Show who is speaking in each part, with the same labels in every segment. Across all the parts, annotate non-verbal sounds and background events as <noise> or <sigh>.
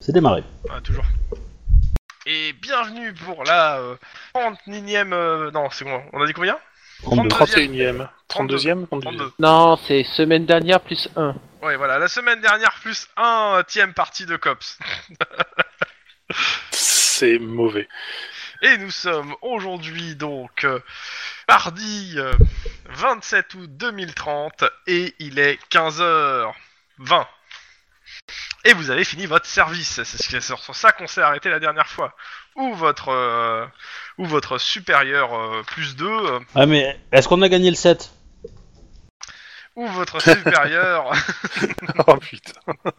Speaker 1: C'est démarré.
Speaker 2: Ah, toujours. Et bienvenue pour la euh, 39e. euh, non, c'est bon, on a dit combien
Speaker 1: 32.
Speaker 3: 31ème. 32ème
Speaker 2: 32.
Speaker 4: Non, c'est semaine dernière plus 1.
Speaker 2: Ouais, voilà, la semaine dernière, plus un tième partie de COPS.
Speaker 3: C'est
Speaker 5: <laughs>
Speaker 3: mauvais.
Speaker 2: Et nous sommes aujourd'hui, donc, euh, mardi euh, 27 août 2030, et il est 15h20. Et vous avez fini votre service, c'est ce qui- c'est sur ça qu'on s'est arrêté la dernière fois. Ou votre, euh, ou votre supérieur euh, plus 2, euh,
Speaker 1: Ah mais est-ce qu'on a gagné le 7
Speaker 2: ou votre supérieur
Speaker 3: Oh putain.
Speaker 2: Ou,
Speaker 5: Ah,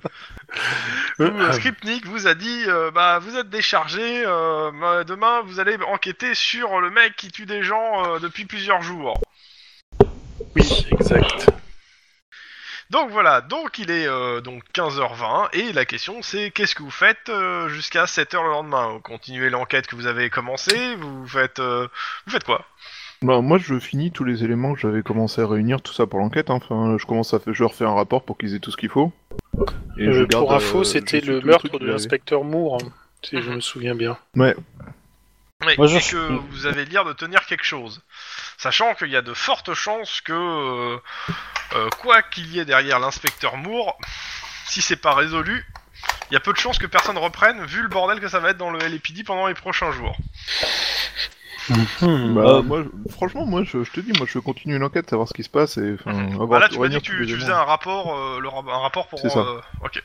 Speaker 3: ah.
Speaker 2: euh, Skripnik vous a dit euh, bah vous êtes déchargé euh, bah, demain vous allez enquêter sur le mec qui tue des gens euh, depuis plusieurs jours.
Speaker 3: oui, exact.
Speaker 2: Donc voilà, donc il est euh, donc 15h20 et la question c'est qu'est-ce que vous faites euh, jusqu'à 7h le lendemain Vous continuez l'enquête que vous avez commencée, vous faites euh, vous faites quoi
Speaker 5: Bah, moi, je finis tous les éléments que j'avais commencé à réunir, tout ça pour l'enquête. hein. Enfin, je commence à faire, je refais un rapport pour qu'ils aient tout ce qu'il faut. Et je
Speaker 3: Euh,
Speaker 5: garde,
Speaker 3: pour
Speaker 5: euh,
Speaker 3: info,
Speaker 5: je
Speaker 3: c'était
Speaker 5: suis
Speaker 3: le
Speaker 5: tout
Speaker 3: meurtre
Speaker 5: truc
Speaker 3: de
Speaker 5: qu'il avait. Mhm.
Speaker 3: l'inspecteur Moore, hein, si je me souviens bien.
Speaker 2: Ouais,
Speaker 1: Moi, je-
Speaker 2: et que vous avez l'air de tenir quelque chose. Sachant qu'il y a de fortes chances que, euh, euh, quoi qu'il y ait derrière l'inspecteur Moore, si c'est pas résolu, il y a peu de chances que personne reprenne, vu le bordel que ça va être dans le LPD pendant les prochains jours.
Speaker 5: Bah,
Speaker 1: Euh,
Speaker 5: moi, je- franchement, moi, je, je te dis, moi, je veux continuer l'enquête, savoir ce qui se passe et enfin,
Speaker 1: Mmh.
Speaker 2: Mhm.
Speaker 5: avoir
Speaker 2: Bah là,
Speaker 5: tout-
Speaker 2: tu m'as dit
Speaker 5: réunir
Speaker 2: que
Speaker 5: tous
Speaker 2: tu,
Speaker 5: les
Speaker 2: tu
Speaker 5: éléments.
Speaker 2: faisais un rapport, euh, le ra- un rapport pour.
Speaker 5: C'est ça.
Speaker 2: euh, ok.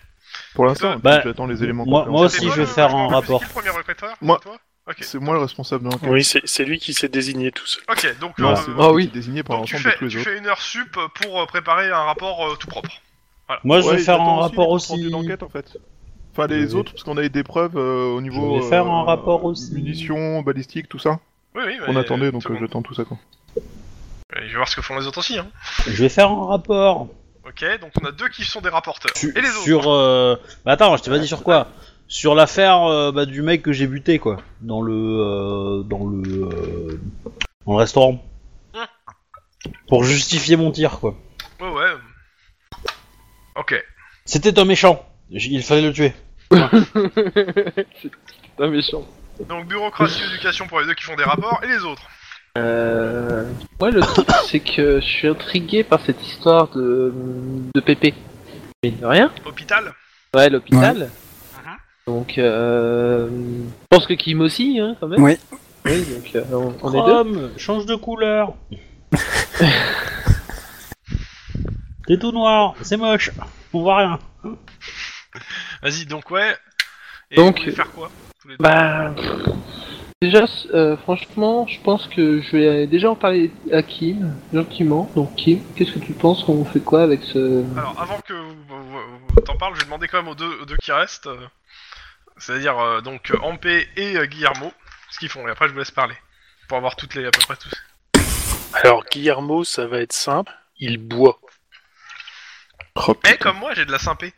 Speaker 5: Pour l'instant,
Speaker 1: Bah,
Speaker 5: puis j'attends les éléments.
Speaker 1: moi-
Speaker 5: qu'on
Speaker 1: moi
Speaker 5: fait.
Speaker 1: aussi,
Speaker 2: C'est toi
Speaker 1: je vais
Speaker 2: le-
Speaker 1: faire un
Speaker 2: me rappelle,
Speaker 1: rapport.
Speaker 2: c'est qui le premier recruteur
Speaker 5: Moi.
Speaker 2: Toi Ok.
Speaker 5: C'est moi le responsable de l'enquête.
Speaker 3: Oui, c'est c'est lui qui s'est désigné tout seul.
Speaker 2: Ok, donc,
Speaker 5: Non,
Speaker 2: euh,
Speaker 5: c'est
Speaker 2: donc
Speaker 5: moi
Speaker 4: Ah
Speaker 5: qui
Speaker 4: oui.
Speaker 5: suis désigné par
Speaker 2: tu,
Speaker 5: l'ensemble de
Speaker 2: fais,
Speaker 5: tous les
Speaker 2: tu
Speaker 5: autres.
Speaker 2: fais une heure sup pour euh, préparer un rapport euh, tout propre.
Speaker 1: Moi je
Speaker 5: Ouais,
Speaker 1: vais faire un
Speaker 5: j'attends
Speaker 1: rapport
Speaker 5: les comptes
Speaker 1: aussi.
Speaker 5: rendus d'enquête, en fait. Enfin, les
Speaker 1: Oui.
Speaker 5: autres, parce qu'on avait des preuves euh, au niveau.
Speaker 1: vais faire un rapport aussi.
Speaker 5: Munitions, balistiques, tout ça.
Speaker 2: Oui, oui,
Speaker 5: On
Speaker 2: mais-
Speaker 5: attendait, donc
Speaker 2: seconde.
Speaker 5: euh, j'attends tout ça, quoi.
Speaker 2: Et Je vais voir ce que font les autres aussi. Hein.
Speaker 1: Je vais faire un rapport
Speaker 2: Ok, donc on a deux qui sont des rapporteurs.
Speaker 1: su-
Speaker 2: Et les autres
Speaker 1: sur. euh, bah, attends, je t'ai pas dit sur quoi Sur l'affaire euh, bah, du mec que j'ai buté quoi, dans le euh, dans le euh, dans le restaurant. Pour justifier mon tir quoi.
Speaker 2: Ouais, ouais. Ok.
Speaker 1: C'était un méchant. J- Il fallait le tuer.
Speaker 4: C'est un méchant.
Speaker 2: Donc bureaucratie, éducation pour les deux qui font des rapports. Et les autres
Speaker 4: Euh... Moi, le truc, <coughs> c'est que je suis intrigué par cette histoire de, de Pépé. Mais de rien.
Speaker 2: Hôpital
Speaker 4: Ouais, l'hôpital.
Speaker 2: Mhm.
Speaker 4: Donc, euh... je pense que Kim aussi, hein, quand même.
Speaker 6: Oui.
Speaker 4: Oui, donc euh, on, on
Speaker 6: Oh.
Speaker 4: est deux.
Speaker 1: Chrome, change de
Speaker 4: <laughs>
Speaker 1: couleur. T'es tout noir, c'est moche, on voit rien.
Speaker 2: Vas-y, donc ouais. Et
Speaker 4: Donc-
Speaker 2: vous voulez faire quoi tous les deux
Speaker 4: Bah. pff. Déjà, c- euh, franchement, je pense que je vais déjà en parler à Kim, gentiment. Donc, Kim, qu'est-ce que tu penses qu'on fait quoi avec ce.
Speaker 2: Alors, avant que vous, vous- vous- vous- t'en parles, je vais demander quand même aux deux, aux deux qui restent. euh, C'est-à-dire, euh, donc, euh, Ampé et euh, Guillermo, ce qu'ils font. Et après, je vous laisse parler. Pour avoir toutes les, à peu près tous.
Speaker 3: Alors, Guillermo, ça va être simple. Il boit.
Speaker 2: Eh, comme moi, j'ai de la sympé.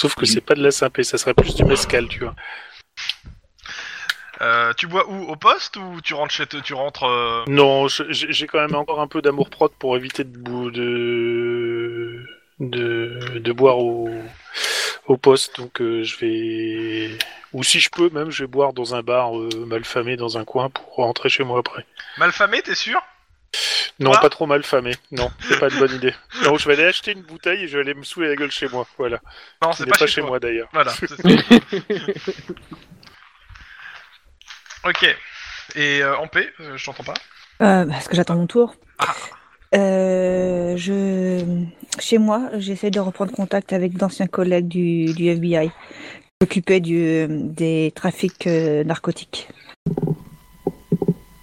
Speaker 3: Sauf que c'est pas de la sympé, ça serait plus du mescal, tu vois.
Speaker 2: Euh, tu bois où Au poste ou tu rentres chez te, tu rentres... euh,
Speaker 3: Non, je- j'ai j'ai quand même encore un peu d'amour propre pour éviter de, bou- de... de de boire au au poste, donc euh, je vais ou si je peux même je vais boire dans un bar euh, malfamé dans un coin pour rentrer chez moi après.
Speaker 2: Malfamé, t'es sûr
Speaker 3: Non,
Speaker 2: Quoi
Speaker 3: pas trop malfamé. Non, c'est pas une bonne idée. Non, je vais aller acheter une bouteille et je vais aller me saouler la gueule chez moi. Voilà.
Speaker 2: Non,
Speaker 3: Ce
Speaker 2: c'est
Speaker 3: n'est
Speaker 2: pas, chez, toi.
Speaker 3: moi d'ailleurs.
Speaker 2: Voilà. c'est ça. ok. Et euh, en paix, euh, je t'entends pas.
Speaker 7: Euh, parce que j'attends mon tour.
Speaker 2: Ah.
Speaker 7: Euh, je... Chez moi, j'essaie de reprendre contact avec d'anciens collègues du, du FBI qui s'occupaient du, des trafics euh, narcotiques.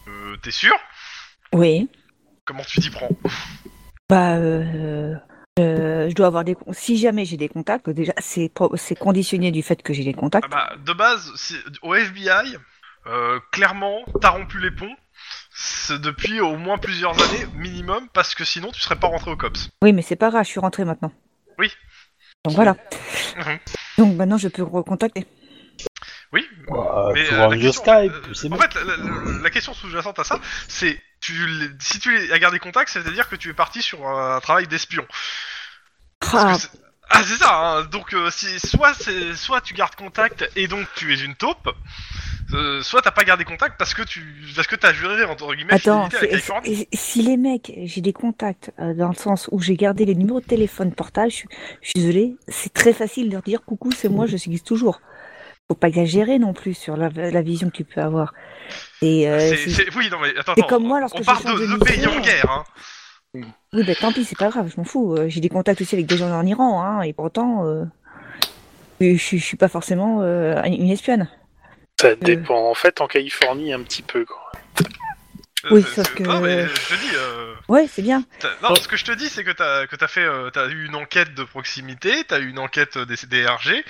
Speaker 2: Euh, T'es sûr
Speaker 7: Oui.
Speaker 2: Comment tu t'y prends
Speaker 7: Bah, euh, euh, je dois avoir des. con- Si jamais j'ai des contacts, déjà, c'est pro- c'est conditionné du fait que j'ai des contacts.
Speaker 2: ah bah, De base, c'est- au FBI, euh, clairement, t'as rompu les ponts c'est depuis au moins plusieurs années minimum, parce que sinon tu serais pas rentré au COPS.
Speaker 7: Oui, mais c'est pas grave, je suis rentrée maintenant.
Speaker 2: Ah. Oui.
Speaker 7: Donc voilà.
Speaker 2: Mhm.
Speaker 7: Donc maintenant, je peux recontacter.
Speaker 2: Oui,
Speaker 1: Bah,
Speaker 2: Mais,
Speaker 1: faut
Speaker 2: euh,
Speaker 1: voir
Speaker 2: la
Speaker 1: via
Speaker 2: question,
Speaker 1: Skype,
Speaker 2: euh,
Speaker 1: c'est
Speaker 2: en
Speaker 1: bon.
Speaker 2: fait, la, la- la question sous-jacente à ça, c'est tu, les- si tu les- as gardé contact, c'est-à-dire que tu es parti sur un, travail d'espion. Parce
Speaker 7: Ah,
Speaker 2: que c'est- Ah, c'est ça, hein. donc euh, si- soit, c'est- soit tu gardes contact et donc tu es une taupe, euh, soit t'as pas gardé contact parce que tu parce que t'as juré entre guillemets
Speaker 7: Attends,
Speaker 2: fidélité à la
Speaker 7: c'est-
Speaker 2: Californie.
Speaker 7: c'est- si les mecs, j'ai des contacts euh, dans le sens où j'ai gardé les numéros de téléphone portable, je, suis- je suis désolée, c'est très facile de leur dire coucou, c'est moi, je suis toujours. Faut pas exagérer non plus sur la, la vision que tu peux avoir. Et euh,
Speaker 2: C'est-
Speaker 7: c'est-
Speaker 2: c'est- Oui, non, mais attends,
Speaker 7: c'est
Speaker 2: attends,
Speaker 7: comme moi lorsque
Speaker 2: on
Speaker 7: je
Speaker 2: part
Speaker 7: change
Speaker 2: de
Speaker 7: de
Speaker 2: deux pays en
Speaker 7: mission.
Speaker 2: guerre, hein.
Speaker 7: oui, bah tant pis, c'est pas grave, je m'en fous. Euh, J'ai des contacts aussi avec des gens en Iran, hein, et pourtant, euh, je, je- je suis pas forcément euh, une espionne.
Speaker 3: Ça dépend. En fait, en Californie, un petit peu. <laughs> Quoi.
Speaker 2: Euh,
Speaker 7: Oui,
Speaker 2: c'est-
Speaker 7: sauf
Speaker 2: c'est-
Speaker 7: que-
Speaker 2: Non, mais je te dis, euh,
Speaker 7: Ouais, c'est bien.
Speaker 2: t'as- non, ce que je te dis, c'est que t'as que t'as fait, euh, t'as eu une enquête de proximité, t'as eu une enquête euh, des DRG,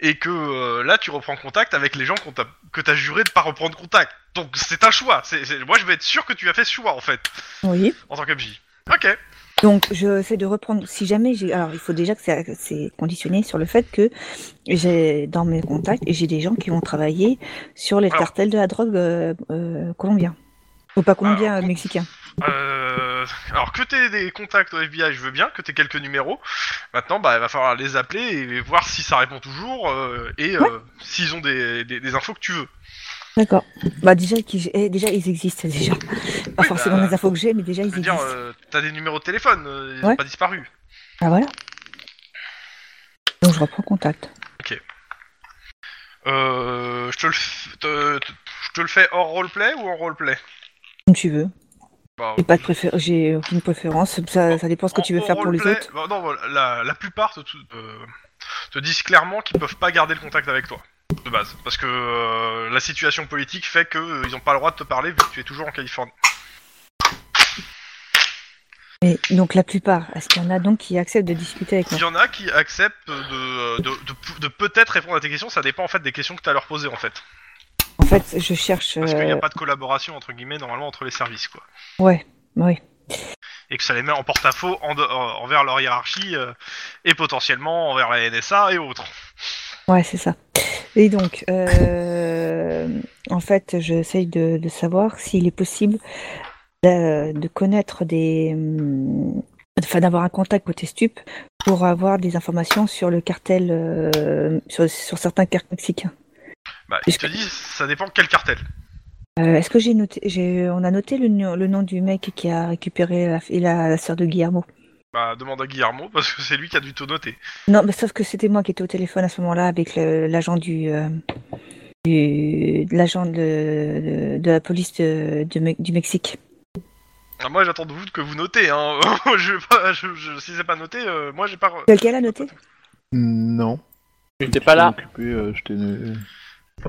Speaker 2: et que euh, là, tu reprends contact avec les gens qu'on t'a- que t'as juré de pas reprendre contact. Donc c'est un choix. C'est- c'est- Moi, je vais être sûr que tu as fait ce choix en fait,
Speaker 7: Oui.
Speaker 2: en tant qu'MJ. Ok.
Speaker 7: Donc, je sais de reprendre. Si jamais j'ai. Alors, il faut déjà que ça- c'est conditionné sur le fait que j'ai, dans mes contacts, j'ai des gens qui vont travailler sur les
Speaker 2: Alors-
Speaker 7: cartels de la drogue euh, euh, colombien. Ou pas colombien,
Speaker 2: Alors,
Speaker 7: euh, mexicain.
Speaker 2: Euh, alors que t'aies des contacts au FBI, je veux bien, que t'aies quelques numéros. Maintenant, bah, il va falloir les appeler et voir si ça répond toujours euh, et euh, s'ils ont des, des, des infos que tu veux.
Speaker 7: D'accord. Bah, déjà, qui- eh, déjà, ils existent, déjà. Pas
Speaker 2: bah,
Speaker 7: forcément les infos que j'ai, mais déjà, ils
Speaker 2: Je veux
Speaker 7: existent.
Speaker 2: dire, euh, t'as des numéros de téléphone, euh, ils ont
Speaker 7: Ouais.
Speaker 2: pas disparu.
Speaker 7: Ah, voilà. Donc, je reprends contact.
Speaker 2: Euh, je te le, f- te- te- je te le fais hors roleplay ou en roleplay
Speaker 7: Comme tu veux.
Speaker 2: Bah,
Speaker 7: J'ai pas de préfé- j'ai aucune préférence. Ça, ça dépend ce que
Speaker 2: en-
Speaker 7: tu veux
Speaker 2: en
Speaker 7: faire pour les
Speaker 2: roleplay,
Speaker 7: autres.
Speaker 2: bah, Non, voilà, la, la plupart te, te- te disent clairement qu'ils peuvent pas garder le contact avec toi. De base, parce que euh, la situation politique fait que euh, ils ont pas le droit de te parler vu que tu es toujours en Californie.
Speaker 7: Mais, donc, la plupart. Est-ce qu'il y en a donc qui acceptent de discuter avec moi
Speaker 2: Il y en a qui acceptent de, euh, de, de- de peut-être répondre à tes questions, ça dépend en fait des questions que tu as à leur poser en fait.
Speaker 7: En fait, je cherche.
Speaker 2: Parce qu'il n'y a
Speaker 7: euh,
Speaker 2: pas de collaboration entre guillemets normalement entre les services quoi.
Speaker 7: Ouais, ouais.
Speaker 2: Et que ça les met en porte-à-faux en de- en- envers leur hiérarchie euh, et potentiellement envers la NSA et autres.
Speaker 7: Ouais, c'est ça. Et donc, euh, en fait, j'essaye de, de savoir s'il est possible d'a- de, connaître des. hum, Enfin, d'avoir un contact côté stup pour avoir des informations sur le cartel, euh, sur, sur certains cartels mexicains.
Speaker 2: Bah, ils te disent, ça dépend quel cartel.
Speaker 7: Euh, Est-ce que j'ai noté, j'ai, on a noté le, nu- le nom du mec qui a récupéré la, et la, la sœur de Guillermo?
Speaker 2: Bah, demande à Guillermo parce que c'est lui qui a dû te noter.
Speaker 7: Non, mais sauf que c'était moi qui étais au téléphone à ce moment-là avec le- l'agent du, euh, du- de l'agent de, de la police de- de Me- du Mexique.
Speaker 2: Ah, moi j'attends de vous que vous notez. Hein. <laughs> je, vais pas, je, je- si c'est pas noté, euh, moi j'ai pas. re-
Speaker 7: Quelqu'un l'a noté
Speaker 5: Non.
Speaker 6: T'es pas là.
Speaker 5: Occupé, euh, je t'ai-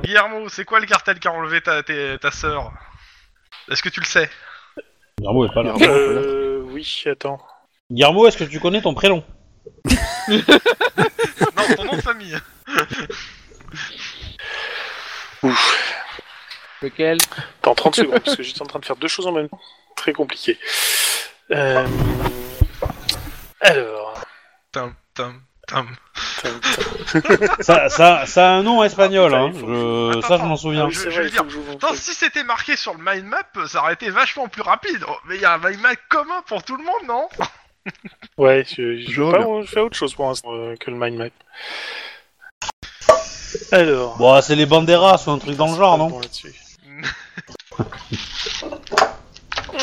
Speaker 2: Guillermo, c'est quoi le cartel qui a enlevé ta, tes- ta sœur Est-ce que tu
Speaker 1: <laughs>
Speaker 2: le sais
Speaker 1: Guillermo est pas là.
Speaker 3: Euh, oui, attends.
Speaker 1: Guillermo, est-ce que tu connais ton prénom
Speaker 2: Non, ton nom de famille.
Speaker 6: Lequel
Speaker 3: Attends, 30 secondes, parce que j'étais en train de faire deux choses en même temps. Très compliqué. Euh, Alors.
Speaker 2: Tam, tam, tam.
Speaker 3: tum, tum.
Speaker 1: <laughs> ça, ça, ça a un nom espagnol,
Speaker 3: Ah,
Speaker 1: hein.
Speaker 3: putain, il faut
Speaker 1: Je...
Speaker 2: Attends,
Speaker 1: Ça, je m'en
Speaker 2: attends.
Speaker 3: Ah
Speaker 1: souviens.
Speaker 3: oui, c'est
Speaker 2: je veux
Speaker 3: vrai, il faut
Speaker 2: dire,
Speaker 3: que j'ouvre mon
Speaker 2: Putain,
Speaker 3: truc.
Speaker 2: si c'était marqué sur le mind map, ça aurait été vachement plus rapide. Oh, mais il y a un mind map commun pour tout le monde, non
Speaker 3: Ouais, je, je-
Speaker 5: Je
Speaker 3: pas-
Speaker 5: reviens.
Speaker 3: je fais autre chose pour l'instant euh, que le mind map. Alors.
Speaker 1: Bon, Bah, c'est les banderas ou un truc dans le genre, non <laughs>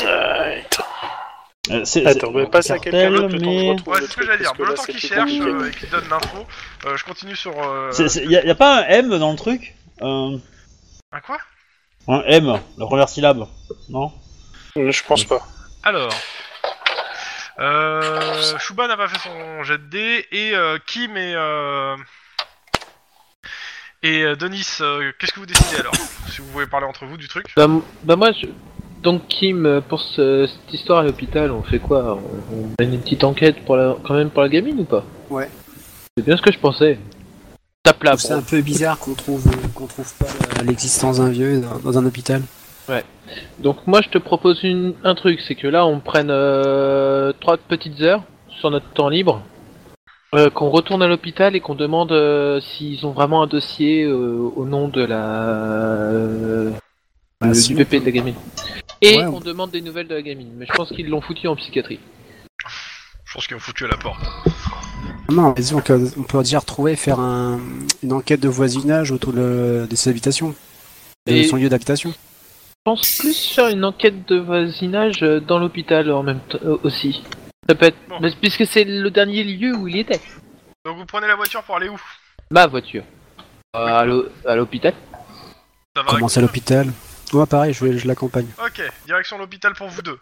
Speaker 3: Ah, attends.
Speaker 1: Euh, c'est- c'est-
Speaker 3: Attends, bah, passe à quelqu'un d'autre le temps de
Speaker 1: mais-
Speaker 3: retrouver
Speaker 2: Ouais, c'est ce
Speaker 3: le
Speaker 2: que
Speaker 3: truc,
Speaker 2: j'allais dire.
Speaker 3: parce que
Speaker 2: Le
Speaker 3: là,
Speaker 2: temps
Speaker 3: c'est
Speaker 2: qu'il
Speaker 3: très
Speaker 2: cherche
Speaker 3: compliqué.
Speaker 2: euh, et qu'il donne l'info, euh, je continue sur. Euh...
Speaker 1: c'est- c'est- y a, y a pas un M dans le truc Euh,
Speaker 2: Un quoi
Speaker 1: Un M, la première syllabe, non euh.
Speaker 3: Je pense pas.
Speaker 2: Alors. Euh, Shuba n'a pas fait son jet de dés et euh, Kim et. euh, Et euh, Denis, euh, qu'est-ce que vous décidez alors Si vous pouvez parler entre vous du truc.
Speaker 4: Bah, m- bah moi, je... donc Kim, euh, pour ce- cette histoire à l'hôpital, on fait quoi on... on mène une petite enquête pour la... quand même pour la gamine ou pas
Speaker 6: Ouais.
Speaker 4: C'est bien ce que je pensais. Tape là,
Speaker 6: C'est un peu bizarre qu'on trouve qu'on trouve pas euh, l'existence d'un vieux dans, dans un hôpital.
Speaker 4: Donc moi je te propose une, un truc, c'est que là on prenne euh, trois petites heures sur notre temps libre, euh, qu'on retourne à l'hôpital et qu'on demande euh, s'ils ont vraiment un dossier euh, au nom de la euh,
Speaker 6: Bah,
Speaker 4: du
Speaker 6: sinon-
Speaker 4: bébé de la gamine. Et
Speaker 6: Ouais,
Speaker 4: on demande des nouvelles de la gamine, mais je pense qu'ils l'ont foutu en psychiatrie.
Speaker 2: Je pense qu'ils ont foutu à la porte.
Speaker 6: Ah, Non, vas-y, on peut, euh, on peut déjà retrouver, faire un- une enquête de voisinage autour de, de ses habitations. De
Speaker 4: Et-
Speaker 6: son lieu d'habitation.
Speaker 4: Je pense plus faire une enquête de voisinage euh, dans l'hôpital en même temps euh, aussi. Ça peut être...
Speaker 2: Bon.
Speaker 4: mais- Puisque c'est le dernier lieu où il était.
Speaker 2: Donc vous prenez la voiture pour aller où
Speaker 4: Ma voiture. Euh, à l'hô- à l'hôpital.
Speaker 2: Ça va
Speaker 6: Commence à l'hôpital. Moi, pareil, je, vais- je l'accompagne.
Speaker 2: Ok, direction l'hôpital pour vous deux.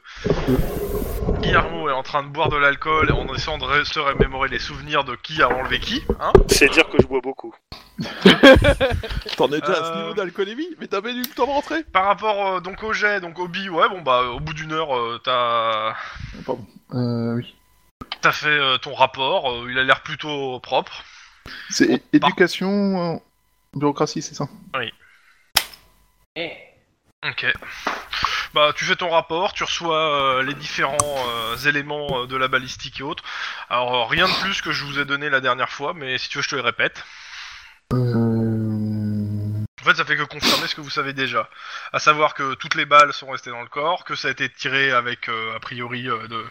Speaker 2: Guillermo est en train de boire de l'alcool en essayant de ré- se remémorer les souvenirs de qui a enlevé qui, hein
Speaker 3: C'est dire que je bois beaucoup.
Speaker 5: T'en es déjà à
Speaker 2: Euh.
Speaker 5: ce niveau d'alcoolémie Mais t'as pas eu le temps de rentrer
Speaker 2: Par rapport euh, donc au jet, donc au bi, ouais, bon bah au bout d'une heure, euh, t'as
Speaker 5: Euh, oui.
Speaker 2: t'as fait euh, ton rapport, euh, il a l'air plutôt propre.
Speaker 5: C'est é-
Speaker 2: part.
Speaker 5: éducation, euh, bureaucratie, c'est ça
Speaker 2: Eh. Ok. Bah tu fais ton rapport, tu reçois euh, les différents euh, éléments euh, de la balistique et autres. Alors euh, rien de plus que je vous ai donné la dernière fois, mais si tu veux je te le répète.
Speaker 5: Euh...
Speaker 2: En fait, ça fait que confirmer ce que vous savez déjà. À savoir que toutes les balles sont restées dans le corps, que ça a été tiré avec, euh, a priori, euh, de,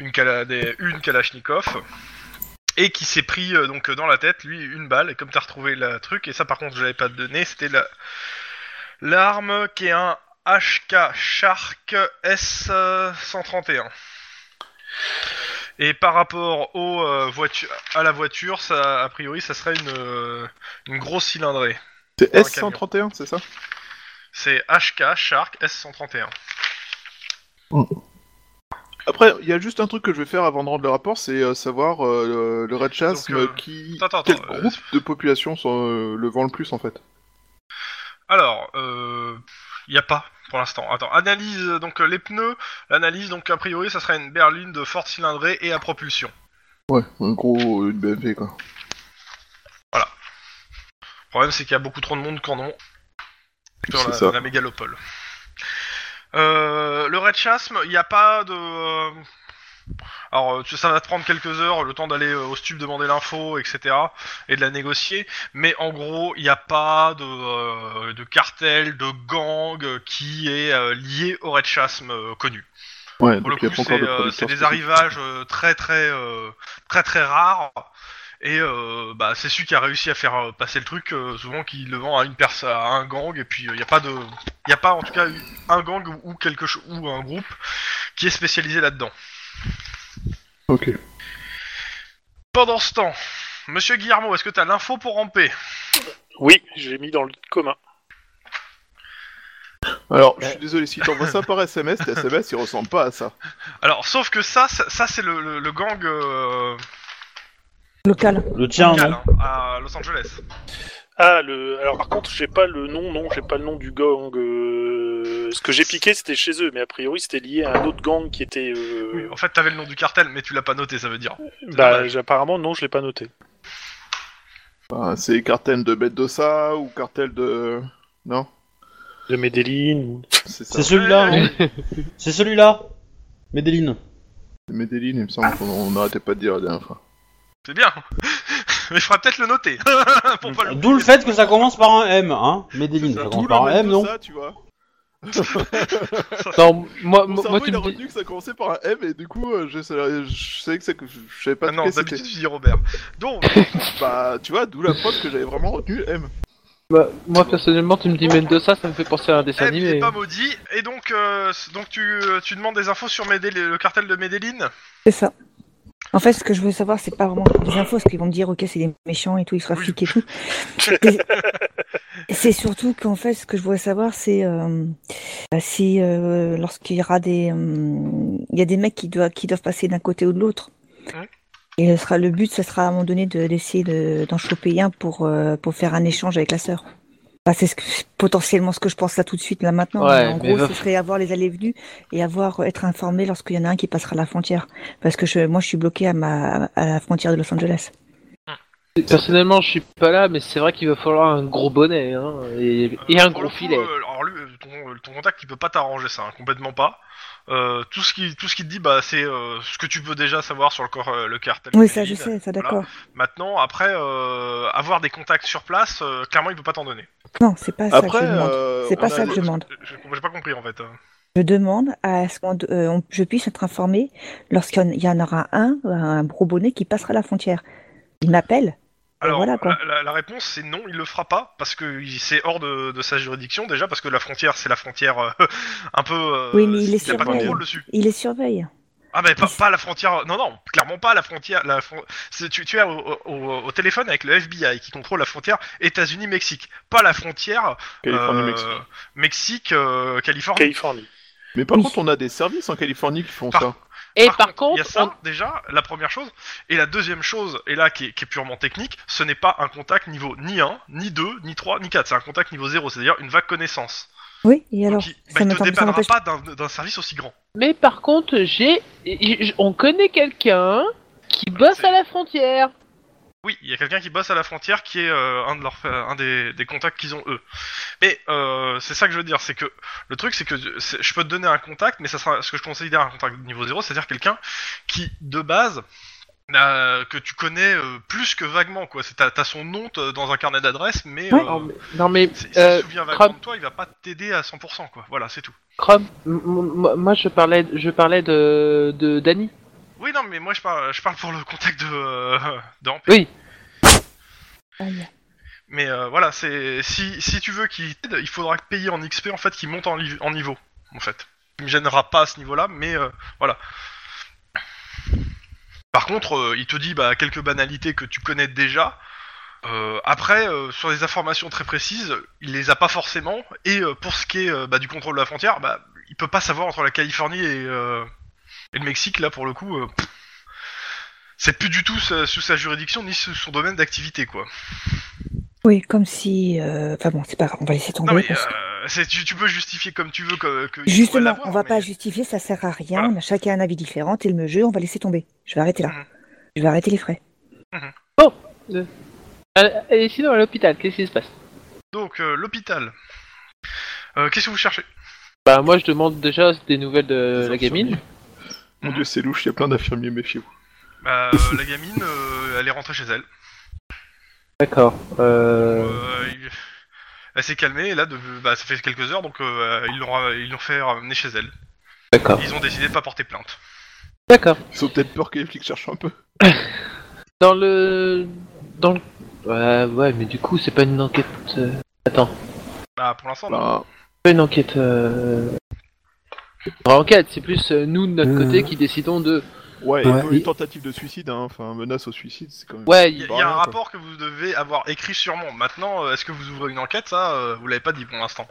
Speaker 2: une, Kala- des- une Kalachnikov, et qui s'est pris euh, donc dans la tête, lui, une balle, et comme t'as retrouvé la truc, et ça par contre, je l'avais pas donné, c'était la l'arme qui est un HK Shark S131. Et par rapport aux, euh, voitu- à la voiture, ça, a priori, ça serait une, euh, une grosse cylindrée.
Speaker 5: C'est
Speaker 2: Dans un
Speaker 5: S131, c'est ça
Speaker 2: C'est HK Shark S131.
Speaker 5: Après, il y a juste un truc que je vais faire avant de rendre le rapport, c'est euh, savoir euh, le, le Red Chasm,
Speaker 2: Donc, euh,
Speaker 5: euh, qui...
Speaker 2: attends, attends,
Speaker 5: quel
Speaker 2: euh,
Speaker 5: groupe de population sont, euh, le vend le plus en fait.
Speaker 2: Alors, euh, y a pas pour l'instant. Attends, analyse euh, donc euh, les pneus. L'analyse donc a priori ça serait une berline de forte cylindrée et à propulsion.
Speaker 5: Ouais, un gros euh, une BMW quoi.
Speaker 2: Le problème c'est qu'il y a beaucoup trop de monde qu'en ont sur
Speaker 5: C'est
Speaker 2: la,
Speaker 5: ça.
Speaker 2: la mégalopole. Euh, le Red Chasm, il n'y a pas de. euh, Alors, euh, tu- ça va te prendre quelques heures, le temps d'aller euh, au stup demander l'info, etc., et de la négocier. Mais en gros, il n'y a pas de, euh, de cartel, de gang euh, qui est euh, lié au Red Chasm euh, connu.
Speaker 5: Ouais,
Speaker 2: Pour le
Speaker 5: donc il y a
Speaker 2: coup,
Speaker 5: pas
Speaker 2: c'est
Speaker 5: encore de
Speaker 2: euh, c'est
Speaker 5: producteur
Speaker 2: des
Speaker 5: spécifique.
Speaker 2: arrivages euh, très très euh, très très rares. Et euh, bah, c'est celui qui a réussi à faire euh, passer le truc, euh, souvent qui le vend à une personne, à un gang, et puis il n'y a pas de, y a pas en tout cas eu un gang ou- ou quelque chose ou un groupe qui est spécialisé là-dedans.
Speaker 5: Ok.
Speaker 2: Pendant ce temps, Monsieur Guillermo, est-ce que t'as l'info pour ramper
Speaker 3: Oui, j'ai mis dans le commun.
Speaker 5: Alors, je suis désolé, si t'envoies ça par SMS, tes SMS ils ressemblent pas à ça.
Speaker 2: Alors, sauf que ça, ça, ça, c'est le, le- le gang euh,
Speaker 7: Local.
Speaker 1: Le tien,
Speaker 2: local,
Speaker 1: non
Speaker 2: hein, à Los Angeles.
Speaker 3: Ah, le... alors par contre, j'ai pas le nom, non, j'ai pas le nom du gang. euh, Ce que j'ai piqué, c'était chez eux, mais a priori, c'était lié à un autre gang qui était. euh,
Speaker 2: Oui, en fait, t'avais le nom du cartel, mais tu l'as pas noté, ça veut dire.
Speaker 3: Bah,
Speaker 2: dommage.
Speaker 3: j'ai- apparemment, non, je l'ai pas noté.
Speaker 5: Bah, c'est cartel de Bedosa ou cartel de. Non
Speaker 3: De Medellin. ou-
Speaker 5: C'est ça.
Speaker 1: C'est celui-là.
Speaker 2: Ouais,
Speaker 1: hein. C'est celui-là. Medellin.
Speaker 5: C'est Medellin, il me semble qu'on on n'arrêtait pas de dire la dernière fois.
Speaker 2: C'est bien. <laughs> mais je ferai peut-être le noter <laughs> pour pas le.
Speaker 1: D'où le fait que ça commence par un M, hein. Medellin, ça,
Speaker 5: Tout
Speaker 1: commence
Speaker 5: le
Speaker 1: par un
Speaker 5: même
Speaker 1: M,
Speaker 5: de
Speaker 1: non
Speaker 5: ça, tu vois.
Speaker 4: <laughs> Non, moi,
Speaker 5: Mon
Speaker 4: moi,
Speaker 5: cerveau,
Speaker 4: moi, tu
Speaker 5: il a
Speaker 4: me dis-
Speaker 5: retenu que ça commençait par un M et du coup, euh, je, savais- je savais que ça, je savais pas
Speaker 2: Ah
Speaker 5: de
Speaker 2: non,
Speaker 5: quoi c'était.
Speaker 2: d'habitude tu dis Robert. Donc,
Speaker 5: Bah, tu vois, d'où la preuve que j'avais vraiment retenu M.
Speaker 4: bah, moi, personnellement, tu me dis Mendoza, ça me fait penser à un dessin
Speaker 2: Eb n'est
Speaker 4: animé.
Speaker 2: Eh,
Speaker 4: hein.
Speaker 2: pas maudit, et donc, euh, c- donc tu, euh, tu demandes des infos sur Medell- le cartel de Medellin
Speaker 7: C'est ça. En fait, ce que je veux savoir, c'est pas vraiment des infos, parce qu'ils vont me dire, ok, c'est des méchants et tout, ils se trafiquent et tout. C'est- c'est surtout qu'en fait, ce que je voudrais savoir, c'est euh, bah, si euh, lorsqu'il y aura des, euh, il y a des mecs qui doivent, qui doivent passer d'un côté ou de l'autre.
Speaker 2: Ouais.
Speaker 7: Et le, sera, le but, ça sera à un moment donné de- d'essayer de- d'en choper un pour, euh, pour faire un échange avec la sœur. Enfin, c'est ce que- potentiellement ce que je pense là tout de suite, là maintenant.
Speaker 4: Ouais,
Speaker 7: Mais en
Speaker 4: mais
Speaker 7: gros,
Speaker 4: va-
Speaker 7: ce serait avoir les allées venues et avoir être informé lorsqu'il y en a un qui passera la frontière. Parce que je, moi, je suis bloqué à, ma, à la frontière de Los Angeles.
Speaker 4: Personnellement, je suis pas là, mais c'est vrai qu'il va falloir un gros bonnet hein, et, et
Speaker 2: Euh,
Speaker 4: un
Speaker 2: pour
Speaker 4: gros
Speaker 2: le coup,
Speaker 4: filet.
Speaker 2: euh, alors lui, euh, ton, euh, ton contact, il peut pas t'arranger ça, hein, complètement pas. Euh, tout ce qui, tout ce qu'il te dit, bah, c'est euh, ce que tu peux déjà savoir sur le, cor- euh, le cartel. de
Speaker 7: Oui, ça, je
Speaker 2: Medellin.
Speaker 7: sais, ça, d'accord.
Speaker 2: Maintenant, après, euh, avoir des contacts sur place, euh, clairement, il peut pas t'en donner.
Speaker 7: Non, c'est pas ça
Speaker 5: Après,
Speaker 7: que je demande.
Speaker 5: euh,
Speaker 7: C'est pas
Speaker 5: on a
Speaker 7: ça que
Speaker 5: les-
Speaker 7: je demande.
Speaker 2: Je- J'ai pas compris en fait.
Speaker 7: Ah
Speaker 2: euh.
Speaker 7: Je demande à ce qu'on euh, on- je puisse être informé lorsqu'il y en aura un, un gros bonnet qui passera la frontière. il m'appelle.
Speaker 2: Alors, euh,
Speaker 7: voilà, quoi.
Speaker 2: Bah, la, la- la réponse c'est non, il le fera pas, parce que il- c'est hors de, de sa juridiction déjà, parce que la frontière c'est la frontière euh, <laughs> un peu. euh,
Speaker 7: Oui, mais il est
Speaker 2: a pas de
Speaker 7: surveillé.
Speaker 2: contrôle dessus.
Speaker 7: Il les surveille.
Speaker 2: Ah, mais pas,
Speaker 7: Il-
Speaker 2: pas la frontière. Non, non, clairement pas la frontière. La fron- c'est- tu, tu es au, au- au téléphone avec le FBI qui contrôle la frontière États-Unis-Mexique, pas la frontière euh,
Speaker 5: Californie-Mexique.
Speaker 2: Mexique, euh, Californie.
Speaker 3: Californie.
Speaker 5: Mais par
Speaker 7: Oui.
Speaker 5: contre, on a des services en Californie qui font
Speaker 2: Par-
Speaker 5: ça.
Speaker 4: Et
Speaker 2: Par
Speaker 4: par
Speaker 2: Il y
Speaker 4: contre,
Speaker 2: a ça déjà, la première chose. Et la deuxième chose, et là qui est, qui est purement technique, ce n'est pas un contact niveau ni 1, ni 2, ni 3, ni 4. C'est un contact niveau 0, c'est-à-dire une vague connaissance.
Speaker 7: Oui, et alors
Speaker 2: Donc, il-
Speaker 7: ça
Speaker 2: bah, il
Speaker 7: m'attend-
Speaker 2: te
Speaker 7: ça
Speaker 2: dépannera
Speaker 7: m'empêche-
Speaker 2: pas d'un d'un service aussi grand.
Speaker 4: Mais par contre, j'ai, j- on connaît quelqu'un qui bosse
Speaker 2: c'est-
Speaker 4: à la frontière.
Speaker 2: Oui, il y a quelqu'un qui bosse à la frontière qui est euh, un, de leurs, euh, un des, des contacts qu'ils ont eux. Mais euh, c'est ça que je veux dire, c'est que le truc c'est que c'est- je peux te donner un contact, mais ça sera ce que je considère un contact niveau 0, c'est-à-dire quelqu'un qui de base euh, que tu connais euh, plus que vaguement quoi. C'est t'as t'as son nom t- dans un carnet d'adresses, mais
Speaker 7: Ouais.
Speaker 2: euh,
Speaker 4: Non mais, non, mais,
Speaker 2: s'il s'il
Speaker 4: euh,
Speaker 2: se souvient vaguement
Speaker 4: Crump.
Speaker 2: de toi, il va pas t'aider à 100% quoi. Voilà, c'est tout.
Speaker 4: Chrome, m- m- moi- moi je parlais, je parlais de, de Danny.
Speaker 2: Oui, non, mais moi je parle, je parle pour le contact de euh, de Ampère.
Speaker 7: Aïe.
Speaker 2: Mais euh, voilà, c'est si, si tu veux qu'il t'aide, il faudra payer en XP en fait qu'il monte en, li- en niveau en fait. Il me gênera pas à ce niveau-là, mais euh, voilà. Par contre, euh, il te dit bah, quelques banalités que tu connais déjà. Euh, après, euh, sur des informations très précises, il les a pas forcément. Et euh, pour ce qui est euh, bah, du contrôle de la frontière, bah, il peut pas savoir entre la Californie et, euh, et le Mexique là pour le coup. euh, pff. c'est plus du tout sa- sous sa juridiction ni sous son domaine d'activité quoi.
Speaker 7: Oui, comme si. euh, Enfin bon, c'est pas grave, on va laisser tomber.
Speaker 2: Non mais
Speaker 7: parce que-
Speaker 2: euh, c'est- tu, tu peux justifier comme tu veux que, que il pourrait
Speaker 7: Justement,
Speaker 2: l'avoir,
Speaker 7: on va
Speaker 2: mais-
Speaker 7: pas justifier, ça sert à rien.
Speaker 2: Voilà.
Speaker 7: On a chacun un avis différent. Il me jeu, on va laisser tomber. Je vais arrêter là.
Speaker 2: Mhm.
Speaker 7: Je vais arrêter les frais.
Speaker 4: Euh, Et sinon à l'hôpital, qu'est-ce qui se passe
Speaker 2: Donc euh, l'hôpital. Euh, Qu'est-ce que vous cherchez
Speaker 4: Bah moi je demande déjà des nouvelles de
Speaker 5: Des
Speaker 4: la gamine.
Speaker 5: Mon dieu, c'est louche, il y a plein d'infirmiers, méfiez-vous.
Speaker 2: Bah, euh, La gamine, euh, elle est rentrée chez elle.
Speaker 4: D'accord. Euh...
Speaker 2: Euh, il- Elle s'est calmée et là, de... bah, ça fait quelques heures, donc euh, ils l'ont ra- ils l'ont fait ramener chez elle.
Speaker 4: D'accord.
Speaker 2: Ils ont décidé de pas porter plainte.
Speaker 4: D'accord.
Speaker 5: Ils ont peut-être peur que les flics cherchent un peu.
Speaker 4: Dans le, dans le, ouais, ouais, mais du coup c'est pas une enquête. euh, Attends,
Speaker 2: Bah pour l'instant, non.
Speaker 5: Bah,
Speaker 4: pas une enquête. Euh... vraie enquête, c'est plus euh, nous de notre
Speaker 6: Euh.
Speaker 4: côté qui décidons de.
Speaker 5: ouais,
Speaker 6: Ouais,
Speaker 5: et une
Speaker 6: et-
Speaker 5: tentative de suicide, hein, enfin, menace au suicide, c'est quand même.
Speaker 4: Ouais.
Speaker 2: Il y,
Speaker 4: il-
Speaker 2: a-
Speaker 5: Bah,
Speaker 2: il y a un
Speaker 5: rien, quoi.
Speaker 2: rapport que vous devez avoir écrit sûrement. Maintenant, euh, est-ce que vous ouvrez une enquête Ça, euh, vous l'avez pas dit pour l'instant.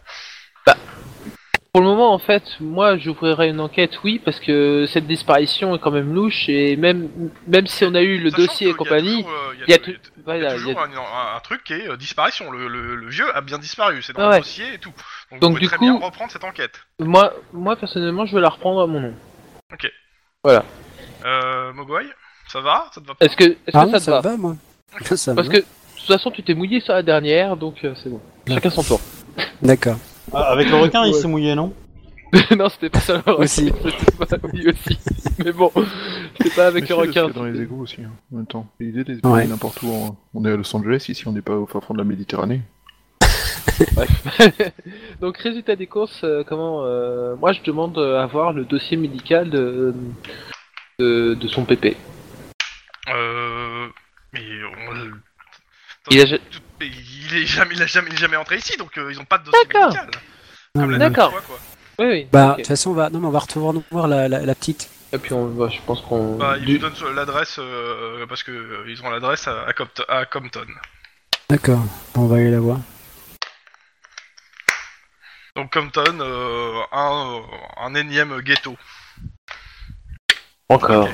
Speaker 4: Pour le moment, en fait, moi, j'ouvrirai une enquête, oui, parce que cette disparition est quand même louche, et même, même si on a eu le
Speaker 2: Sachant qu'il
Speaker 4: dossier et
Speaker 2: y a
Speaker 4: compagnie,
Speaker 2: toujours, euh, il y a
Speaker 4: il y a
Speaker 2: tou-
Speaker 4: tout.
Speaker 2: Il y a
Speaker 4: Voilà, il y
Speaker 2: toujours
Speaker 4: a-
Speaker 2: un, un- un truc qui est euh, disparition. Le, le- le vieux a bien disparu, c'est dans
Speaker 4: Ah
Speaker 2: le
Speaker 4: ouais.
Speaker 2: dossier et tout. Donc,
Speaker 4: Donc,
Speaker 2: vous pouvez
Speaker 4: du
Speaker 2: très
Speaker 4: coup-
Speaker 2: bien reprendre cette enquête.
Speaker 4: Moi, moi, personnellement, je vais la reprendre à mon nom.
Speaker 2: Euh, Mogwai, ça va Ça te va pas
Speaker 4: Est-ce que, est-ce
Speaker 6: Ah
Speaker 4: que
Speaker 6: oui,
Speaker 4: ça te va,
Speaker 6: me va, moi. Ça me
Speaker 4: Parce
Speaker 6: va.
Speaker 4: que, de toute façon, tu t'es mouillé sur la dernière, donc euh, c'est bon. Chacun son
Speaker 6: <laughs>
Speaker 4: tour.
Speaker 6: D'accord.
Speaker 1: Ah, avec le requin, il s'est mouillé, non
Speaker 4: non, c'était pas ça le requin.
Speaker 6: Aussi.
Speaker 4: C'était pas- oui, aussi. Mais bon, c'était pas avec
Speaker 5: Méfiez
Speaker 4: le
Speaker 5: de ce qu'il y a
Speaker 4: requin.
Speaker 5: dans les égouts aussi, hein, en même temps. L'idée d'être
Speaker 6: Ouais.
Speaker 5: n'importe où. hein. On est à Los Angeles ici, on n'est pas au fin fond de la Méditerranée.
Speaker 4: <laughs> donc, résultat des courses, euh, comment, euh, moi, je demande euh, à voir le dossier médical de, euh, de, de son pépé.
Speaker 2: Euh, mais on- euh,
Speaker 4: Il a, ja-
Speaker 2: tout- il est jamais, il a jamais, il est jamais entré ici, donc euh, ils ont pas de dossier
Speaker 4: D'accord.
Speaker 2: médical.
Speaker 6: Non,
Speaker 2: Comme la
Speaker 6: mais-
Speaker 2: dernière
Speaker 4: D'accord.
Speaker 2: fois, quoi.
Speaker 4: oui, oui.
Speaker 6: Bah, de
Speaker 4: ok.
Speaker 6: toute façon, on va, non, mais on va retourner voir la, la, la petite.
Speaker 4: Et puis, on, bah, je pense qu'on.
Speaker 2: Bah, ils
Speaker 4: du-
Speaker 2: vous donnent sur- l'adresse euh, parce que euh, ils ont l'adresse à, à Compt- à Compton.
Speaker 6: D'accord. On va aller la voir.
Speaker 2: Donc Compton, euh, un, euh, un énième ghetto.
Speaker 4: Encore.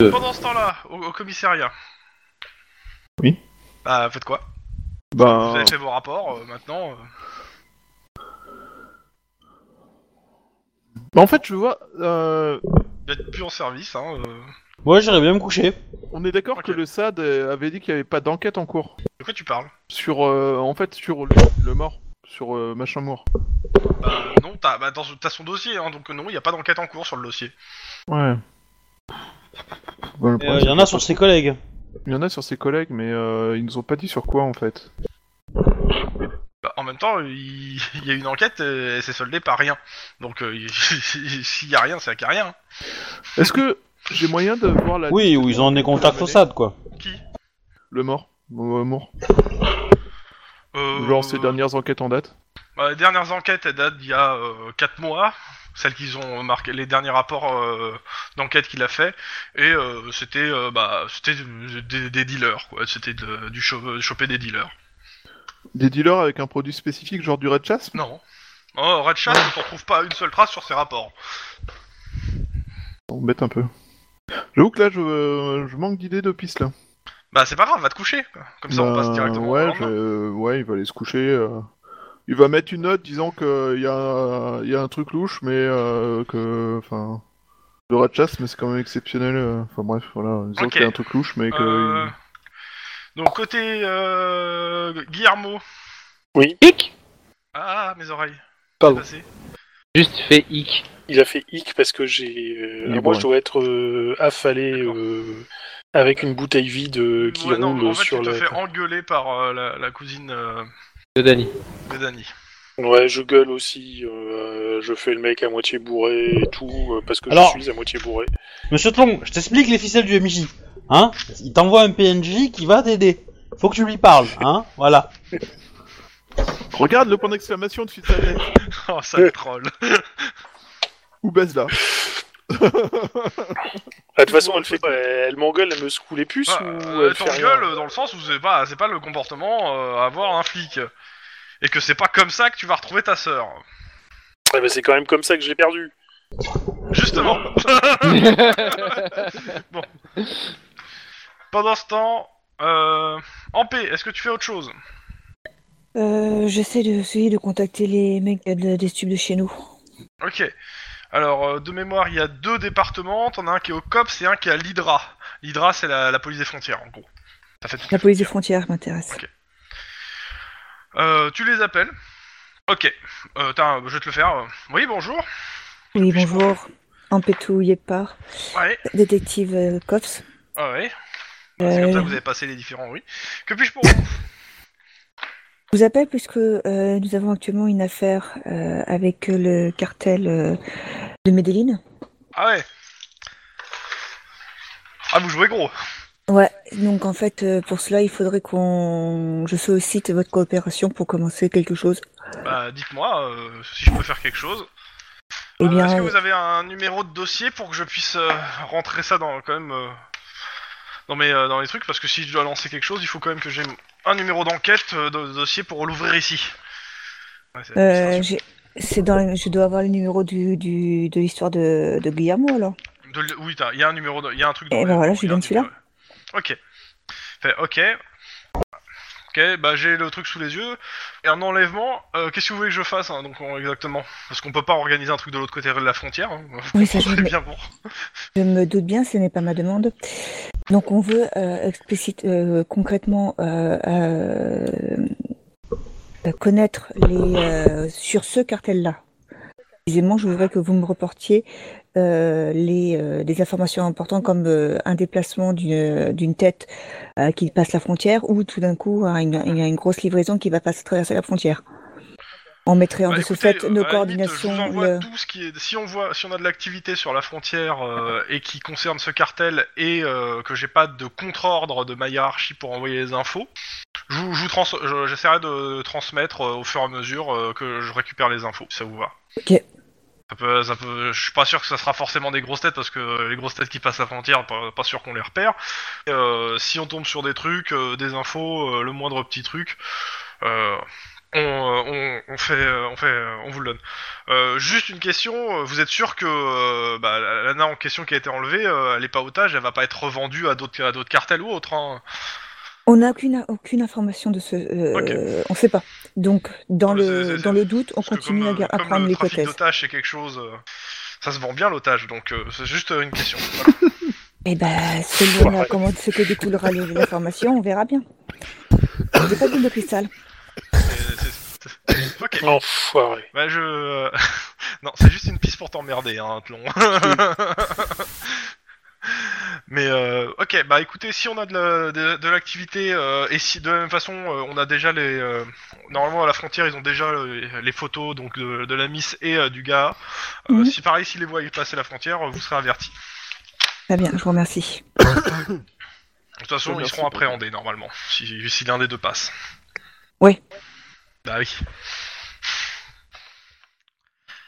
Speaker 4: Euh.
Speaker 2: Pendant ce temps-là, au, au commissariat.
Speaker 5: Oui.
Speaker 2: Bah, faites quoi Vous
Speaker 5: Bah,
Speaker 2: avez fait vos rapports, euh, maintenant. euh,
Speaker 5: bah, en fait, je vois. euh,
Speaker 2: Vous êtes plus en service, hein. euh.
Speaker 1: Moi, j'irais bien me coucher.
Speaker 5: on est d'accord
Speaker 2: Ok.
Speaker 5: que le SAD euh, avait dit qu'il n'y avait pas d'enquête en cours
Speaker 2: De quoi tu parles
Speaker 5: sur, euh, en fait, sur le, le mort, sur euh, machin mort.
Speaker 2: Bah, non, t'as bah, dans- t'as son dossier, hein, donc non, il n'y a pas d'enquête en cours sur le dossier.
Speaker 5: Ouais. Bah, le
Speaker 1: Il
Speaker 2: euh,
Speaker 5: problème,
Speaker 1: y en a sur ses collègues.
Speaker 5: c'est qu'il y en a sur ses collègues, mais euh, ils nous ont pas dit sur quoi en fait.
Speaker 2: Bah, en même temps, il <laughs> il y a une enquête euh, et c'est soldé par rien. Donc, euh, <laughs> il- s'il y a rien, c'est qu'il y a rien.
Speaker 5: Est-ce que j'ai moyen de voir la.
Speaker 1: Oui, ou ils ont des contacts au SAD, quoi.
Speaker 2: Qui
Speaker 5: Le mort Mo- euh, Moore
Speaker 2: Euh,
Speaker 5: Genre ses dernières enquêtes en date
Speaker 2: bah, les dernières enquêtes, elles datent d'il y a 4 mois. Celles qu'ils ont marquées, les derniers rapports euh, d'enquête qu'il a fait. Et euh, c'était euh, bah, c'était euh, des, des dealers, quoi. C'était de- du cho- euh, choper des dealers.
Speaker 5: Des dealers avec un produit spécifique, genre du Red Chasm
Speaker 2: Non. Oh, Red Chat, on ne trouve pas une seule trace sur ses rapports.
Speaker 5: On bête un peu. J'avoue que là, je, euh, je manque d'idées de piste là.
Speaker 2: Bah, c'est pas grave, va te coucher. Comme ça, on passe
Speaker 5: Ben,
Speaker 2: directement au
Speaker 5: ouais,
Speaker 2: lendemain.
Speaker 5: je- ouais, il va aller se coucher. euh. Il va mettre une note disant qu'il y, a... il y a un truc louche, mais euh, que. Enfin. Le rat de chasse, mais c'est quand même exceptionnel. euh. Enfin bref, voilà. Disons
Speaker 2: Ok.
Speaker 5: qu'il y a un truc louche, mais que.
Speaker 2: Euh, Donc, côté euh, Guillermo.
Speaker 3: Oui,
Speaker 4: Hic
Speaker 2: Ah, mes oreilles.
Speaker 3: Pardon.
Speaker 2: C'est passé.
Speaker 4: Juste fait hic.
Speaker 3: il a fait hic parce que j'ai. euh,
Speaker 5: Il est
Speaker 3: alors moi,
Speaker 5: bourré.
Speaker 3: je dois être euh, affalé
Speaker 2: D'accord.
Speaker 3: euh, avec une bouteille vide euh, qui
Speaker 2: Ouais, non,
Speaker 3: roule
Speaker 2: en fait,
Speaker 3: sur
Speaker 2: tu te
Speaker 3: la.
Speaker 2: fais engueuler par euh, la, la cousine euh,
Speaker 4: De <laughs> Dany.
Speaker 2: de Dany.
Speaker 3: Ouais, je gueule aussi. euh, je fais le mec à moitié bourré et tout euh, parce que
Speaker 1: Alors-
Speaker 3: je suis à moitié bourré.
Speaker 1: Monsieur Tlong, je t'explique les ficelles du MJ. Hein Il t'envoie un PNJ qui va t'aider. Faut que tu lui parles,
Speaker 2: <laughs>
Speaker 1: hein Voilà.
Speaker 5: Regarde le point d'exclamation de Fitzgerald
Speaker 2: <laughs> Oh,
Speaker 3: Euh,
Speaker 2: sale troll.
Speaker 5: Ou baisse là.
Speaker 3: Ah, De toute façon, elle fait quoi Elle m'engueule, elle me secoue les puces
Speaker 2: Bah,
Speaker 3: ou
Speaker 2: euh,
Speaker 3: elle fait
Speaker 2: t'engueules
Speaker 3: rien
Speaker 2: dans le sens où c'est pas, c'est pas le comportement euh, à avoir un flic. Et que c'est pas comme ça que tu vas retrouver ta sœur.
Speaker 3: Ouais, bah, C'est quand même comme ça que je l'ai perdu.
Speaker 2: Justement. Pendant ce temps, euh, en paix, est-ce que tu fais autre chose
Speaker 7: Euh, J'essaie de, essayer de contacter les mecs de- des tubes de chez nous.
Speaker 2: Ok. Alors, euh, de mémoire, il y a deux départements. T'en as un qui est au COPS et un qui est à l'IDRA. L'IDRA, c'est la, la police des frontières, en gros. Ça fait tout
Speaker 7: La police des frontières m'intéresse.
Speaker 2: Ok. Euh, tu les appelles. Ok. Euh, t'as un- je vais te le faire. euh. Oui, bonjour.
Speaker 7: Oui, bonjour. Ampetou Yepar,
Speaker 2: Ouais,
Speaker 7: détective euh, Cops.
Speaker 2: ah ouais. Bah, C'est comme ça
Speaker 7: Euh.
Speaker 2: que vous avez passé les différents, oui. Que puis-je pour vous
Speaker 7: Je vous appelle puisque euh, nous avons actuellement une affaire euh, avec le cartel euh, de Medellin.
Speaker 2: Ah ouais. Ah, vous jouez gros.
Speaker 7: Ouais, donc en fait, euh, pour cela, il faudrait qu'on... Je sollicite votre coopération pour commencer quelque chose.
Speaker 2: Bah, dites-moi euh, si je peux faire quelque chose.
Speaker 7: Eh
Speaker 2: Euh,
Speaker 7: bien,
Speaker 2: Est-ce que vous avez un numéro de dossier pour que je puisse euh, rentrer ça dans quand même euh, dans mes euh, dans les trucs parce que si je dois lancer quelque chose, il faut quand même que j'ai un numéro d'enquête euh, de, de dossier pour l'ouvrir ici. Ouais, c'est-
Speaker 7: euh,
Speaker 2: c'est un-
Speaker 7: j'ai- c'est dans... je dois avoir le numéro du, du- de l'histoire de, de Guillermo, alors.
Speaker 2: de l- oui, t'as- il y a un numéro, de- il y a un truc. dans
Speaker 7: Eh
Speaker 2: le-
Speaker 7: ben voilà, je
Speaker 2: il y a
Speaker 7: lui
Speaker 2: un
Speaker 7: donne
Speaker 2: numéro, ouais. Ok. Fait, ok. Ok, bah j'ai le truc sous les yeux. Et un enlèvement, euh, qu'est-ce que vous voulez que je fasse hein, donc, en- exactement Parce qu'on peut pas organiser un truc de l'autre côté de la frontière. hein. <laughs> Vous
Speaker 7: Oui, ça, je
Speaker 2: comprendrez
Speaker 7: me-
Speaker 2: bien pour.
Speaker 7: Je me doute bien, ce n'est pas ma demande. Donc on veut euh, explicite, euh, concrètement euh, euh, euh, connaître les euh, sur ce cartel-là. Précisément, je voudrais que vous me reportiez euh, les, euh, des informations importantes comme euh, un déplacement d'une d'une tête euh, qui passe la frontière ou tout d'un coup hein, une- il y a une grosse livraison qui va passer traverser la frontière. On mettrait en
Speaker 2: Bah,
Speaker 7: de ce
Speaker 2: écoutez,
Speaker 7: fait
Speaker 2: euh,
Speaker 7: nos
Speaker 2: à la limite,
Speaker 7: coordinations.
Speaker 2: je vous envoie
Speaker 7: le-
Speaker 2: tout ce qui est. Si on voit, si on a de l'activité sur la frontière euh, et qui concerne ce cartel et euh, que j'ai pas de contre-ordre de ma hiérarchie pour envoyer les infos, je vous, je vous trans- je- j'essaierai de transmettre euh, au fur et à mesure euh, que je récupère les infos. si Ça vous va
Speaker 7: Ok.
Speaker 2: Ça peut, ça peut. Je suis pas sûr que ça sera forcément des grosses têtes parce que euh, les grosses têtes qui passent la frontière, pas, pas sûr qu'on les repère. Et, euh, si on tombe sur des trucs, euh, des infos, euh, le moindre petit truc. Euh, on, euh, on, on fait, euh, on fait, euh, on vous le donne. Euh, juste une question, euh, vous êtes sûr que euh, bah, la la nana en question qui a été enlevée, euh, elle est pas otage, elle va pas être revendue à d'autres, à d'autres cartels ou autres. hein
Speaker 7: On n'a aucune, aucune information de ce. euh,
Speaker 2: Ok.
Speaker 7: On ne sait pas. Donc, dans,
Speaker 2: Bah, c'est-
Speaker 7: le,
Speaker 2: c'est-
Speaker 7: dans
Speaker 2: c'est-
Speaker 7: le doute, on
Speaker 2: Parce que
Speaker 7: continue
Speaker 2: comme,
Speaker 7: à,
Speaker 2: euh,
Speaker 7: ga- à
Speaker 2: comme
Speaker 7: prendre
Speaker 2: le trafic
Speaker 7: l'hypothèse.
Speaker 2: d'otage, c'est quelque chose, euh, ça se vend bien l'otage, donc euh, c'est juste euh, une question. voilà.
Speaker 7: Eh ben, selon la- comment, ce que découlera
Speaker 2: <laughs>
Speaker 7: le- l'information, on verra bien. J'ai pas de boule de cristal.
Speaker 2: C'est- c'est- c'est- Ok.
Speaker 3: Enfoiré.
Speaker 2: Bah je, euh, <laughs> non, c'est juste une piste pour t'emmerder, hein, Tlon. <laughs> Mais euh, ok, bah écoutez, si on a de la- de de l'activité euh, et si de la même façon euh, on a déjà les, euh, normalement à la frontière ils ont déjà euh, les photos donc de, de la miss et euh, du gars. Euh,
Speaker 7: Mhm.
Speaker 2: Si pareil, si les voient passer la frontière, euh, vous serez avertis.
Speaker 7: Très bien, je vous remercie.
Speaker 2: De toute façon,
Speaker 5: Oui,
Speaker 2: ils
Speaker 5: merci.
Speaker 2: seront appréhendés normalement, si, si l'un des deux passe.
Speaker 7: Oui.
Speaker 2: Bah oui.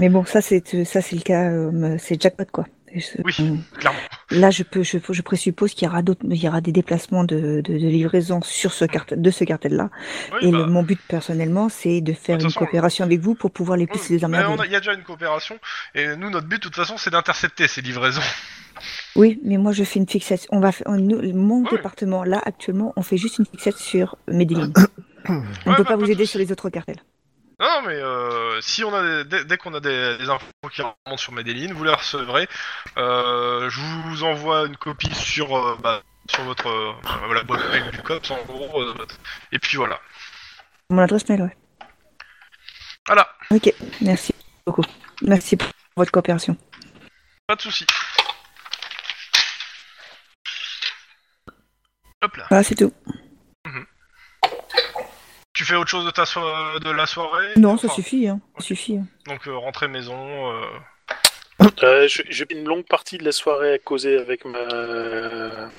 Speaker 7: Mais bon, ça c'est ça c'est le cas, euh, c'est jackpot quoi. Et je-
Speaker 2: Oui.
Speaker 7: on-
Speaker 2: Clairement.
Speaker 7: Là, je peux, je, je présuppose qu'il y aura d'autres, il y aura des déplacements de, de, de livraison sur ce cartel, de ce cartel-là.
Speaker 2: Oui,
Speaker 7: et
Speaker 2: bah,
Speaker 7: le- mon but personnellement, c'est de faire
Speaker 2: De toute
Speaker 7: une
Speaker 2: façon,
Speaker 7: coopération avec vous pour pouvoir les
Speaker 2: oui,
Speaker 7: pisser les
Speaker 2: mais on
Speaker 7: emmerder.
Speaker 2: a- il y a déjà une coopération, et nous, notre but, de toute façon, c'est d'intercepter ces livraisons. <laughs>
Speaker 7: Oui, mais moi je fais une fixette. On va, fa- on- nous, mon
Speaker 2: Oui.
Speaker 7: département là actuellement, on fait juste une fixette sur
Speaker 2: <coughs>
Speaker 7: Medellin. on
Speaker 2: Ouais,
Speaker 7: ne peut
Speaker 2: bah,
Speaker 7: pas
Speaker 2: pas
Speaker 7: vous
Speaker 2: de
Speaker 7: aider
Speaker 2: souci.
Speaker 7: sur les autres cartels.
Speaker 2: Non, mais euh, si on a des- dès, dès qu'on a des, des infos qui remontent sur Medellin, vous les recevrez. Euh, je vous envoie une copie sur, euh, bah, sur votre euh, euh, la boîte mail du COPS, en gros. euh, et puis voilà.
Speaker 7: Mon adresse mail, ouais.
Speaker 2: Voilà,
Speaker 7: Ok, merci beaucoup. Merci pour votre coopération.
Speaker 2: pas de souci. Hop là.
Speaker 7: Voilà, Ah, c'est tout.
Speaker 2: Tu fais autre chose de ta so- de la soirée
Speaker 7: Non, ça
Speaker 2: Enfin,
Speaker 7: suffit, hein. Ça suffit. hein.
Speaker 2: Donc euh, rentrer maison. euh,
Speaker 3: Euh, je- J'ai pris une longue partie de la soirée à causer avec ma,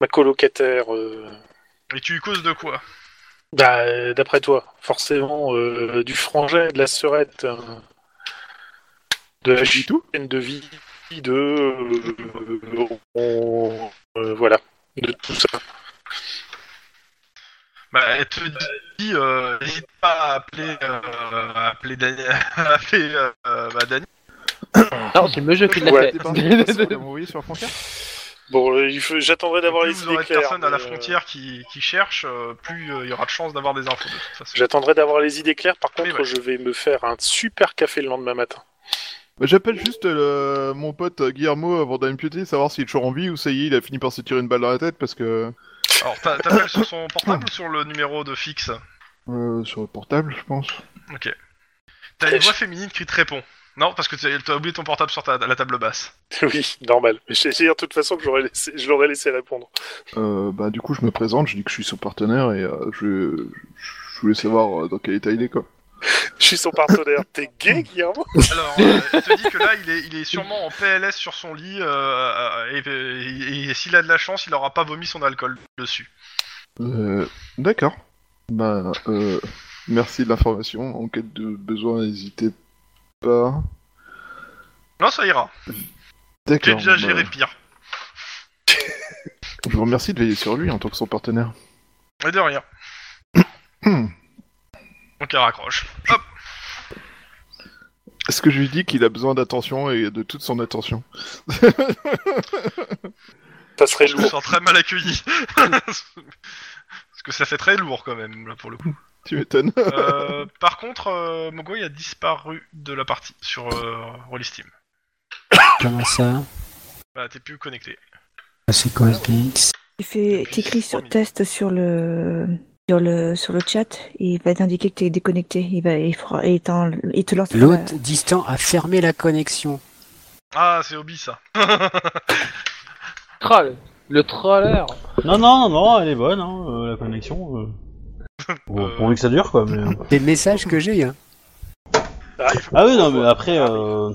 Speaker 3: ma colocataire. euh,
Speaker 2: Et tu causes de quoi
Speaker 3: bah, euh, D'après toi, forcément, euh, du frangin, de la serette, euh, de la
Speaker 5: Du tout
Speaker 3: chaîne de vie, de. euh, on- euh, voilà, de tout ça.
Speaker 2: Bah, elle te dit, euh, n'hésite pas à appeler, euh, à appeler Dani, <laughs> à appeler, euh, bah, Dani.
Speaker 4: Non, c'est le jeu qui l'a
Speaker 3: Ouais,
Speaker 5: T'es parti de
Speaker 4: <laughs>
Speaker 5: toute façon, on
Speaker 4: fait.
Speaker 5: l'a envoyé sur la frontière
Speaker 3: Bon, euh, il faut- j'attendrai d'avoir
Speaker 2: Plus
Speaker 3: les
Speaker 2: vous
Speaker 3: idées
Speaker 2: aurez de
Speaker 3: claires.
Speaker 2: personnes à la
Speaker 3: mais, euh,
Speaker 2: frontière qui, qui cherchent, euh, plus euh, il y aura de chances d'avoir des infos de toute façon.
Speaker 3: J'attendrai d'avoir les idées claires. Par
Speaker 2: Oui,
Speaker 3: contre,
Speaker 2: ouais.
Speaker 3: je vais me faire un super café le lendemain matin. <laughs>
Speaker 5: Bah, J'appelle juste euh, le- mon pote euh, Guillermo avant d'aller me piéter, savoir s'il est toujours en vie ou ça y est, il a fini par se tirer une balle dans la tête parce que.
Speaker 2: Alors, t'a- t'appelles sur
Speaker 3: <coughs>
Speaker 2: son portable ou sur le numéro de fixe
Speaker 5: Euh, sur le portable, je pense.
Speaker 2: T'as une voix féminine qui te répond. Non, parce que t'as t'as oublié ton portable sur ta- la table basse.
Speaker 3: oui, normal. Mais j'ai- j'ai dit de toute façon que j'aurais laissé- je l'aurais laissé répondre.
Speaker 5: Euh, bah, du coup, je me présente, je dis que je suis son partenaire et euh, je... je voulais savoir euh, dans quel état il est, quoi.
Speaker 3: Je suis
Speaker 2: <laughs>
Speaker 3: son partenaire. T'es gay, Guillermo
Speaker 2: Alors, euh, elle te dit que là, il est, il est sûrement en PLS sur son lit, euh, et, et- et s'il a de la chance, il aura pas vomi son alcool dessus.
Speaker 5: Euh, d'accord. Bah, euh, merci de l'information. En cas de besoin, n'hésitez pas.
Speaker 2: Non, ça ira. J'ai
Speaker 5: D'accord.
Speaker 2: déjà
Speaker 5: bah,
Speaker 2: géré pire.
Speaker 5: je vous remercie de veiller sur lui en tant que son partenaire.
Speaker 2: Mais de rien.
Speaker 5: Hmm.
Speaker 2: Donc elle raccroche.
Speaker 5: Est-ce que je lui dis qu'il a besoin d'attention et de toute son attention
Speaker 3: Ça serait
Speaker 2: Je me
Speaker 3: lourd.
Speaker 2: sens très mal accueilli. Parce que ça fait très lourd quand même, là, pour le coup.
Speaker 3: <laughs>
Speaker 5: Tu m'étonnes.
Speaker 2: Euh, par contre, euh, Mogoy a disparu de la partie sur euh, Rollisteam.
Speaker 6: Comment ça
Speaker 2: Bah, t'es plus connecté.
Speaker 6: Ah, C'est quoi le Phoenix
Speaker 7: Tu fais,
Speaker 2: Depuis
Speaker 7: t'écris
Speaker 2: trois
Speaker 7: sur
Speaker 2: minutes.
Speaker 7: test sur le sur le sur le chat et il va t'indiquer que t'es déconnecté. Il va il, fera- il t'en- il te lance.
Speaker 6: L'hôte distant a fermé la connexion.
Speaker 2: Ah, c'est Obi ça.
Speaker 4: Troll. Le troller.
Speaker 1: Non, non, non, elle est bonne, hein, euh, la
Speaker 2: <laughs>
Speaker 1: connexion. euh. Pour, pourvu que ça dure, quoi. Mais... euh.
Speaker 6: Des messages que j'ai, hein.
Speaker 1: Ah oui, non, mais après, euh...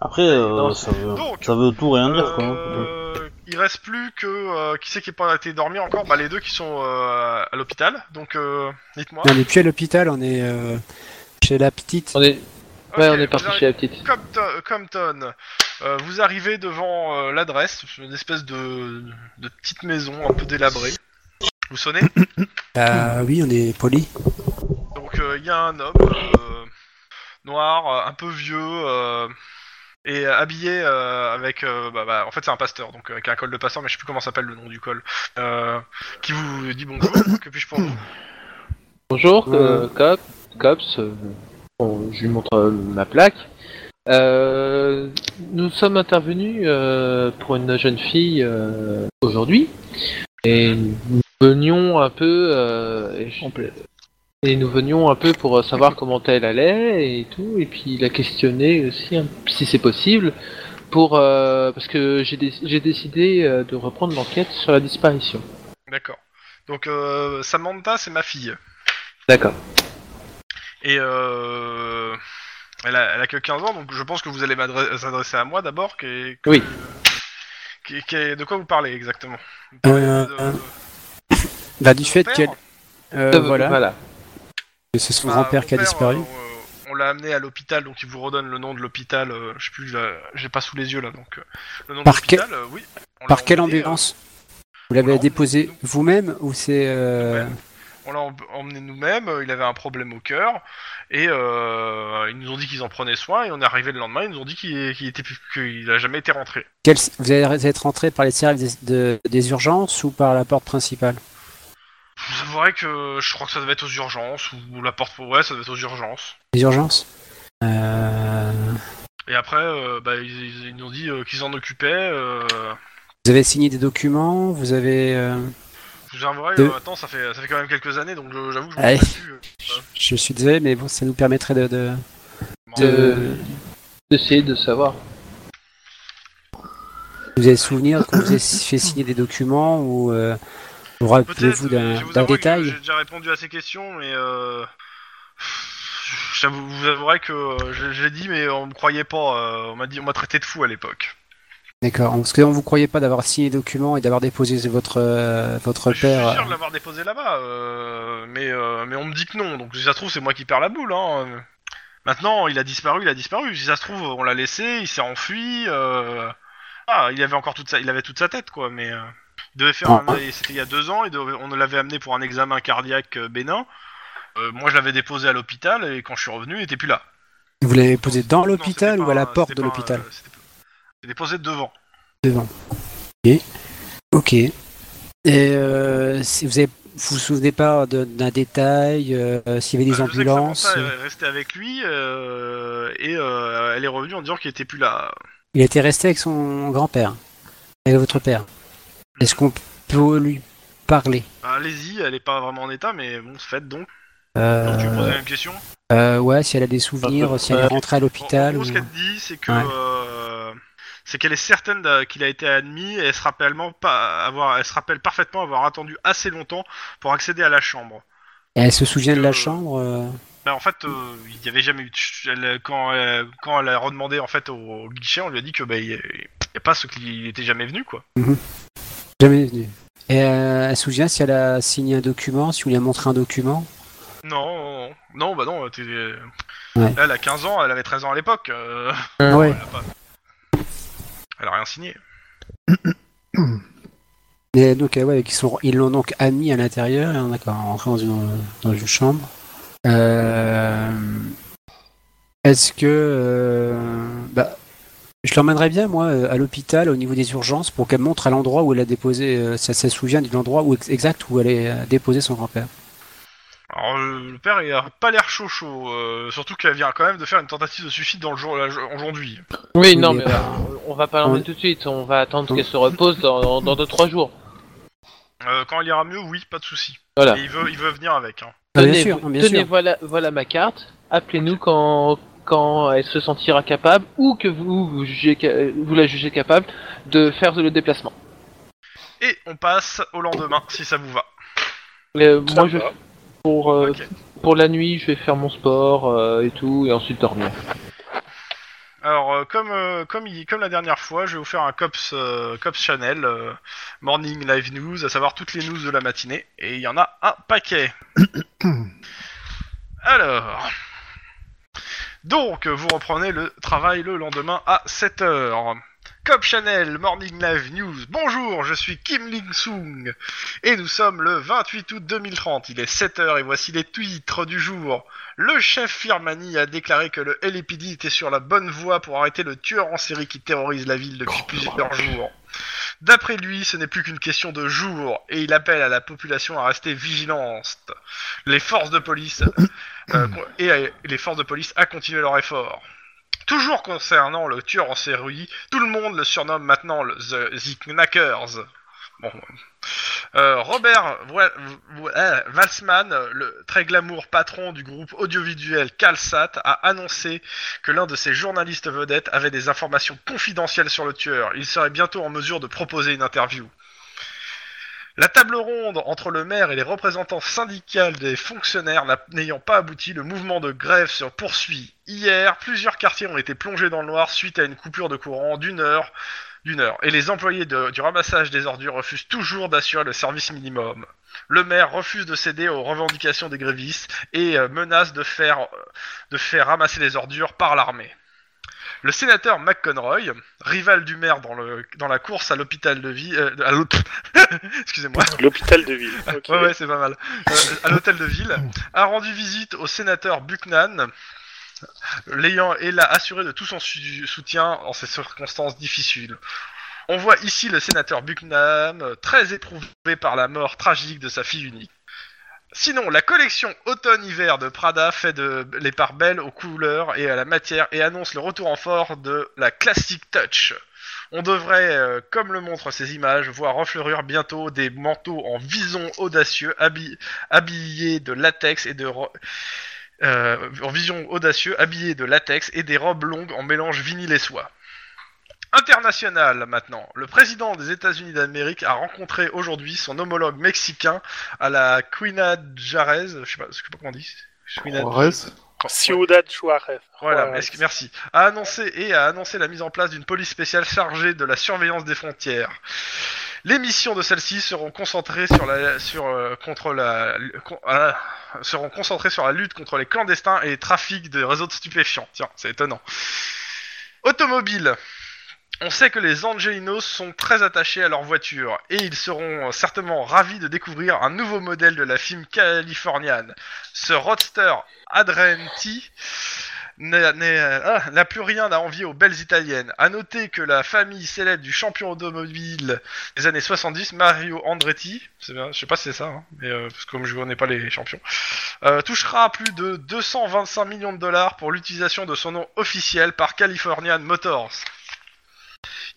Speaker 1: après, euh, ça, veut...
Speaker 2: Donc,
Speaker 1: ça veut tout rien dire, quoi. hein.
Speaker 2: Euh, il reste plus que. euh, qui c'est qui est pas été dormir encore Bah, les deux qui sont euh, à l'hôpital. Donc, euh, dites-moi.
Speaker 6: On n'est plus à l'hôpital, on est euh, chez la petite.
Speaker 4: On est... Ouais,
Speaker 2: Ok,
Speaker 4: on est
Speaker 2: vous
Speaker 4: parti
Speaker 2: arri-
Speaker 4: chez la petite.
Speaker 2: Compton, Compton. Euh, vous arrivez devant euh, l'adresse, une espèce de, de petite maison un peu délabrée. Vous sonnez
Speaker 6: Bah oui, on est poli.
Speaker 2: Donc euh, il y a un homme euh, noir, euh, un peu vieux, euh, et euh, habillé euh, avec... euh, bah, bah, en fait c'est un pasteur, donc euh, avec un col de pasteur, mais je sais plus comment s'appelle le nom du col, euh, qui vous dit bonjour, que puis-je pour vous
Speaker 4: Bonjour,
Speaker 6: Euh.
Speaker 4: euh, Cop, Cops. euh, bon, je lui montre euh, ma plaque. Euh, nous sommes intervenus euh, pour une jeune fille euh, aujourd'hui. Et nous venions un peu. euh, et, je- et nous venions un peu pour euh, savoir comment elle allait et tout. Et puis il a questionné aussi, hein, si c'est possible, pour euh, parce que j'ai dé- j'ai décidé euh, de reprendre l'enquête sur la disparition.
Speaker 2: D'accord. Donc euh, Samantha c'est ma fille.
Speaker 4: D'accord.
Speaker 2: Et euh, elle, a, elle a que 15 ans, donc je pense que vous allez m'adre- s'adresser à moi d'abord. qui est- que-
Speaker 4: Oui.
Speaker 2: Qu'est- qu'est- De quoi vous parlez exactement Vous parlez
Speaker 6: Euh,
Speaker 2: de-
Speaker 6: euh, Bah, du
Speaker 2: son
Speaker 6: fait
Speaker 2: père
Speaker 6: qu'elle. euh,
Speaker 4: Euh,
Speaker 6: voilà. Et C'est son
Speaker 2: Bah,
Speaker 6: grand-père
Speaker 2: mon
Speaker 6: qui a
Speaker 2: père,
Speaker 6: disparu.
Speaker 2: euh, on- on l'a amené à l'hôpital, donc il vous redonne le nom de l'hôpital. euh, je sais plus, là, j'ai pas sous les yeux là, donc euh, le nom
Speaker 6: Par
Speaker 2: de l'hôpital. euh, oui. on
Speaker 6: Par
Speaker 2: l'a
Speaker 6: quelle
Speaker 2: emmené, euh,
Speaker 6: ambulance Vous
Speaker 2: hein. on l'a
Speaker 6: l'avez déposé
Speaker 2: emmené,
Speaker 6: vous-même ou c'est. euh,
Speaker 2: Nous-mêmes. euh, On l'a em- emmené nous-mêmes. euh, Il avait un problème au cœur et euh, ils nous ont dit qu'ils en prenaient soin. Et on est arrivé le lendemain. Ils nous ont dit qu'il, qu'il était plus- qu'il a jamais été rentré.
Speaker 6: quel- Vous allez être rentré par les services des, de- des urgences ou par la porte principale
Speaker 2: Vous avouerez que je crois que ça devait être aux urgences ou la porte. Ouais, ça devait être aux urgences.
Speaker 6: Les urgences Euh,
Speaker 2: Et après, euh, bah, ils, ils- ils nous ont dit euh, qu'ils en occupaient. euh,
Speaker 6: Vous avez signé des documents Vous avez. euh,
Speaker 2: Je vous avouerai,
Speaker 6: De-
Speaker 2: euh, attends, ça fait, ça fait quand même quelques années, donc euh, j'avoue que je
Speaker 6: Ouais.
Speaker 2: me souviens plus. euh.
Speaker 6: Je suis désolé, mais bon, ça nous permettrait de. de-
Speaker 4: De- D'essayer de savoir.
Speaker 6: Vous avez souvenir que vous avez fait signer des documents ou euh, vous rappelez-vous
Speaker 2: Peut-être, mais
Speaker 6: d'un
Speaker 2: je vous
Speaker 6: d'un
Speaker 2: avouerai que
Speaker 6: détail
Speaker 2: J'ai déjà répondu à ces questions, mais euh, je j'avoue- vous avouerai que euh, je, je l'ai dit, mais on me croyait pas. euh, on m'a dit, on m'a traité de fou à l'époque.
Speaker 6: D'accord. Parce que on vous croyait pas d'avoir signé des documents et d'avoir déposé votre euh, votre
Speaker 2: Je suis
Speaker 6: père.
Speaker 2: sûr de l'avoir déposé là-bas, euh, mais euh, mais on me dit que non. Donc si ça se trouve, c'est moi qui perds la boule. Hein. Maintenant, il a disparu, il a disparu. Si ça se trouve, on l'a laissé, il s'est enfui. euh, Ah, il avait encore toute sa, il avait toute sa tête, quoi. Mais euh, il devait faire,
Speaker 6: Ah,
Speaker 2: un- c'était il y a deux ans. il devait- on l'avait amené pour un examen cardiaque euh, bénin. Euh, moi, je l'avais déposé à l'hôpital et quand je suis revenu, il était plus là.
Speaker 6: Vous l'avez déposé
Speaker 2: Non,
Speaker 6: dans
Speaker 2: c'était
Speaker 6: l'hôpital
Speaker 2: pas
Speaker 6: ou à la
Speaker 2: un-
Speaker 6: porte
Speaker 2: c'était
Speaker 6: de
Speaker 2: pas un-
Speaker 6: l'hôpital
Speaker 2: c'était- C'était déposé devant.
Speaker 6: Devant. Ok. Ok. Et euh, si vous avez, vous vous souvenez pas de- d'un détail euh, S'il y avait des
Speaker 2: Bah, je sais que sa
Speaker 6: ambulances
Speaker 2: grand-mère est restée avec lui euh, et euh, elle est revenue en disant qu'il était plus là.
Speaker 6: Il était resté avec son grand-père, avec votre père. Est-ce qu'on peut lui parler
Speaker 2: Bah, Allez-y, elle est pas vraiment en état, mais bon, faites donc.
Speaker 6: Euh,
Speaker 2: Donc, tu me posais la même question.
Speaker 6: euh, Ouais, si elle a des souvenirs, si elle est rentrée à
Speaker 2: En- en
Speaker 6: l'hôpital.
Speaker 2: gros,
Speaker 6: ou-
Speaker 2: ce qu'elle dit, c'est que
Speaker 6: Ouais.
Speaker 2: euh, c'est qu'elle est certaine d'a- qu'il a été admis et elle se rappelle pas avoir, elle se rappelle parfaitement avoir attendu assez longtemps pour accéder à la chambre.
Speaker 6: Et elle se souvient de
Speaker 2: que-
Speaker 6: la chambre euh,
Speaker 2: Bah, en fait, euh, il n'y avait jamais eu de ch- elle- quand elle, quand elle a redemandé en fait au, au guichet, on lui a dit que bah, il, il y a pas ce qu'il était jamais venu quoi.
Speaker 6: Jamais venue. Et euh, elle se souvient si elle a signé un document, si on lui a montré un document.
Speaker 2: Non, non, bah non, t'es-
Speaker 6: Ouais.
Speaker 2: elle a 15 ans, elle avait 13 ans à l'époque. euh,
Speaker 4: Ah,
Speaker 6: ouais.
Speaker 2: elle, a pas- elle a rien signé.
Speaker 6: Et donc, euh, ouais, ils sont, ils l'ont donc admis à l'intérieur, et on est rentré dans une, dans une chambre. Euh, Est-ce que, euh, bah, je l'emmènerais bien moi euh, à l'hôpital au niveau des urgences pour qu'elle montre à l'endroit où elle a déposé, euh, ça, ça se souvient de l'endroit où ex- exact où elle a déposé son grand-père.
Speaker 2: Alors euh, le père il a pas l'air chaud chaud, euh, surtout qu'elle vient quand même de faire une tentative de suicide dans le jour la- aujourd'hui.
Speaker 4: Oui, non,
Speaker 6: mais
Speaker 4: mais euh, on va pas l'emmener
Speaker 6: on-
Speaker 4: tout de suite. On va attendre qu'elle se repose dans 2-3 jours.
Speaker 2: Euh, quand il ira mieux, oui, pas de souci.
Speaker 4: Voilà.
Speaker 2: Et il veut, il veut venir avec. Hein.
Speaker 6: Ah, bien
Speaker 4: Tenez-
Speaker 6: sûr, bien
Speaker 4: tenez,
Speaker 6: sûr.
Speaker 4: Voilà, voilà ma carte. Appelez-nous quand, quand elle se sentira capable ou que vous, vous, jugez ca- euh, vous la jugez capable de faire le déplacement.
Speaker 2: Et on passe au lendemain si ça vous va.
Speaker 4: Euh,
Speaker 3: Ça
Speaker 4: moi, je,
Speaker 3: va.
Speaker 4: pour, euh,
Speaker 2: Ok.
Speaker 4: pour la nuit, je vais faire mon sport euh, et tout, et ensuite dormir.
Speaker 2: Alors euh, comme euh, comme il- comme la dernière fois, je vais vous faire un cops euh, cops Channel euh, morning live news, à savoir toutes les news de la matinée. Et il y en a un paquet. Alors. Donc, vous reprenez le travail le lendemain à 7h. Cop Channel, Morning Live News. Bonjour, je suis Kim Ling-sung. Et nous sommes le 28 août 2030. Il est 7h et voici les titres du jour. Le chef Firmani a déclaré que le LAPD était sur la bonne voie pour arrêter le tueur en série qui terrorise la ville depuis plusieurs jours. D'après lui, ce n'est plus qu'une question de jours et il appelle à la population à rester vigilante. Les forces de police euh, con- et à- et les forces de police à continuer leur effort. Toujours concernant le tueur en série, tout le monde le surnomme maintenant le The, The Knackers. Bon. Euh, Robert Wa- Wa- euh, Walsman, le très glamour patron du groupe audiovisuel Calsat, a annoncé que l'un de ses journalistes vedettes avait des informations confidentielles sur le tueur. Il serait bientôt en mesure de proposer une interview. La table ronde entre le maire et les représentants syndicales des fonctionnaires n'a- n'ayant pas abouti, le mouvement de grève se poursuit. Hier, plusieurs quartiers ont été plongés dans le noir suite à une coupure de courant d'une heure d'une heure. Et les employés de- du ramassage des ordures refusent toujours d'assurer le service minimum. Le maire refuse de céder aux revendications des grévistes et euh, menace de faire, euh, de faire ramasser les ordures par l'armée. Le sénateur McConroy, rival du maire dans, le, dans la course à l'hôpital de vie... euh, à l'hôp- <laughs> Excusez-moi.
Speaker 3: L'hôpital de ville. Ok.
Speaker 2: Ouais, ouais, c'est pas mal. Euh, à l'hôtel de ville, a rendu visite au sénateur Bucknan, l'ayant et l'a assuré de tout son su- soutien en ces circonstances difficiles. On voit ici le sénateur Bucknan, euh, très éprouvé par la mort tragique de sa fille unique. Sinon, la collection automne-hiver de Prada fait de les parts belles aux couleurs et à la matière et annonce le retour en fort de la Classic Touch. On devrait, euh, comme le montrent ces images, voir refleurir bientôt des manteaux en vison audacieux, habi- habillés de latex et de ro- euh, en vision audacieux, habillés de latex et des robes longues en mélange vinyle et soie. International maintenant. Le président des États-Unis d'Amérique a rencontré aujourd'hui son homologue mexicain à la Quina Jarez, je sais pas, je sais pas comment on dit. Quina-
Speaker 5: Juarez
Speaker 3: Ciudad Juarez.
Speaker 2: voilà,
Speaker 3: Ouais,
Speaker 2: merci-
Speaker 3: ouais.
Speaker 2: merci. A annoncé et a annoncé la mise en place d'une police spéciale chargée de la surveillance des frontières. Les missions de celle-ci seront concentrées sur la sur euh, contre la le- con- ah, seront concentrées sur la lutte contre les clandestins et les trafics de réseaux de stupéfiants. Tiens, c'est étonnant. Automobile. On sait que les Angelinos sont très attachés à leur voiture et ils seront certainement ravis de découvrir un nouveau modèle de la film californiane. Ce roadster Adrenti n'a n'est- ah, n'a plus rien à envier aux belles italiennes. À noter que la famille célèbre du champion automobile des années 70, Mario Andretti, c'est bien, je sais pas si c'est ça, hein, mais euh, parce que comme je connais pas les champions, euh, touchera plus de 225 millions de dollars pour l'utilisation de son nom officiel par Californian Motors.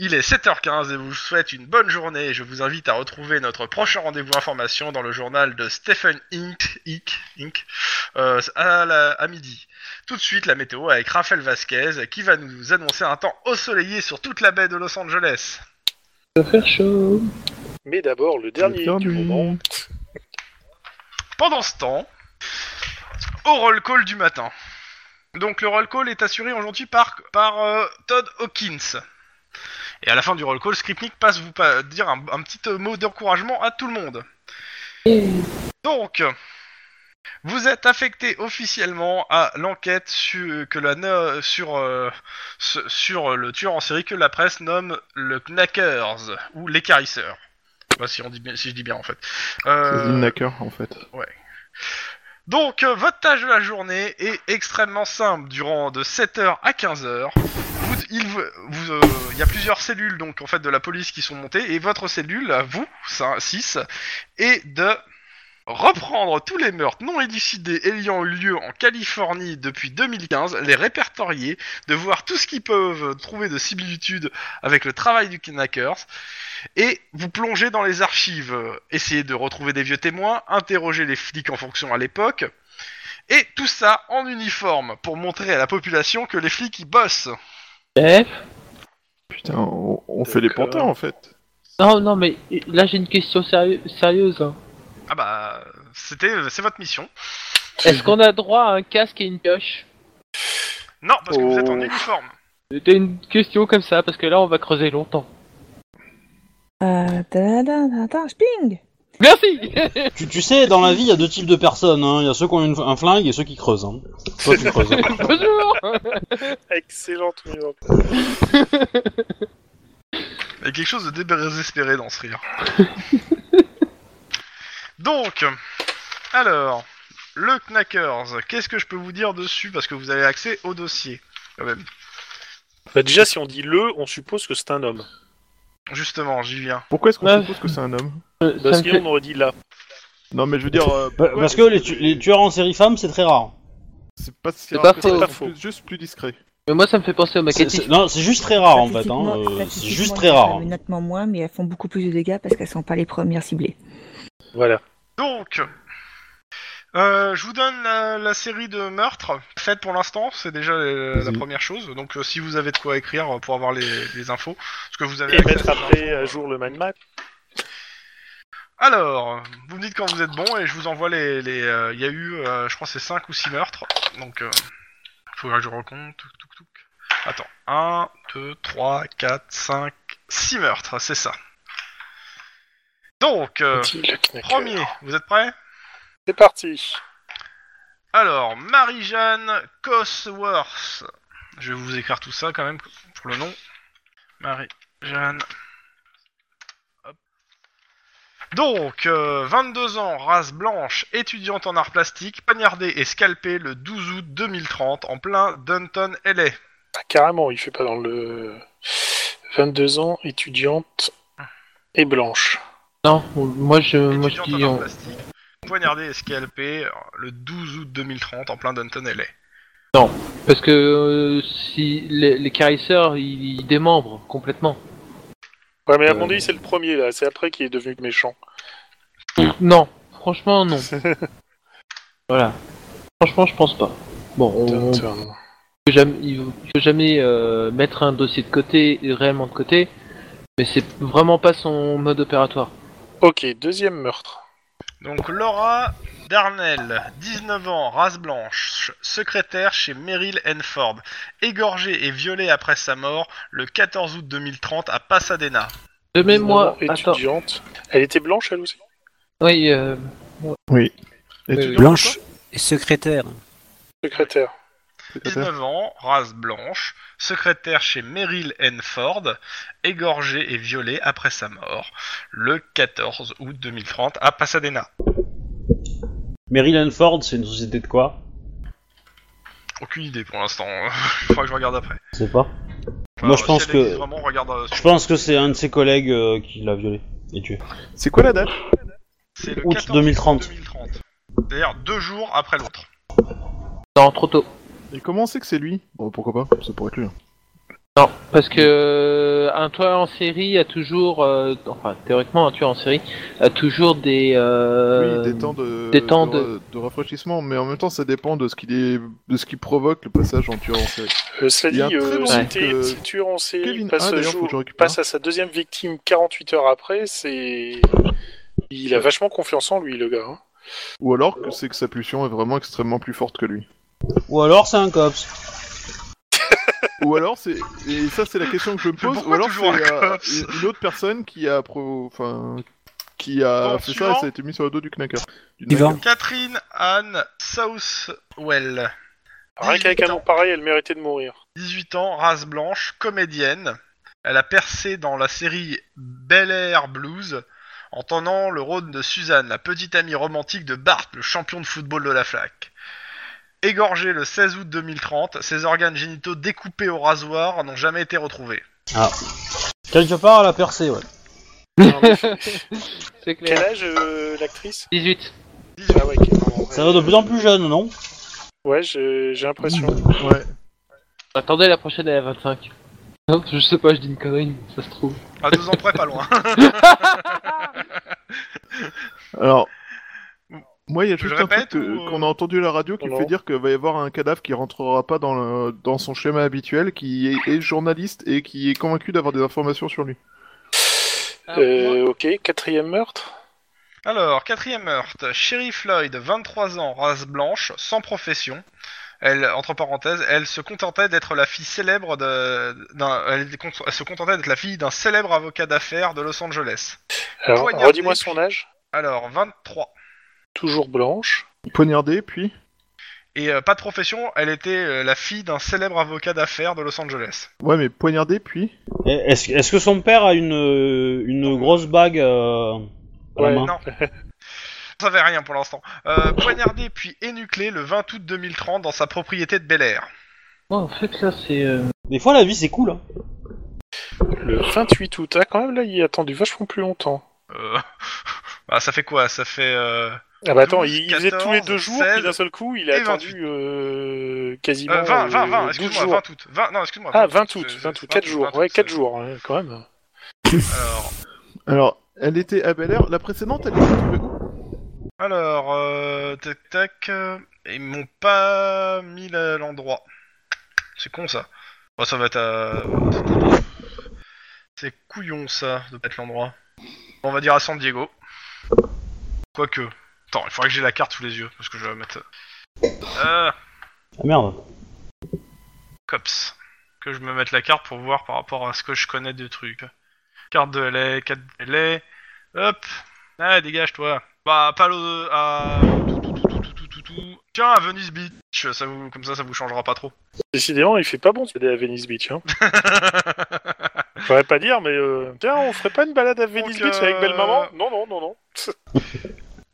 Speaker 2: Il est 7h15 et vous souhaite une bonne journée. et Je vous invite à retrouver notre prochain rendez-vous information dans le journal de Stephen Inc. Inc. Inc. euh, à, la- à midi. Tout de suite, la météo avec Raphaël Vasquez qui va nous annoncer un temps ensoleillé sur toute la baie de Los Angeles.
Speaker 4: Ça va faire chaud.
Speaker 3: Mais d'abord, le dernier
Speaker 5: Le
Speaker 3: du
Speaker 5: dernier.
Speaker 3: moment.
Speaker 2: Pendant ce temps, au roll call du matin. Donc le roll call est assuré aujourd'hui par, par euh, Todd Hawkins. Et à la fin du roll call, Skripnik passe vous pa- dire un, un petit euh, mot d'encouragement à tout le monde. Donc, vous êtes affecté officiellement à l'enquête sur, que la no- sur, euh, ce- sur le tueur en série que la presse nomme le Knackers ou l'écarisseur. Je sais pas si, on dit bien, si je dis bien en fait. Euh,
Speaker 5: C'est Knacker, en fait.
Speaker 2: donc, euh, votre tâche de la journée est extrêmement simple. Durant de 7h à 15h, vous, il vous- vous, euh, il y a plusieurs cellules donc en fait de la police qui sont montées et votre cellule, à vous, 6, est de reprendre tous les meurtres non élucidés ayant eu lieu en Californie depuis 2015, les répertorier, de voir tout ce qu'ils peuvent trouver de similitude avec le travail du Knackers, et vous plongez dans les archives, euh, essayez de retrouver des vieux témoins, interroger les flics en fonction à l'époque, et tout ça en uniforme pour montrer à la population que les flics y bossent.
Speaker 4: Chef
Speaker 5: Putain, on, on fait les
Speaker 3: D'accord.
Speaker 5: pantins, en fait.
Speaker 4: Non, non, mais là j'ai une question sérieux- sérieuse. hein.
Speaker 2: Ah bah, c'était, c'est votre mission.
Speaker 4: Est-ce qu'on a droit à un casque et une pioche
Speaker 2: Non, parce que vous êtes en
Speaker 3: Oh.
Speaker 2: uniforme.
Speaker 4: C'était une question comme ça, parce que là on va creuser longtemps.
Speaker 7: Ah, da, da, da, da, da, ping
Speaker 4: Merci <laughs>
Speaker 1: Tu, tu sais, dans la vie, il y a deux types de personnes. hein. Il y a ceux qui ont une- un flingue et ceux qui creusent. hein. Toi, tu
Speaker 2: <laughs>
Speaker 1: creuses. hein.
Speaker 4: Bonjour
Speaker 3: Excellente mise en place.
Speaker 2: Il y a quelque chose de désespéré dans ce rire. Donc, alors, le Knackers, qu'est-ce que je peux vous dire dessus Parce que vous avez accès au dossier, quand même.
Speaker 3: Bah, déjà, si on dit le, on suppose que c'est un homme.
Speaker 2: Justement, j'y viens.
Speaker 5: Pourquoi est-ce qu'on
Speaker 4: Ouais.
Speaker 5: suppose que c'est un homme
Speaker 4: Euh,
Speaker 3: Bah,
Speaker 4: ça me
Speaker 3: sinon,
Speaker 4: fait-
Speaker 3: on aurait dit là.
Speaker 5: Non, mais je veux dire... euh,
Speaker 1: Pa-
Speaker 5: pourquoi
Speaker 1: Bah, Parce
Speaker 5: est-ce
Speaker 1: que les, tu- les tueurs en série femmes, c'est très rare.
Speaker 5: C'est pas si
Speaker 4: C'est
Speaker 5: rare que
Speaker 4: pas
Speaker 5: ça,
Speaker 4: faux.
Speaker 5: ils
Speaker 3: C'est pas
Speaker 5: sont
Speaker 3: faux.
Speaker 5: plus- juste plus discret.
Speaker 4: Mais moi ça me fait penser au
Speaker 1: C'est-
Speaker 4: maquettiste.
Speaker 1: c'est- Non, c'est juste très rare en fait. hein. Euh, C'est juste très rare.
Speaker 7: euh,
Speaker 1: hein.
Speaker 7: Nettement moins, mais elles font beaucoup plus de dégâts parce qu'elles sont pas les premières ciblées.
Speaker 3: Voilà.
Speaker 2: Donc, euh, je vous donne la, la série de meurtres faites pour l'instant. C'est déjà euh, la
Speaker 1: Mhm.
Speaker 2: première chose. Donc, euh, si vous avez de quoi écrire euh, pour avoir les, les infos, parce que vous avez.
Speaker 3: Et ben-
Speaker 2: accès
Speaker 3: mettre
Speaker 2: à ces
Speaker 3: après
Speaker 2: infos,
Speaker 3: à
Speaker 2: euh.
Speaker 3: jour le man map.
Speaker 2: Alors, vous me dites quand vous êtes bon et je vous envoie les. les, euh, Il y a eu, euh, je crois, c'est 5 ou 6 meurtres. Donc, euh, faudra que je recompte. Touc, touc, touc. Attends. 1, 2, 3, 4, 5, six meurtres, c'est ça. Donc, euh,
Speaker 3: Dit le knacker.
Speaker 2: premier, vous êtes prêts
Speaker 3: C'est parti.
Speaker 2: Alors, Marie-Jeanne Cosworth. Je vais vous écrire tout ça quand même pour le nom. Marie-Jeanne. Hop. Donc, euh, 22 ans, race blanche, étudiante en arts plastiques, poignardée et scalpée le 12 août 2030 en plein Dunton, LA.
Speaker 3: Ah, carrément, il fait pas dans le 22 ans, étudiante et blanche.
Speaker 4: Non, on- moi je, Euh, moi je
Speaker 2: étudiante
Speaker 4: dis
Speaker 2: en arts
Speaker 4: on-
Speaker 2: plastiques, poignardée et scalpée euh, le 12 août 2030 en plein Dunton, LA.
Speaker 4: parce que euh, si les, les carisseurs ils, ils démembrent complètement.
Speaker 3: Ouais, mais à
Speaker 4: Euh.
Speaker 3: mon avis, c'est le premier là, c'est après qu'il est devenu méchant.
Speaker 4: Non, franchement non. voilà. Franchement je pense pas. Bon,
Speaker 5: Euh.
Speaker 4: on, on peut
Speaker 3: Dunton.
Speaker 4: jamais, il peut jamais euh, mettre un dossier de côté, réellement de côté, mais c'est vraiment pas son mode opératoire.
Speaker 3: Ok, deuxième meurtre.
Speaker 2: Donc Laura Darnell, 19 ans, race blanche, secrétaire chez Merrill Ford, égorgée et violée après sa mort le 14 août 2030 à Pasadena.
Speaker 4: De même moi, attends.
Speaker 3: étudiante. Elle était blanche elle aussi
Speaker 4: Oui, euh,
Speaker 5: Et
Speaker 4: Oui,
Speaker 5: tu
Speaker 4: oui.
Speaker 6: Blanche et secrétaire.
Speaker 3: Secrétaire.
Speaker 5: secrétaire
Speaker 2: 19 ans, race blanche, secrétaire chez Merrill Ford, égorgée et violée après sa mort le 14 août 2030 à Pasadena.
Speaker 1: Maryland Ford, c'est une société de quoi
Speaker 2: Aucune idée pour l'instant, hein. <laughs> faudra que je regarde après.
Speaker 1: Je sais pas. Moi, je
Speaker 2: si
Speaker 1: pense
Speaker 2: elle
Speaker 1: que-
Speaker 2: existe Vraiment, regarde, euh,
Speaker 1: Je
Speaker 2: sur-
Speaker 1: pense que c'est un de ses collègues euh, qui l'a violé et tué.
Speaker 5: C'est quoi la date
Speaker 2: C'est le
Speaker 1: août
Speaker 2: 14 août
Speaker 1: 2030.
Speaker 2: 2030. C'est-à-dire deux jours après l'autre.
Speaker 4: non, trop tôt.
Speaker 5: Et comment on sait que c'est lui Bon, pourquoi pas, ça pourrait être lui. hein.
Speaker 4: Non, parce que euh, un tueur en série a toujours, euh, enfin théoriquement un tueur en série a toujours des, euh,
Speaker 5: oui, des temps de,
Speaker 4: des temps
Speaker 5: de... de rafraîchissement, mais en même temps, ça dépend de ce qu'il est... de ce qui provoque le passage en tueur en série.
Speaker 3: Euh, cela
Speaker 5: Il y a
Speaker 3: dit,
Speaker 5: un très
Speaker 3: euh,
Speaker 5: bon
Speaker 3: si
Speaker 5: lien
Speaker 3: t'es-
Speaker 5: que-
Speaker 3: si le tueur en série
Speaker 5: Kevin
Speaker 3: passe,
Speaker 5: A,
Speaker 3: à
Speaker 5: d'ailleurs,
Speaker 3: jour-
Speaker 5: faut que je récupère.
Speaker 3: passe à sa deuxième victime 48 heures après, c'est. Il a vachement confiance en lui, le gars. hein.
Speaker 5: Ou alors que c'est que sa pulsion est vraiment extrêmement plus forte que lui.
Speaker 1: Ou alors c'est un cops.
Speaker 5: Ou alors c'est et ça c'est la question que je me pose. Ou
Speaker 2: pourquoi
Speaker 5: alors c'est
Speaker 2: toujours un
Speaker 5: euh,
Speaker 2: cops
Speaker 5: une autre personne qui a pro... enfin qui a
Speaker 2: Bon,
Speaker 5: fait ça
Speaker 2: suivant.
Speaker 5: et ça a été mis sur le dos du knacker. Du
Speaker 6: Suivant.
Speaker 5: knacker.
Speaker 2: Catherine Anne Southwell,
Speaker 3: Rien qu'avec un nom pareil, elle méritait de
Speaker 4: <laughs>
Speaker 3: mourir.
Speaker 2: 18 ans, race blanche, comédienne. Elle a percé dans la série Bel Air Blues en tenant le rôle de Suzanne, la petite amie romantique de Bart, le champion de football de la flaque. Égorgée le 16 août 2030, ses organes génitaux découpés au rasoir n'ont jamais été retrouvés.
Speaker 1: Quelque part, elle a percé, ouais.
Speaker 3: Quel
Speaker 4: C'est clair.
Speaker 3: âge euh, l'actrice
Speaker 4: 18.
Speaker 3: Ah ouais, quel- non,
Speaker 1: Ça va de plus en plus jeune, non
Speaker 3: Ouais, je- j'ai l'impression.
Speaker 1: Ah,
Speaker 5: Ouais.
Speaker 4: Attendez, la prochaine elle est à 25. Non, je sais pas, je dis une connerie, ça se trouve.
Speaker 2: À Ah, deux ans près, pas loin.
Speaker 5: Alors moi il y a juste un truc
Speaker 2: répète
Speaker 5: que-
Speaker 2: ou, euh,
Speaker 5: qu'on a entendu à la radio qui
Speaker 3: non,
Speaker 5: me
Speaker 3: non.
Speaker 5: fait dire qu'il va y avoir un cadavre qui rentrera pas dans le... dans son schéma habituel, qui est, est journaliste et qui est convaincu d'avoir des informations sur lui.
Speaker 2: Ah,
Speaker 4: Ah,
Speaker 3: Euh, ok, quatrième meurtre.
Speaker 2: Alors, quatrième meurtre, Sherry Floyd, 23 ans, race blanche, sans profession. Elle, entre parenthèses, elle se contentait d'être la fille célèbre de, d'un- elle, con- elle se contentait d'être la fille d'un célèbre avocat d'affaires de Los Angeles.
Speaker 3: Alors,
Speaker 2: Poignardé,
Speaker 3: redis-moi
Speaker 2: puis-
Speaker 3: son âge.
Speaker 2: Alors, 23.
Speaker 3: Toujours blanche.
Speaker 5: Poignardé puis
Speaker 2: Et euh, pas de profession, elle était euh, la fille d'un célèbre avocat d'affaires de Los Angeles.
Speaker 5: ouais mais poignardé puis
Speaker 1: Et Est-ce est-ce que son père a une, euh, une grosse bague euh, à la
Speaker 3: Ouais,
Speaker 1: main <laughs>
Speaker 2: Non. Ça fait rien pour l'instant. Euh, poignardée puis énuclée le 20 août 2030 dans sa propriété de Bel Air.
Speaker 4: Ouais, en fait, là, c'est. euh,
Speaker 1: Des fois, la vie, c'est cool. Hein.
Speaker 3: Le 28 août. Ah, quand même, là, il a attendu vachement plus longtemps.
Speaker 2: Euh, <laughs> bah, ça fait quoi Ça fait. euh,
Speaker 3: Ah bah attends,
Speaker 2: 12,
Speaker 3: il il faisait tous les
Speaker 2: 14,
Speaker 3: deux jours,
Speaker 2: 16,
Speaker 3: puis d'un seul coup, il a
Speaker 2: et
Speaker 3: attendu euh, quasiment
Speaker 2: Euh, 20, 20,
Speaker 3: euh,
Speaker 2: 20,
Speaker 3: 12
Speaker 2: excuse-moi,
Speaker 3: jours.
Speaker 2: 20 août. 20, non, excuse-moi.
Speaker 3: Ah, 20 août,
Speaker 2: c'est-
Speaker 3: 20
Speaker 2: c'est
Speaker 3: août, 4
Speaker 2: 20,
Speaker 3: jours,
Speaker 2: 20,
Speaker 3: ouais, 4
Speaker 2: c'est-
Speaker 3: jours, hein, quand même.
Speaker 2: Alors,
Speaker 5: Alors elle était à Bel Air. La précédente elle était trouvée où
Speaker 2: alors euh, tac, tac, euh, ils m'ont pas mis la- l'endroit. C'est con ça. Bon, ça va être à... C'est couillon ça, de pas être l'endroit. On va dire à San Diego. Quoique... Attends, il faudrait que j'ai la carte sous les yeux, parce que je vais la mettre... Euh,
Speaker 1: Ah merde.
Speaker 2: Cops. Que je me mette la carte pour voir par rapport à ce que je connais de trucs. Carte de lait, carte de lait. Hop. Ah, dégage-toi. Bah, pas l'eau à... tout, tout, tout, tout, tout, tout, tout. Tiens, à Venice Beach, ça vous... comme ça, ça vous changera pas trop.
Speaker 3: Décidément, il fait pas bon de s'aider à Venice Beach.
Speaker 2: <laughs>
Speaker 3: Hein. Faudrait pas dire, mais euh, tiens, on ferait pas une balade à Venice
Speaker 2: Donc,
Speaker 3: Beach avec
Speaker 2: euh,
Speaker 3: belle maman Non, non, non, non.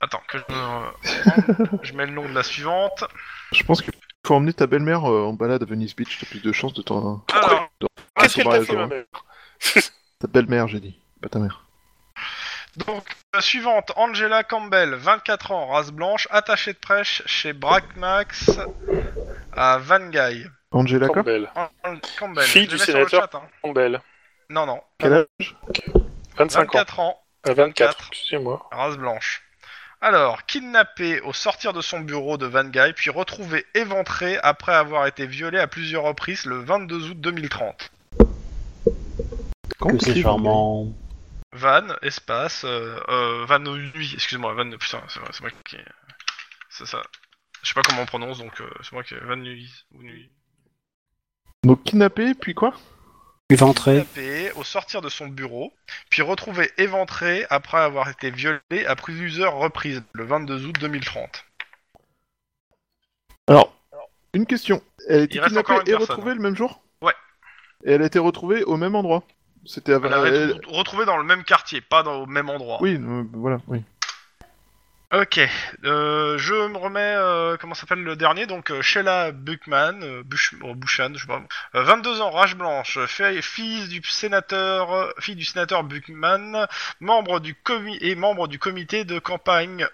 Speaker 2: Attends, que je... euh, je mets le nom de la suivante.
Speaker 5: Je pense qu'il faut emmener ta belle-mère euh, en balade à Venice Beach, t'as plus de chances de t'en.
Speaker 2: Alors,
Speaker 5: Ah,
Speaker 3: Qu'est-ce
Speaker 5: son
Speaker 3: qu'elle t'a
Speaker 5: mariage,
Speaker 3: fait, ma
Speaker 5: hein.
Speaker 3: mère
Speaker 5: Ta belle-mère, j'ai dit, pas ta mère.
Speaker 2: donc, la suivante, Angela Campbell, 24 ans, race blanche, attachée de prêche chez Brackmax à Van Guy.
Speaker 5: Angela, quoi
Speaker 3: Campbell.
Speaker 2: An- Campbell.
Speaker 3: Fille
Speaker 2: je
Speaker 3: du
Speaker 2: l'ai sur le
Speaker 3: sénateur.
Speaker 2: chat, hein.
Speaker 3: Campbell.
Speaker 2: Non, non.
Speaker 5: Quel âge
Speaker 3: 25 ans.
Speaker 2: 24 ans,
Speaker 3: À 24,
Speaker 2: 24.
Speaker 3: excusez-moi.
Speaker 2: race blanche. Alors, kidnappée au sortir de son bureau de Van Guy, puis retrouvée éventrée après avoir été violée à plusieurs reprises le 22 août 2030.
Speaker 1: Que c'est charmant.
Speaker 2: Van, espace, euh, euh, Van Nuit, excuse-moi, Van, putain, c'est vrai, c'est moi qui. C'est ça. Je sais pas comment on prononce, donc euh, c'est moi qui. Van Nuit. ou Nuit.
Speaker 5: Donc kidnappé, puis quoi
Speaker 6: Il va entrer.
Speaker 2: Kidnappée au sortir de son bureau, puis retrouvée éventrée après avoir été violée à plusieurs reprises le 22 août 2030.
Speaker 5: Alors, une question. Elle a été
Speaker 2: Il reste encore
Speaker 5: kidnappée
Speaker 2: une
Speaker 5: et
Speaker 2: personne,
Speaker 5: retrouvée le même jour
Speaker 2: Ouais.
Speaker 5: Et elle a été retrouvée au même endroit C'était à...
Speaker 2: On l'avait
Speaker 5: elle-
Speaker 2: re- retrouvée dans le même quartier, pas dans, au même endroit.
Speaker 5: Oui, euh, voilà, oui.
Speaker 2: Ok, euh, je me remets, euh, comment s'appelle le dernier Donc euh, Sheila Buchman, euh, Bush- oh, Buchan, je sais pas. Euh, 22 ans, rage blanche, fi- fils du sénateur, euh, fille du sénateur Buchman, membre du comi et membre du comité de campagne,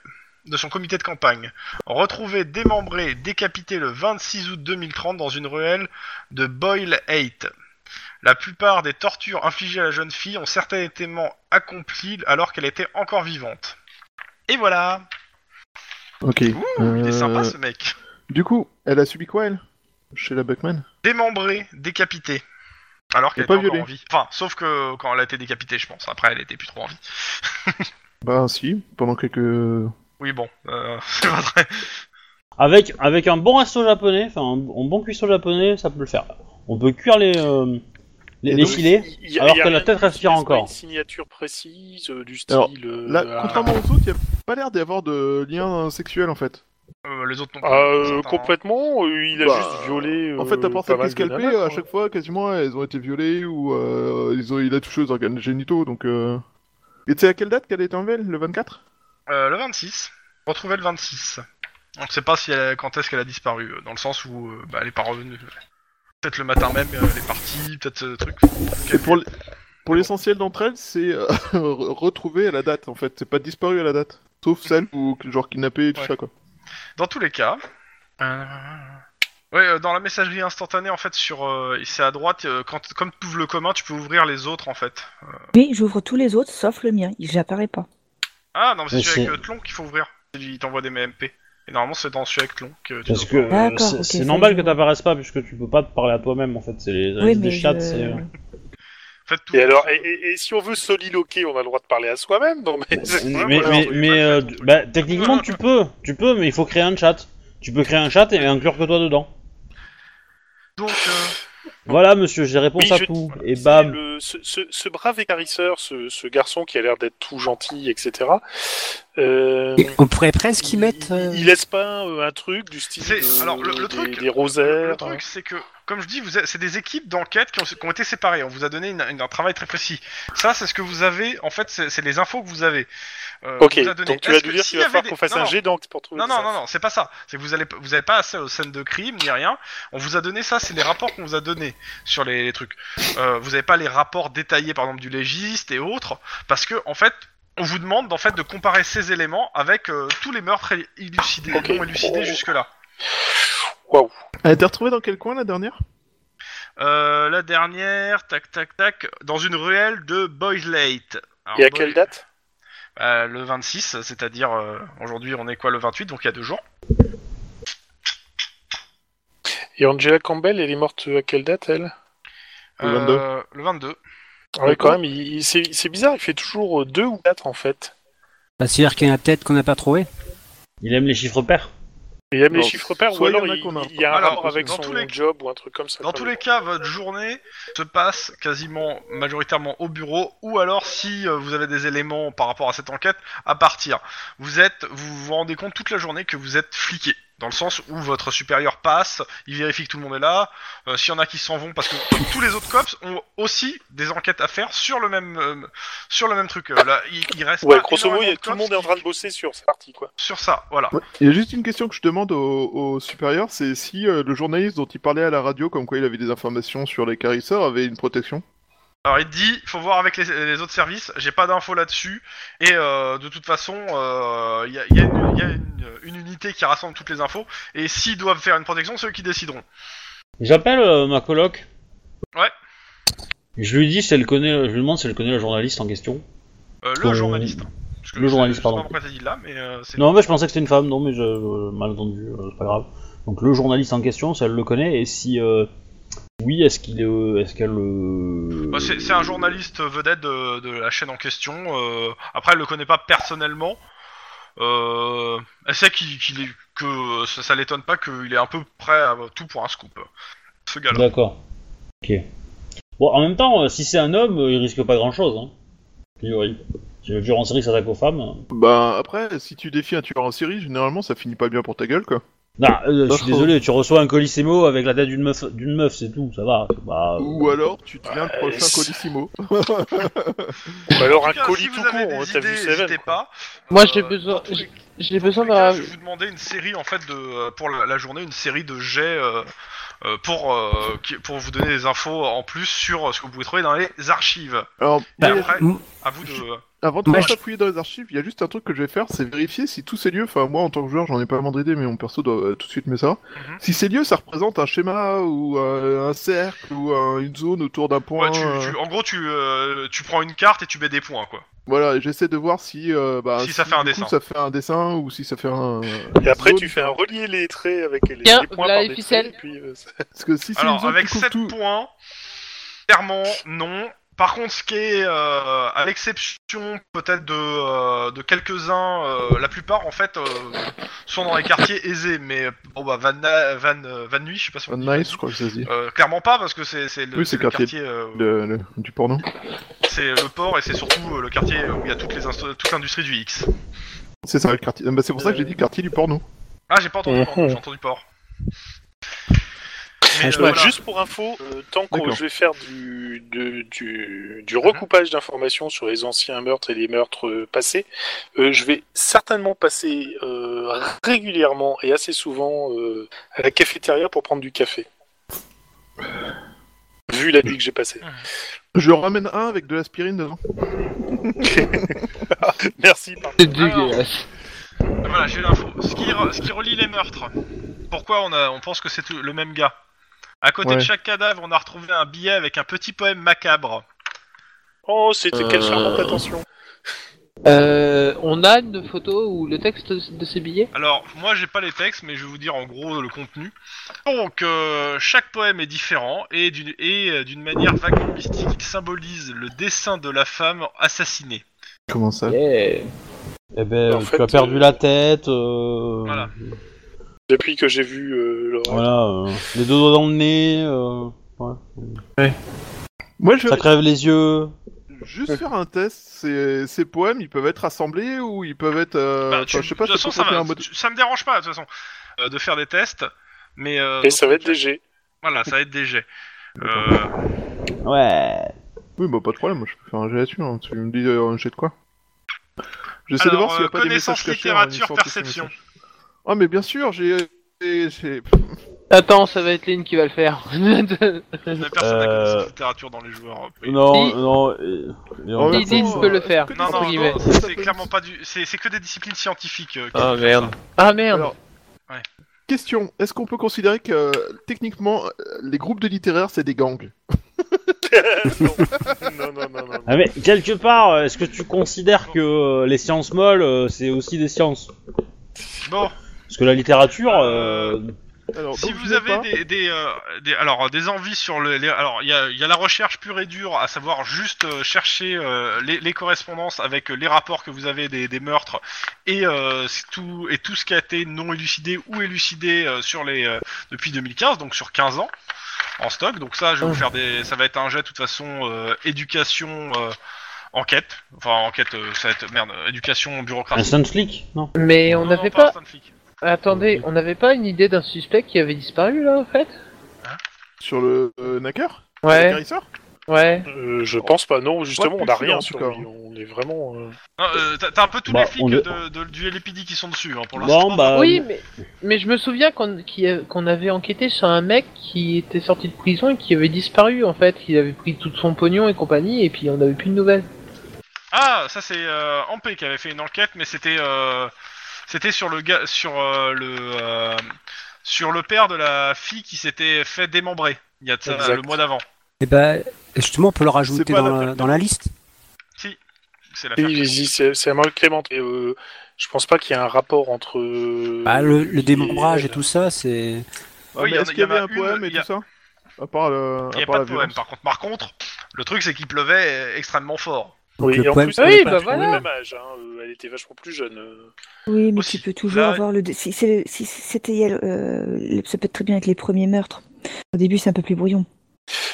Speaker 2: de son comité de campagne. Retrouvée démembrée, décapitée le 26 août 2030 dans une ruelle de Boyle 8. La plupart des tortures infligées à la jeune fille ont certainement accompli alors qu'elle était encore vivante. Et voilà
Speaker 5: Ok.
Speaker 2: Ouh, il est
Speaker 5: Euh,
Speaker 2: sympa ce mec.
Speaker 5: Du coup, elle a subi quoi, elle Chez la Buckman
Speaker 2: Démembré, décapité. Alors qu'elle
Speaker 5: pas
Speaker 2: était encore
Speaker 5: violée.
Speaker 2: en vie. Enfin, sauf que quand elle a été décapitée, je pense. Après, elle était plus trop en vie.
Speaker 5: Bah si, pendant quelques...
Speaker 2: Oui, bon. euh, <laughs> c'est pas vrai.
Speaker 1: Avec, avec un bon resto japonais, enfin un, un bon cuisson japonais, ça peut le faire. On peut cuire les, euh, les,
Speaker 5: Et
Speaker 1: les
Speaker 5: donc,
Speaker 1: filets.
Speaker 3: Il y a-
Speaker 1: alors
Speaker 3: il y a
Speaker 1: que la
Speaker 3: rien
Speaker 1: tête
Speaker 3: qui
Speaker 1: respire
Speaker 3: laisse pas
Speaker 1: encore.
Speaker 3: Une signature précise euh, du style.
Speaker 5: Alors,
Speaker 3: euh,
Speaker 5: Là,
Speaker 3: ah,
Speaker 5: contrairement aux autres, il a pas l'air d'y avoir de lien euh, sexuel, en fait.
Speaker 2: Euh, les autres non. plus,
Speaker 3: ah, euh,
Speaker 2: certains, hein.
Speaker 3: complètement, euh, il a
Speaker 5: Bah,
Speaker 3: juste violé.
Speaker 5: en fait,
Speaker 3: euh,
Speaker 5: t'as pensé
Speaker 3: pas
Speaker 5: à
Speaker 3: mal
Speaker 5: les
Speaker 3: de
Speaker 5: scalper,
Speaker 3: nanas,
Speaker 5: à
Speaker 3: quoi.
Speaker 5: chaque fois, quasiment, elles ont été violées ou euh, ils ont, il a touché aux organes génitaux, donc... Euh... Et tu sais à quelle date qu'elle a été enlevée, le 24
Speaker 2: Euh, le 26. Retrouver le 26. On ne sait pas si elle- quand est-ce qu'elle a disparu. euh, Dans le sens où euh, bah, elle est pas revenue. Peut-être le matin même, euh, elle est partie. Peut-être ce truc.
Speaker 5: Et pour, l- pour l'essentiel d'entre elles, c'est euh, <laughs> re- retrouvé à la date, en fait. C'est pas disparu à la date. Sauf celle où, genre, kidnappé et tout
Speaker 2: Ouais.
Speaker 5: ça, quoi.
Speaker 2: Dans tous les cas. euh, Ouais, euh, dans la messagerie instantanée, en fait, sur, euh, c'est à droite. euh, quand, comme tu ouvres le commun, tu peux ouvrir les autres, en fait.
Speaker 7: Oui, j'ouvre tous les autres sauf le mien. J'apparais pas.
Speaker 2: Ah non, mais c'est
Speaker 1: Mais
Speaker 2: celui
Speaker 1: c'est-
Speaker 2: avec euh, Tlon qu'il faut ouvrir. Il t'envoie des MMP. Et normalement, c'est dans celui avec Tlon que tu
Speaker 1: Parce
Speaker 2: dois
Speaker 1: que
Speaker 2: voir.
Speaker 1: euh,
Speaker 7: D'accord,
Speaker 1: c'est
Speaker 7: ok,
Speaker 1: c'est
Speaker 7: ça,
Speaker 1: normal
Speaker 7: je
Speaker 1: que
Speaker 7: vois.
Speaker 1: t'apparaisses pas, puisque tu peux pas te parler à toi-même en fait. C'est les les des chats,
Speaker 7: je-
Speaker 1: c'est. euh,
Speaker 2: Faites tout.
Speaker 3: Et alors, et, et- et si on veut soliloquer, on a le droit de parler à soi-même Non, mais.
Speaker 1: Mais,
Speaker 2: Ouais,
Speaker 1: mais,
Speaker 2: voilà,
Speaker 1: mais,
Speaker 2: on
Speaker 1: mais,
Speaker 2: peut
Speaker 1: euh,
Speaker 2: faire le truc.
Speaker 1: bah, techniquement, tu peux, tu peux, mais il faut créer un chat. Tu peux créer un chat et inclure que toi dedans.
Speaker 2: Donc, euh,
Speaker 1: Voilà, monsieur, j'ai réponse
Speaker 3: Oui,
Speaker 1: à
Speaker 3: je-
Speaker 1: tout. Et
Speaker 3: C'est
Speaker 1: bam.
Speaker 3: le- ce, ce- ce brave écarisseur, ce, ce garçon qui a l'air d'être tout gentil, etc. euh,
Speaker 6: Et on pourrait presque y
Speaker 3: il-
Speaker 6: mettre. euh,
Speaker 3: il, il laisse pas euh, un truc du style.
Speaker 2: C'est-
Speaker 3: de-
Speaker 2: alors, le- le
Speaker 3: des,
Speaker 2: truc-
Speaker 3: des rosaires.
Speaker 2: le truc, c'est que, comme je dis, vous êtes- c'est des équipes d'enquête qui, ont- qui ont été séparées. On vous a donné une- une- un travail très précis. Ça, c'est ce que vous avez. En fait, c'est c'est les infos que vous avez. Euh,
Speaker 3: Ok,
Speaker 2: on vous a donné.
Speaker 3: donc tu vas
Speaker 2: Est-ce
Speaker 3: nous
Speaker 2: que
Speaker 3: dire
Speaker 2: s'il
Speaker 3: qu'il
Speaker 2: y
Speaker 3: va
Speaker 2: avait
Speaker 3: falloir
Speaker 2: des-
Speaker 3: qu'on fasse
Speaker 2: non,
Speaker 3: un
Speaker 2: non.
Speaker 3: jet d'encre pour trouver
Speaker 2: Non,
Speaker 3: ça.
Speaker 2: non, non, non, c'est pas ça. C'est que vous allez, vous avez pas assez aux scènes de crime ni rien. On vous a donné ça, c'est les rapports qu'on vous a donnés sur les, les trucs. Euh, vous avez pas les rapports détaillés, par exemple du légiste et autres, parce que en fait, on vous demande en fait de comparer ces éléments avec euh, tous les meurtres élucidés,
Speaker 3: Ok.
Speaker 2: non élucidés jusque là.
Speaker 5: Elle a été retrouvée dans quel coin, la dernière
Speaker 2: Euh, la dernière, tac, tac, tac, dans une ruelle de Boylate. Alors,
Speaker 3: Et à
Speaker 2: Boy-
Speaker 3: quelle date
Speaker 2: Euh, Le 26, c'est-à-dire euh, aujourd'hui on est quoi le 28, donc il y a deux jours.
Speaker 3: Et Angela Campbell, elle est morte euh, à quelle date, elle
Speaker 5: Le 22.
Speaker 2: Euh, le 22.
Speaker 3: Ah Ouais, quand même, il- il- c'est c'est bizarre, il fait toujours euh, deux ou quatre en fait.
Speaker 6: bah, C'est-à-dire qu'il y en a peut-être qu'on n'a pas trouvé.
Speaker 1: Il aime les chiffres pairs.
Speaker 3: Il y a les
Speaker 5: Non,
Speaker 3: chiffres pairs ou
Speaker 5: soit il y
Speaker 3: alors
Speaker 5: en a
Speaker 3: il
Speaker 5: qu'on a.
Speaker 3: il y a un
Speaker 2: Alors,
Speaker 3: rapport avec
Speaker 2: dans
Speaker 3: son
Speaker 2: tous les-
Speaker 3: job ou un truc comme ça.
Speaker 2: Dans
Speaker 3: quand
Speaker 2: tous
Speaker 3: même.
Speaker 2: les cas, votre journée se passe quasiment majoritairement au bureau, ou alors si euh, vous avez des éléments par rapport à cette enquête, à partir. Vous êtes, vous vous rendez compte toute la journée que vous êtes fliqué, dans le sens où votre supérieur passe, il vérifie que tout le monde est là. euh, S'il y en a qui s'en vont, parce que tous les autres cops ont aussi des enquêtes à faire sur le même, euh, sur le même truc. Euh, là, il, il reste
Speaker 3: Ouais,
Speaker 2: pas
Speaker 3: grosso modo, il y
Speaker 2: énormément de
Speaker 3: a- tout le
Speaker 2: cops
Speaker 3: monde est en
Speaker 2: qui-
Speaker 3: train de bosser sur cette partie, quoi.
Speaker 2: sur ça. Voilà.
Speaker 5: Ouais. Il y a juste une question que je demande au, au supérieur, c'est si euh, le journaliste dont il parlait à la radio, comme quoi il avait des informations sur les carisseurs, avait une protection.
Speaker 2: Alors il te dit, faut voir avec les, les autres services, j'ai pas d'infos là-dessus, et euh, de toute façon, euh, il y a, y a une- y a une- une unité qui rassemble toutes les infos, et s'ils doivent faire une protection, c'est eux qui décideront.
Speaker 1: J'appelle euh, ma coloc.
Speaker 2: Ouais.
Speaker 1: Je lui dis si elle connaît, je lui demande si elle connaît le journaliste en question.
Speaker 2: Euh, le
Speaker 1: Qu'on-
Speaker 2: journaliste. hein. Parce que
Speaker 1: le
Speaker 2: je-
Speaker 1: journaliste,
Speaker 2: je sais
Speaker 1: pardon.
Speaker 2: pas pourquoi t'as dit là, mais euh, c'est...
Speaker 1: Non, mais je pensais que c'était une femme, non, mais je, euh, mal entendu, euh, c'est pas grave. Donc le journaliste en question, si elle le connaît, et si euh, oui, est-ce qu'il est, euh, est-ce qu'elle. euh,
Speaker 2: Bah, c'est, c'est un journaliste vedette de, de la chaîne en question, euh, après elle le connaît pas personnellement, euh, elle sait qu'il, qu'il est, que ça, ça l'étonne pas qu'il est un peu prêt à tout pour un scoop, ce gars-là.
Speaker 1: D'accord. Ok. Bon, en même temps, euh, si c'est un homme, euh, il risque pas grand-chose. Hein. A priori. J'ai vu en série qui s'attaque aux femmes.
Speaker 5: Ben après, si tu défies un tueur en série, généralement ça finit pas bien pour ta gueule quoi.
Speaker 1: Non, euh, je
Speaker 5: Pas
Speaker 1: suis
Speaker 5: faux.
Speaker 1: désolé, tu reçois un colissimo avec la tête d'une meuf, d'une meuf, c'est tout, ça va. Bah, euh,
Speaker 5: Ou alors tu deviens le
Speaker 3: Euh,
Speaker 5: prochain
Speaker 3: c'est-
Speaker 5: colissimo.
Speaker 3: Ou alors un
Speaker 2: En tout cas,
Speaker 3: colis
Speaker 2: si
Speaker 3: tout
Speaker 2: vous
Speaker 3: court,
Speaker 2: avez
Speaker 3: hein,
Speaker 2: des
Speaker 3: t'as vu
Speaker 2: idées,
Speaker 3: Seven.
Speaker 2: n'hésitez
Speaker 3: quoi.
Speaker 2: pas.
Speaker 4: Moi,
Speaker 2: Euh,
Speaker 4: j'ai besoin,
Speaker 2: dans tous les- dans
Speaker 4: j'ai
Speaker 2: tous
Speaker 4: besoin
Speaker 2: les cas,
Speaker 4: d'un.
Speaker 2: Je vais vous demander une série en fait de euh, pour la, la journée, une série de jets euh, euh, pour euh, qui- pour vous donner des infos en plus sur euh, ce que vous pouvez trouver dans les archives.
Speaker 5: Alors
Speaker 2: Et
Speaker 5: mais-
Speaker 2: après,
Speaker 6: m-
Speaker 2: à vous de.
Speaker 5: avant de
Speaker 6: Moi,
Speaker 5: commencer à fouiller dans les archives, il y a juste un truc que je vais faire, c'est vérifier si tous ces lieux, enfin moi en tant que joueur j'en ai pas vraiment d'idée, mais mon perso doit euh, tout de suite mettre ça.
Speaker 2: Mhm.
Speaker 5: Si ces lieux ça représente un schéma ou euh, un cercle ou un- une zone autour d'un
Speaker 2: Ouais,
Speaker 5: point.
Speaker 2: tu-
Speaker 5: euh,
Speaker 2: tu- en gros, tu euh, tu prends une carte et tu mets des points quoi.
Speaker 5: Voilà, et j'essaie de voir si, euh, bah,
Speaker 2: Si ça fait un
Speaker 5: du coup,
Speaker 2: dessin.
Speaker 5: ça fait un dessin ou si ça fait un.
Speaker 3: Et après,
Speaker 5: zone.
Speaker 3: tu fais un relier les traits avec les,
Speaker 4: Tiens,
Speaker 3: les points
Speaker 4: voilà
Speaker 3: par
Speaker 4: les
Speaker 3: des
Speaker 4: ficelles.
Speaker 3: traits, et puis, euh, ça-
Speaker 5: Parce que si c'est une
Speaker 2: Alors
Speaker 5: zone
Speaker 2: avec
Speaker 5: qui coupe
Speaker 2: 7
Speaker 5: tout-
Speaker 2: points, clairement non. Par contre, ce qui est euh, à l'exception peut-être de, euh, de quelques-uns, euh, la plupart en fait euh, sont dans les quartiers aisés, mais euh, bon bah Van Na- Van euh, Van Nuys, je sais pas si on dit Van
Speaker 5: Ah, nice, je crois que ça se dit.
Speaker 2: Euh, clairement pas parce que c'est c'est le,
Speaker 5: Oui, c'est
Speaker 2: le
Speaker 5: quartier
Speaker 2: quartier, euh,
Speaker 5: Le- le- du porno.
Speaker 2: c'est le port et c'est surtout euh, le quartier où il y a toutes les inst- toute l'industrie du X.
Speaker 5: C'est ça, le quartier. Bah, c'est pour ça que j'ai
Speaker 2: Euh.
Speaker 5: dit quartier du porno.
Speaker 2: Ah j'ai pas entendu
Speaker 3: Mhm.
Speaker 2: port, j'ai entendu port. Mais,
Speaker 6: je
Speaker 2: euh,
Speaker 3: Ouais,
Speaker 2: voilà.
Speaker 3: Juste pour info, euh, tant que
Speaker 5: D'accord.
Speaker 3: je vais faire du, de- du, du recoupage d'informations sur les anciens meurtres et les meurtres euh, passés, euh, je vais certainement passer euh, régulièrement et assez souvent euh, à la cafétéria pour prendre du café. Vu la nuit que j'ai
Speaker 5: <laughs>
Speaker 3: passée.
Speaker 5: Je ramène un avec de l'aspirine dedans.
Speaker 3: Merci. par-
Speaker 4: C'est dégueulasse.
Speaker 2: Voilà, j'ai l'info. Ce qui, re- ce qui relie les meurtres. Pourquoi on, a, on pense que c'est tout- le même gars À côté
Speaker 5: Ouais.
Speaker 2: de chaque cadavre, on a retrouvé un billet avec un petit poème macabre.
Speaker 3: Oh, c'était quelle
Speaker 4: Euh.
Speaker 3: charmante attention.
Speaker 4: Euh, on a une photo ou le texte de ces billets
Speaker 2: Alors, moi, j'ai pas les textes, mais je vais vous dire en gros le contenu. Donc, euh, chaque poème est différent et d'une et, euh, d'une manière vaguement mystique, il symbolise le dessin de la femme assassinée.
Speaker 5: Comment ça
Speaker 4: Yeah.
Speaker 1: Eh ben,
Speaker 3: En
Speaker 1: tu
Speaker 3: fait,
Speaker 1: as perdu
Speaker 3: euh,
Speaker 1: la tête. euh,
Speaker 2: Voilà.
Speaker 3: Depuis que j'ai vu euh, le-
Speaker 1: Voilà, euh, les deux doigts dans le nez, euh, ouais.
Speaker 5: Moi, je vais
Speaker 1: ça crève les yeux.
Speaker 5: juste faire un test. Ces, ces poèmes, ils peuvent être rassemblés ou ils peuvent être. euh,
Speaker 2: Bah,
Speaker 5: enfin,
Speaker 2: tu-
Speaker 5: je sais pas,
Speaker 2: de toute façon,
Speaker 5: ça peut
Speaker 2: ça,
Speaker 5: faire
Speaker 2: va-
Speaker 5: un mode-
Speaker 2: tu- ça me dérange pas, de toute façon, euh, de faire des tests. Mais euh,
Speaker 3: Et ça va être
Speaker 5: <laughs>
Speaker 3: léger.
Speaker 2: voilà, ça va être des jets. Euh,
Speaker 1: Ouais.
Speaker 5: Oui, bah pas de problème, moi je peux faire un jet là-dessus. hein. Tu me dis euh, un jet de quoi J'essaie de
Speaker 2: Alors,
Speaker 5: voir s'il y
Speaker 2: euh,
Speaker 5: a pas des
Speaker 2: connaissance,
Speaker 5: messages cachés.
Speaker 2: littérature,
Speaker 5: hein, une sorte de
Speaker 2: perception.
Speaker 5: message. Ah, mais bien sûr, j'ai. j'ai- j'ai-
Speaker 4: Attends, ça va être Lynn qui va le faire. <laughs>
Speaker 2: la personne n'a
Speaker 1: Euh,
Speaker 2: connaissance de littérature dans les joueurs. euh, oui.
Speaker 1: Non,
Speaker 4: Si.
Speaker 1: non. euh, et
Speaker 5: En
Speaker 1: on-
Speaker 5: même
Speaker 4: Il dit,
Speaker 5: temps,
Speaker 4: il peut le
Speaker 5: euh,
Speaker 4: faire.
Speaker 5: que des
Speaker 2: Non,
Speaker 4: entre
Speaker 2: non,
Speaker 4: guillemets.
Speaker 2: non,
Speaker 5: Ça
Speaker 2: c'est
Speaker 5: peut être-
Speaker 2: clairement pas du. C'est c'est que des disciplines scientifiques. euh, qui
Speaker 4: Ah,
Speaker 2: font
Speaker 4: merde.
Speaker 2: ça.
Speaker 4: Ah merde.
Speaker 5: Alors,
Speaker 2: Ouais.
Speaker 5: Question, est-ce qu'on peut considérer que euh, techniquement euh, les groupes de littéraires c'est des gangs
Speaker 3: <laughs> non, non, non, non. non.
Speaker 1: Ah, mais quelque part, euh, est-ce que tu considères que euh, les sciences molles, euh, c'est aussi des sciences
Speaker 2: Bon,
Speaker 1: Parce que la littérature, euh,
Speaker 5: Alors,
Speaker 2: Si
Speaker 5: donc, je
Speaker 2: vous
Speaker 5: n'ai
Speaker 2: avez
Speaker 5: Bah, pas-
Speaker 2: des, des, euh, des- alors des envies sur le, les- alors il y a, il y a la recherche pure et dure, à savoir juste euh, chercher euh, les, les correspondances avec euh, les rapports que vous avez des, des meurtres et euh, c'est tout et tout ce qui a été non élucidé ou élucidé euh, sur les euh, depuis 2015, donc sur 15 ans en stock. Donc ça, je vais vous faire des, ça va être un jet de toute façon euh, éducation. euh, Enquête, enfin enquête, euh, ça va être merde, euh, éducation
Speaker 1: Un
Speaker 2: bureaucratique.
Speaker 1: stunt flic Non.
Speaker 4: Mais on
Speaker 2: Non, non,
Speaker 4: n'avait
Speaker 2: pas
Speaker 4: pas.
Speaker 2: un stand flic.
Speaker 4: Attendez, on n'avait pas une idée d'un suspect qui avait disparu là en fait
Speaker 5: Sur le euh, Nacker
Speaker 4: Ouais,
Speaker 5: L'acquérisseur
Speaker 4: ouais.
Speaker 3: Euh, je pense pas, non, justement,
Speaker 5: Moi,
Speaker 3: on a
Speaker 5: plus
Speaker 3: rien
Speaker 5: sûr,
Speaker 3: sur
Speaker 5: en tout hein.
Speaker 3: lui. On est vraiment. euh,
Speaker 2: Non, euh, t'as t'as un peu tous
Speaker 1: Bah,
Speaker 2: les flics
Speaker 1: on est-
Speaker 2: de, de- du LPD qui sont dessus hein, pour l'instant.
Speaker 1: Bon,
Speaker 3: Euh,
Speaker 1: bah.
Speaker 4: oui, mais, mais je me souviens qu'on qui- euh, qu'on avait enquêté sur un mec qui était sorti de prison et qui avait disparu en fait, qui avait pris tout son pognon et compagnie et puis on n'avait plus de nouvelles.
Speaker 2: Ah, ça c'est euh, Ampé qui avait fait une enquête, mais c'était euh, c'était sur le gars sur euh, le euh, sur le père de la fille qui s'était fait démembrer. Il y a de ça,
Speaker 3: Exact.
Speaker 2: le mois d'avant.
Speaker 6: Et ben, justement, on peut le rajouter
Speaker 5: C'est pas
Speaker 6: dans,
Speaker 5: la-
Speaker 6: la, dans la liste.
Speaker 2: C'est la
Speaker 3: Oui, si, c'est c'est un mal Clément. Et, euh, je pense pas qu'il y ait un rapport entre. euh,
Speaker 6: Bah, le, le démembrage et tout ça, c'est.
Speaker 5: Ah,
Speaker 2: Oui,
Speaker 5: mais
Speaker 2: y en a-
Speaker 5: Est-ce qu'il y
Speaker 2: y en a
Speaker 5: avait un
Speaker 2: une,
Speaker 5: poème et
Speaker 2: y a-
Speaker 5: tout ça À part le.
Speaker 2: Il n'y
Speaker 5: à
Speaker 2: a
Speaker 5: part
Speaker 2: pas de problème.
Speaker 5: la violence.
Speaker 2: Par contre, par contre, le truc c'est qu'il pleuvait euh, extrêmement fort.
Speaker 6: Donc
Speaker 3: Oui,
Speaker 6: le
Speaker 3: et en
Speaker 6: poème-
Speaker 3: plus,
Speaker 4: Oui,
Speaker 3: elle avait
Speaker 4: bah
Speaker 3: pas du tout
Speaker 4: voilà.
Speaker 3: le même âge. hein, euh, Elle était vachement plus jeune. euh.
Speaker 7: Oui, mais
Speaker 2: Aussi,
Speaker 7: tu peux toujours
Speaker 2: là-
Speaker 7: avoir le. Si, c'est le- si c'était elle, euh, le- ça peut être très bien avec les premiers meurtres. Au début, c'est un peu plus brouillon.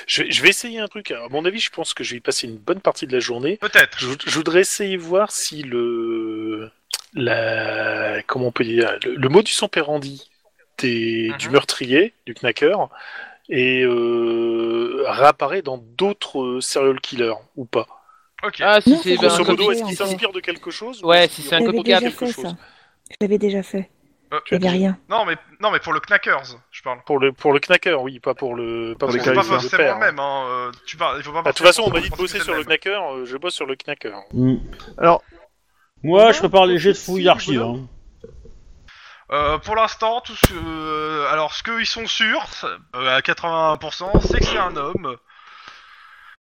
Speaker 3: Je, vais- je vais essayer un truc. hein. À mon avis, je pense que je vais y passer une bonne partie de la journée.
Speaker 2: Peut-être.
Speaker 3: Je, je voudrais essayer de voir si le. La. Comment on peut dire Le, le modus operandi des, du
Speaker 2: Mhm.
Speaker 3: meurtrier, du knacker, et euh, réapparaît dans d'autres euh, serial killers ou pas.
Speaker 2: Ok.
Speaker 4: Ah, si
Speaker 7: Non,
Speaker 4: c'est
Speaker 7: c'est
Speaker 4: ben,
Speaker 3: Grosso
Speaker 4: un
Speaker 7: copie-
Speaker 3: modo,
Speaker 4: comique.
Speaker 3: est-ce qu'il
Speaker 7: en fait.
Speaker 3: s'inspire de quelque chose
Speaker 4: Ouais,
Speaker 3: ou
Speaker 4: si
Speaker 3: est-ce
Speaker 4: c'est un
Speaker 3: qu'il
Speaker 7: Je l'avais
Speaker 4: copycat,
Speaker 3: reprend
Speaker 7: déjà
Speaker 4: quelque
Speaker 7: fait, ça. Je l'avais déjà fait.
Speaker 2: Euh,
Speaker 7: Il n'y avait rien.
Speaker 2: Non, mais non, mais pour le knackers, je parle.
Speaker 3: Pour le, pour le knacker, oui, pas pour le, pas pour
Speaker 5: Pour le
Speaker 2: C'est pas
Speaker 5: knackers.
Speaker 3: le
Speaker 2: forcément
Speaker 3: père.
Speaker 2: le même. Hein. euh, Tu parles. Il faut pas.
Speaker 3: Bah, de toute
Speaker 2: forcément
Speaker 3: façon, on m'a dit de
Speaker 2: penser que
Speaker 3: bosser
Speaker 2: c'est
Speaker 3: sur le
Speaker 2: même.
Speaker 3: knacker, euh, je bosse sur le knacker.
Speaker 1: hmm.
Speaker 5: Alors,
Speaker 1: Moi, je prépare les jets de
Speaker 5: Si,
Speaker 1: fouilles d'archives.
Speaker 5: bonhomme.
Speaker 1: hein.
Speaker 2: Euh, pour l'instant, tout ce, euh, alors ce qu'ils sont sûrs, euh, à 80%, c'est que c'est un homme.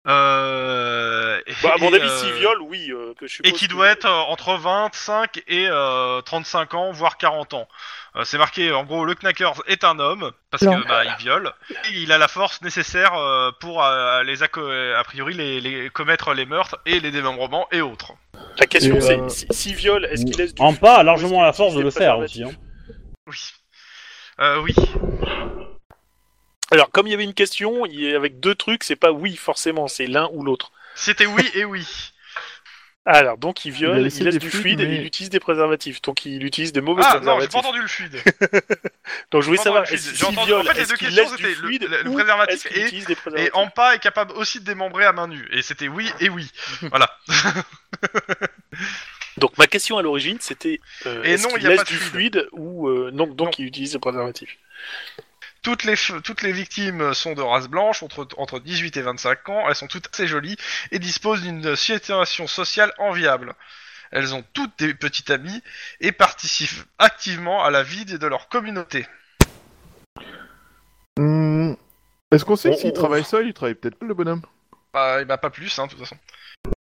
Speaker 2: Euh, et-
Speaker 3: Bah, à mon
Speaker 2: et,
Speaker 3: avis,
Speaker 2: euh,
Speaker 3: s'il viole, oui. euh, que je suppose
Speaker 2: Et qui
Speaker 3: que-
Speaker 2: doit être euh, entre 25 et euh, 35 ans, voire 40 ans. Euh, c'est marqué, en gros, le Knackers est un homme, parce
Speaker 7: Non.
Speaker 2: que bah, il viole, et il a la force nécessaire euh, pour, euh, les acco- a priori, les, les- commettre les meurtres et les démembrements et autres.
Speaker 3: La question,
Speaker 5: Et,
Speaker 3: c'est
Speaker 5: euh,
Speaker 3: si- s'il viole, est-ce qu'il laisse du.
Speaker 1: En
Speaker 3: fluide
Speaker 1: pas, a
Speaker 3: ou est-ce
Speaker 1: largement
Speaker 3: qu'il
Speaker 1: la force de le
Speaker 3: utilise des
Speaker 1: faire
Speaker 3: préservatifs
Speaker 1: aussi. Hein.
Speaker 2: Oui. Euh, oui.
Speaker 3: Alors, comme il y avait une question, il est avec deux trucs, c'est pas oui, forcément, c'est l'un ou l'autre.
Speaker 2: C'était oui et oui.
Speaker 3: Alors, donc, il
Speaker 5: Il a
Speaker 3: viole,
Speaker 5: laissé
Speaker 3: il laisse
Speaker 5: des
Speaker 3: du
Speaker 5: fluides,
Speaker 3: fluide
Speaker 5: mais-
Speaker 3: et il utilise des préservatifs. Donc, il utilise de mauvais
Speaker 2: Ah non, j'ai
Speaker 3: préservatifs.
Speaker 2: pas entendu le fluide.
Speaker 3: Donc, je voulais
Speaker 2: J'ai
Speaker 3: savoir,
Speaker 2: entendu le
Speaker 3: est-ce
Speaker 2: fluide.
Speaker 3: qu'il
Speaker 2: J'ai entendu-
Speaker 3: viole,
Speaker 2: En fait, les
Speaker 3: est-ce
Speaker 2: deux
Speaker 3: qu'il
Speaker 2: questions
Speaker 3: laisse du
Speaker 2: c'était le,
Speaker 3: fluide
Speaker 2: le- le
Speaker 3: ou
Speaker 2: préservatif
Speaker 3: est-ce qu'il
Speaker 2: et
Speaker 3: utilise des préservatifs
Speaker 2: Et Ampa est capable aussi de démembrer à main nue. Et c'était oui et oui. voilà.
Speaker 3: Donc ma question à l'origine c'était euh,
Speaker 2: Et
Speaker 3: est-ce
Speaker 2: non,
Speaker 3: qu'il
Speaker 2: il y a
Speaker 3: laisse
Speaker 2: pas de
Speaker 3: du fluide ou euh, non, donc il utilise des préservatifs.
Speaker 2: Toutes les, f- toutes les victimes sont de race blanche, entre, entre 18 et 25 ans. Elles sont toutes assez jolies et disposent d'une situation sociale enviable. Elles ont toutes des petites amies et participent activement à la vie de de leur communauté.
Speaker 5: hmm, est-ce qu'on
Speaker 2: Oh,
Speaker 5: sait
Speaker 3: On-
Speaker 5: s'il
Speaker 3: on-
Speaker 5: travaille seul Il travaille peut-être pas le bonhomme.
Speaker 2: Bah, et bah, pas plus, hein, de toute façon.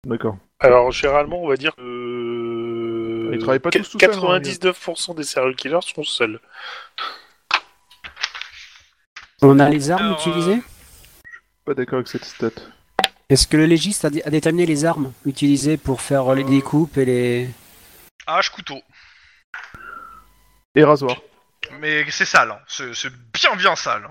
Speaker 5: D'accord.
Speaker 3: Alors généralement on va dire que
Speaker 5: Ils travaillent pas
Speaker 3: Qu-
Speaker 5: tous tout seuls, hein,
Speaker 3: 99% des serial killers sont seuls.
Speaker 6: On a les armes
Speaker 2: Alors,
Speaker 6: utilisées
Speaker 5: Pas d'accord avec cette stat.
Speaker 6: Est-ce que le légiste a, dé- a déterminé les armes utilisées pour faire euh, les découpes et les.
Speaker 2: Hache, couteau.
Speaker 5: Et rasoir.
Speaker 2: Mais c'est sale. hein. C'est c'est bien, bien sale.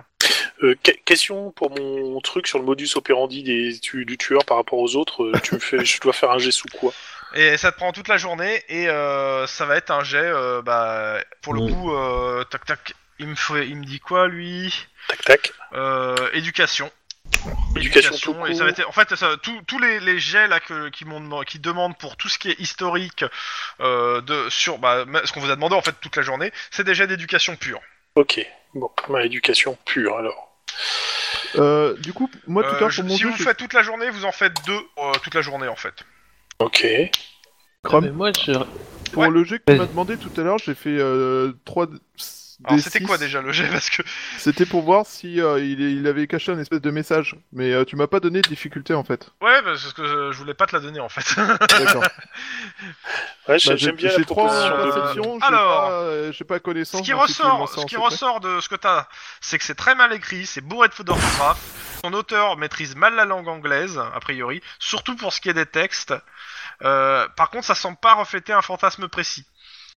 Speaker 3: Euh, que- question pour mon truc sur le modus operandi des tu- du tueur par rapport aux autres, euh, tu me fais je dois faire un jet sous quoi
Speaker 2: Et ça te prend toute la journée et euh, ça va être un jet, euh, bah, pour le
Speaker 1: Oui.
Speaker 2: coup, euh, tac tac, il me, fait, il me dit quoi lui
Speaker 3: Tac tac.
Speaker 2: euh, Éducation.
Speaker 3: Éducation tout
Speaker 2: et ça va être, en fait, ça- tous tous les, les jets là que, qui, m'ont demandé- qui demandent pour tout ce qui est historique euh, de sur bah, ce qu'on vous a demandé en fait toute la journée, c'est des jets d'éducation pure.
Speaker 3: OK. Bon, ma éducation pure alors.
Speaker 5: Euh, du coup, moi tout à
Speaker 2: Euh,
Speaker 5: l'heure
Speaker 2: je-
Speaker 5: pour mon
Speaker 2: si
Speaker 5: jeu,
Speaker 2: vous
Speaker 5: je
Speaker 2: faites toute la journée, vous en faites deux euh, toute la journée en fait.
Speaker 3: OK.
Speaker 5: crame.
Speaker 4: Ah, Mais moi, je...
Speaker 5: Pour le jeu que tu
Speaker 4: Vas-y.
Speaker 5: m'as demandé tout à l'heure, j'ai fait euh, 3...
Speaker 2: Alors
Speaker 5: Des
Speaker 2: c'était
Speaker 5: six.
Speaker 2: quoi déjà le jet Parce que
Speaker 5: C'était pour voir si euh, il, il avait caché un espèce de message, mais euh, tu m'as pas donné de difficulté en fait.
Speaker 2: ouais, parce que euh, je voulais pas te la donner en fait.
Speaker 5: D'accord.
Speaker 3: Ouais, j'ai-
Speaker 5: Bah,
Speaker 3: j'aime
Speaker 5: j'ai
Speaker 3: bien
Speaker 5: j'ai
Speaker 3: la
Speaker 5: trois
Speaker 3: proposition de-
Speaker 5: perceptions, j'ai
Speaker 2: Alors.
Speaker 5: pas, euh, j'ai pas connaissance.
Speaker 2: ce qui
Speaker 5: d'un truc
Speaker 2: ressort,
Speaker 5: lancé
Speaker 2: ce
Speaker 5: en
Speaker 2: qui
Speaker 5: secret.
Speaker 2: ressort de ce que t'as, c'est que c'est très mal écrit, c'est bourré de fautes d'orthographe. Son auteur maîtrise mal la langue anglaise, a priori, surtout pour ce qui est des textes. Euh, par contre, ça semble pas refléter un fantasme précis.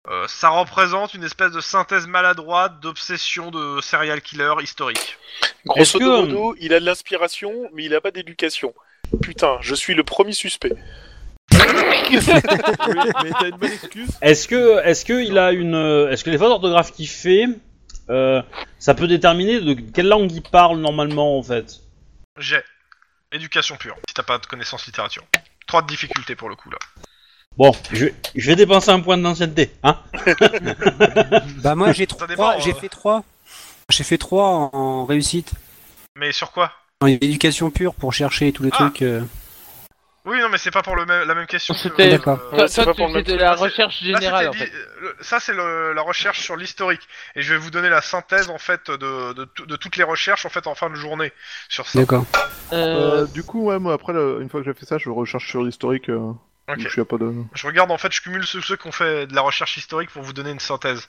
Speaker 2: Euh, ça représente une espèce de synthèse maladroite d'obsession de serial killer historique.
Speaker 3: Grosso
Speaker 1: Est-ce que- hum,
Speaker 3: modo, il a de l'inspiration, mais il a pas d'éducation. Putain, je suis le premier
Speaker 5: <laughs>
Speaker 3: suspect.
Speaker 5: Oui, mais t'as une bonne excuse.
Speaker 1: Est-ce que, est-ce que il a une, euh, est-ce que les fautes d'orthographe qu'il fait, euh, ça peut déterminer de quelle langue il parle normalement en fait
Speaker 2: J'ai éducation pure. Si t'as pas de connaissance littérature, trois de difficultés pour le coup là.
Speaker 1: Bon, je, je vais dépenser un point d'ancienneté, hein
Speaker 6: Bah moi j'ai trois,
Speaker 2: dépend,
Speaker 6: j'ai
Speaker 2: euh.
Speaker 6: fait trois. J'ai fait trois en, en réussite,
Speaker 2: Mais sur quoi
Speaker 6: en éducation pure pour chercher tous les
Speaker 2: Ah.
Speaker 6: trucs. euh.
Speaker 2: Oui, non, mais c'est pas pour le même, la même question. que-
Speaker 4: C'était-
Speaker 6: D'accord.
Speaker 2: euh,
Speaker 4: Toi,
Speaker 3: c'est pas
Speaker 4: toi, tu
Speaker 3: pour le
Speaker 4: fais
Speaker 3: même
Speaker 4: de
Speaker 3: truc,
Speaker 4: la
Speaker 2: là, c'est-
Speaker 4: recherche
Speaker 2: Là,
Speaker 4: générale, en
Speaker 2: Ah, c'était
Speaker 4: fait.
Speaker 2: li- le- Ça, c'est le- la recherche sur l'historique. Et je vais vous donner la synthèse, en fait, de, de, tout- de toutes les recherches, en fait, en fin de journée. Sur ça.
Speaker 6: D'accord.
Speaker 5: Euh,
Speaker 4: Euh,
Speaker 5: du coup, ouais, moi après, le- une fois que j'ai fait ça, je recherche sur l'historique. euh,
Speaker 2: Ok.
Speaker 5: donc Je suis pas de.
Speaker 2: Je regarde, en fait, je cumule ceux, ceux qui ont fait de la recherche historique pour vous donner une synthèse.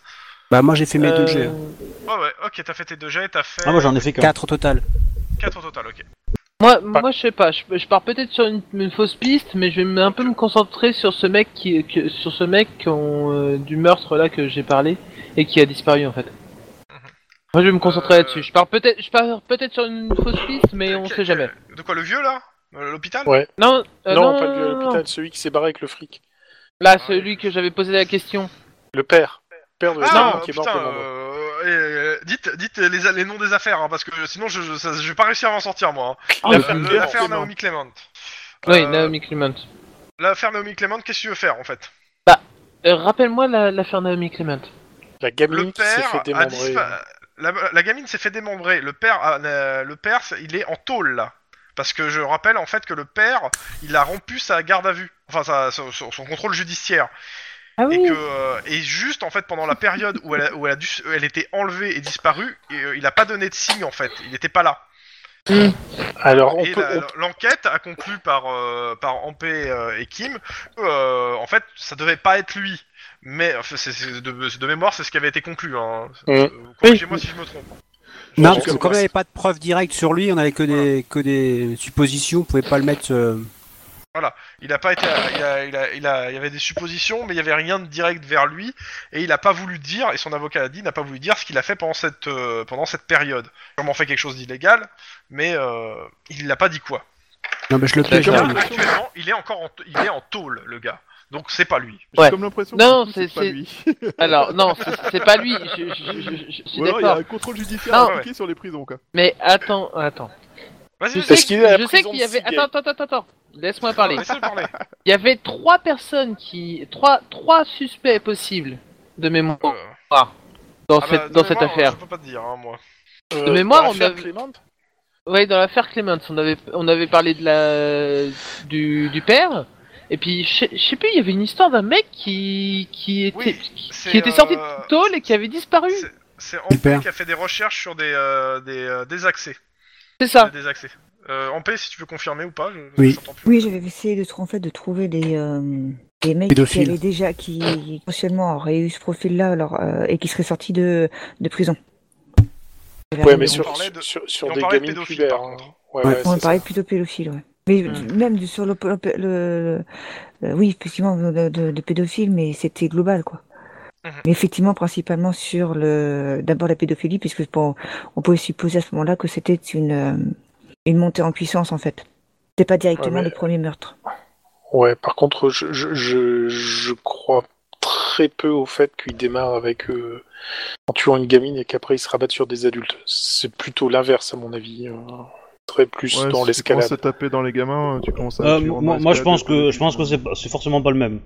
Speaker 6: Bah moi j'ai fait mes deux
Speaker 4: euh,
Speaker 6: jets.
Speaker 2: Ouais, ouais, ok, t'as fait tes deux jets, t'as fait
Speaker 1: Ah, moi j'en ai fait qu'un.
Speaker 6: Quatre au total.
Speaker 2: 4 au total, ok.
Speaker 4: Moi, moi, je sais pas. Je, je pars peut-être sur une, une fausse piste, mais je vais m- un peu me concentrer sur ce mec qui, que- sur ce mec qu'on, euh, du meurtre là que j'ai parlé et qui a disparu en fait. Moi, je vais me concentrer
Speaker 2: Euh.
Speaker 4: là-dessus. Je pars peut-être, je pars peut-être sur une fausse piste, mais on
Speaker 2: Ok,
Speaker 4: sait jamais.
Speaker 2: De quoi, le vieux, là Euh, L'hôpital
Speaker 3: Ouais.
Speaker 4: Non, euh,
Speaker 3: non,
Speaker 4: non,
Speaker 3: pas le
Speaker 4: non, non.
Speaker 3: l'hôpital, celui qui s'est barré avec le fric.
Speaker 4: Là, celui que j'avais posé la question.
Speaker 3: Le père. Père de la
Speaker 2: Ah,
Speaker 3: femme
Speaker 2: euh,
Speaker 3: qui est mort
Speaker 2: putain,
Speaker 3: devant moi.
Speaker 2: euh, et, euh, dites, dites les, les noms des affaires, hein, parce que sinon, je, je, ça- je vais pas réussir à m'en sortir, moi. hein.
Speaker 3: Ah,
Speaker 2: La-
Speaker 3: le père
Speaker 2: le-
Speaker 3: Clément.
Speaker 2: L'affaire Naomi Clement.
Speaker 4: Oui,
Speaker 2: Euh,
Speaker 4: Naomi Clement.
Speaker 2: L'affaire Naomi Clement, qu'est-ce que tu veux faire, en fait
Speaker 4: Euh, rappelle-moi la- l'affaire Naomi Clement.
Speaker 3: La
Speaker 2: le
Speaker 3: gamine qui s'est
Speaker 2: père
Speaker 3: fait
Speaker 2: a
Speaker 3: démembrer.
Speaker 2: dispa- la, la gamine s'est fait démembrer. Le père, a- euh, le père, c'est- il est en tôle là. Parce que je rappelle en fait que le père, il a rompu sa garde à vue, enfin sa- son, son- son contrôle judiciaire,
Speaker 7: Ah
Speaker 2: et
Speaker 7: oui,
Speaker 2: que euh, et juste en fait pendant la période où elle, a- où elle, a dû, où elle était enlevée et disparue, et, euh, il a pas donné de signe en fait, il n'était pas là.
Speaker 3: Alors, on
Speaker 2: et
Speaker 3: peut. euh,
Speaker 2: la-
Speaker 3: on-
Speaker 2: l'enquête a conclu par euh, par Ampé euh, et Kim, euh, en fait ça devait pas être lui, mais enfin, c'est- c'est de, c'est de mémoire c'est ce qui avait été conclu. Hein.
Speaker 3: Mm.
Speaker 2: Corrigez-moi si je me trompe.
Speaker 6: Non,
Speaker 3: pense
Speaker 6: parce que
Speaker 3: que
Speaker 6: comme il
Speaker 3: moi,
Speaker 6: n'y avait pas de preuves directes sur lui, on avait que des, que des suppositions, on pouvait pas le mettre. euh,
Speaker 2: Il a pas été, il a, il a, il a- il y avait des suppositions, mais il y avait rien de direct vers lui, et il a pas voulu dire, et son avocat a dit, n'a pas voulu dire ce qu'il a fait pendant cette, euh, pendant cette période. Il a Sûrement fait quelque chose d'illégal, mais euh, il n'a pas dit quoi.
Speaker 6: Non, mais je le
Speaker 3: D'accord.
Speaker 6: piège.
Speaker 2: Là,
Speaker 6: là.
Speaker 3: oui.
Speaker 2: actuellement, il est encore, en, il est en tôle, le gars. Donc c'est pas lui.
Speaker 5: J'ai
Speaker 4: Ouais.
Speaker 5: comme l'impression.
Speaker 4: Non,
Speaker 5: que
Speaker 4: c'est-
Speaker 5: pas
Speaker 4: c'est-
Speaker 5: lui.
Speaker 4: Alors, non, c'est- c'est pas lui. Je, je- je- je- je suis
Speaker 5: Ou alors il y a
Speaker 4: d'accord.
Speaker 5: un contrôle judiciaire
Speaker 4: Non.
Speaker 5: appliqué sur les prisons quoi.
Speaker 4: Mais attends, attends.
Speaker 2: Vas-y,
Speaker 4: Je
Speaker 2: vas-y,
Speaker 4: sais,
Speaker 3: Est-ce qu'il est à la
Speaker 4: je sais
Speaker 3: prison
Speaker 4: qu'il
Speaker 3: de
Speaker 4: y avait.
Speaker 3: Seagate
Speaker 4: Attends, attends, attends, attends. Laisse-moi parler.
Speaker 2: laisse-le parler.
Speaker 4: <laughs> Il y avait trois personnes qui, trois, trois suspects possibles de mémoire
Speaker 2: Euh,
Speaker 4: dans
Speaker 2: ah
Speaker 4: cette,
Speaker 2: bah, de
Speaker 4: dans cette
Speaker 2: mémoire,
Speaker 4: affaire.
Speaker 2: Je peux pas te dire, hein, moi.
Speaker 3: euh,
Speaker 4: de mémoire,
Speaker 3: dans
Speaker 4: on
Speaker 3: l'affaire
Speaker 4: a-
Speaker 3: Clément
Speaker 2: euh,
Speaker 4: Ouais, dans l'affaire Clement, on avait, on avait parlé de la, du, du père. Et puis, je sais- je sais plus, il y avait une histoire d'un mec qui, qui était,
Speaker 2: Oui,
Speaker 4: qui-
Speaker 2: c'est,
Speaker 4: qui était sorti
Speaker 2: euh,
Speaker 4: de tôle et qui avait disparu.
Speaker 2: C'est Ampé
Speaker 6: Super.
Speaker 2: qui a fait des recherches sur des, euh, des, euh, des accès. <laughs>
Speaker 4: C'est ça.
Speaker 2: Des accès. Euh, Ampé, si tu veux confirmer ou pas, je,
Speaker 6: Oui.
Speaker 2: je t'entends plus.
Speaker 7: oui j'avais essayé de, tr- en fait, de trouver des, euh, des mecs qui
Speaker 6: Pédophiles.
Speaker 7: avaient déjà, qui potentiellement auraient eu ce profil-là alors, euh, et qui seraient sortis de, de prison.
Speaker 3: Ouais, mais
Speaker 2: on
Speaker 3: sur,
Speaker 2: parlait de-
Speaker 3: sur,
Speaker 2: et
Speaker 3: sur
Speaker 2: on
Speaker 3: des
Speaker 2: parlait de
Speaker 3: gamines
Speaker 2: pédophiles,
Speaker 3: pubères.
Speaker 2: par
Speaker 3: hein.
Speaker 2: contre.
Speaker 3: Ouais,
Speaker 6: Ouais.
Speaker 3: ouais,
Speaker 7: On
Speaker 3: c'est
Speaker 7: parlait plutôt pédophile, ouais. Mais
Speaker 2: Mm.
Speaker 4: Hmm.
Speaker 7: même du- sur le, le- le- le- oui, effectivement, de, de, de pédophile, mais c'était global, quoi.
Speaker 2: Mhm.
Speaker 7: Mais effectivement, principalement sur le, d'abord la pédophilie, puisque pour- on pouvait supposer à ce moment-là que c'était une, euh, une montée en puissance, en fait. C'était pas directement
Speaker 3: Ouais, mais-
Speaker 7: le premier meurtre.
Speaker 3: Ouais, par contre, je, je, je, je crois très peu au fait qu'il démarre avec euh, en tuant une gamine et qu'après il se rabatte sur des adultes. C'est plutôt l'inverse à mon avis. euh, très plus
Speaker 5: Ouais,
Speaker 3: dans
Speaker 5: si tu commences à
Speaker 3: l'escalade.
Speaker 5: taper dans les gamins, tu commences à.
Speaker 1: Euh,
Speaker 5: tu rentres
Speaker 1: moi,
Speaker 5: dans
Speaker 1: moi, je
Speaker 5: l'escalade,
Speaker 1: pense que
Speaker 5: euh,
Speaker 1: je pense que
Speaker 5: <laughs>
Speaker 1: c'est pas- c'est forcément pas le même.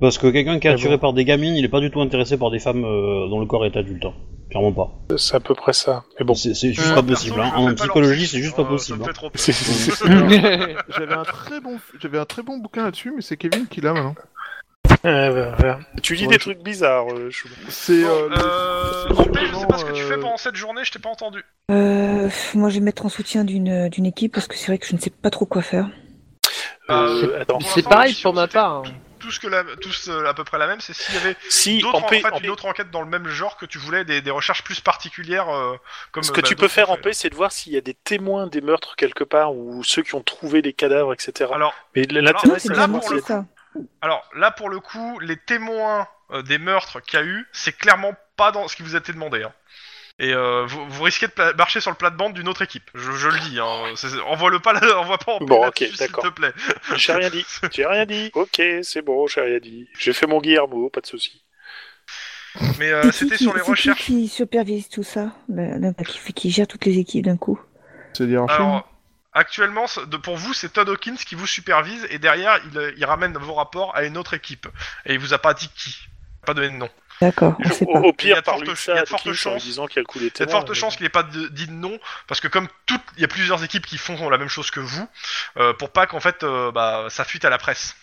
Speaker 1: Parce que quelqu'un qui est
Speaker 3: Ah
Speaker 1: attiré
Speaker 3: bon
Speaker 1: par des gamines, il est pas du tout intéressé par des femmes euh, dont le corps est adulte. hein. Clairement pas.
Speaker 3: C'est à peu près ça. Mais <laughs> bon.
Speaker 1: C'est c'est juste
Speaker 4: Euh,
Speaker 1: pas
Speaker 2: Perso,
Speaker 1: possible.
Speaker 2: je
Speaker 1: hein.
Speaker 2: fais
Speaker 1: En
Speaker 2: pas
Speaker 1: psychologie,
Speaker 2: l'ordi.
Speaker 1: c'est juste pas
Speaker 2: Euh,
Speaker 1: possible.
Speaker 2: Ça me
Speaker 1: hein.
Speaker 2: fait trop peur.
Speaker 3: C'est- c'est-
Speaker 4: <laughs> ouais,
Speaker 5: J'avais un très bon, j'avais un très bon bouquin là-dessus, mais c'est Kevin qui l'a maintenant.
Speaker 3: bah, Tu dis
Speaker 5: Ouais,
Speaker 3: des
Speaker 5: je-
Speaker 3: trucs bizarres, euh, Choubou.
Speaker 5: C'est. euh, le-
Speaker 2: Euh,
Speaker 5: c'est
Speaker 2: en paix, je sais pas
Speaker 5: vraiment,
Speaker 2: ce que tu
Speaker 5: euh,
Speaker 2: fais pendant cette journée, je t'ai pas entendu.
Speaker 7: Euh, pff, moi, je vais me mettre en soutien d'une euh, d'une équipe parce que c'est vrai que je ne sais pas trop quoi faire.
Speaker 3: Euh, attends.
Speaker 2: Pour
Speaker 4: C'est
Speaker 2: l'instant,
Speaker 4: pareil
Speaker 2: je-
Speaker 4: pour ma
Speaker 2: c'était
Speaker 4: part. hein.
Speaker 2: Tout ce que la, tous euh, à peu près la même, c'est s'il y avait
Speaker 3: Si,
Speaker 2: d'autres
Speaker 3: en
Speaker 2: en,
Speaker 3: paix,
Speaker 2: fait,
Speaker 3: en
Speaker 2: une autre enquête dans le même genre que tu voulais, des, des recherches plus particulières. euh, comme,
Speaker 3: Ce que
Speaker 2: bah,
Speaker 3: tu peux
Speaker 2: d'autres
Speaker 3: faire
Speaker 2: ont
Speaker 3: en
Speaker 2: fait.
Speaker 3: paix, c'est de voir s'il y a des témoins des meurtres quelque part ou ceux qui ont trouvé les cadavres, etc.
Speaker 2: Alors,
Speaker 3: Mais
Speaker 2: Non,
Speaker 7: Non,
Speaker 3: l'intérêt, c'est
Speaker 7: c'est
Speaker 3: de
Speaker 7: bien
Speaker 2: là,
Speaker 3: savoir
Speaker 2: pour
Speaker 3: s'il y
Speaker 7: menti,
Speaker 3: a-
Speaker 7: ça.
Speaker 2: alors là pour le coup, les témoins euh, des meurtres qu'il y a eu, c'est clairement pas dans ce qui vous a été demandé. hein. Et euh, vous, vous risquez de pla- marcher sur le plate-bande d'une autre équipe. Je, je le dis. Hein. C'est- c'est- Envoie-le pas, là- <laughs> envoie pas en paix
Speaker 3: Bon,
Speaker 2: là-dessus,
Speaker 3: ok,
Speaker 2: s'il
Speaker 3: d'accord.
Speaker 2: te plaît.
Speaker 3: <laughs> J'ai rien dit. J'ai rien dit. Ok, c'est bon, j'ai rien dit. J'ai fait mon Guillermo, pas de souci.
Speaker 2: Mais euh,
Speaker 7: C'est qui
Speaker 2: c'était
Speaker 7: qui-
Speaker 2: sur les
Speaker 7: c'est qui
Speaker 2: recherches.
Speaker 7: qui supervise tout ça Le- le- qui, fait- qui gère toutes les équipes d'un coup
Speaker 5: C'est l'hierarchie.
Speaker 2: Alors, actuellement, c'est- de- pour vous, c'est Todd Hawkins qui vous supervise et derrière, il, euh, il ramène vos rapports à une autre équipe. Et il vous a pas dit qui. Pas donné de nom.
Speaker 7: D'accord, on
Speaker 3: Je-
Speaker 7: ne sait
Speaker 3: au,
Speaker 7: pas.
Speaker 2: <laughs>
Speaker 3: au
Speaker 2: Il y a de
Speaker 3: pire, parle
Speaker 2: fortes-
Speaker 3: de
Speaker 2: il y
Speaker 3: ça
Speaker 2: a
Speaker 3: à
Speaker 2: de fortes
Speaker 3: Dawkins en
Speaker 2: chances.
Speaker 3: lui disant qu'il y a le coup des
Speaker 2: Il y a de
Speaker 3: témoins.
Speaker 2: fortes
Speaker 3: mais-
Speaker 2: chances qu'il n'ait pas de- dit de nom, parce que comme toutes, il y a plusieurs équipes qui font la même chose que vous, euh, pour pas qu'en fait euh, bah, ça fuite à la presse.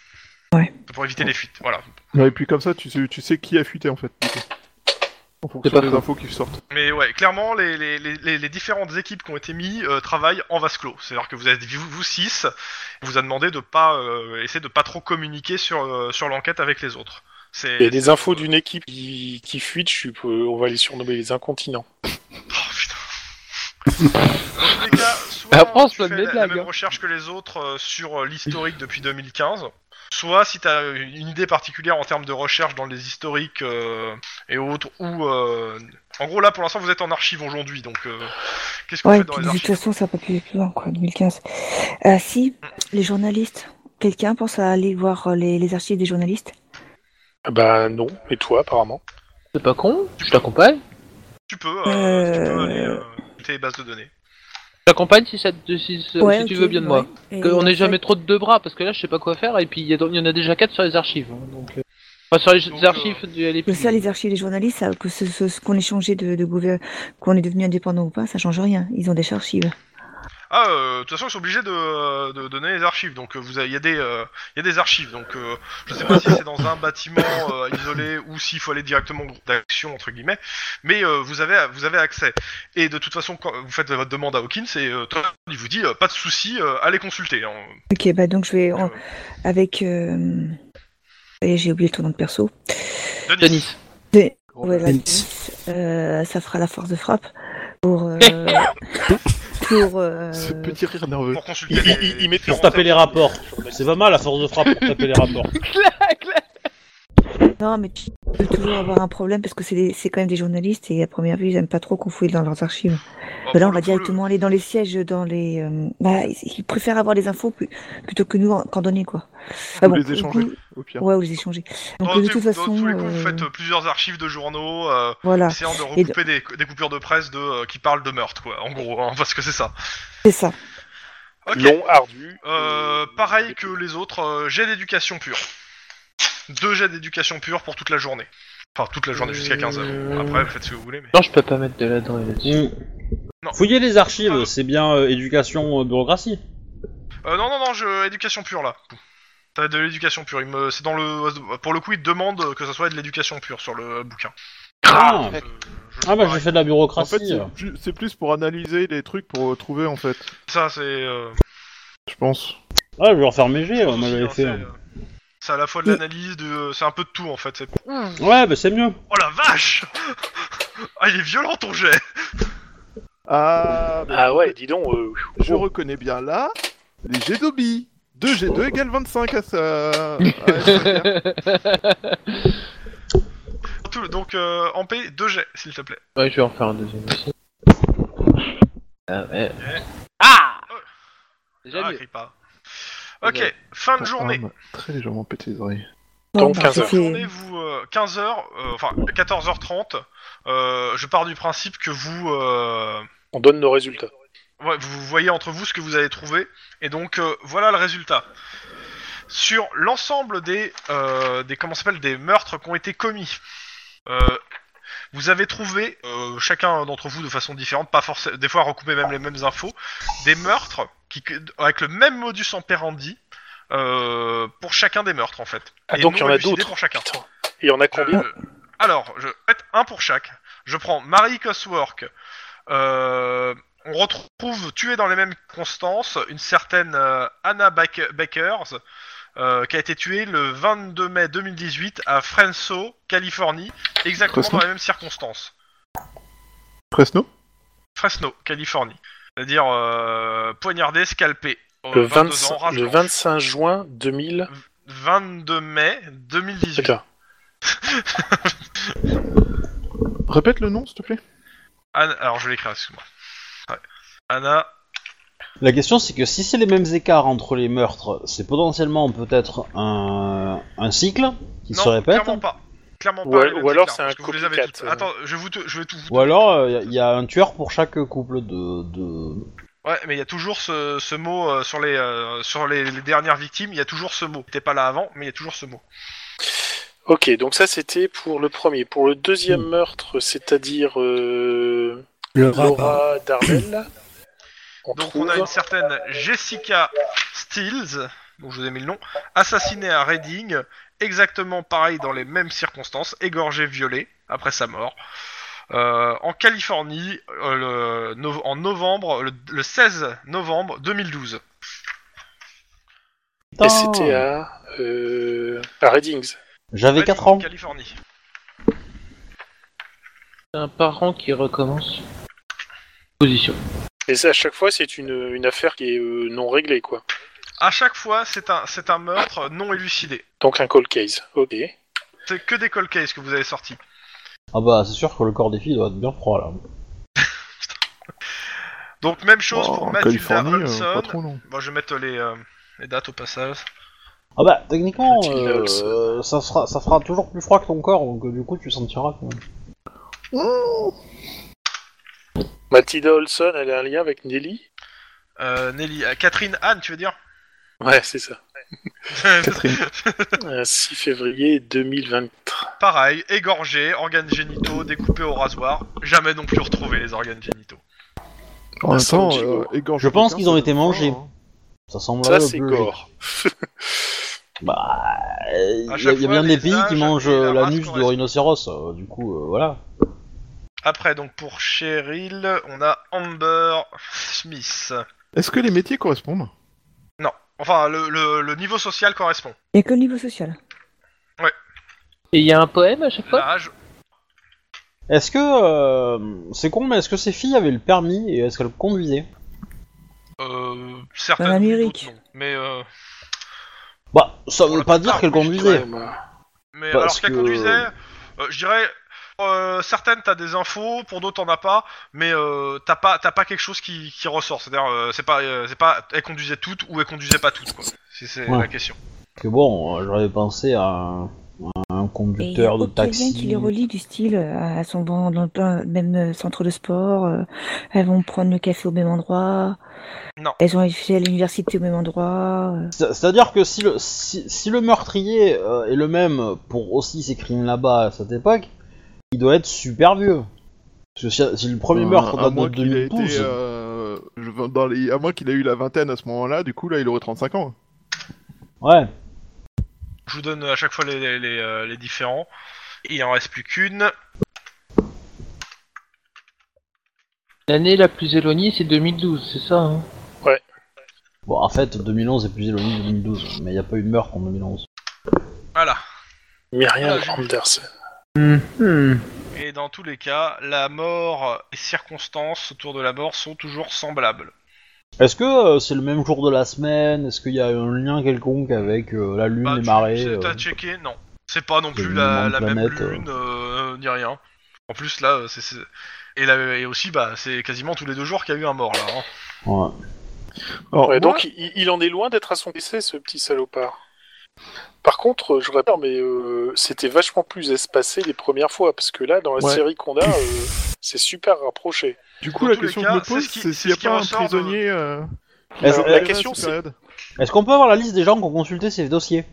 Speaker 7: Ouais.
Speaker 2: Pour éviter les fuites, voilà.
Speaker 5: Ouais, et puis comme ça, tu sais, tu sais qui a fuité en fait. du coup. En fonction
Speaker 4: pas
Speaker 5: des
Speaker 4: faux.
Speaker 5: infos qui sortent.
Speaker 2: Mais ouais, clairement, les, les, les- les- les différentes équipes qui ont été mises euh, travaillent en vase clos. C'est-à-dire que vous êtes vous, vous six, on vous a demandé de pas euh, essayer de pas trop communiquer sur, euh, sur l'enquête avec les autres. C'est
Speaker 3: Il y a des infos d'une équipe qui, qui fuite, je suppose, on va les surnommer les incontinents.
Speaker 2: Oh, putain. Oh,
Speaker 4: <laughs>
Speaker 2: Dans tous les cas, soit
Speaker 4: La France
Speaker 2: tu
Speaker 4: donne
Speaker 2: fais
Speaker 4: des
Speaker 2: la, la
Speaker 4: blagues,
Speaker 2: même
Speaker 4: hein.
Speaker 2: recherche que les autres euh, sur euh, l'historique depuis 2015, soit si t'as euh, une idée particulière en termes de recherche dans les historiques euh, et autres, ou... euh, En gros, là, pour l'instant, vous êtes en archive aujourd'hui, donc... euh, Qu'est-ce que vous
Speaker 7: Ouais,
Speaker 2: faites dans
Speaker 7: puis
Speaker 2: les
Speaker 7: de toute
Speaker 2: archives
Speaker 7: façon, ça n'a pas pu aller plus loin, quoi, 2015. Ah si, les journalistes. Quelqu'un pense à aller voir euh, les, les archives des journalistes
Speaker 3: Ah Bah non, et toi apparemment.
Speaker 4: C'est pas con, je t'accompagne.
Speaker 2: Tu peux, euh, tu peux
Speaker 7: Euh,
Speaker 2: aller euh, tes bases de données.
Speaker 4: Je t'accompagne si, ça te- si- Euh, si
Speaker 7: Ouais,
Speaker 4: tu
Speaker 7: ok,
Speaker 4: veux bien de moi.
Speaker 7: ouais.
Speaker 4: Que
Speaker 7: Et
Speaker 4: on
Speaker 7: en
Speaker 4: n'est
Speaker 7: fait-
Speaker 4: jamais trop de deux bras parce que là je sais pas quoi faire et puis il y, a- il y en a déjà quatre sur les archives. hein, donc, euh, Enfin sur les
Speaker 2: Donc,
Speaker 4: archives du LFI.
Speaker 7: Mais ça, les archives des journalistes, ça, que ce, ce- ce qu'on ait changé de, de gouver- qu'on est devenu indépendant ou pas, ça change rien. Ils ont des archives.
Speaker 2: Ah, euh, de toute façon, ils sont obligés de, euh, de donner les archives. Donc, euh, vous avez- il y, a des, euh, il y a des archives. Donc, euh, je sais pas si c'est dans un bâtiment euh, isolé ou s'il faut aller directement au groupe d'action, entre guillemets. Mais euh, vous, avez, vous avez accès. Et de toute façon, quand vous faites votre demande à Hawkins et euh, Todd, il vous dit euh, pas de souci, euh, allez consulter. hein.
Speaker 7: Ok, bah donc je vais en-
Speaker 2: Euh,
Speaker 7: avec. euh, et j'ai oublié ton nom de perso.
Speaker 2: Denis.
Speaker 4: Denis.
Speaker 7: <laughs> Ouais, la
Speaker 6: Denis.
Speaker 7: Denis. Euh, ça fera la force de frappe pour. euh, pour. euh,
Speaker 5: Ce petit rire nerveux.
Speaker 2: Pour consulter
Speaker 3: Il,
Speaker 2: les,
Speaker 3: il, il met
Speaker 2: différents
Speaker 1: Pour taper les
Speaker 2: tableaux.
Speaker 1: rapports. C'est pas mal à force de frappe pour taper les
Speaker 4: <laughs>
Speaker 1: rapports.
Speaker 7: Non, mais tu peux toujours avoir un problème parce que c'est des- c'est quand même des journalistes et à première vue, ils n'aiment pas trop qu'on fouille dans leurs archives.
Speaker 2: Bon,
Speaker 7: Bah là, on
Speaker 2: pour le
Speaker 7: va
Speaker 2: coup, le-
Speaker 7: directement aller dans les sièges, dans les. euh, bah, ils ils préfèrent avoir les infos plus- plutôt que nous en- qu'en donner, quoi. Ah
Speaker 5: Ou
Speaker 7: bon,
Speaker 5: les
Speaker 7: du
Speaker 5: échanger,
Speaker 7: coup-
Speaker 5: au pire.
Speaker 7: ouais, ou les échanger. Donc,
Speaker 2: dans
Speaker 7: de
Speaker 2: tous-
Speaker 7: toute
Speaker 2: dans
Speaker 7: façon.
Speaker 2: tous les coups, vous
Speaker 7: euh,
Speaker 2: faites euh, plusieurs archives de journaux, euh,
Speaker 7: Voilà,
Speaker 2: essayant de
Speaker 7: Et de-
Speaker 2: recouper des, des coupures de presse de, euh, qui parlent de meurtre, quoi. En gros, hein, parce que c'est ça.
Speaker 7: c'est ça.
Speaker 2: Ok.
Speaker 3: long, ardu.
Speaker 2: Euh, pareil que les autres, euh, jet d'éducation pure. Deux jets d'éducation pure pour toute la journée. Enfin, toute la journée jusqu'à
Speaker 1: Euh.
Speaker 2: 15h. Après, vous faites ce que vous voulez, mais.
Speaker 4: Non je peux pas mettre de la dent là-dessus.
Speaker 2: Non.
Speaker 1: Mm. Fouiller les archives, c'est bien euh, éducation, euh, bureaucratie.
Speaker 2: Euh, non, non, non, je... éducation pure là. T'as de l'éducation pure. Il me... C'est dans le. Pour le coup, il demande que ça soit de l'éducation pure sur le bouquin.
Speaker 1: Ah,
Speaker 2: Euh, je-
Speaker 1: Ah bah j'ai fait de la
Speaker 5: En
Speaker 1: bureaucratie.
Speaker 5: fait, c'est plus- c'est plus pour analyser les trucs pour euh, trouver en fait,
Speaker 2: Ça, c'est. euh,
Speaker 5: je pense.
Speaker 1: Ouais, Ah, je vais refaire mes jets,
Speaker 2: c'est
Speaker 1: ouais, moi
Speaker 2: aussi,
Speaker 1: j'avais
Speaker 2: hein,
Speaker 1: fait.
Speaker 2: c'est, euh, C'est à la fois de l'analyse, de... c'est un peu de tout en fait. c'est-
Speaker 1: Ouais, bah c'est mieux.
Speaker 2: Oh la vache <laughs> Ah, il est violent ton jet
Speaker 5: Ah, bah,
Speaker 3: Ah ouais, dis donc. euh,
Speaker 5: je
Speaker 3: oh.
Speaker 5: reconnais bien là les jets d'Obi. 2 G2 égale 25 à
Speaker 4: <laughs>
Speaker 5: sa. à sa-
Speaker 2: Tout- Donc, euh, en paix, deux jets, s'il te plaît.
Speaker 4: Ah. Ouais je vais en faire un deuxième aussi. Ah ouais.
Speaker 2: Ah
Speaker 4: Déjà mieux.
Speaker 2: crie pas. Ah, Ok,
Speaker 4: Ouais.
Speaker 2: fin de
Speaker 5: Pour
Speaker 2: journée.
Speaker 5: un, Très légèrement pété les oreilles.
Speaker 3: Donc,
Speaker 7: bah,
Speaker 3: 15
Speaker 7: ça
Speaker 3: heures.
Speaker 7: fait-
Speaker 2: Journée, vous, 15h, euh, enfin 14h30, euh, je pars du principe que vous, euh,
Speaker 3: On donne nos résultats.
Speaker 2: ouais, vous voyez entre vous ce que vous avez trouvé, et donc euh, voilà le résultat. Sur l'ensemble des, euh, des, comment ça s'appelle, des meurtres qui ont été commis, euh, vous avez trouvé, euh, chacun d'entre vous de façon différente, pas forcément, des fois recouper même les mêmes infos, des meurtres qui, avec le même modus operandi, euh, pour chacun des meurtres en fait.
Speaker 3: Ah,
Speaker 2: Et
Speaker 3: donc
Speaker 2: non
Speaker 3: il y en a
Speaker 2: élucidés
Speaker 3: d'autres.
Speaker 2: pour chacun.
Speaker 3: Putain. Et il y en a combien
Speaker 2: Euh, alors, je faites un pour chaque. Je prends Marie Coswork. Euh, on retrouve tuée dans les mêmes constances une certaine euh, Anna Bak- Bakers euh, qui a été tuée le 22 mai 2018 à Fresno, Californie, exactement
Speaker 5: Fresno
Speaker 2: dans les mêmes circonstances.
Speaker 5: Fresno
Speaker 2: Fresno, Californie. C'est-à-dire euh, poignardée, scalpée. Euh,
Speaker 3: le,
Speaker 2: 22
Speaker 3: 25
Speaker 2: ans, race
Speaker 3: le
Speaker 2: blanche.
Speaker 3: 25 juin 2000.
Speaker 2: 22 mai 2018.
Speaker 3: Putain.
Speaker 5: Répète le nom, s'il te plaît.
Speaker 2: Anna- Alors je l'écris, excuse-moi. Ouais. Anna
Speaker 1: La question c'est que si c'est les mêmes écarts entre les meurtres, c'est potentiellement peut-être un, un cycle qui se répète. hein
Speaker 2: Clairement pas. Clairement
Speaker 3: Ou
Speaker 2: pas.
Speaker 3: al-
Speaker 2: les mêmes
Speaker 3: ou alors
Speaker 2: écarts,
Speaker 3: c'est un
Speaker 2: parce que vous les avez
Speaker 3: copycat,
Speaker 2: toutes.
Speaker 3: euh.
Speaker 2: Attends, je, vous te- je vais tout. vous-
Speaker 1: Ou alors il y a un tueur pour chaque couple de. de...
Speaker 2: Ouais, mais il y a toujours ce, ce mot euh, sur les euh, sur les, les dernières victimes. Il y a toujours ce mot. T'es pas là avant, mais il y a toujours ce mot.
Speaker 3: Ok, donc ça c'était pour le premier. Pour le deuxième
Speaker 2: Hmm.
Speaker 3: meurtre, c'est-à-dire euh,
Speaker 6: Le rat.
Speaker 3: Laura Darnell. on
Speaker 2: Donc
Speaker 3: trouve-
Speaker 2: on a une certaine Jessica Steels, dont je vous ai mis le nom, assassinée à Reading, exactement pareil dans les mêmes circonstances, égorgée, violée après sa mort. Euh, en Californie, euh, le- no- en novembre, le, le 16 novembre 2012.
Speaker 3: Et c'était à, euh, à Readings.
Speaker 1: J'avais 4 ans.
Speaker 2: Californie.
Speaker 4: C'est un parent qui recommence. Position.
Speaker 3: Et ça, à chaque fois, c'est une, une affaire qui est euh, non réglée, quoi.
Speaker 2: À chaque fois, c'est un, c'est un meurtre non élucidé.
Speaker 3: Donc un cold case. Ok.
Speaker 2: C'est que des cold cases que vous avez sortis.
Speaker 1: Ah bah c'est sûr que le corps des filles doit être bien froid là.
Speaker 2: Donc, même chose
Speaker 5: Oh,
Speaker 2: pour
Speaker 5: en
Speaker 2: Matilda
Speaker 5: Californie, euh,
Speaker 2: Hudson.
Speaker 5: pas trop long.
Speaker 2: Bon, je vais mettre les, euh, les dates au passage.
Speaker 1: Ah bah techniquement
Speaker 3: Petit
Speaker 1: euh,
Speaker 3: Nox.
Speaker 1: euh, ça, sera, ça fera toujours plus froid que ton corps donc euh, du coup tu sentiras quand même.
Speaker 3: Matilda Olson, elle a un lien avec Nelly
Speaker 2: Euh, Nelly, euh, Catherine Anne, tu veux dire <laughs>
Speaker 3: Ouais, c'est ça.
Speaker 5: Catherine.
Speaker 3: Un 6 février 2023.
Speaker 2: Pareil, égorgée, organes génitaux, découpés au rasoir. Jamais non plus retrouvé les organes génitaux.
Speaker 5: En même temps, euh,
Speaker 1: Je pense qu'ils ont été mangés.
Speaker 5: hein.
Speaker 1: Ça semble
Speaker 3: Ça,
Speaker 1: le
Speaker 3: c'est
Speaker 1: plus logique.
Speaker 3: gore.
Speaker 1: Bah, il y,
Speaker 2: À
Speaker 1: a-
Speaker 2: chaque
Speaker 1: y a
Speaker 2: fois,
Speaker 1: bien des
Speaker 2: les
Speaker 1: pays qui
Speaker 2: âges
Speaker 1: mangent
Speaker 2: et la
Speaker 1: euh,
Speaker 2: race
Speaker 1: l'anus de
Speaker 2: correspondent.
Speaker 1: rhinocéros, euh, du coup, euh, voilà.
Speaker 2: Après, donc pour Cheryl, on a Amber Smith.
Speaker 5: Est-ce que les métiers correspondent
Speaker 2: Non, enfin, le, le- le niveau social correspond.
Speaker 7: Il n'y a que le niveau social.
Speaker 4: Et il y a un poème à chaque fois
Speaker 2: L'âge,
Speaker 1: Est-ce que... euh, c'est con, mais est-ce que ces filles avaient le permis et est-ce qu'elles conduisaient
Speaker 2: euh, certaines.
Speaker 7: En Amérique.
Speaker 2: d'autres non. Mais. euh,
Speaker 1: Bah, ça veut
Speaker 2: la
Speaker 1: pas
Speaker 2: plupart,
Speaker 1: dire qu'elles
Speaker 2: oui,
Speaker 1: conduisaient.
Speaker 2: Mais
Speaker 1: Parce
Speaker 2: alors qu'elle
Speaker 1: que-
Speaker 2: conduisait, euh, je dirais, euh, certaines t'as des infos, pour d'autres t'en as pas, mais euh, t'as pas t'as pas quelque chose qui, qui ressort. C'est-à-dire, euh, c'est pas euh, c'est pas elle conduisait toutes ou elle conduisait pas toutes quoi. Si c'est
Speaker 1: Ouais.
Speaker 2: la question.
Speaker 1: Que bon, euh, j'aurais pensé à un, à un
Speaker 7: Et il y a
Speaker 1: conducteur de
Speaker 7: aucun lien
Speaker 1: taxi.
Speaker 7: qui les relie du style euh, à son banc dans le pain- même euh, centre de sport. euh, Elles vont prendre le café au même endroit.
Speaker 2: Non.
Speaker 7: Elles ont été à l'université au même endroit. euh.
Speaker 1: C'est- C'est-à-dire que si le, si, si le meurtrier euh, est le même pour aussi ces crimes là-bas à cette époque, il doit être super vieux. Parce que si, si le premier meurtre
Speaker 5: Euh, à
Speaker 1: date de
Speaker 5: moins qu'il ait
Speaker 1: 2012...
Speaker 5: été, euh, je- dans les- à moins qu'il ait eu la vingtaine à ce moment-là, du coup là il aurait 35 ans.
Speaker 1: Ouais.
Speaker 2: Je vous donne à chaque fois les, les, les, euh, les différents. Et il en reste plus qu'une.
Speaker 4: L'année la plus éloignée, c'est 2012, c'est ça hein
Speaker 1: Bon, en fait, 2011 est plus éloigné de 2012, mais il n'y a pas eu de meurtre en 2011.
Speaker 2: Voilà.
Speaker 3: Myriam
Speaker 2: Ah, je-
Speaker 3: Anderson.
Speaker 2: Et dans tous les cas, la mort et circonstances autour de la mort sont toujours semblables.
Speaker 1: Est-ce que euh, c'est le même jour de la semaine Est-ce qu'il y a un lien quelconque avec euh, la lune,
Speaker 2: Bah,
Speaker 1: les
Speaker 2: tu-
Speaker 1: marées
Speaker 2: c'est- T'as
Speaker 1: euh,
Speaker 2: checké Non. C'est pas non
Speaker 1: c'est
Speaker 2: plus
Speaker 1: le
Speaker 2: la,
Speaker 1: même
Speaker 2: la même
Speaker 1: planète, euh.
Speaker 2: lune, euh, euh, ni rien. En plus, là, euh, c'est. c'est- Et, là, et aussi, bah, c'est quasiment tous les deux jours qu'il y a eu un mort, là. hein.
Speaker 1: ouais.
Speaker 5: Alors,
Speaker 3: Ouais,
Speaker 5: moi,
Speaker 3: donc il, il en est loin d'être à son PC, ce petit salopard. Par contre, euh, je rappelle, mais euh, c'était vachement plus espacé les premières fois, parce que là, dans la
Speaker 5: Ouais.
Speaker 3: série qu'on a, euh, c'est super rapproché.
Speaker 5: du coup
Speaker 2: dans
Speaker 5: la
Speaker 2: tous les
Speaker 5: question
Speaker 2: cas,
Speaker 5: que je me
Speaker 2: c'est
Speaker 5: pose,
Speaker 2: ce qui-
Speaker 5: c'est
Speaker 2: c'est
Speaker 5: s'il n'y a
Speaker 2: ce qui
Speaker 5: pas un
Speaker 2: ressort de-
Speaker 5: prisonnier. euh,
Speaker 1: Est-ce
Speaker 5: qui
Speaker 3: la
Speaker 5: arrive à
Speaker 3: question,
Speaker 5: cette
Speaker 3: c'est-
Speaker 5: période.
Speaker 1: Est-ce qu'on peut avoir la liste des gens qui ont consulté ces dossiers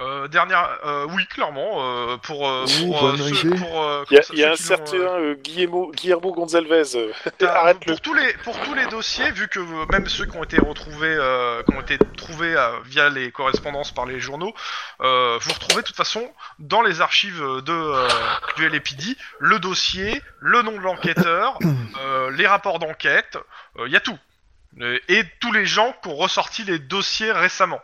Speaker 2: Euh, euh, dernière. euh, oui, clairement. euh, pour. euh,
Speaker 5: Ouh,
Speaker 2: pour, euh,
Speaker 5: bonne
Speaker 2: ceux-
Speaker 5: idée.
Speaker 2: pour, euh,
Speaker 3: Il y a,
Speaker 2: ceux
Speaker 3: il y a un
Speaker 2: qui l'ont, euh, Ah.
Speaker 3: certain euh, Guillermo, Guillermo Gonzalez. euh,
Speaker 2: T'as-
Speaker 3: <laughs> Arrête-le.
Speaker 2: pour tous les pour tous les dossiers, vu que euh, même ceux qui ont été retrouvés, euh, qui ont été trouvés euh, via les correspondances par les journaux, euh, vous retrouvez de toute façon dans les archives euh, de euh, du LAPD le dossier, le nom de
Speaker 1: <coughs>
Speaker 2: l'enquêteur, euh, les rapports d'enquête, il y a tout Euh, et tous les gens qui ont ressorti les dossiers récemment.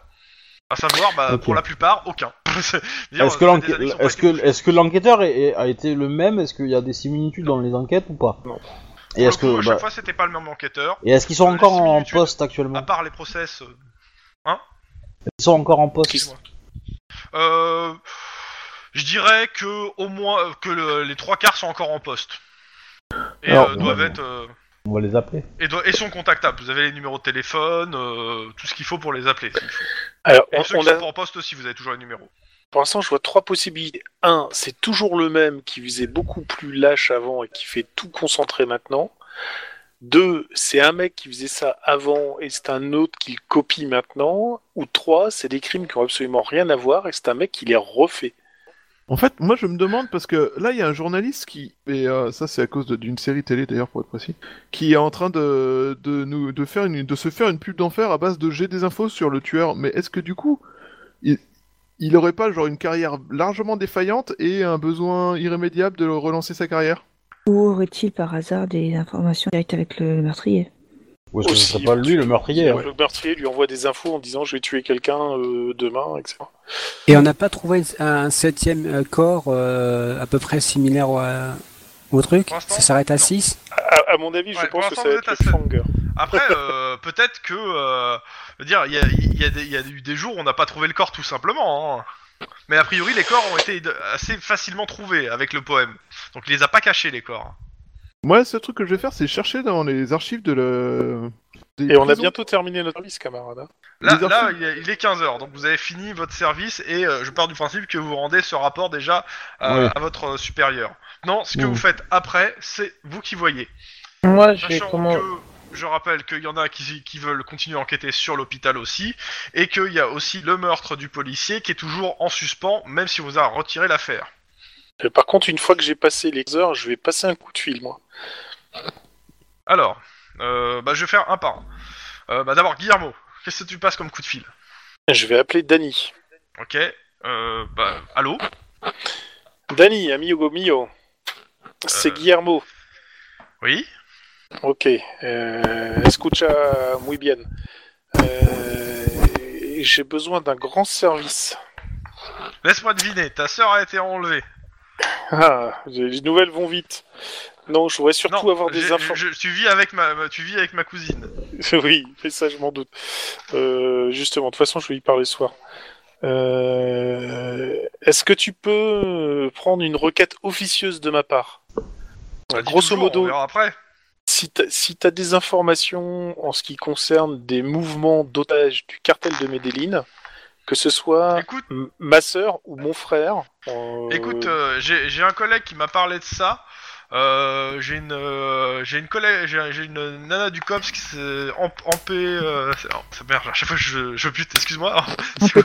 Speaker 2: À savoir, bah,
Speaker 1: Ok.
Speaker 2: pour la plupart, aucun. <laughs> C'est-à-dire,
Speaker 1: Est-ce que,
Speaker 2: euh,
Speaker 1: l'enque-
Speaker 2: des années qui ont pas
Speaker 1: est-ce
Speaker 2: été
Speaker 1: que, est-ce que l'enquêteur est- est- a été le même Est-ce qu'il y a des similitudes dans les enquêtes ou pas
Speaker 3: Non.
Speaker 1: Et est-ce
Speaker 2: Pour le coup,
Speaker 1: que
Speaker 2: à chaque
Speaker 1: bah,
Speaker 2: fois, c'était pas le même enquêteur.
Speaker 1: et est-ce qu'ils sont
Speaker 2: les
Speaker 1: encore en
Speaker 2: similitudes-
Speaker 1: poste
Speaker 2: À
Speaker 1: actuellement
Speaker 2: part les process. euh,
Speaker 1: Ils sont encore en poste.
Speaker 3: qui-
Speaker 2: Euh, je dirais que au moins euh, que le- les trois quarts sont encore en poste et
Speaker 1: Alors,
Speaker 2: euh, doivent
Speaker 1: ouais.
Speaker 2: être euh,
Speaker 1: On va les appeler.
Speaker 2: et, do- et sont contactables. Vous avez les numéros de téléphone, euh, tout ce qu'il faut pour les appeler. s'il faut.
Speaker 3: Alors,
Speaker 2: Et
Speaker 3: on,
Speaker 2: ceux
Speaker 3: on
Speaker 2: qui
Speaker 3: a,
Speaker 2: sont pas en poste aussi, vous avez toujours les numéros.
Speaker 3: pour l'instant, je vois trois possibilités. Un, c'est toujours le même qui faisait beaucoup plus lâche avant et qui fait tout concentrer maintenant. Deux, c'est un mec qui faisait ça avant et c'est un autre qui le copie maintenant. Ou trois, c'est des crimes qui ont absolument rien à voir et c'est un mec qui les refait.
Speaker 5: En fait, moi je me demande parce que là il y a un journaliste qui et euh, ça c'est à cause de- d'une série télé d'ailleurs pour être précis, qui est en train de de nous de faire une de se faire une pub d'enfer à base de j'ai des infos sur le tueur. Mais est-ce que du coup il il aurait pas genre une carrière largement défaillante et un besoin irrémédiable de relancer sa carrière
Speaker 7: Ou aurait-il par hasard des informations directes avec le meurtrier
Speaker 1: Ou est-ce que ce
Speaker 3: Aussi,
Speaker 1: serait pas lui le meurtrier hein?
Speaker 3: Le meurtrier lui envoie des infos en disant je vais tuer quelqu'un euh, demain, etc.
Speaker 6: Et on n'a pas trouvé une- un septième euh, corps euh, à peu près similaire au, euh, au truc
Speaker 2: Pour l'instant,
Speaker 6: Ça s'arrête à
Speaker 2: non.
Speaker 6: 6
Speaker 3: À, à mon avis, je
Speaker 2: Ouais,
Speaker 3: pense
Speaker 2: pour
Speaker 3: que
Speaker 2: l'instant,
Speaker 3: ça va
Speaker 2: vous
Speaker 3: être le
Speaker 2: êtes à sept.
Speaker 3: Fanger.
Speaker 2: Après,
Speaker 3: <laughs>
Speaker 2: euh, peut-être que euh, je veux dire, il y a, il y a des- il y a eu des jours où on n'a pas trouvé le corps tout simplement. hein. Mais a priori, les corps ont été id- assez facilement trouvés avec le poème. Donc il les a pas cachés les corps.
Speaker 5: Moi, ce truc que je vais faire, c'est chercher dans les archives de le. des
Speaker 3: Et on a
Speaker 5: prisons.
Speaker 3: bientôt terminé notre service, camarade. hein.
Speaker 2: Là,
Speaker 5: Les
Speaker 2: là,
Speaker 5: archives.
Speaker 2: il est- il est 15h, donc vous avez fini votre service et euh, je pars du principe que vous rendez ce rapport déjà euh,
Speaker 1: Ouais.
Speaker 2: à votre euh, supérieur. Non, ce que
Speaker 1: Mm.
Speaker 2: vous faites après, c'est vous qui voyez.
Speaker 4: Moi, je vais
Speaker 2: Sachant
Speaker 4: comment.
Speaker 2: que je rappelle qu'il y en a qui, qui veulent continuer à enquêter sur l'hôpital aussi et qu'il y a aussi le meurtre du policier qui est toujours en suspens, même si on vous a retiré l'affaire.
Speaker 3: Euh, Par contre, une fois que j'ai passé les heures, je vais passer un coup de fil, moi.
Speaker 2: Alors, euh, bah, je vais faire un par un. Euh, bah, D'abord, Guillermo, qu'est-ce que tu passes comme coup de fil
Speaker 3: Je vais appeler Danny.
Speaker 2: Ok, euh, bah, allô
Speaker 3: Danny, amigo mio. C'est
Speaker 2: Euh.
Speaker 3: Guillermo.
Speaker 2: Oui
Speaker 3: Ok. Euh, escucha muy bien. Euh, j'ai besoin d'un grand service.
Speaker 2: Laisse-moi deviner, ta sœur a été enlevée.
Speaker 3: Ah, les nouvelles vont vite. Non, je voudrais surtout avoir
Speaker 2: j'ai-
Speaker 3: des informations.
Speaker 2: je- tu vis avec ma, ma- tu vis avec ma cousine.
Speaker 3: <laughs> oui, mais ça, je m'en doute. Euh, justement, de toute façon, je vais y parler ce soir. Euh, Est-ce que tu peux euh, prendre une requête officieuse de ma part
Speaker 2: Bah, dis
Speaker 3: Grosso
Speaker 2: toujours,
Speaker 3: modo.
Speaker 2: On verra après.
Speaker 3: Si t'as si t'as des informations en ce qui concerne des mouvements d'otages du cartel de Medellin, que ce soit
Speaker 2: Écoute,
Speaker 3: m- ma sœur ou mon frère, Ah. euh,
Speaker 2: écoute, euh, j'ai j'ai un collègue qui m'a parlé de ça. Euh, j'ai une, euh, j'ai une collègue, j'ai j'ai une nana du cops qui s'est emp- empé, euh, c'est- oh, ça merde, à chaque fois je, je bute, excuse-moi,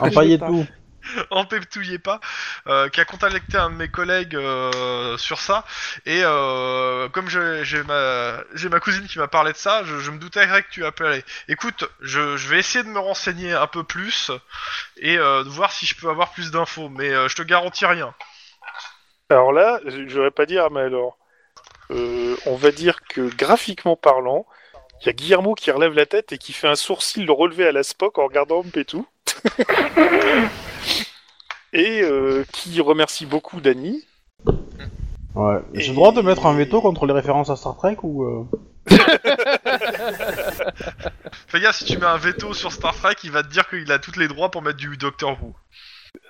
Speaker 1: Empaillé
Speaker 3: <laughs>
Speaker 1: de tout.
Speaker 2: <laughs> empéptouillez pas, euh, qui a contacté un de mes collègues euh, sur ça. Et euh, comme je- j'ai ma, j'ai ma cousine qui m'a parlé de ça, je, je me doutais que tu appelais. Écoute, je, je vais essayer de me renseigner un peu plus et euh, de voir si je peux avoir plus d'infos, mais euh, je te garantis rien.
Speaker 3: Alors là, je je vais pas dire, mais alors, euh, on va dire que graphiquement parlant, il y a Guillermo qui relève la tête et qui fait un sourcil relevé à la Spock en regardant Mpetou. <laughs> et euh, qui remercie beaucoup Dany.
Speaker 1: Ouais. J'ai
Speaker 3: Et-
Speaker 1: le droit de mettre un veto contre les références à Star Trek ou euh,
Speaker 2: Fais gaffe, si tu mets un veto sur Star Trek, il va te dire qu'il a tous les droits pour mettre du Doctor Who.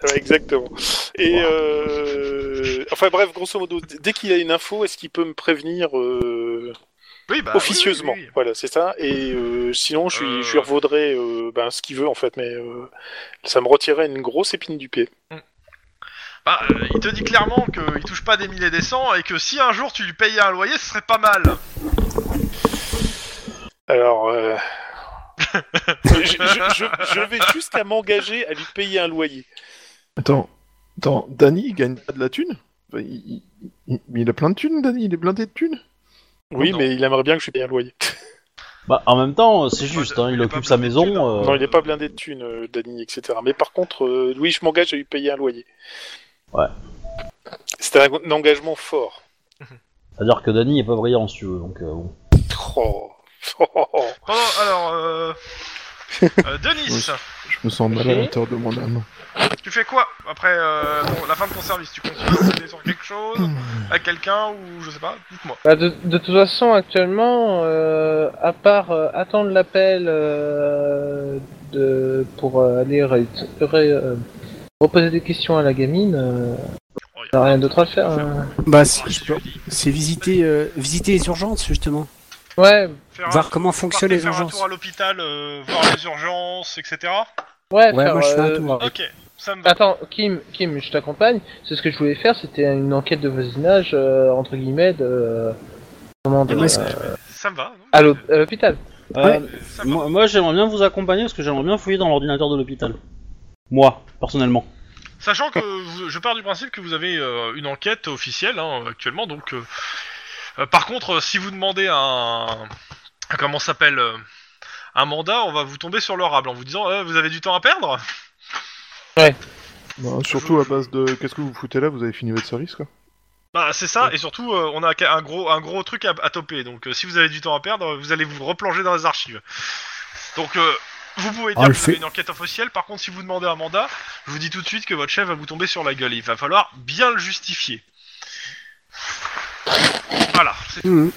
Speaker 3: Ouais, exactement. Et euh, enfin bref, grosso modo, d- dès qu'il a une info, est-ce qu'il peut me prévenir euh,
Speaker 2: Oui, bah. oui, oui,
Speaker 3: officieusement
Speaker 2: oui, oui.
Speaker 3: Voilà, c'est ça. Et euh, sinon, je lui, je lui
Speaker 2: Euh.
Speaker 3: revaudrais euh, ben, ce qu'il veut en fait, mais euh, ça me retirait une grosse épine du pied.
Speaker 2: Bah, euh, il te dit clairement qu'il touche pas des milliers des cents et que si un jour tu lui payais un loyer, ce serait pas mal.
Speaker 3: Alors, euh, je, je- je- je vais jusqu'à m'engager à lui payer un loyer.
Speaker 5: Attends, attends, Danny, il gagne pas de la thune Enfin, il, il- il- il a plein de thunes, Danny, il est blindé de thunes
Speaker 3: Oui,
Speaker 2: Non.
Speaker 3: mais il aimerait bien que je paye un loyer.
Speaker 1: Bah, en même temps, euh, c'est juste,
Speaker 2: Ouais,
Speaker 1: hein, il
Speaker 2: il est
Speaker 1: occupe
Speaker 2: pas
Speaker 1: sa
Speaker 2: blindé de
Speaker 1: maison.
Speaker 2: thunes, hein.
Speaker 1: euh,
Speaker 3: Non, il n'est pas blindé de thunes, euh, Dany, etc. Mais par contre, euh, oui, je m'engage à lui payer un loyer.
Speaker 1: Ouais.
Speaker 3: C'était un, un engagement fort.
Speaker 1: C'est-à-dire que Danny est pas brillant, si tu veux, donc euh, bon.
Speaker 3: Oh. <laughs> Oh.
Speaker 2: Pendant, alors, euh... euh, Denis,
Speaker 5: Je me sens mal à l'intérieur de mon âme.
Speaker 2: tu fais quoi après euh, ton- la fin de ton service Tu continues à aider sur quelque chose À quelqu'un Ou je sais pas Dites-moi.
Speaker 4: Bah, de, de toute façon, actuellement, euh, à part euh, attendre l'appel euh, de pour euh, aller ré- ré- euh, reposer des questions à la gamine, euh,
Speaker 2: Oh, y
Speaker 4: on
Speaker 2: a-
Speaker 4: a rien d'autre à faire. hein.
Speaker 6: Bah, c'est, je
Speaker 2: Je
Speaker 6: peux-
Speaker 2: lui dis,
Speaker 6: c'est visiter, euh, visiter les urgences, justement.
Speaker 4: Ouais,
Speaker 2: faire un-
Speaker 6: Voir comment fonctionnent les
Speaker 2: partez faire un
Speaker 6: urgences.
Speaker 2: tour à l'hôpital, euh, voir les urgences, etc.
Speaker 4: ouais.
Speaker 6: Ouais,
Speaker 4: faire,
Speaker 6: moi je fais un
Speaker 4: euh,
Speaker 6: tour.
Speaker 2: Ok, ça me va.
Speaker 4: Attends, Kim, Kim, je t'accompagne. C'est ce que je voulais faire. C'était une enquête de voisinage euh, entre guillemets de comment de-
Speaker 6: Et moi, ce que-
Speaker 2: Ça me va. non
Speaker 4: à l'hô- à l'hôpital.
Speaker 1: Euh,
Speaker 2: Ça me va.
Speaker 1: moi, moi, j'aimerais bien vous accompagner parce que j'aimerais bien fouiller dans l'ordinateur de l'hôpital. Moi, personnellement.
Speaker 2: Sachant que vous- je pars du principe que vous avez euh, une enquête officielle hein, actuellement, donc. euh, euh, par contre, euh, si vous demandez un. un- Comment ça s'appelle euh, Un mandat, on va vous tomber sur l'orable en vous disant Euh, Vous avez du temps à perdre
Speaker 5: Bah, surtout à base de qu'est-ce que vous foutez là, vous avez fini votre service quoi.
Speaker 2: Bah, c'est ça, et surtout, euh, on a ca- un gros, un gros truc à, à toper, donc euh, si vous avez du temps à perdre, vous allez vous replonger dans les archives. Donc. euh, vous pouvez dire
Speaker 6: Ah,
Speaker 2: que
Speaker 6: le
Speaker 2: vous
Speaker 6: fait-
Speaker 2: avez une enquête officielle, par contre si vous demandez un mandat, je vous dis tout de suite que votre chef va vous tomber sur la gueule, il va falloir bien le justifier. Voilà, c'est
Speaker 6: Mhm.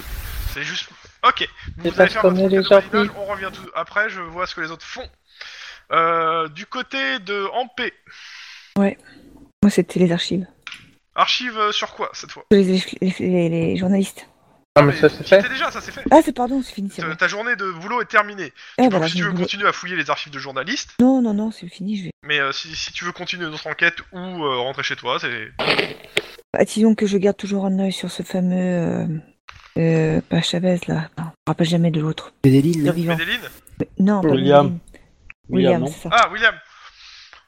Speaker 2: C'est juste. Ok.
Speaker 4: C'est
Speaker 2: Vous
Speaker 4: pas
Speaker 2: allez faire votre
Speaker 4: premier
Speaker 2: enquête de
Speaker 4: déjà
Speaker 2: voisinage,
Speaker 4: pris.
Speaker 2: on revient tout après, je vois ce que les autres font. Euh, du côté de Ampé,
Speaker 7: Moi, c'était les archives.
Speaker 2: archive euh, sur quoi cette fois
Speaker 7: Les, les- les- les journalistes.
Speaker 4: Ah mais ça c'est fait.
Speaker 2: C'était déjà, ça c'est fait.
Speaker 7: Ah, c'est pardon, c'est fini. c'est
Speaker 2: Ta,
Speaker 7: bon.
Speaker 2: ta journée de boulot est terminée.
Speaker 7: Ah,
Speaker 2: Donc,
Speaker 7: voilà,
Speaker 2: si
Speaker 7: je
Speaker 2: Euh, tu veux
Speaker 7: voulais-
Speaker 2: continuer à fouiller les archives de journalistes,
Speaker 7: Non, non, non, c'est fini. Je vais...
Speaker 2: mais euh, si, si tu veux continuer notre enquête ou euh, rentrer chez toi, c'est.
Speaker 7: Ah, Bah, disons que je garde toujours un œil sur ce fameux. Euh... euh, pas Chavez, là. Non, je me rappelle jamais de l'autre.
Speaker 6: Les délits,
Speaker 7: Le
Speaker 6: là.
Speaker 7: vivant.
Speaker 2: Medellin
Speaker 7: Mais- Non, pas
Speaker 1: William.
Speaker 7: Medellin. William,
Speaker 1: non
Speaker 7: c'est ça.
Speaker 2: Ah, William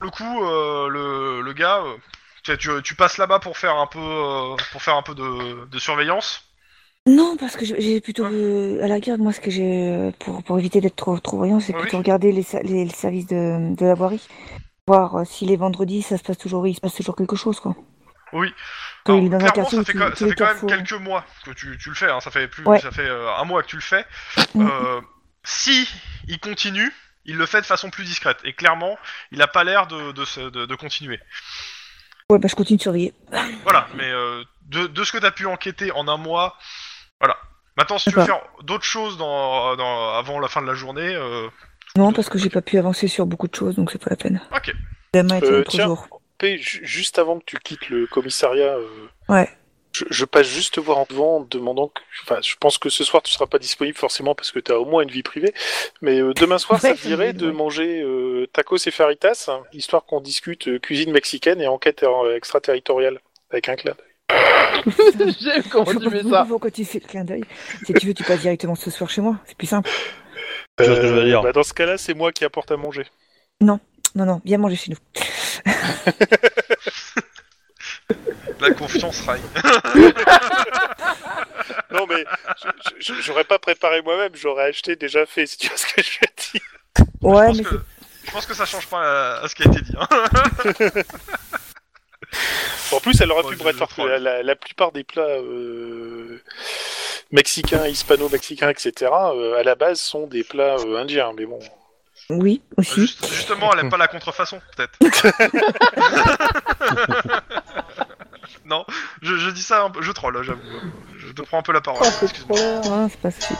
Speaker 2: Le coup, euh, le, le gars, euh, tu, tu- tu passes là-bas pour faire un peu, euh, pour faire un peu de- de surveillance
Speaker 7: Non, parce que je- j'ai
Speaker 2: Ah.
Speaker 7: plutôt euh, à la garde, moi, ce que j'ai euh, pour, pour éviter d'être trop, trop voyant, c'est
Speaker 2: Ah Oui.
Speaker 7: plutôt regarder les, sa- les, les services de, de la voirie, voir euh, si les vendredis, ça se passe toujours, il se passe toujours quelque chose, quoi.
Speaker 2: Oui.
Speaker 7: Parce qu'il est dans un
Speaker 2: clairement,
Speaker 7: quartier
Speaker 2: ça
Speaker 7: où
Speaker 2: fait,
Speaker 7: tous-
Speaker 2: quand-
Speaker 7: tous
Speaker 2: ça
Speaker 7: les
Speaker 2: fait quand même
Speaker 7: carrefours-
Speaker 2: quelques mois que tu, tu le fais, hein, ça fait plus,
Speaker 7: Ouais.
Speaker 2: ça fait euh, un mois que tu le fais.
Speaker 7: Mm.
Speaker 2: Euh, si il continue, il le fait de façon plus discrète. Et clairement, il a pas l'air de, de, se- de- de continuer.
Speaker 7: Ouais, bah, je continue de surveiller.
Speaker 2: Voilà, mais euh, de, de ce que tu as pu enquêter en un mois, voilà. Maintenant, si tu veux faire d'autres choses dans, dans- avant la fin de la journée, euh,
Speaker 7: Non, parce que j'ai pas pu avancer sur beaucoup de choses, donc c'est pas la peine.
Speaker 2: Ok.
Speaker 7: La main était
Speaker 3: Euh,
Speaker 7: trop
Speaker 3: tiens,
Speaker 7: lourde.
Speaker 3: P, ju- juste avant que tu quittes le commissariat, euh,
Speaker 7: Ouais.
Speaker 3: je, je passe juste te voir en devant en te demandant que. Enfin, je pense que ce soir tu seras pas disponible forcément parce que tu as au moins une vie privée. Mais euh, demain soir,
Speaker 7: Ouais,
Speaker 3: ça te
Speaker 7: ça me
Speaker 3: dirait
Speaker 7: dit,
Speaker 3: de
Speaker 7: ouais.
Speaker 3: manger euh, tacos et faritas, hein, histoire qu'on discute euh, cuisine mexicaine et enquête euh, extraterritoriale avec un clin d'œil.
Speaker 4: <laughs> J'aime comment
Speaker 7: Je
Speaker 4: tu mets <laughs>
Speaker 7: comprends
Speaker 4: ça.
Speaker 7: pas quand tu fais le clin d'œil. Si tu veux, tu passes directement ce soir chez moi, c'est plus simple.
Speaker 1: Tu vois ce que je veux dire.
Speaker 3: bah, dans ce cas-là, c'est moi qui apporte à manger.
Speaker 7: Non, non, viens manger chez nous.
Speaker 2: la confiance règne.
Speaker 3: Non, mais je- je- j'aurais pas préparé moi-même, j'aurais acheté déjà fait, si tu vois ce que je veux dire.
Speaker 7: Ouais,
Speaker 2: je,
Speaker 7: mais
Speaker 2: pense que- je pense que ça change pas à, à ce qui a été dit. hein.
Speaker 3: En plus, elle aurait
Speaker 2: Oh,
Speaker 3: pu
Speaker 2: je-
Speaker 3: me rétorquer
Speaker 2: je troll.
Speaker 3: la, la- la plupart des plats euh, mexicains, hispano-mexicains, etc. euh, à la base, sont des plats euh, indiens, mais bon.
Speaker 7: c'est- oui, aussi.
Speaker 2: Juste- justement, elle aime pas la contrefaçon,
Speaker 7: <laughs>
Speaker 2: peut-être. non, je, je dis ça un peu, je troll, hein, j'avoue. Je te prends un peu la parole, excuse-moi.
Speaker 7: Ah, c'est pas ça.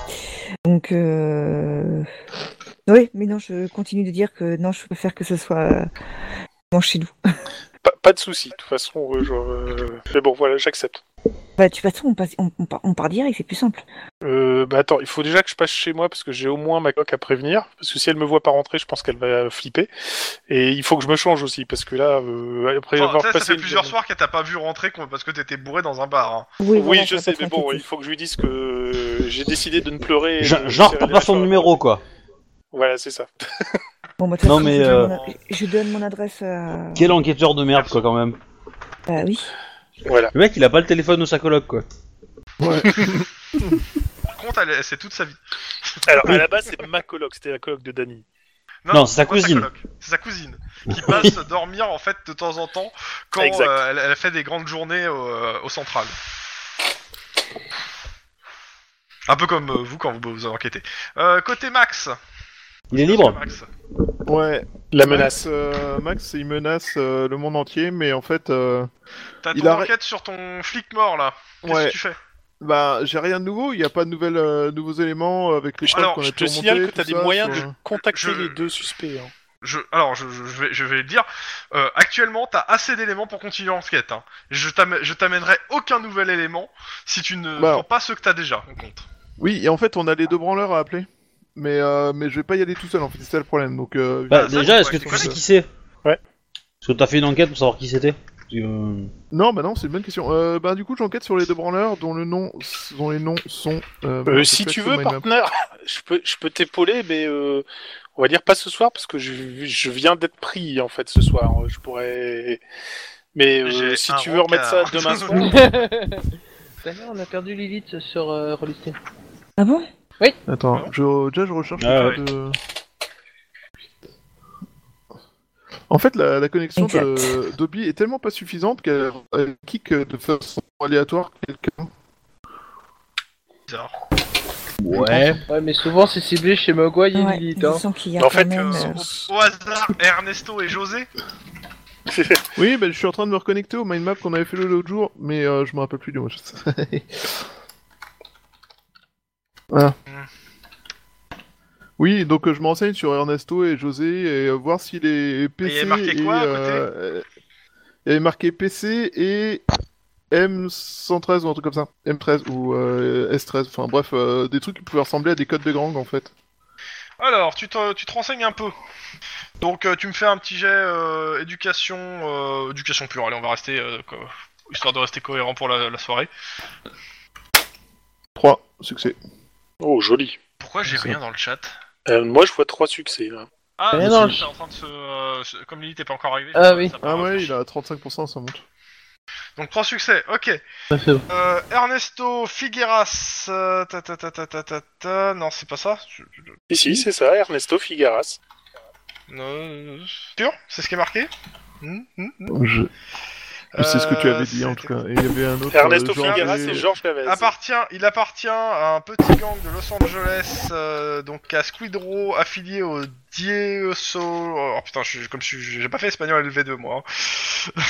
Speaker 7: Donc, euh... oui, mais non, je continue de dire que non, je préfère que ce soit euh, bon, chez nous.
Speaker 3: Pas, pas de souci. De toute façon, euh, je- euh, mais bon, voilà, j'accepte.
Speaker 7: Bah, de toute façon, on, passe, on, on part, on part direct, c'est plus simple.
Speaker 3: Euh, bah attends, il faut déjà que je passe chez moi parce que j'ai au moins ma coque à prévenir. Parce que si elle me voit pas rentrer, je pense qu'elle va flipper. Et il faut que je me change aussi parce que là, euh, après
Speaker 2: Enfin,
Speaker 3: avoir
Speaker 2: tu sais, ça
Speaker 3: passé
Speaker 2: fait
Speaker 3: une
Speaker 2: plusieurs
Speaker 3: journée-
Speaker 2: soirs qu'elle t'a pas vu rentrer qu'on- parce que t'étais bourré dans un bar. hein.
Speaker 7: Oui,
Speaker 3: Oui,
Speaker 7: voilà,
Speaker 3: je
Speaker 7: ça
Speaker 3: sais,
Speaker 7: va pas
Speaker 3: mais
Speaker 7: être
Speaker 3: bon, il
Speaker 7: inquiété.
Speaker 3: faut que je lui dise que j'ai décidé de ne pleurer. et
Speaker 1: Je-
Speaker 3: de
Speaker 1: Genre,
Speaker 3: serrer
Speaker 1: t'as
Speaker 3: les
Speaker 1: pas son
Speaker 3: mâchoires.
Speaker 1: numéro, quoi.
Speaker 3: Voilà, c'est ça.
Speaker 7: Bon, bah, de toute
Speaker 1: Non,
Speaker 7: façon,
Speaker 1: mais,
Speaker 7: je,
Speaker 1: euh,
Speaker 7: donne mon a- je donne mon adresse à.
Speaker 1: Quel enquêteur de merde, quoi, quand même.
Speaker 7: Bah oui.
Speaker 3: Voilà.
Speaker 1: Le mec, il a pas le téléphone de sa coloc, quoi.
Speaker 2: Par contre, elle- c'est toute sa vie.
Speaker 3: Alors, à la base, c'est ma coloc, c'était la coloc de Dany.
Speaker 1: Non, c'est sa
Speaker 2: pas
Speaker 1: cousine.
Speaker 2: coloc, C'est sa cousine
Speaker 1: <laughs>
Speaker 2: qui passe dormir en fait de temps en temps quand
Speaker 3: Exact.
Speaker 2: euh, elle, elle fait des grandes journées au, euh, au central. Un peu comme euh, vous quand vous vous enquêtez. Euh, côté Max.
Speaker 1: Il est libre
Speaker 2: Max.
Speaker 5: Ouais.
Speaker 3: La menace.
Speaker 5: Max, euh, Max, il menace euh, le monde entier, mais en fait, euh,
Speaker 2: T'as
Speaker 5: Il
Speaker 2: ton
Speaker 5: a-
Speaker 2: enquête sur ton flic mort là. Qu'est-ce
Speaker 5: Ouais.
Speaker 2: que tu fais
Speaker 5: bah, j'ai rien de nouveau. Il n'y a pas de nouvelles, euh, nouveaux éléments avec les
Speaker 2: Alors,
Speaker 5: qu'on a
Speaker 3: Je te
Speaker 5: pu remonter,
Speaker 3: signale que
Speaker 5: tout
Speaker 3: t'as des
Speaker 5: ça,
Speaker 3: moyens
Speaker 5: c'est-
Speaker 3: de contacter
Speaker 2: Je-
Speaker 3: les deux suspects. hein.
Speaker 2: je, alors, je, je- je vais, je vais le dire. Euh, actuellement, t'as assez d'éléments pour continuer l'enquête. Hein. Je t'am- je t'amènerai aucun nouvel élément si tu ne
Speaker 5: Bah,
Speaker 2: prends pas ceux que t'as déjà en compte.
Speaker 5: Oui, et en fait, on a les deux branleurs à appeler. Mais, euh, mais je vais pas y aller tout seul, en fait, c'est ça le problème. Donc, euh,
Speaker 1: Bah,
Speaker 2: Ah, ça,
Speaker 1: déjà,
Speaker 2: je
Speaker 1: est-ce que
Speaker 2: pourrais
Speaker 1: tu
Speaker 2: comprendre.
Speaker 1: sais qui c'est
Speaker 3: Ouais.
Speaker 1: Parce que t'as fait une enquête pour savoir qui c'était Parce que, euh,
Speaker 5: Non, bah non, c'est une bonne question. Euh, bah, du coup, j'enquête sur les deux branleurs dont, le nom... dont les noms sont. euh,
Speaker 3: Euh,
Speaker 5: bah,
Speaker 3: si
Speaker 5: je
Speaker 3: tu
Speaker 5: fais
Speaker 3: veux,
Speaker 5: my map.
Speaker 3: partenaire, <laughs> je peux, je peux t'épauler, mais euh, on va dire pas ce soir parce que je, je viens d'être pris en fait ce soir. hein. Je pourrais. Mais euh,
Speaker 2: J'ai
Speaker 3: si
Speaker 2: un
Speaker 3: tu veux remettre
Speaker 2: rencard.
Speaker 3: ça
Speaker 5: <laughs>
Speaker 3: demain soir,
Speaker 4: D'ailleurs, on a perdu Lilith sur euh, Rollistin.
Speaker 7: Ah bon
Speaker 5: Attends, je... déjà, je recherche.
Speaker 1: Ah,
Speaker 5: quelqu'un de... En fait, la, la connexion de... d'Obi est tellement pas suffisante qu'elle elle kick de façon aléatoire quelqu'un.
Speaker 2: Bizarre.
Speaker 1: Ouais.
Speaker 4: Ouais, mais souvent c'est ciblé chez Mogwai et
Speaker 7: Ouais,
Speaker 4: Lilith.
Speaker 7: je
Speaker 4: Hein.
Speaker 7: sens qu'il y a
Speaker 3: en
Speaker 7: quand
Speaker 3: fait,
Speaker 7: même.
Speaker 3: euh,
Speaker 7: euh,
Speaker 2: Au hasard, Ernesto et José.
Speaker 5: Oui, bah, je suis en train de me reconnecter au mind map qu'on avait fait l'autre jour, mais euh, je me rappelle plus du mot. <laughs> voilà. Ah. Oui, donc euh, je m'enseigne sur Ernesto et José et euh, voir si les PC.
Speaker 2: il y avait marqué quoi à
Speaker 5: et, euh, Il y avait marqué PC et M113 ou un truc comme ça. M13 ou euh, S13, enfin bref, euh, des trucs qui pouvaient ressembler à des codes de gang en fait.
Speaker 2: Alors, tu te, tu te renseignes un peu. Donc, euh, tu me fais un petit jet euh, éducation, euh, éducation pure. Allez, on va rester, euh, co- histoire de rester cohérent pour la, la soirée.
Speaker 5: 3, succès.
Speaker 3: oh joli.
Speaker 2: Pourquoi j'ai rien dans le chat
Speaker 3: Euh, moi, je vois trois succès. Là.
Speaker 2: Ah,
Speaker 4: Rien
Speaker 2: mais
Speaker 4: dans
Speaker 2: si,
Speaker 4: le
Speaker 2: t'es en train de se, euh, se- comme Lily t'es pas encore arrivé.
Speaker 4: Ah oui.
Speaker 5: Ah ouais, il a 35%, ça monte.
Speaker 2: Donc, trois succès. Ok.
Speaker 4: Ça fait-
Speaker 2: Euh, Ernesto Figueras. euh, ta, ta, ta, ta, ta, ta, ta. Non, c'est pas ça. Je- je-
Speaker 3: Ici, c'est ça, Ernesto Figaras.
Speaker 2: Euh, Sûr C'est ce qui est marqué Hmm, hmm, hmm.
Speaker 5: Je- C'est ce que tu
Speaker 2: Euh,
Speaker 5: avais dit en
Speaker 2: c'était-
Speaker 5: tout cas. Et il y avait un autre.
Speaker 3: Ernesto
Speaker 5: euh, genre,
Speaker 3: Figaras
Speaker 5: mais-
Speaker 3: et Georges Chavez.
Speaker 2: appartient, il appartient à un petit gang de Los Angeles, euh, donc à Squid Row, affilié au Dieso. Oh putain, je, suis- comme je suis- j'ai pas fait espagnol LV2 moi. hein. <laughs>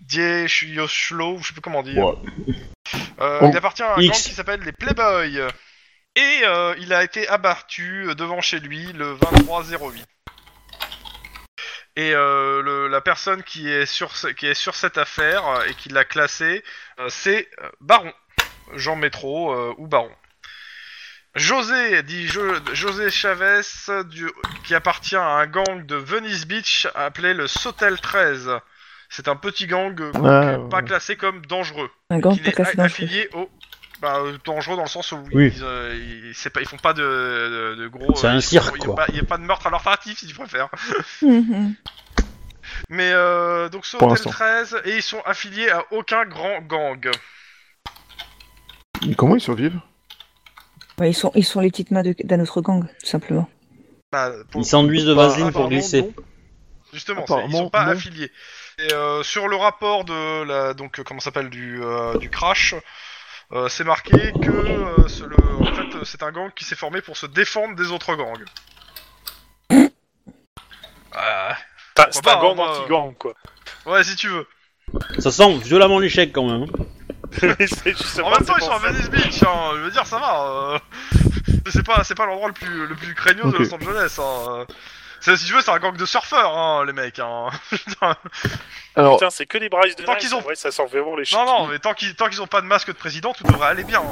Speaker 2: Die Shuyoshlo, je sais plus comment dire.
Speaker 1: Ouais.
Speaker 2: Euh,
Speaker 1: Bon.
Speaker 2: Il appartient à un
Speaker 1: X.
Speaker 2: gang qui s'appelle les Playboys. Et euh, il a été abattu euh, devant chez lui le 23-08. Et euh, le- la personne qui est, sur, ce- qui est sur cette affaire euh, et qui l'a classé, euh, c'est euh, Baron. Jean Métro euh, ou Baron. José, dit Jo- José Chavez, du- qui appartient à un gang de Venice Beach appelé le Sotel 13. C'est un petit gang euh,
Speaker 5: Ah,
Speaker 2: pas
Speaker 5: ouais.
Speaker 2: classé comme dangereux
Speaker 7: Un gang
Speaker 2: qui
Speaker 7: pas
Speaker 2: n'est
Speaker 7: classé
Speaker 2: a-
Speaker 7: dans le truc.
Speaker 2: affilié au bah, euh, dangereux dans le sens où
Speaker 1: Oui.
Speaker 2: ils, euh, ils, c'est pas, ils font pas de, de, de gros.
Speaker 1: C'est un
Speaker 2: euh, ils
Speaker 1: cirque,
Speaker 2: font- il y a
Speaker 1: quoi.
Speaker 2: pas- Il n'y a, pas de meurtre à leur tartif si tu préfères.
Speaker 7: Mhm.
Speaker 2: Mais euh, donc ce
Speaker 5: Pour
Speaker 2: Hotel
Speaker 5: l'instant.
Speaker 2: 13 et ils sont affiliés à aucun grand gang.
Speaker 5: Mais comment ils survivent
Speaker 7: Ouais, ils, sont, ils sont les petites mains de- d'un autre gang, tout simplement.
Speaker 2: Bah, pour-
Speaker 1: Ils s'enduisent de
Speaker 5: Bah,
Speaker 1: vaseline pour
Speaker 5: apparemment,
Speaker 1: glisser.
Speaker 5: non.
Speaker 2: Justement, c'est-
Speaker 5: Apparemment,
Speaker 2: ils sont pas
Speaker 5: non.
Speaker 2: affiliés. Et euh, sur le rapport de la donc euh, comment ça s'appelle du euh, du crash, euh, c'est marqué que euh, ce- le, en fait euh, c'est un gang qui s'est formé pour se défendre des autres gangs. Ah,
Speaker 3: Enfin, C'est
Speaker 2: Bah,
Speaker 3: un gang
Speaker 2: bah,
Speaker 3: anti-gang, quoi. <laughs>
Speaker 2: ouais, si tu veux.
Speaker 1: Ça sent violemment l'échec quand même. hein.
Speaker 3: C'est justement-
Speaker 2: En même temps,
Speaker 3: c'est
Speaker 2: ils sont
Speaker 3: pour
Speaker 2: à
Speaker 3: ça.
Speaker 2: Venice Beach. hein, je veux dire, ça va. euh, <laughs> c'est pas c'est pas l'endroit le plus le plus craigneux
Speaker 5: Ok.
Speaker 2: de Los Angeles. hein. C'est- Si tu veux, c'est un gang de surfeurs, hein, les mecs. Hein.
Speaker 5: Alors,
Speaker 3: Putain, c'est que des brises de
Speaker 2: Tant
Speaker 3: neige,
Speaker 2: qu'ils ont-
Speaker 3: en vrai, ça sort vraiment les
Speaker 2: Non,
Speaker 3: chiens.
Speaker 2: non, mais tant qu'ils tant qu'ils ont pas de masque de président, tout devrait aller bien.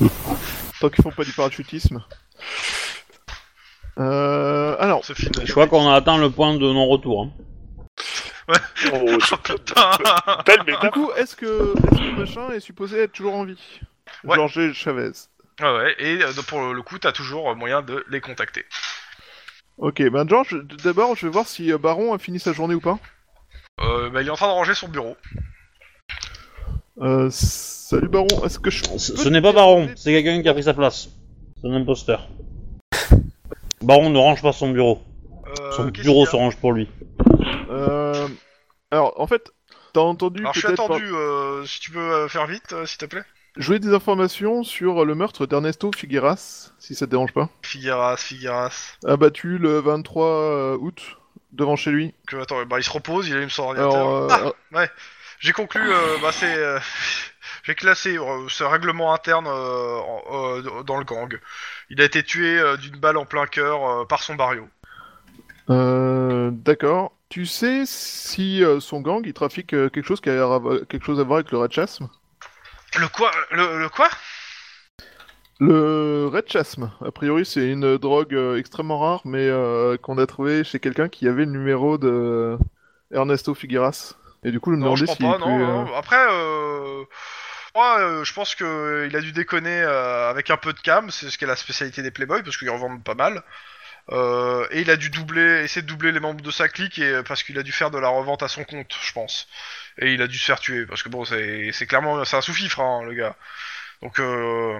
Speaker 2: hein.
Speaker 5: tant qu'ils font pas du parachutisme. Euh, alors,
Speaker 2: Ce film.
Speaker 1: Je crois qu'on a atteint le point de non-retour. hein.
Speaker 2: <laughs>
Speaker 3: Oh, je-
Speaker 2: Oh, putain.
Speaker 3: Belle
Speaker 5: du
Speaker 3: métaphore.
Speaker 5: coup, est-ce que, est-ce que machin est supposé être toujours en vie
Speaker 2: Ouais.
Speaker 5: Georges Chavez.
Speaker 2: Ah Ouais, ouais, et euh, pour le coup, t'as toujours euh, moyen de les contacter.
Speaker 5: Ok, ben George, d- d'abord, je vais voir si euh, Baron a fini sa journée ou pas.
Speaker 2: Euh, bah, il est en train de ranger son bureau.
Speaker 5: Euh, salut Baron, est-ce que je...
Speaker 1: Ce,
Speaker 5: peux
Speaker 1: ce n'est
Speaker 5: te
Speaker 1: pas
Speaker 5: dire-
Speaker 1: Baron, c'est quelqu'un qui a pris sa place. C'est un imposteur. Baron ne range pas son bureau.
Speaker 2: Euh,
Speaker 1: Son
Speaker 2: qu'est-ce
Speaker 1: bureau
Speaker 2: qu'il y a
Speaker 1: se range pour lui.
Speaker 5: Euh... Alors, en fait, t'as entendu
Speaker 2: Alors je suis
Speaker 5: peut-être par-
Speaker 2: attendu, euh, si tu peux euh, faire vite, euh, s'il te plaît.
Speaker 5: Je voulais des informations sur le meurtre d'Ernesto Figueras, si ça te dérange pas.
Speaker 2: Figueras, Figueras.
Speaker 5: Abattu le 23 euh, août, devant chez lui.
Speaker 2: Que, attends, bah, il se repose, il allume son ordinateur.
Speaker 5: Alors, euh,
Speaker 2: Ah J'ai conclu, euh, bah c'est... euh, <laughs> J'ai classé euh, ce règlement interne euh, en- euh, dans le gang. Il a été tué euh, d'une balle en plein cœur euh, par son barrio.
Speaker 5: euh, d'accord. Tu sais si euh, son gang, il trafique euh, quelque chose qui a ra- quelque chose à voir avec le Ratchasme
Speaker 2: Le quoi Le, le quoi
Speaker 5: Le Ratchasme, a priori, c'est une drogue euh, extrêmement rare, mais euh, qu'on a trouvé chez quelqu'un qui avait le numéro de Ernesto Figueras. Et du coup, je me
Speaker 2: Non, je
Speaker 5: demandais
Speaker 2: crois
Speaker 5: si...
Speaker 2: pas, non, non. Après, euh, moi, euh, je pense que il a dû déconner euh, avec un peu de cam, c'est ce qu'est la spécialité des Playboy, parce qu'ils en vendent pas mal. Euh, et il a dû doubler, essayer de doubler les membres de sa clique, et, euh, parce qu'il a dû faire de la revente à son compte, je pense. Et il a dû se faire tuer, parce que bon, c'est c'est clairement, c'est un sous-fifre, hein, le gars. Donc, euh,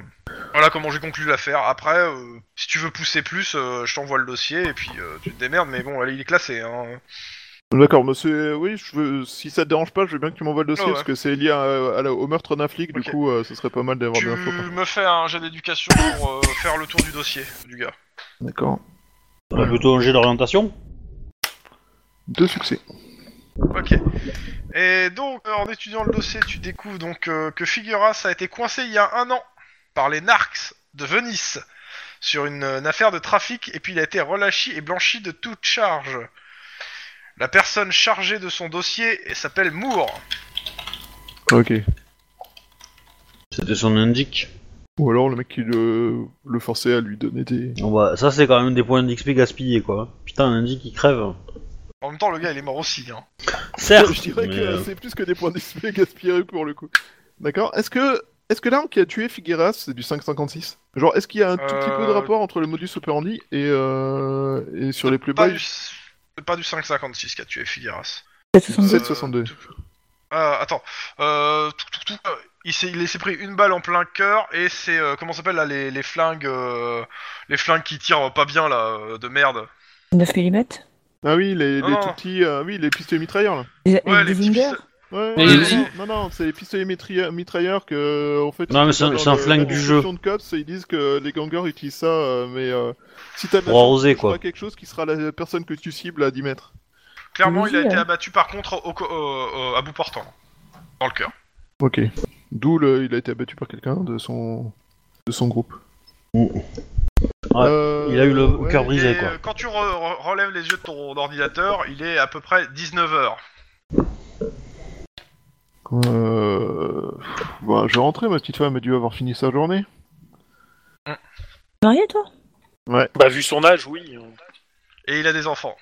Speaker 2: voilà comment j'ai conclu l'affaire. Après, euh, si tu veux pousser plus, euh, je t'envoie le dossier, et puis euh, tu te démerdes, mais bon, là, il est classé, hein.
Speaker 5: D'accord, mais c'est... Oui, je veux... si ça te dérange pas, je veux bien que tu m'envoies le dossier,
Speaker 2: Ah Ouais, ouais.
Speaker 5: parce que c'est lié à- à la- au meurtre d'un flic,
Speaker 2: Ok.
Speaker 5: du coup, euh, ce serait pas mal d'avoir
Speaker 2: Tu
Speaker 5: des infos. quoi.
Speaker 2: me fais un jet d'éducation pour euh, faire le tour du dossier du gars.
Speaker 5: D'accord.
Speaker 1: On a plutôt un jet d'orientation.
Speaker 5: Deux succès.
Speaker 2: Ok. Et donc, euh, en étudiant le dossier, tu découvres donc euh, que Figueras a été coincé il y a un an par les Narcs de Venise sur une, euh, une affaire de trafic et puis il a été relâché et blanchi de toute charge. La personne chargée de son dossier s'appelle Moore.
Speaker 5: Ok.
Speaker 1: C'était son indique.
Speaker 5: Ou alors le mec qui le, le forçait à lui donner des.
Speaker 1: Bon, bah, ça, c'est quand même des points d'XP gaspillés, quoi. Putain, un indique, il crève.
Speaker 2: En même temps, le gars, il est mort aussi. Hein.
Speaker 1: Certes,
Speaker 5: <laughs> Je dirais
Speaker 1: mais,
Speaker 5: que
Speaker 1: euh,
Speaker 5: c'est plus que des points d'XP <laughs> gaspillés pour le coup. D'accord. Est-ce que est-ce que l'arme qui a tué Figueras c'est du 556 Genre est-ce qu'il y a un tout petit peu de
Speaker 2: Euh,
Speaker 5: rapport entre le modus operandi et euh, et sur les
Speaker 2: Pas
Speaker 5: playboys
Speaker 2: du, c'est pas du 5,56 qu'a tué Figueras.
Speaker 7: C'est 72.
Speaker 5: 762.
Speaker 2: Ah, attends. Euh, tout, tout, tout, euh, il s'est il s'est pris une balle en plein cœur et c'est euh, comment ça s'appelle là les, les flingues euh, les flingues qui tirent pas bien là euh, de merde.
Speaker 7: 9 mm.
Speaker 5: Ah oui, les,
Speaker 2: Non,
Speaker 5: les
Speaker 2: non.
Speaker 5: tout petits, euh, oui, les pistolets mitrailleurs là.
Speaker 7: Des,
Speaker 2: Ouais, les
Speaker 7: des
Speaker 2: petits
Speaker 7: zingers.
Speaker 2: pistolets.
Speaker 5: Ouais,
Speaker 4: Mais
Speaker 5: ouais,
Speaker 4: les-
Speaker 5: non, non, non, c'est les pistolets mitrailleurs, mitrailleurs que euh, en fait.
Speaker 1: Non, mais
Speaker 5: ils
Speaker 1: c'est un-
Speaker 5: dans
Speaker 1: c'est un
Speaker 5: le-
Speaker 1: flingue
Speaker 5: dans
Speaker 1: du
Speaker 5: la
Speaker 1: jeu.
Speaker 5: description de Cops, ils disent que les gangers utilisent ça, euh, mais euh, si t'as de la
Speaker 1: pour arroser,
Speaker 5: Tu feras
Speaker 1: quoi.
Speaker 5: quelque chose qui sera la personne que tu cibles à 10 mètres.
Speaker 2: Clairement, il a
Speaker 7: Oui,
Speaker 2: été
Speaker 7: hein.
Speaker 2: abattu par contre au, co- au- au- à bout portant dans le cœur.
Speaker 5: Ok. D'où le- il a été abattu par quelqu'un de son de son groupe.
Speaker 1: Mm. Ouais,
Speaker 5: Euh,
Speaker 1: il a eu le cœur
Speaker 5: ouais,
Speaker 1: brisé. Brisé,
Speaker 2: Et,
Speaker 1: quoi.
Speaker 2: euh, quand tu re- re- relèves les yeux de ton ordinateur, il est à peu près 19h.
Speaker 5: euh, bah, je vais rentrer, ma petite femme a dû avoir fini sa journée.
Speaker 7: Marié, toi
Speaker 3: Bah, vu son âge, oui.
Speaker 2: Et il a des enfants.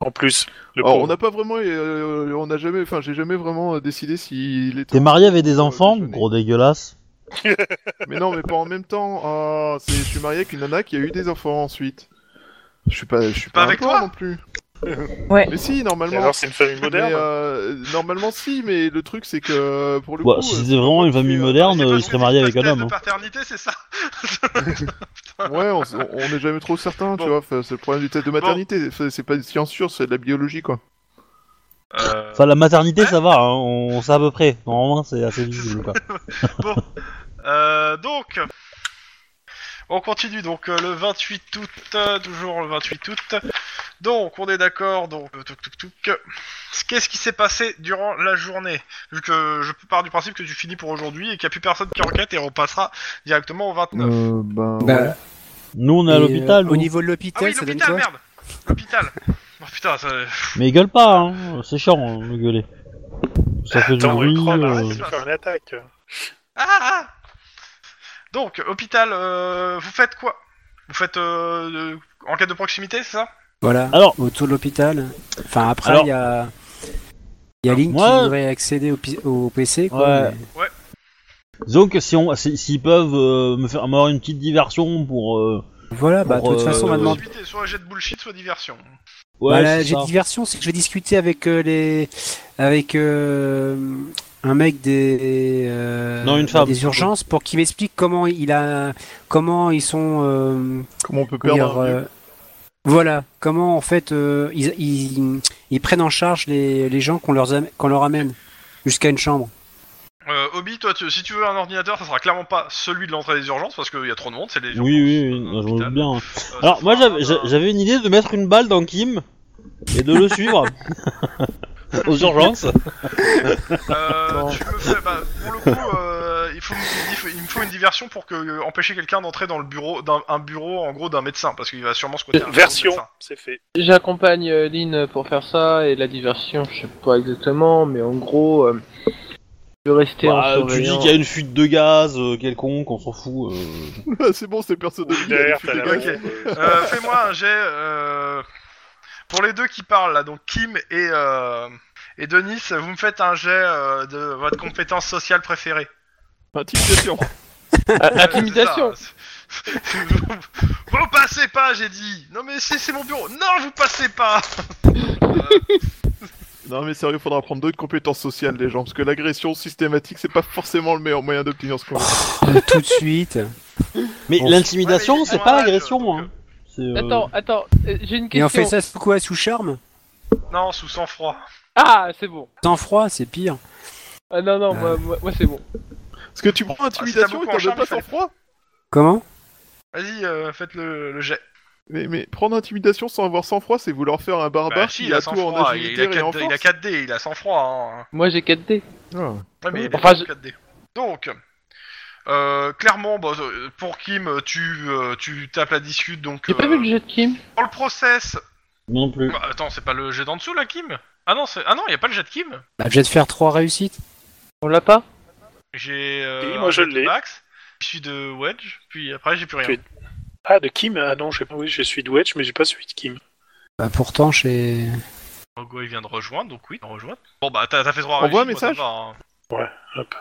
Speaker 3: En plus. Le
Speaker 5: Alors,
Speaker 3: pauvre.
Speaker 5: Oh, on n'a pas vraiment, euh, on n'a jamais, enfin, j'ai jamais vraiment euh, décidé s'il était.
Speaker 1: T'es marié avec des enfants,
Speaker 5: déjeuner.
Speaker 1: gros dégueulasse.
Speaker 5: Mais non, mais pas en même temps. Ah, c'est- je suis marié avec une nana qui a eu des enfants ensuite. Je suis pas, je suis
Speaker 2: Pas
Speaker 5: pas, un
Speaker 2: avec
Speaker 5: porc
Speaker 2: toi
Speaker 5: non plus.
Speaker 7: Ouais.
Speaker 5: Mais si,
Speaker 3: Mais
Speaker 5: normalement.
Speaker 3: Alors, c'est une famille moderne.
Speaker 2: hein.
Speaker 5: Mais, euh, normalement si, mais le truc c'est que pour le
Speaker 1: Ouais,
Speaker 5: coup,
Speaker 1: Bah, si
Speaker 5: euh,
Speaker 1: c'était vraiment une
Speaker 5: c'est-
Speaker 1: famille
Speaker 5: euh,
Speaker 1: moderne,
Speaker 2: C'est
Speaker 1: euh,
Speaker 2: parce
Speaker 1: il
Speaker 2: que
Speaker 1: serait marié
Speaker 2: c'est
Speaker 1: avec un
Speaker 2: test
Speaker 1: homme.
Speaker 2: De
Speaker 1: hein.
Speaker 2: paternité, c'est ça
Speaker 5: Ouais, on, on- on est jamais trop certain, tu
Speaker 2: Bon.
Speaker 5: vois. enfin, C'est le problème du test de maternité. enfin, C'est pas une science sûre, c'est de la biologie, quoi.
Speaker 2: Euh,
Speaker 1: Enfin, la maternité, ça va, hein, on sait à peu près. Normalement, c'est assez visible, quoi.
Speaker 2: Bon, Euh, donc, on continue. Donc, euh, le 28 août, euh, toujours le 28 août. Donc, on est d'accord. Donc, euh, touc, touc, touc. qu'est-ce qui s'est passé durant la journée Vu que je pars du principe que tu finis pour aujourd'hui et qu'il n'y a plus personne qui enquête et on passera directement au 29.
Speaker 5: Euh, ben,
Speaker 6: Bah,
Speaker 5: ouais.
Speaker 1: Nous, on est à
Speaker 6: et, euh,
Speaker 1: l'hôpital, nous.
Speaker 6: Au niveau de
Speaker 2: Ah
Speaker 6: l'hôpital,
Speaker 2: oui,
Speaker 6: ça donne
Speaker 2: l'hôpital,
Speaker 6: quoi
Speaker 2: merde L'hôpital Oh putain, ça...
Speaker 1: Mais gueule pas, hein. c'est chiant hein, de gueuler. Ça fait du
Speaker 3: Attends,
Speaker 1: bruit.
Speaker 3: Ekron,
Speaker 1: euh,
Speaker 3: arrête de faire une attaque.
Speaker 2: Ah, ah Donc, hôpital, euh, vous faites quoi Vous faites euh, euh, enquête de proximité, c'est ça
Speaker 6: Voilà.
Speaker 1: Alors-
Speaker 6: autour de l'hôpital. Enfin, après,
Speaker 1: Alors-
Speaker 6: il y a. Il y a
Speaker 1: Alors,
Speaker 6: Link
Speaker 1: moi-
Speaker 6: qui devrait accéder au, pi- au PC. Quoi,
Speaker 1: Ouais.
Speaker 6: mais-
Speaker 1: Disons que si on, si- s'ils peuvent euh, me faire avoir une petite diversion pour euh,
Speaker 6: Voilà, bah, de
Speaker 1: Pour,
Speaker 6: toute façon,
Speaker 1: euh,
Speaker 6: maintenant,
Speaker 2: Soit soit un jet de bullshit, soit diversion.
Speaker 1: Ouais,
Speaker 6: Bah, la-
Speaker 1: c'est
Speaker 6: j'ai
Speaker 1: ça.
Speaker 6: diversion, c'est que je vais discuter avec euh, les, avec euh, un mec des, euh,
Speaker 1: Non, une femme.
Speaker 6: des urgences pour qu'il m'explique comment il a, comment ils sont, euh,
Speaker 5: Comment on peut
Speaker 6: comment
Speaker 5: perdre
Speaker 6: dire,
Speaker 5: un vieux
Speaker 6: euh, voilà, comment en fait euh, ils, ils, ils prennent en charge les, les gens qu'on leur, am- qu'on leur amène jusqu'à une chambre.
Speaker 2: Euh, Obi, toi, tu- si tu veux un ordinateur, ça sera clairement pas celui de l'entrée des urgences parce qu'il y a trop de monde, c'est les
Speaker 1: Oui,
Speaker 2: urgences.
Speaker 1: oui, oui,
Speaker 2: euh,
Speaker 1: je me
Speaker 2: hôpital.
Speaker 1: doute bien.
Speaker 2: Euh, ça
Speaker 1: Alors, moi,
Speaker 2: sera
Speaker 1: j'avais-
Speaker 2: un-
Speaker 1: j'a- j'avais une idée de mettre une balle dans Kim et de <laughs> le suivre aux urgences.
Speaker 2: Euh, tu me fais, bah, pour le coup, euh, il, faut, il faut- il me faut une diversion pour que, euh, empêcher quelqu'un d'entrer dans le bureau, d'un un bureau en gros d'un médecin, parce qu'il va sûrement squatter. un bureau de
Speaker 3: Version,
Speaker 2: médecin.
Speaker 3: c'est fait.
Speaker 4: J'accompagne euh, Lynn pour faire ça et la diversion, je sais pas exactement, mais en gros, euh, je veux rester
Speaker 1: Bah, tu
Speaker 4: en
Speaker 1: dis
Speaker 4: surveillant.
Speaker 1: qu'il y a une fuite de gaz euh, quelconque, on s'en fout. euh.
Speaker 5: <laughs> C'est bon, c'est personne de
Speaker 3: Une alerte à la
Speaker 2: Ok. Euh, Fais-moi un jet euh, pour les deux qui parlent là, donc Kim et euh, et Denis. Vous me faites un jet euh, de votre compétence sociale préférée.
Speaker 5: Intimidation.
Speaker 4: Ah,
Speaker 2: Euh, <laughs>
Speaker 4: Intimidation
Speaker 2: c'est ça. vous, vous passez pas, j'ai dit. Non mais c'est c'est mon bureau. Non, vous passez pas.
Speaker 5: Non mais sérieux, faudra prendre d'autres compétences sociales les gens, parce que l'agression systématique, c'est pas forcément le meilleur moyen d'obtenir ce qu'on veut.
Speaker 6: Euh, Tout de suite.
Speaker 1: Mais
Speaker 6: Bon.
Speaker 1: l'intimidation,
Speaker 2: Ouais, mais ils
Speaker 1: c'est
Speaker 2: sont
Speaker 1: pas
Speaker 2: à l'âge,
Speaker 1: l'agression.
Speaker 2: donc,
Speaker 1: Hein. C'est, euh,
Speaker 4: Attends, attends, euh, j'ai une
Speaker 6: <laughs> Et
Speaker 4: question.
Speaker 6: on fait ça sous quoi Sous charme
Speaker 2: Non, sous sang froid.
Speaker 4: Ah, c'est bon.
Speaker 6: Sans froid, c'est pire.
Speaker 4: Ah, non, non,
Speaker 6: Ah.
Speaker 4: moi, moi, moi, c'est bon.
Speaker 5: Parce que tu prends
Speaker 2: Oh,
Speaker 5: intimidation
Speaker 2: beaucoup en
Speaker 5: et t'en donnes
Speaker 2: charme,
Speaker 5: pas
Speaker 2: il fallait
Speaker 5: sans froid
Speaker 6: Comment
Speaker 2: Vas-y, euh, faites le, le jet.
Speaker 5: mais, mais prendre intimidation sans avoir sang froid, c'est vouloir faire un barbare
Speaker 2: Bah, si,
Speaker 5: qui a tout en
Speaker 2: sang-froid, il,
Speaker 5: agilité
Speaker 2: a
Speaker 5: et en
Speaker 2: 4D, il a
Speaker 5: force.
Speaker 2: 4D, il a sang froid. Hein.
Speaker 4: Moi, j'ai 4D.
Speaker 2: Ouais, mais il est
Speaker 4: Enfin,
Speaker 2: plus 4D. Donc, euh, clairement, bon, euh, pour Kim, tu, euh, tu tapes la discute. Donc,
Speaker 4: J'ai pas
Speaker 2: euh,
Speaker 4: vu le jeu de Kim.
Speaker 2: dans le process.
Speaker 1: Non plus.
Speaker 2: Bah, attends, c'est pas le jet d'en dessous là, Kim Ah non, c'est... ah non, il y a pas le jet de Kim.
Speaker 6: bah, J'ai de faire trois réussites.
Speaker 4: On l'a pas
Speaker 2: J'ai. Euh,
Speaker 3: Oui,
Speaker 2: un
Speaker 3: moi, je
Speaker 2: jet de
Speaker 3: l'ai.
Speaker 2: Max, je suis de Wedge, puis après j'ai plus rien.
Speaker 3: Puis- Ah, de Kim Ah non, j'ai pas. Oui, je suis de Wedge, mais j'ai pas celui de Kim.
Speaker 6: Bah, pourtant, chez.
Speaker 2: Rogo il vient de rejoindre, donc oui, il rejoint. Bon bah t'as, t'as fait trois
Speaker 5: Envoie
Speaker 2: réussites.
Speaker 5: un
Speaker 2: moi, ça me va,
Speaker 5: message.
Speaker 2: hein.
Speaker 3: Hop.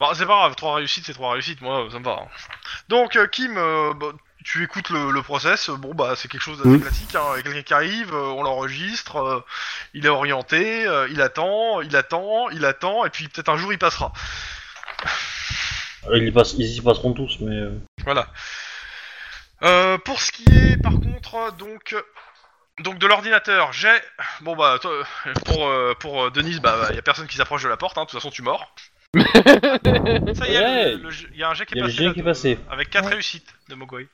Speaker 2: Bah, c'est pas grave, trois réussites, c'est trois réussites, moi, ça me va. hein. Donc, euh, Kim, euh, bah, tu écoutes le, le process, euh, bon, bah, c'est quelque chose
Speaker 5: Mm.
Speaker 2: d'assez
Speaker 6: Oui.
Speaker 2: classique, hein. Il y a quelqu'un qui arrive, euh, on l'enregistre, euh, il est orienté, euh, il attend, il attend, il attend, et puis peut-être un jour il passera.
Speaker 1: Ils, y passent- ils y passeront tous, mais. euh,
Speaker 2: Voilà. Euh, pour ce qui est, par contre, donc, donc de l'ordinateur, j'ai. Bon, bah, toi, euh, pour, euh, pour euh, Denise, bah, il y a personne qui s'approche de la porte, hein, de toute façon, tu mords. Ça y est,
Speaker 1: Ouais.
Speaker 2: le- le jeu- il y a un jet qui
Speaker 1: Il
Speaker 2: est
Speaker 1: y a le
Speaker 2: passé.
Speaker 1: jet
Speaker 2: là,
Speaker 1: qui est
Speaker 2: de-
Speaker 1: passé.
Speaker 2: Avec quatre
Speaker 4: Ouais.
Speaker 2: réussites de Mogwai.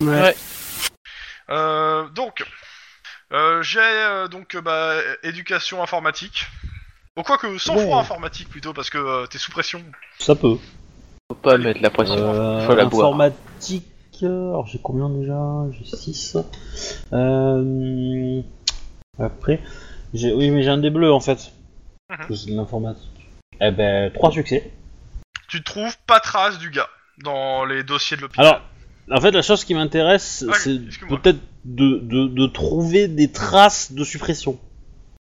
Speaker 6: Ouais.
Speaker 2: Euh, donc, euh, j'ai euh, donc euh, bah, éducation informatique. Ou quoi que sans froid
Speaker 1: Ouais.
Speaker 2: informatique plutôt parce que euh, t'es sous pression.
Speaker 1: Ça peut.
Speaker 4: Faut pas mettre la pression.
Speaker 1: Euh,
Speaker 4: Faut la boire.
Speaker 1: informatique. euh, Alors j'ai combien déjà J'ai 6. Euh... Après. j'ai- Oui, mais j'ai un des bleus en fait.
Speaker 2: Mhm.
Speaker 1: Parce que C'est de l'informatique. Eh ben, 3 succès.
Speaker 2: Tu trouves pas trace du gars dans les dossiers de l'hôpital.
Speaker 1: Alors, en fait, la chose qui m'intéresse,
Speaker 2: Ah,
Speaker 1: c'est
Speaker 2: excuse-moi.
Speaker 1: peut-être de, de, de trouver des traces de suppression.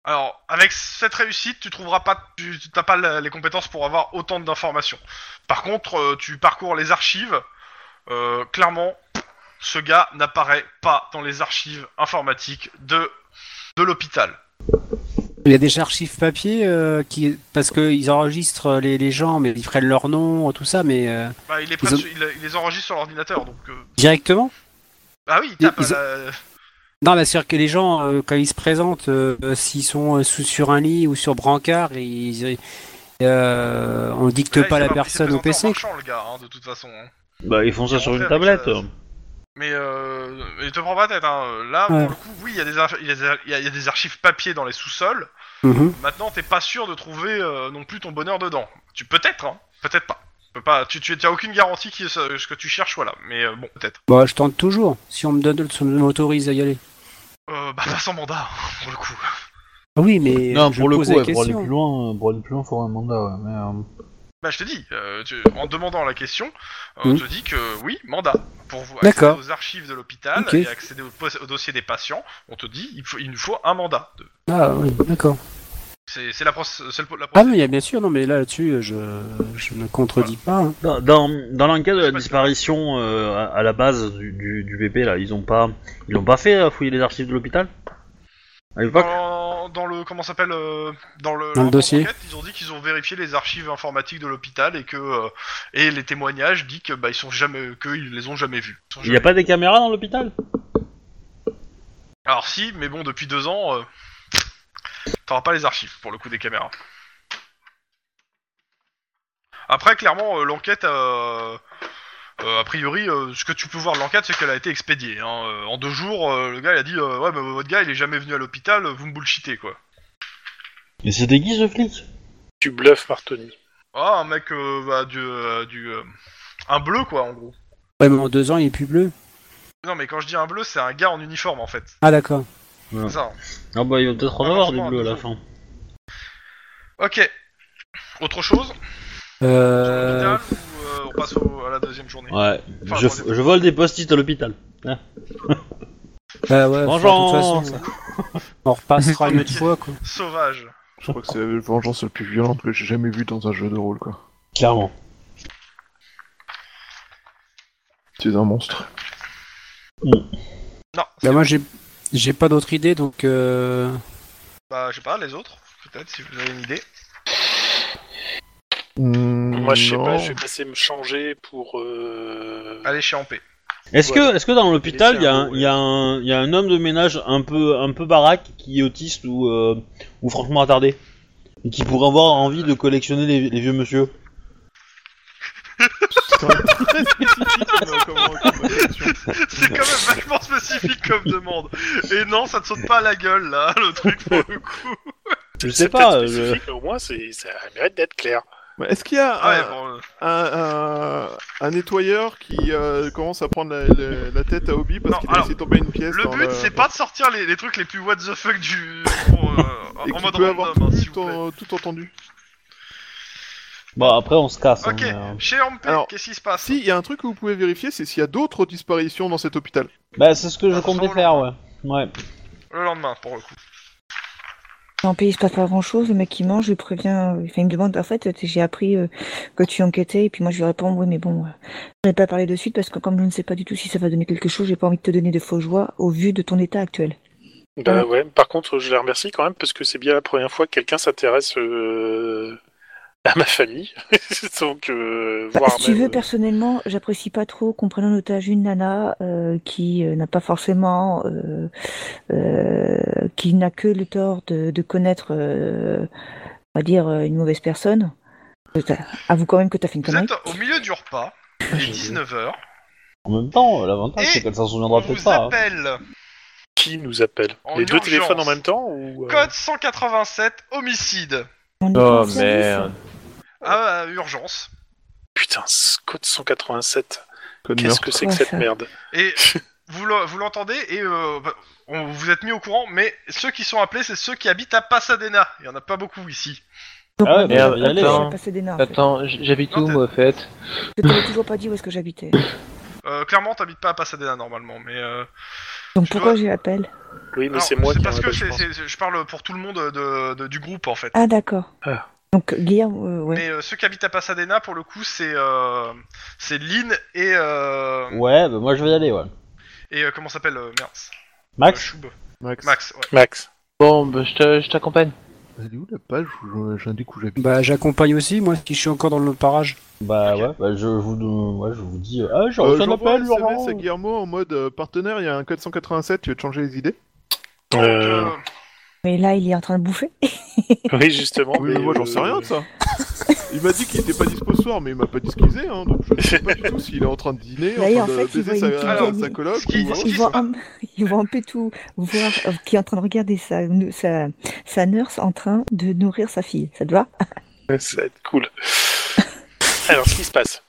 Speaker 2: Alors, avec cette réussite, tu trouveras pas, tu tu- t'as pas la- les compétences pour avoir autant d'informations. Par contre, euh, tu parcours les archives. euh, clairement, ce gars n'apparaît pas dans les archives informatiques de de l'hôpital.
Speaker 6: Il y a des archives papier euh, qui parce qu'ils enregistrent les, les gens, mais ils prennent leur nom, tout ça, mais euh,
Speaker 2: Bah, il, est
Speaker 6: Ils ont-
Speaker 2: presque- il- il les enregistre sur l'ordinateur, donc. euh,
Speaker 6: directement.
Speaker 2: Bah oui,
Speaker 6: Ils-
Speaker 2: tape
Speaker 6: ils
Speaker 2: à la-
Speaker 6: Non, bah, c'est-à-dire que les gens, euh, quand ils se présentent, euh, euh, s'ils sont euh, sous, sur un lit ou sur brancard, ils, euh, on dicte
Speaker 2: Là, il
Speaker 6: pas
Speaker 2: s'est
Speaker 6: la
Speaker 2: mar- il s'est
Speaker 6: personne au
Speaker 2: présenté en
Speaker 6: PC.
Speaker 2: marchant, le gars, hein, de toute façon. hein.
Speaker 1: Bah, ils font ça
Speaker 2: Ils
Speaker 1: sur
Speaker 2: vont
Speaker 1: une
Speaker 2: faire
Speaker 1: tablette.
Speaker 2: avec Mais euh, mais te prends pas tête. Hein. Là,
Speaker 6: Ouais.
Speaker 2: pour le coup, oui, il y, a des archi- il y a des ar- il y a- il y a des archives papier dans les sous-sols.
Speaker 6: Mhm.
Speaker 2: Maintenant, t'es pas sûr de trouver euh, non plus ton bonheur dedans. Tu peut-être, hein, peut-être pas. Tu peux pas. Tu, tu as aucune garantie que ce ce que tu cherches, voilà. Mais euh, bon, peut-être.
Speaker 6: Bon, Bah, je tente toujours. Si on me donne, si on m'autorise à y aller.
Speaker 2: Euh, bah pas sans mandat pour le coup.
Speaker 6: Ah Oui, mais je pose la
Speaker 1: pour aller
Speaker 6: question.
Speaker 1: plus loin, euh, pour aller plus loin, faut un mandat. Ouais, mais, euh,
Speaker 2: Bah je te dis, euh, tu- en demandant la question, euh, on
Speaker 6: Mhm.
Speaker 2: te dit que oui, mandat. Pour vous accéder
Speaker 6: D'accord.
Speaker 2: aux archives de l'hôpital
Speaker 6: Ok.
Speaker 2: et accéder au, pos- au dossier des patients, on te dit il, faut, il nous faut un mandat. De...
Speaker 6: Ah oui, d'accord.
Speaker 2: C'est c'est la, proc- c'est le- la
Speaker 6: Ah oui, bien sûr, non, mais là, là-dessus, je, je ne contredis pas. hein.
Speaker 1: Dans, dans, dans le cas de la disparition euh, à, à la base du, du, du VP, là, ils ont pas, ils l'ont pas fait euh, fouiller les archives de l'hôpital À l'époque
Speaker 2: Dans, dans le comment ça s'appelle euh, dans le,
Speaker 6: Dans le
Speaker 2: rapport
Speaker 6: dossier.
Speaker 2: d'enquête, ils ont dit qu'ils ont vérifié les archives informatiques de l'hôpital et que euh, et les témoignages disent que bah ils sont jamais que ils les ont jamais vus. Ils sont
Speaker 1: Il n'y a
Speaker 2: jamais-
Speaker 1: pas des caméras dans l'hôpital
Speaker 2: Alors si, mais bon depuis deux ans, euh, t'auras pas les archives pour le coup des caméras. Après clairement euh, l'enquête euh, euh, a priori euh, ce que tu peux voir de l'enquête c'est qu'elle a été expédiée. hein. Euh, En deux jours euh, le gars il a dit euh, ouais bah, votre gars il est jamais venu à l'hôpital vous me bullshitez quoi.
Speaker 1: Mais c'était qui ce flic
Speaker 3: Tu bluffes, Martoni.
Speaker 2: Ah, un mec euh, bah, du. euh, du euh, un bleu, quoi, en gros.
Speaker 6: Ouais, mais en deux ans, il est plus bleu.
Speaker 2: Non, mais quand je dis un bleu, c'est un gars en uniforme, en fait.
Speaker 6: Ah, d'accord.
Speaker 2: C'est ça. hein.
Speaker 1: Ah bah il va peut-être en
Speaker 2: Ah,
Speaker 1: avoir du
Speaker 2: franchement,
Speaker 1: bleu à la
Speaker 2: un
Speaker 1: fin.
Speaker 2: Ok. Autre chose Sur
Speaker 6: Euh...
Speaker 2: l'hôpital ou, euh, on passe au- à la deuxième journée
Speaker 1: Ouais,
Speaker 2: Enfin,
Speaker 1: je,
Speaker 2: attendez.
Speaker 1: je vole des post-it à l'hôpital.
Speaker 6: Bah ouais,
Speaker 1: Bonjour.
Speaker 6: enfin, de toute façon, on repassera une autre fois, quoi.
Speaker 2: Sauvage.
Speaker 5: Je crois que c'est la vengeance la plus violente que j'ai jamais vue dans un jeu de rôle, quoi.
Speaker 1: Clairement.
Speaker 5: Tu es un monstre.
Speaker 2: Non, c'est-
Speaker 6: Bah moi, j'ai, j'ai pas d'autre idée, donc... Euh...
Speaker 2: bah, je sais pas, les autres, peut-être, si vous avez une idée.
Speaker 3: Moi, je sais pas,
Speaker 5: Hmm,
Speaker 3: je vais passer me changer pour. euh,
Speaker 2: Allez, chez Ampé. <laughs>
Speaker 1: Est-ce que,
Speaker 3: Voilà.
Speaker 1: est-ce que dans l'hôpital, il y, a un-
Speaker 3: Laissez un mot,
Speaker 1: il y, a un- il y a un homme de ménage un peu, un peu baraque qui est autiste ou, euh, ou franchement attardé Et qui pourrait avoir envie de collectionner les, les vieux monsieur
Speaker 5: <laughs>
Speaker 2: c'est quand même vachement spécifique comme demande. Et non, ça te saute pas à la gueule, là, le truc, pour le coup.
Speaker 1: Je
Speaker 3: c'est
Speaker 1: sais pas.
Speaker 3: peut-être
Speaker 1: euh,
Speaker 3: spécifique, mais Au moins, c'est- ça mérite d'être clair.
Speaker 5: Mais Est-ce qu'il y a
Speaker 2: Ah ouais,
Speaker 5: un,
Speaker 2: bon, euh,
Speaker 5: un- un- un nettoyeur qui euh, commence à prendre la, la- la tête à Obi parce
Speaker 2: Non,
Speaker 5: qu'il a
Speaker 2: alors,
Speaker 5: laissé tomber une pièce
Speaker 2: le
Speaker 5: dans
Speaker 2: but,
Speaker 5: la-
Speaker 2: c'est pas de sortir les, les trucs les plus what the fuck du. pour, euh,
Speaker 5: Et
Speaker 2: en
Speaker 5: qui
Speaker 2: mode
Speaker 5: peut avoir
Speaker 2: random, hein,
Speaker 5: tout,
Speaker 2: s'il vous plaît.
Speaker 5: en- tout entendu.
Speaker 1: Bon, après, on se casse. hein,
Speaker 2: Ok,
Speaker 1: mais, euh.
Speaker 2: chez Ampé,
Speaker 5: Alors,
Speaker 2: qu'est-ce qui se passe
Speaker 5: Si, il y a un truc que vous pouvez vérifier, c'est s'il y a d'autres disparitions dans cet hôpital.
Speaker 1: Bah, c'est ce que je
Speaker 2: Ah,
Speaker 1: comptais
Speaker 2: ça,
Speaker 1: faire, ouais. Ouais.
Speaker 2: Le lendemain, pour le coup.
Speaker 7: En pays, il se passe pas grand chose. Le mec qui mange, il prévient, euh, enfin, il me demande, en fait, t- j'ai appris euh, que tu enquêtais, et puis moi je lui réponds, oui, mais bon, euh, je n'ai pas parlé de suite parce que comme je ne sais pas du tout si ça va donner quelque chose, j'ai pas envie de te donner de faux joies au vu de ton état actuel.
Speaker 3: Bah ouais, par contre, je les remercie quand même parce que c'est bien la première fois que quelqu'un s'intéresse euh, à ma famille. <laughs> Donc, euh,
Speaker 7: Bah,
Speaker 3: voire
Speaker 7: si tu
Speaker 3: même-
Speaker 7: veux, personnellement, j'apprécie pas trop qu'on prenne en otage une nana euh, qui euh, n'a pas forcément, euh, euh, qui n'a que le tort de, de connaître, euh, on va dire, euh, une mauvaise personne. Euh, t'as- Avoue quand même que t'as fait une
Speaker 2: Vous
Speaker 7: connerie.
Speaker 2: êtes au milieu du repas,
Speaker 3: Ah,
Speaker 2: il est 19h,
Speaker 1: En même temps, euh, l'avantage,
Speaker 2: Et
Speaker 1: c'est qu'elle s'en
Speaker 2: Eh, on
Speaker 1: souviendra peut-être
Speaker 2: vous
Speaker 1: pas. hein.
Speaker 2: appelle
Speaker 3: qui nous appelle
Speaker 2: En
Speaker 3: Les deux
Speaker 2: urgence.
Speaker 3: téléphones en même temps ou euh,
Speaker 2: code 187 homicide.
Speaker 7: On est
Speaker 8: Oh
Speaker 7: en service.
Speaker 8: merde.
Speaker 2: Ah, euh, urgence.
Speaker 3: Putain, ce code 187.
Speaker 5: Code
Speaker 3: Qu'est-ce
Speaker 5: meurtre.
Speaker 3: que c'est que
Speaker 7: Quoi,
Speaker 3: cette
Speaker 7: ça
Speaker 3: merde <laughs>
Speaker 2: Et vous l'en- vous l'entendez et euh, bah, on vous êtes mis au courant, mais ceux qui sont appelés, c'est ceux qui habitent à Pasadena. Il y en a pas beaucoup ici.
Speaker 7: Donc,
Speaker 1: Ah ouais,
Speaker 7: on est
Speaker 1: merde,
Speaker 7: en train de
Speaker 1: allez,
Speaker 7: faire
Speaker 1: hein.
Speaker 7: passer des nains, en fait.
Speaker 4: Attends, j- j'habite
Speaker 2: Non,
Speaker 4: où,
Speaker 2: t'as-
Speaker 4: moi, au fait
Speaker 7: Je te l'ai toujours pas dit où est-ce que j'habitais.
Speaker 2: Euh, clairement, t'habites pas à Pasadena normalement, mais. Euh...
Speaker 7: Donc
Speaker 2: Je
Speaker 7: pourquoi
Speaker 2: dois-
Speaker 7: j'y appelle
Speaker 3: Oui, mais
Speaker 2: alors,
Speaker 3: c'est moi qui. en
Speaker 2: parce que
Speaker 3: appelle, je
Speaker 2: c'est-
Speaker 3: pense.
Speaker 2: c'est- je, parle pour tout le monde de- de- du groupe en fait.
Speaker 7: Ah d'accord.
Speaker 3: Ah.
Speaker 7: Donc Guillaume, euh, ouais.
Speaker 2: Mais euh, ceux qui habitent à Pasadena, pour le coup, c'est euh, c'est Lynn et euh,
Speaker 3: Mm.
Speaker 1: Ouais, bah, moi, je vais y aller, ouais.
Speaker 2: et euh, comment s'appelle euh, merde,
Speaker 1: Max
Speaker 2: euh, Choub.
Speaker 5: Max.
Speaker 2: Max. Ouais.
Speaker 3: Max.
Speaker 4: Bon, bah, je te- je t'accompagne.
Speaker 5: Elle est où la page où j'indique où j'habite
Speaker 6: Bah, j'accompagne aussi, moi, qui suis encore dans le parage.
Speaker 1: Bah, ouais, bah, je vous, donne- ouais, je vous dis. euh, Ah, j'ai
Speaker 5: euh,
Speaker 1: reçu un
Speaker 5: J'envoie
Speaker 1: appel,
Speaker 5: un SMS
Speaker 1: Laurent.
Speaker 5: à Guillermo en mode euh, partenaire, il y a un 487, tu veux te changer les idées
Speaker 2: Donc,
Speaker 3: Euh,
Speaker 2: euh,
Speaker 7: Mais là il est en train de bouffer.
Speaker 3: Oui, justement.
Speaker 5: Oui, mais moi j'en
Speaker 3: euh,
Speaker 5: sais rien de ça. <laughs> Il m'a dit qu'il était pas dispo ce soir, mais il m'a pas disquisé, hein, donc je sais pas du tout s'il est en train de dîner, en
Speaker 7: Là, il- en
Speaker 5: train de
Speaker 7: fait,
Speaker 5: baiser
Speaker 7: il voit une
Speaker 5: sa,
Speaker 2: petite
Speaker 5: alors,
Speaker 2: amie.
Speaker 5: sa coloc.
Speaker 2: Ce qui-
Speaker 5: ou
Speaker 2: ce
Speaker 5: autre.
Speaker 2: qui-
Speaker 7: Il va un, il va un peu tout voir euh, qui est en train de regarder sa sa sa nurse en train de nourrir sa fille. Ça te va
Speaker 3: <laughs> Ça va être cool. Alors, ce qui se passe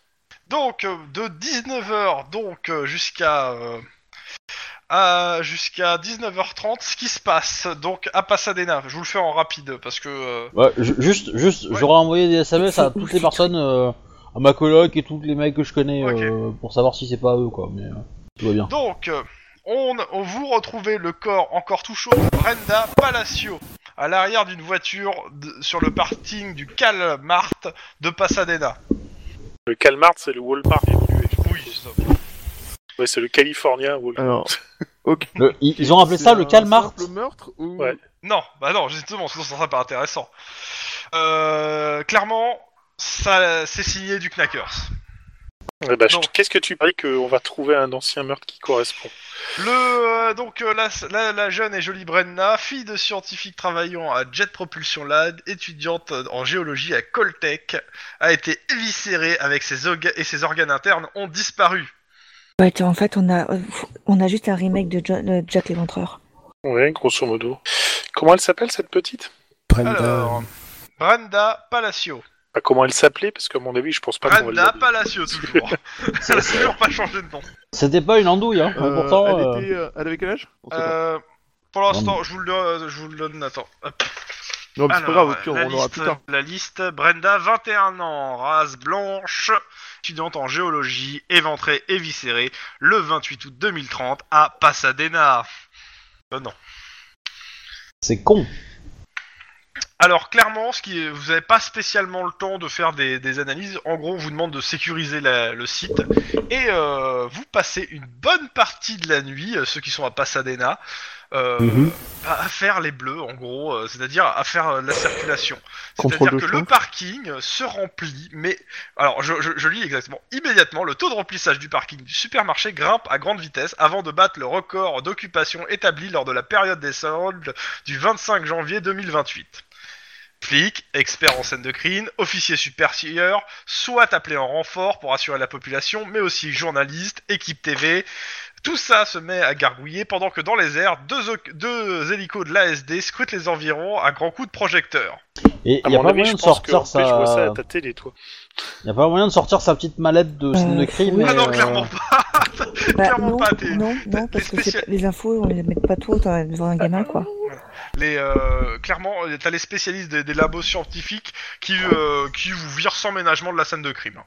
Speaker 2: Donc euh, de 19h donc euh, jusqu'à euh, à- jusqu'à 19h30 ce qui se passe donc à Pasadena. Je vous le fais en rapide parce que euh,
Speaker 1: Ouais, ju- juste, juste,
Speaker 2: Ouais.
Speaker 1: j'aurais envoyé des SMS à
Speaker 2: <laughs>
Speaker 7: C'est ouf,
Speaker 1: toutes
Speaker 7: les
Speaker 1: les personnes, euh, à ma coloc et tous les mecs que je connais,
Speaker 2: Ok.
Speaker 1: euh, pour savoir si c'est pas eux, quoi. Mais euh, tout va
Speaker 2: <laughs>
Speaker 1: bien.
Speaker 2: donc euh, on, on vous retrouvez le corps encore tout chaud de Brenda Palacio à l'arrière d'une voiture de- sur le parking du Calmart de Pasadena.
Speaker 3: Le Calmart, c'est le Walmart évolué.
Speaker 2: Oui, ça.
Speaker 3: Ouais, c'est le Californien Walmart.
Speaker 5: Alors, ok.
Speaker 1: ils, ils ont appelé ça le
Speaker 5: C'est un
Speaker 1: Calmart.
Speaker 5: simple meurtre ou
Speaker 3: Ouais.
Speaker 2: Non, bah non, justement, sinon ça serait pas intéressant. Euh, clairement, ça, c'est signé du Knackers.
Speaker 3: Eh ben, je-
Speaker 2: Non.
Speaker 3: Qu'est-ce que tu paries qu'on va trouver un ancien meurtre qui correspond
Speaker 2: Le euh, donc euh, la, la- la jeune et jolie Brenna, fille de scientifique travaillant à Jet Propulsion Lab, étudiante en géologie à Coltech, a été éviscérée avec ses orga- et ses organes internes ont disparu.
Speaker 7: Ouais, attends, en fait, on a, euh, on a juste un remake de Jo- euh, Jack
Speaker 2: <laughs>
Speaker 7: l'éventreur.
Speaker 3: Ouais, grosso modo. Comment elle s'appelle cette petite
Speaker 6: Brenda.
Speaker 2: Alors, Brenda Palacio.
Speaker 3: Pas Comment elle s'appelait Parce qu'à mon avis, je pense pas qu'on
Speaker 2: Brenda
Speaker 3: va
Speaker 2: Palacio toujours. Elle a toujours pas changé de nom.
Speaker 1: C'était pas une andouille, hein.
Speaker 5: Euh,
Speaker 1: pourtant,
Speaker 5: elle,
Speaker 1: euh,
Speaker 5: était, euh, elle avait quel âge On sait pas.
Speaker 2: Euh, pour l'instant, je vous le donne. Je vous le donne. Attends. Hop.
Speaker 5: Non, mais c'est pas
Speaker 2: Alors,
Speaker 5: grave, au pire,
Speaker 2: la
Speaker 5: on l'aura
Speaker 2: liste-
Speaker 5: plus tard.
Speaker 2: La liste, Brenda, 21 ans, race blanche, étudiante en géologie, éventrée et viscérée, le 28 août 2030 à Pasadena. Euh, non.
Speaker 1: c'est con.
Speaker 2: Alors clairement, ce qui est- vous n'avez pas spécialement le temps de faire des, des analyses. En gros, on vous demande de sécuriser la- le site et euh, vous passez une bonne partie de la nuit, euh, ceux qui sont à Pasadena, euh,
Speaker 6: Mhm.
Speaker 2: à, à faire les bleus, en gros, euh, c'est-à-dire à faire euh, de la circulation.
Speaker 5: Contrôle
Speaker 2: C'est-à-dire
Speaker 5: de
Speaker 2: que
Speaker 5: choix.
Speaker 2: le parking euh, se remplit, mais alors je, je- je lis exactement. Immédiatement, le taux de remplissage du parking du supermarché grimpe à grande vitesse avant de battre le record d'occupation établi lors de la période des soldes du 25 janvier 2028 flics, experts en scène de crime, officiers supérieurs, soit appelés en renfort pour assurer la population, mais aussi journalistes, équipe TV. Tout ça se met à gargouiller pendant que dans les airs, deux, oc- deux hélicos de l'ASD scrutent les environs à grands coups de projecteurs.
Speaker 1: Et
Speaker 3: À
Speaker 1: y a
Speaker 3: mon
Speaker 1: pas
Speaker 3: avis,
Speaker 1: moyen
Speaker 3: je
Speaker 1: de
Speaker 3: pense que en
Speaker 1: sortir
Speaker 3: fait, je vois ça à
Speaker 1: sa.
Speaker 3: ta télé, toi. <laughs>
Speaker 1: Y a pas moyen de sortir sa petite mallette de scène
Speaker 7: Euh,
Speaker 1: de crime.
Speaker 7: oui.
Speaker 1: et,
Speaker 2: Ah non,
Speaker 1: euh,
Speaker 2: clairement pas <laughs>
Speaker 7: Bah,
Speaker 2: Clairement
Speaker 7: non,
Speaker 2: pas, t'es-
Speaker 7: non, non, parce que c'est
Speaker 2: spécial-
Speaker 7: pas- les infos, on les met pas trop t'as- devant un gamin, quoi.
Speaker 2: les, euh, Clairement, t'as les spécialistes des, des labos scientifiques qui, euh, qui vous virent sans ménagement de la scène de crime.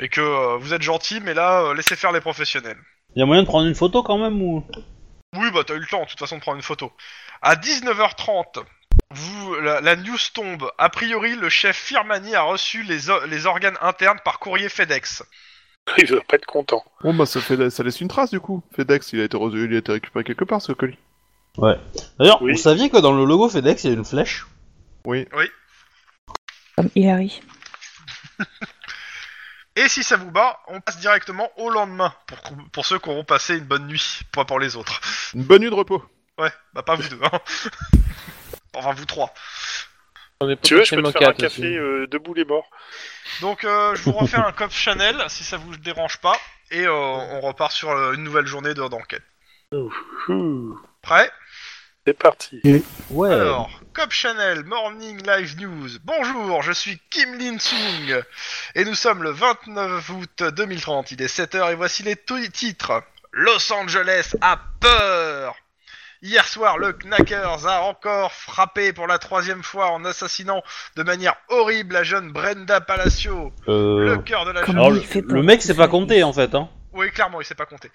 Speaker 2: Et que euh, vous êtes gentil, mais là, euh, laissez faire les professionnels.
Speaker 1: Y a moyen de prendre une photo quand même ou.
Speaker 2: Oui, bah t'as eu le temps, de toute façon, de prendre une photo. À 19h30, vous, la, la news tombe. A priori, le chef Firmani a reçu les, o- les organes internes par courrier FedEx.
Speaker 3: Il va pas être content.
Speaker 5: Bon, bah, ça, fait, ça laisse une trace, du coup. FedEx, il a été, re- il a été récupéré quelque part, ce colis.
Speaker 1: D'ailleurs,
Speaker 3: Oui.
Speaker 1: vous saviez que dans le logo FedEx, il y a une flèche
Speaker 7: Comme Hilary.
Speaker 2: Et si ça vous bat, on passe directement au lendemain, pour, qu'on- pour ceux qui auront passé une bonne nuit, pas pour les autres. <laughs>
Speaker 5: Une bonne nuit de repos.
Speaker 2: Ouais, bah pas vous deux, hein. <laughs> Enfin, vous trois.
Speaker 4: On est
Speaker 3: Tu veux, je peux te
Speaker 4: potentiellement
Speaker 3: faire un
Speaker 4: quatre aussi.
Speaker 3: café euh, debout les morts.
Speaker 2: Donc, euh, je vous refais un cop Chanel, si ça vous dérange pas, et euh, on repart sur euh, une nouvelle journée de- d'enquête.
Speaker 3: Ouh,
Speaker 2: Prêt
Speaker 3: C'est parti.
Speaker 1: Ouais.
Speaker 2: Alors, Cop Channel Morning Live News. Bonjour, je suis Kim Lin Sung et nous sommes le 29 août 2030. Il est 7h et voici les tou- titres. Los Angeles a peur. Hier soir, le Knackers a encore frappé pour la troisième fois en assassinant de manière horrible la jeune Brenda Palacio,
Speaker 1: Euh,
Speaker 2: le cœur de la
Speaker 7: Comment
Speaker 1: alors,
Speaker 7: il
Speaker 1: le,
Speaker 7: fait pour-
Speaker 1: le mec, c'est pas compté en fait. Hein.
Speaker 2: oui, clairement, il s'est pas compté.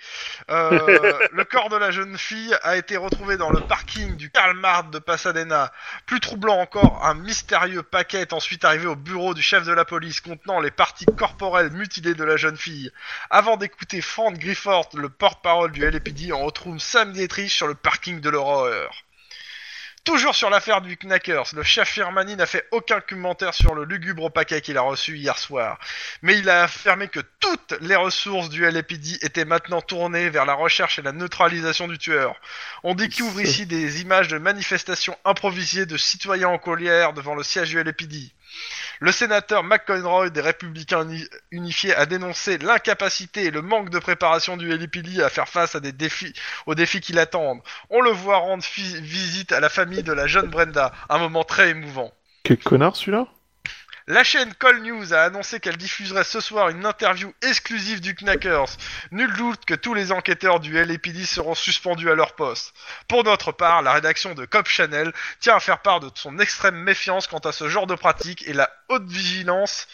Speaker 2: Euh, le corps de la jeune fille a été retrouvé dans le parking du Calmart de Pasadena. Plus troublant encore, un mystérieux paquet est ensuite arrivé au bureau du chef de la police contenant les parties corporelles mutilées de la jeune fille. Avant d'écouter Frank Grifford, le porte-parole du LAPD, on retrouve Sam Dietrich sur le parking de l'horreur. Toujours sur l'affaire du Knackers, le chef Firmani n'a fait aucun commentaire sur le lugubre paquet qu'il a reçu hier soir mais il a affirmé que toutes les ressources du LAPD étaient maintenant tournées vers la recherche et la neutralisation du tueur. On découvre ici des images de manifestations improvisées de citoyens en colère devant le siège du LAPD. Le sénateur McConroy des Républicains Uni- Unifiés a dénoncé l'incapacité et le manque de préparation du LAPD à faire face à des défis, aux défis qui l'attendent. On le voit rendre fi- visite à la famille de la jeune Brenda, un moment très émouvant.
Speaker 5: Quel connard, celui-là
Speaker 2: La chaîne Call News a annoncé qu'elle diffuserait ce soir une interview exclusive du Knackers. Nul doute que tous les enquêteurs du LAPD seront suspendus à leur poste. Pour notre part, la rédaction de Cop Channel tient à faire part de son extrême méfiance quant à ce genre de pratique et la haute vigilance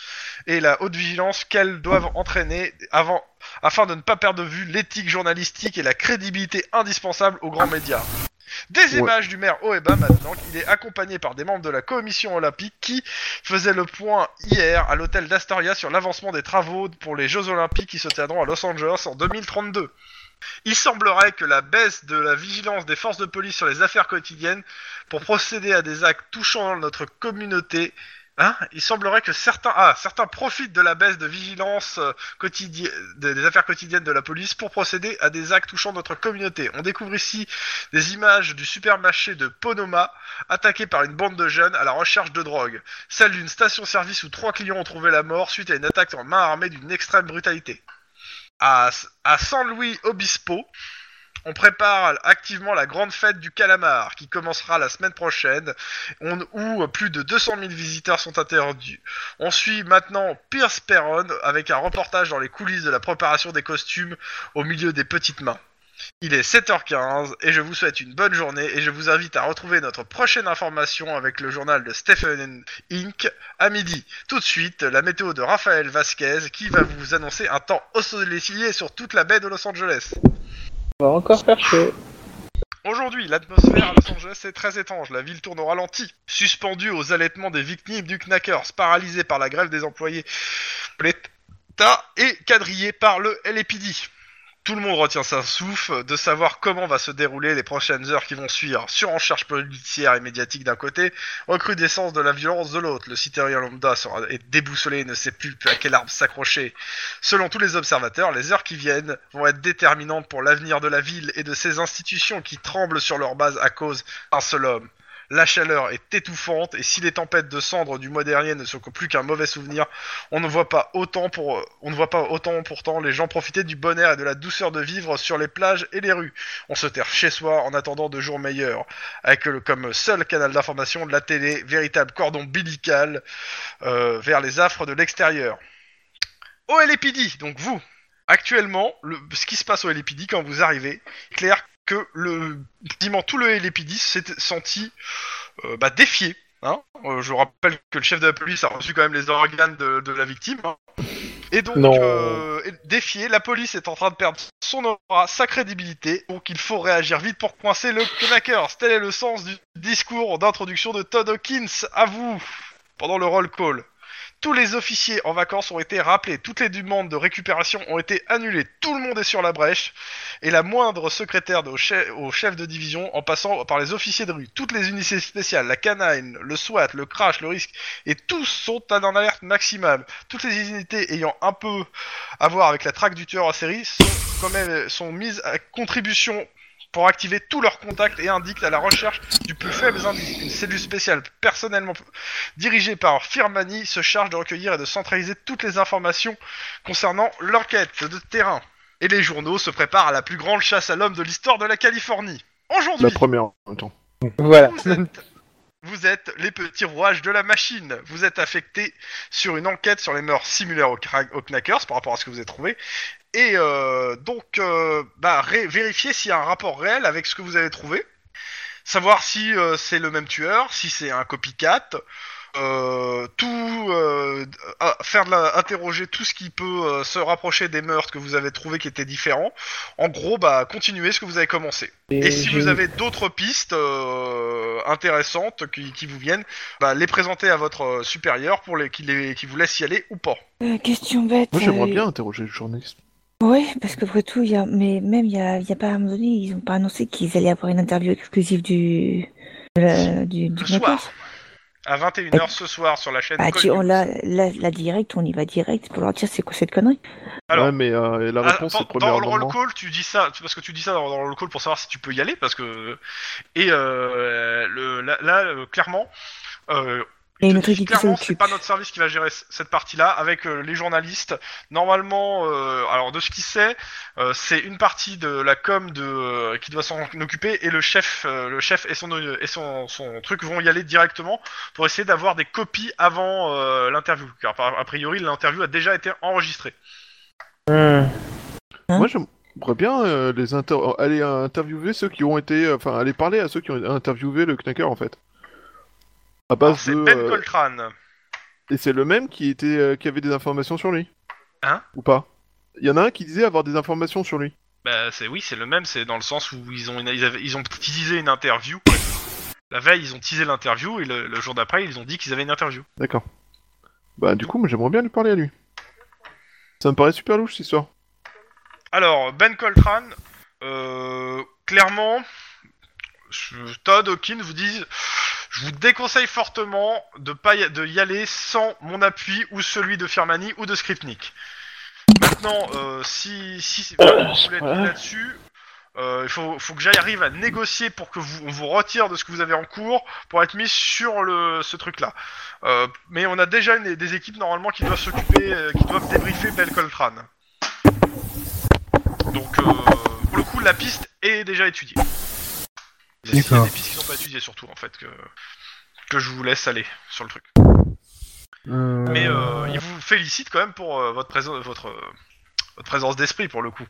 Speaker 2: et la haute vigilance qu'elles doivent entraîner avant afin de ne pas perdre de vue l'éthique journalistique et la crédibilité indispensable aux grands médias. Des
Speaker 5: Ouais.
Speaker 2: images du maire Oeba maintenant. Il est accompagné par des membres de la commission olympique qui faisaient le point hier à l'hôtel d'Astoria sur l'avancement des travaux pour les Jeux olympiques qui se tiendront à Los Angeles en 2032. Il semblerait que la baisse de la vigilance des forces de police sur les affaires quotidiennes pour procéder à des actes touchant notre communauté. Hein Il semblerait que certains, ah, certains profitent de la baisse de vigilance euh, quotidie- des des affaires quotidiennes de la police pour procéder à des actes touchant notre communauté. On découvre ici des images du supermarché de Ponoma attaqué par une bande de jeunes à la recherche de drogue. Celle d'une station-service où trois clients ont trouvé la mort suite à une attaque en main armée d'une extrême brutalité. À, à San Luis Obispo, on prépare activement la grande fête du calamar qui commencera la semaine prochaine, on- où plus de 200 000 visiteurs sont interdits. On suit maintenant Pierce Perron avec un reportage dans les coulisses de la préparation des costumes au milieu des petites mains. Il est 7h15 et je vous souhaite une bonne journée et je vous invite à retrouver notre prochaine information avec le journal de Stephen Inc. à midi. Tout de suite, la météo de Raphaël Vasquez qui va vous annoncer un temps ensoleillé sur toute la baie de Los Angeles.
Speaker 4: On va encore faire chaud. <laughs>
Speaker 2: Aujourd'hui, l'atmosphère à Los Angeles est très étrange. La ville tourne au ralenti, suspendue aux allaitements des victimes du Knackers, paralysée par la grève des employés de l'État et quadrillée par le LAPD. Tout le monde retient sa souffle de savoir comment va se dérouler les prochaines heures qui vont suivre. Surencherche policière et médiatique d'un côté, recrudescence de la violence de l'autre. Le citoyen lambda sera, est déboussolé et ne sait plus à quelle arme s'accrocher. Selon tous les observateurs, les heures qui viennent vont être déterminantes pour l'avenir de la ville et de ses institutions qui tremblent sur leur base à cause d'un seul homme. La chaleur est étouffante et si les tempêtes de cendres du mois dernier ne sont que plus qu'un mauvais souvenir, on ne voit pas autant pour on ne voit pas autant pourtant les gens profiter du bon air et de la douceur de vivre sur les plages et les rues. On se terre chez soi en attendant de jours meilleurs avec le, comme seul canal d'information de la télé, véritable cordon ombilical euh, vers les affres de l'extérieur. Au LAPD, donc vous, actuellement, le- ce qui se passe au LAPD quand vous arrivez, c'est clair que le, quasiment tout le LAPD s'est senti euh, bah, défié. hein. Euh, je rappelle que le chef de la police a reçu quand même les organes de, de la victime. hein. Et donc,
Speaker 4: Non.
Speaker 2: euh, et défié, la police est en train de perdre son aura, sa crédibilité, donc il faut réagir vite pour coincer le knacker. Tel est le sens du discours d'introduction de Todd Hawkins à vous pendant le roll call. Tous les officiers en vacances ont été rappelés, toutes les demandes de récupération ont été annulées, tout le monde est sur la brèche, et la moindre secrétaire de- au, chef, au chef de division en passant par les officiers de rue, toutes les unités spéciales, la canine, le SWAT, le crash, le risque, et tous sont en alerte maximum. Toutes les unités ayant un peu à voir avec la traque du tueur en série sont, quand même, sont mises à contribution pour activer tous leurs contacts et indiquent à la recherche du plus faible indice. Une cellule spéciale personnellement dirigé par Firmani, se charge de recueillir et de centraliser toutes les informations concernant l'enquête de terrain. Et les journaux se préparent à la plus grande chasse à l'homme de l'histoire de la Californie.
Speaker 5: La
Speaker 2: Aujourd'hui,
Speaker 5: première en même temps.
Speaker 4: Voilà.
Speaker 2: vous êtes, vous êtes les petits rouages de la machine. Vous êtes affectés sur une enquête sur les mœurs similaires aux, cra- aux Knackers par rapport à ce que vous avez trouvé. Et euh, donc, euh, bah, ré- vérifier s'il y a un rapport réel avec ce que vous avez trouvé. Savoir si euh, c'est le même tueur, si c'est un copycat. Euh, tout euh, ah, faire de la- interroger tout ce qui peut euh, se rapprocher des meurtres que vous avez trouvé qui étaient différents. En gros, bah continuez ce que vous avez commencé. Et si
Speaker 4: j'ai-
Speaker 2: vous avez d'autres pistes euh, intéressantes qui, qui vous viennent, bah, les présenter à votre euh, supérieur pour les, qui, les, qui vous laisse y aller ou pas.
Speaker 7: Euh, question bête.
Speaker 5: Moi, j'aimerais
Speaker 7: euh,
Speaker 5: bien interroger le journaliste.
Speaker 7: Ouais, parce qu'après tout, il y a... mais même il y a, il y a pas à un moment donné, ils ont pas annoncé qu'ils allaient avoir une interview exclusive du de la- du, du
Speaker 2: Ce soir,
Speaker 7: Knackers.
Speaker 2: à 21h ce soir sur la chaîne.
Speaker 7: Bah, tu,
Speaker 2: Cognac.
Speaker 7: on la, la, la direct, on y va direct pour leur dire c'est quoi cette connerie.
Speaker 2: alors-
Speaker 5: ouais, mais euh, la
Speaker 2: Ah,
Speaker 5: réponse
Speaker 2: dans,
Speaker 5: est
Speaker 2: dans
Speaker 5: première
Speaker 2: le roll call, tu dis ça parce que tu dis ça dans, dans le roll call pour savoir si tu peux y aller parce que et euh, le, là, là, euh, clairement. Euh,
Speaker 7: Il y a
Speaker 2: ils
Speaker 7: une
Speaker 2: te
Speaker 7: truc
Speaker 2: disent
Speaker 7: qui
Speaker 2: clairement, c'est
Speaker 7: s'occupe.
Speaker 2: pas notre service qui va gérer c- cette partie-là avec euh, les journalistes. Normalement, euh, alors de ce qui sait, euh, c'est une partie de la com de euh, qui doit s'en occuper et le chef, euh, le chef et son et son, son truc vont y aller directement pour essayer d'avoir des copies avant euh, l'interview. Car par- a priori, l'interview a déjà été enregistrée.
Speaker 4: Hmm.
Speaker 7: Hein
Speaker 5: Moi, j'aimerais bien euh, les inter- euh, aller euh, interviewer ceux qui ont été. euh, Enfin, aller parler à ceux qui ont interviewé le Knacker, en fait. À
Speaker 2: Alors,
Speaker 5: base
Speaker 2: C'est
Speaker 5: de.
Speaker 2: Ben
Speaker 5: euh,
Speaker 2: Coltrane.
Speaker 5: Et c'est le même qui, était, euh, qui avait des informations sur lui.
Speaker 2: Hein
Speaker 5: Ou pas Il y en a un qui disait avoir des informations sur lui.
Speaker 2: Bah c'est oui, c'est le même, c'est dans le sens où ils ont une- ils, avaient- ils ont teasé une interview. quoi. La veille, ils ont teasé l'interview et le, le jour d'après, ils ont dit qu'ils avaient une interview.
Speaker 5: D'accord. Bah, du coup, moi, j'aimerais bien lui parler à lui. Ça me paraît super louche, cette histoire.
Speaker 2: Alors Ben Coltrane, euh, clairement, je- Todd Hawkins vous disent, je vous déconseille fortement de pas y, de y aller sans mon appui ou celui de Firmani ou de Skripnik. Maintenant, euh, si si si vous voulez être là-dessus. euh, Il faut, faut que j'arrive à négocier pour que vous, on vous retire de ce que vous avez en cours pour être mis sur le, ce truc-là. Euh, mais on a déjà une- des équipes normalement qui doivent s'occuper, euh, qui doivent débriefer Bel Coltrane. Donc, euh, pour le coup, la piste est déjà étudiée. Il y a- il y a
Speaker 6: D'accord.
Speaker 2: des pistes qui sont pas étudiées, surtout, en fait, que, que je vous laisse aller sur le truc. Mais euh, il vous félicite quand même pour euh, votre, présence, votre, euh, votre présence d'esprit, pour le coup.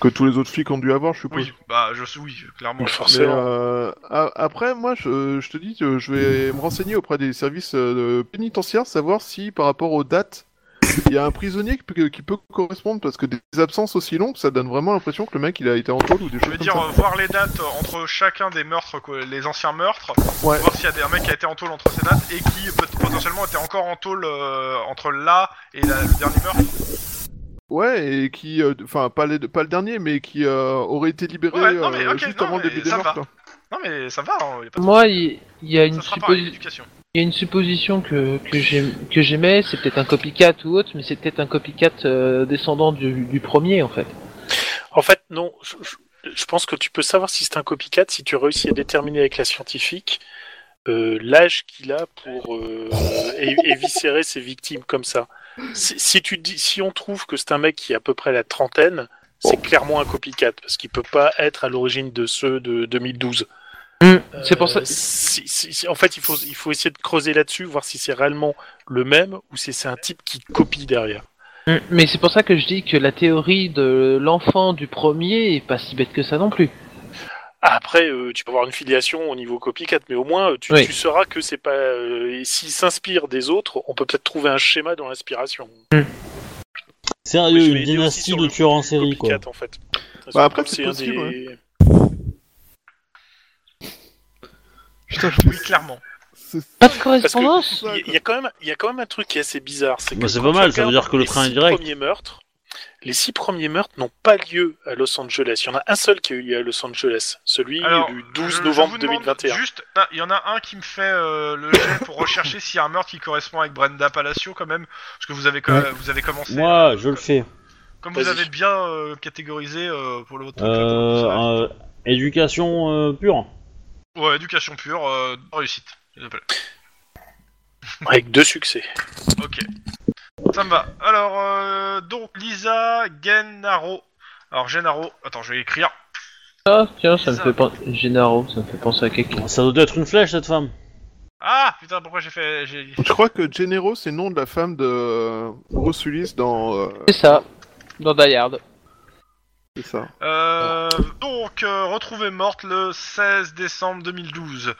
Speaker 5: Que tous les autres flics ont dû avoir, je suppose.
Speaker 2: Oui, bah, je suis, oui, clairement.
Speaker 5: Mais
Speaker 3: Forcément.
Speaker 5: euh, a- après, moi, je, je te dis, que je vais me renseigner auprès des services euh, pénitentiaires, savoir si, par rapport aux dates, il y a un prisonnier qui peut, qui peut correspondre, parce que des absences aussi longues, ça donne vraiment l'impression que le mec, il a été en taule ou des
Speaker 2: Je
Speaker 5: choses
Speaker 2: veux
Speaker 5: comme
Speaker 2: dire,
Speaker 5: ça.
Speaker 2: euh, voir les dates euh, entre chacun des meurtres, quoi, les anciens meurtres,
Speaker 5: Ouais.
Speaker 2: voir s'il y a des, un mec qui a été en tôle entre ces dates et qui peut, potentiellement était encore en tôle euh, entre là et la- le dernier meurtre.
Speaker 5: Ouais, et qui, euh, enfin, pas, les deux- pas le dernier, mais qui euh, aurait été libéré
Speaker 2: Ouais, non, mais
Speaker 5: euh,
Speaker 2: ok,
Speaker 5: juste
Speaker 2: non,
Speaker 5: avant le
Speaker 2: mais
Speaker 5: début des
Speaker 2: ça
Speaker 5: meurtres.
Speaker 2: va.
Speaker 5: quoi.
Speaker 2: Non, mais ça va, hein, y a pas de
Speaker 4: Moi, il il y, a une
Speaker 2: Ça sera pareil,
Speaker 4: supposi-
Speaker 2: l'éducation.
Speaker 4: il y a une supposition que, que j'ai- que j'aimais, c'est peut-être un copycat ou autre, mais c'est peut-être un copycat euh, descendant du, du premier en fait.
Speaker 3: En fait, non. Je, je- je pense que tu peux savoir si c'est un copycat si tu réussis à déterminer avec la scientifique euh, l'âge qu'il a pour euh, é- éviscérer ses victimes comme ça. Si, si tu dis, si on trouve que c'est un mec qui a à peu près la trentaine,
Speaker 4: Oh.
Speaker 3: c'est clairement un copycat parce qu'il peut pas être à l'origine de ceux de 2012.
Speaker 4: c'est pour ça.
Speaker 3: Euh, si- si- si- en fait, il faut, il faut essayer de creuser là-dessus, voir si c'est réellement le même ou si c'est un type qui copie derrière.
Speaker 4: Mm, Mais c'est pour ça que je dis que la théorie de l'enfant du premier est pas si bête que ça non plus.
Speaker 3: Après, euh, tu peux avoir une filiation au niveau copycat, mais au moins euh, tu,
Speaker 4: Oui.
Speaker 3: tu sauras que c'est pas. euh, et S'il s'inspire des autres, on peut peut-être trouver un schéma dans l'inspiration.
Speaker 1: Sérieux,
Speaker 3: Oui,
Speaker 1: Ah
Speaker 3: je vais
Speaker 1: une
Speaker 3: aider aussi
Speaker 1: dynastie
Speaker 3: sur
Speaker 1: de
Speaker 3: le
Speaker 1: tueurs en série, quoi.
Speaker 3: Copycat, en fait. Parce
Speaker 5: Bah,
Speaker 3: que
Speaker 5: après,
Speaker 3: comme
Speaker 5: c'est
Speaker 3: un
Speaker 5: possible,
Speaker 3: des-
Speaker 1: <laughs>
Speaker 5: Putain, je-
Speaker 2: Oui, clairement.
Speaker 5: c'est-
Speaker 4: Pas de
Speaker 3: Parce que
Speaker 4: correspondance
Speaker 5: Ouais,
Speaker 3: il y, a quand même, il y a quand même un truc qui est assez bizarre. C'est que
Speaker 1: Bah, c'est
Speaker 3: quand
Speaker 1: pas mal,
Speaker 3: tu
Speaker 1: ça veut
Speaker 3: regardes
Speaker 1: dire que le
Speaker 3: les
Speaker 1: train est
Speaker 3: six
Speaker 1: direct.
Speaker 3: premiers meurtres, les six premiers meurtres n'ont pas lieu à Los Angeles. Il y en a un seul qui a eu lieu à Los Angeles, celui
Speaker 2: Alors,
Speaker 3: du 12
Speaker 2: je- je
Speaker 3: novembre
Speaker 2: vous demande
Speaker 3: 2021.
Speaker 2: Juste, ah, il y en a un qui me fait euh, le jet pour rechercher s'il y a un meurtre qui correspond avec Brenda Palacio quand même, parce que vous avez, co-
Speaker 6: Ouais.
Speaker 2: vous avez commencé.
Speaker 1: Moi,
Speaker 2: euh,
Speaker 1: je le fais.
Speaker 2: Comme vous
Speaker 3: Vas-y.
Speaker 2: avez bien euh, catégorisé euh, pour le votre truc, là, pour le
Speaker 1: Euh,
Speaker 2: personnage.
Speaker 1: euh, éducation euh, pure.
Speaker 2: Ouais, éducation pure, euh, réussite. s'il vous plaît.
Speaker 3: Avec deux succès.
Speaker 2: Ok. Ça me va. Alors, euh, donc, Lisa Gennaro. Alors, Gennaro, attends, je vais écrire.
Speaker 4: Ah, tiens, ça me
Speaker 2: Ça.
Speaker 4: fait penser. Gennaro, ça me fait penser à quelqu'un.
Speaker 1: Ça doit être une flèche, cette femme.
Speaker 2: Ah, putain, pourquoi j'ai fait. j'ai-
Speaker 5: Je crois que Gennaro, c'est le nom de la femme de euh, Bruce Willis dans... euh,
Speaker 4: C'est ça, dans Die Hard.
Speaker 5: c'est ça.
Speaker 2: Euh, donc, euh, retrouvée morte le 16 décembre 2012.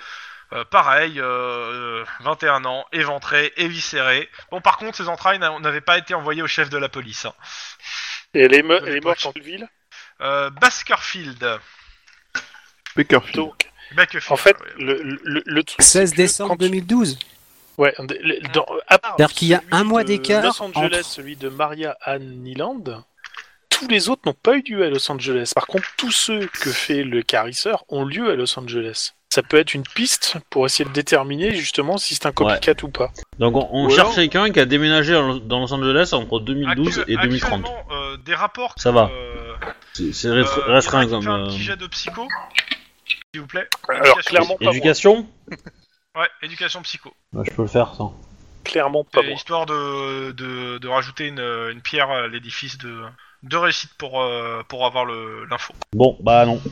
Speaker 2: Euh, pareil, euh, euh, 21 ans, éventrée, éviscérée. Bon, par contre, ses entrailles n'a- n'avaient pas été envoyées au chef de la police. hein.
Speaker 3: Et elle est, me-
Speaker 2: Je
Speaker 3: elle
Speaker 2: l'ai
Speaker 3: est
Speaker 2: pas
Speaker 3: morte
Speaker 2: acheté.
Speaker 3: en ville.
Speaker 2: Euh, Baskerfield.
Speaker 5: Bakerfield.
Speaker 3: Donc,
Speaker 2: Bakerfield,
Speaker 3: En fait,
Speaker 2: ouais.
Speaker 3: le, le, le truc. c'est
Speaker 6: 16
Speaker 3: que
Speaker 6: décembre
Speaker 3: quand tu-
Speaker 6: 2012.
Speaker 3: Ouais, d- le- dans- à part
Speaker 6: C'est-à-dire qu'il y a
Speaker 3: celui
Speaker 6: un mois
Speaker 3: de
Speaker 6: d'écart
Speaker 3: Los Angeles,
Speaker 6: entre-
Speaker 3: celui de Maria Anne Neeland, tous les autres n'ont pas eu lieu à Los Angeles. Par contre, tous ceux que fait le carisseur ont lieu à Los Angeles. Ça peut être une piste pour essayer de déterminer justement si c'est un copycat ou pas.
Speaker 1: Donc on, on
Speaker 5: Ou alors-
Speaker 1: cherche quelqu'un qui a déménagé en- dans Los Angeles entre 2012
Speaker 2: Actu-
Speaker 1: et 2030.
Speaker 2: actuellement, euh, des rapports.
Speaker 1: Ça
Speaker 2: que,
Speaker 1: va.
Speaker 2: euh,
Speaker 1: C'est c'est
Speaker 2: euh,
Speaker 1: restreint,
Speaker 2: il y en a
Speaker 1: comme...
Speaker 2: qui fait Un
Speaker 1: euh,
Speaker 2: petit jet de psycho, s'il vous plaît.
Speaker 3: Alors
Speaker 2: Éducation.
Speaker 3: clairement pas moi.
Speaker 1: euh, Éducation
Speaker 2: Ouais, éducation psycho.
Speaker 1: Ouais, Je peux le faire, ça.
Speaker 3: Clairement pas
Speaker 2: Et
Speaker 3: moi.
Speaker 2: histoire de, de, de rajouter une, une pierre à l'édifice de, de réussite pour, euh, pour avoir le- l'info.
Speaker 1: Bon, bah non.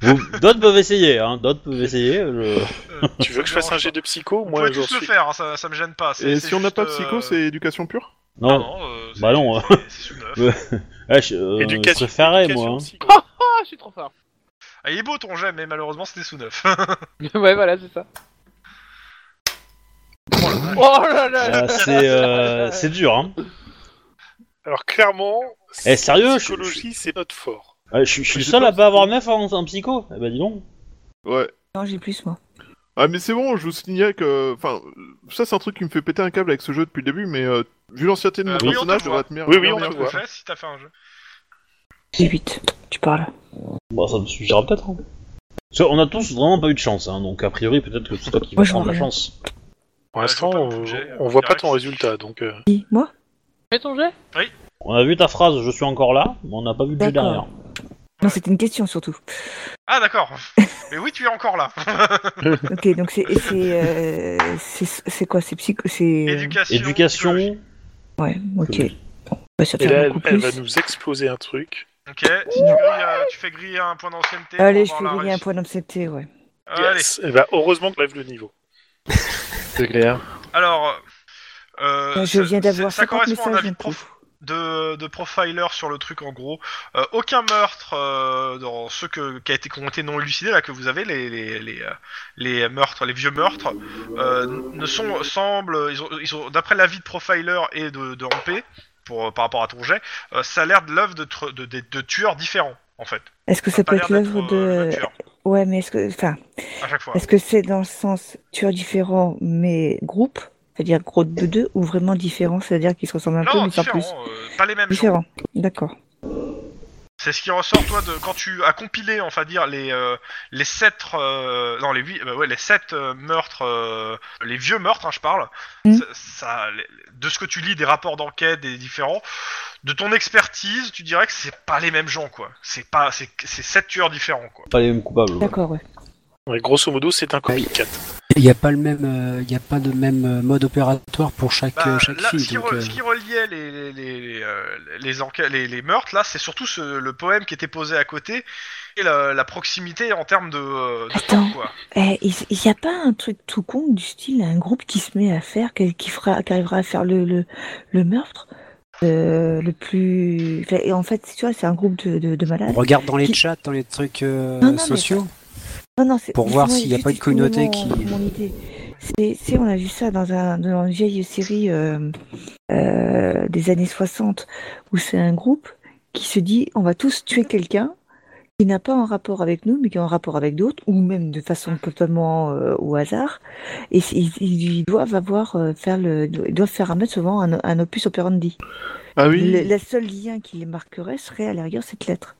Speaker 1: Vous- D'autres peuvent essayer, hein. D'autres peuvent essayer. je-
Speaker 3: Tu veux que je fasse un jet de psycho
Speaker 2: Vous
Speaker 3: Moi,
Speaker 2: pouvez
Speaker 3: j'en
Speaker 2: tous le
Speaker 3: suis.
Speaker 2: faire, hein, ça, ça me gêne pas. c'est-
Speaker 5: Et
Speaker 2: c'est
Speaker 5: si on n'a
Speaker 2: juste,
Speaker 5: pas psycho,
Speaker 2: euh,
Speaker 5: c'est éducation pure
Speaker 2: Ah
Speaker 1: Non.
Speaker 2: non, euh, c'est-
Speaker 1: Bah non, hein.
Speaker 2: c'est- c'est sous neuf.
Speaker 1: Ouais, je, euh, je
Speaker 3: Éducation.
Speaker 1: préférais,
Speaker 3: éducation,
Speaker 1: moi. hein.
Speaker 3: psycho.
Speaker 4: Ah, je suis trop fort <laughs>
Speaker 2: Ah, il est beau ton jet, mais malheureusement c'était sous neuf.
Speaker 4: Ouais, voilà, c'est ça.
Speaker 2: Oh la vache.
Speaker 4: Oh là là là
Speaker 1: Ah, c'est euh, c'est dur, hein.
Speaker 3: Alors clairement,
Speaker 1: Eh, sérieux, je-
Speaker 3: Psychologie, c'est notre fort.
Speaker 1: Euh, je, je suis
Speaker 5: Mais
Speaker 1: le
Speaker 5: c'est
Speaker 1: seul
Speaker 5: pas
Speaker 1: à pas avoir 9 en, en psycho Eh bah dis donc.
Speaker 5: Ouais.
Speaker 7: Non, j'ai plus, moi.
Speaker 5: Ah mais c'est bon, je vous signale que... Enfin, ça c'est un truc qui me fait péter un câble avec ce jeu depuis le début, mais euh, vu l'ancienneté de mon
Speaker 2: Euh, oui, on te
Speaker 5: personnage, je
Speaker 2: voit.
Speaker 5: devrais te
Speaker 3: Oui, oui, on
Speaker 2: Combien
Speaker 3: te
Speaker 2: de
Speaker 3: voit.
Speaker 2: fait si t'as fait un jeu
Speaker 7: J'ai 8. Tu parles.
Speaker 1: Bah, ça me suffira peut-être. hein. Parce qu'on a tous vraiment pas eu de chance, hein, donc a priori peut-être que c'est toi qui vas
Speaker 7: Moi, je
Speaker 1: prendre
Speaker 7: vois
Speaker 1: la
Speaker 7: rien.
Speaker 1: chance.
Speaker 3: Pour
Speaker 2: Ouais,
Speaker 3: l'instant,
Speaker 2: je vois pas
Speaker 3: on,
Speaker 2: le budget,
Speaker 3: on
Speaker 2: euh,
Speaker 3: voit pas ton
Speaker 2: direct.
Speaker 3: résultat, donc... euh,
Speaker 7: Qui Moi
Speaker 4: Fais ton jet
Speaker 1: On a vu ta phrase, je suis encore là, mais on n'a pas vu de jeu
Speaker 7: D'accord.
Speaker 1: derrière.
Speaker 7: Non, c'était une question surtout.
Speaker 2: Ah d'accord. Mais oui, tu es encore là.
Speaker 7: Ok, donc c'est et c'est euh, c'est- c'est quoi C'est psycho. C'est.
Speaker 2: Éducation. psychologie.
Speaker 1: Éducation,
Speaker 7: Ouais, ok. Bon, bah, ça
Speaker 3: Et
Speaker 7: fait
Speaker 3: là, elle,
Speaker 7: beaucoup
Speaker 3: elle
Speaker 7: plus.
Speaker 3: va nous exploser un truc.
Speaker 2: Ok, si tu, grilles, euh, tu fais griller un point d'ancienneté. pour
Speaker 7: Allez, je
Speaker 2: avoir
Speaker 7: fais
Speaker 2: la
Speaker 7: gagner un
Speaker 2: réussite.
Speaker 7: point d'anxiété, ouais.
Speaker 2: Allez,
Speaker 3: Yes. Eh ben, heureusement que tu lèves le niveau.
Speaker 4: C'est clair.
Speaker 2: alors. euh,
Speaker 7: je
Speaker 2: ça-
Speaker 7: viens d'avoir
Speaker 2: Ça
Speaker 7: 50
Speaker 2: correspond à un
Speaker 7: messages
Speaker 2: avis
Speaker 7: d'un
Speaker 2: de
Speaker 7: coup.
Speaker 2: prof. de, de profiler sur le truc en gros. Euh, aucun meurtre euh, dans ceux que, qui a été compté non élucidé là que vous avez les les, les, euh, les meurtres, les vieux meurtres euh, ne sont semblent ils ont, ils ont d'après l'avis de profiler et de de Rampé, pour par rapport à ton jet, euh, ça a l'air de l'œuvre de, tr- de, de- de tueurs différents en fait.
Speaker 7: Est-ce que ça
Speaker 2: pas
Speaker 7: peut
Speaker 2: l'air
Speaker 7: être l'œuvre
Speaker 2: d'être, euh, le
Speaker 7: de.
Speaker 2: tueur,
Speaker 7: Ouais, mais est-ce que. Enfin,
Speaker 2: à chaque fois.
Speaker 7: est-ce que c'est dans le sens tueur différent, mais groupe C'est-à-dire groupe de deux, ou vraiment différent C'est-à-dire qu'ils se ressemblent un peu,
Speaker 2: Non,
Speaker 7: mais sans plus.
Speaker 2: différents, euh, pas les mêmes gens.
Speaker 7: Différent, d'accord.
Speaker 2: C'est ce qui ressort toi de quand tu as compilé, enfin dire les euh, les sept euh, non les huit bah ouais les sept euh, meurtres euh, les vieux meurtres hein, je parle
Speaker 7: Mm.
Speaker 2: ça, ça- les- de ce que tu lis des rapports d'enquête des différents de ton expertise tu dirais que c'est pas les mêmes gens quoi c'est pas c'est c'est sept tueurs différents quoi
Speaker 1: pas les mêmes coupables. quoi.
Speaker 7: D'accord, ouais.
Speaker 3: Ouais, grosso modo, c'est un
Speaker 7: Ah
Speaker 3: copycat.
Speaker 6: Il n'y a pas le même, euh, il y a pas de même euh, mode opératoire pour chaque,
Speaker 2: Bah,
Speaker 6: euh, chaque
Speaker 2: là,
Speaker 6: fille.
Speaker 2: ce, qui
Speaker 6: donc,
Speaker 2: re-
Speaker 6: euh,
Speaker 2: ce qui reliait les, les, les, les, euh, les enquêtes- les- les meurtres, là, c'est surtout ce- le poème qui était posé à côté et la, la proximité en termes de, euh, de
Speaker 7: Attends.
Speaker 2: temps, quoi.
Speaker 7: Eh, il n'y a pas un truc tout con du style un groupe qui se met à faire, qui, qui fera, qui arrivera à faire le, le, le meurtre euh, le plus. Enfin, et en fait, tu vois, c'est un groupe de, de, de malades.
Speaker 6: on regarde dans les
Speaker 7: qui-
Speaker 6: chats, dans les trucs euh,
Speaker 7: Non, non, mais-
Speaker 6: sociaux.
Speaker 7: Ah Non, non, c'est-
Speaker 6: Pour voir
Speaker 7: laisse-moi
Speaker 6: s'il y a pas une
Speaker 7: juste terminer
Speaker 6: communauté qui-
Speaker 7: Mon, mon idée. C'est, c'est- on a vu ça dans, un, dans une vieille série euh, euh, des années 60 où c'est un groupe qui se dit on va tous tuer quelqu'un qui n'a pas un rapport avec nous mais qui a un rapport avec d'autres ou même de façon totalement euh, au hasard et c'est- ils, ils- ils doivent avoir euh, faire le ils doivent faire un mettre souvent un, un opus operandi.
Speaker 5: Ah oui
Speaker 7: Le, la seul lien qui les marquerait serait à la rigueur cette lettre.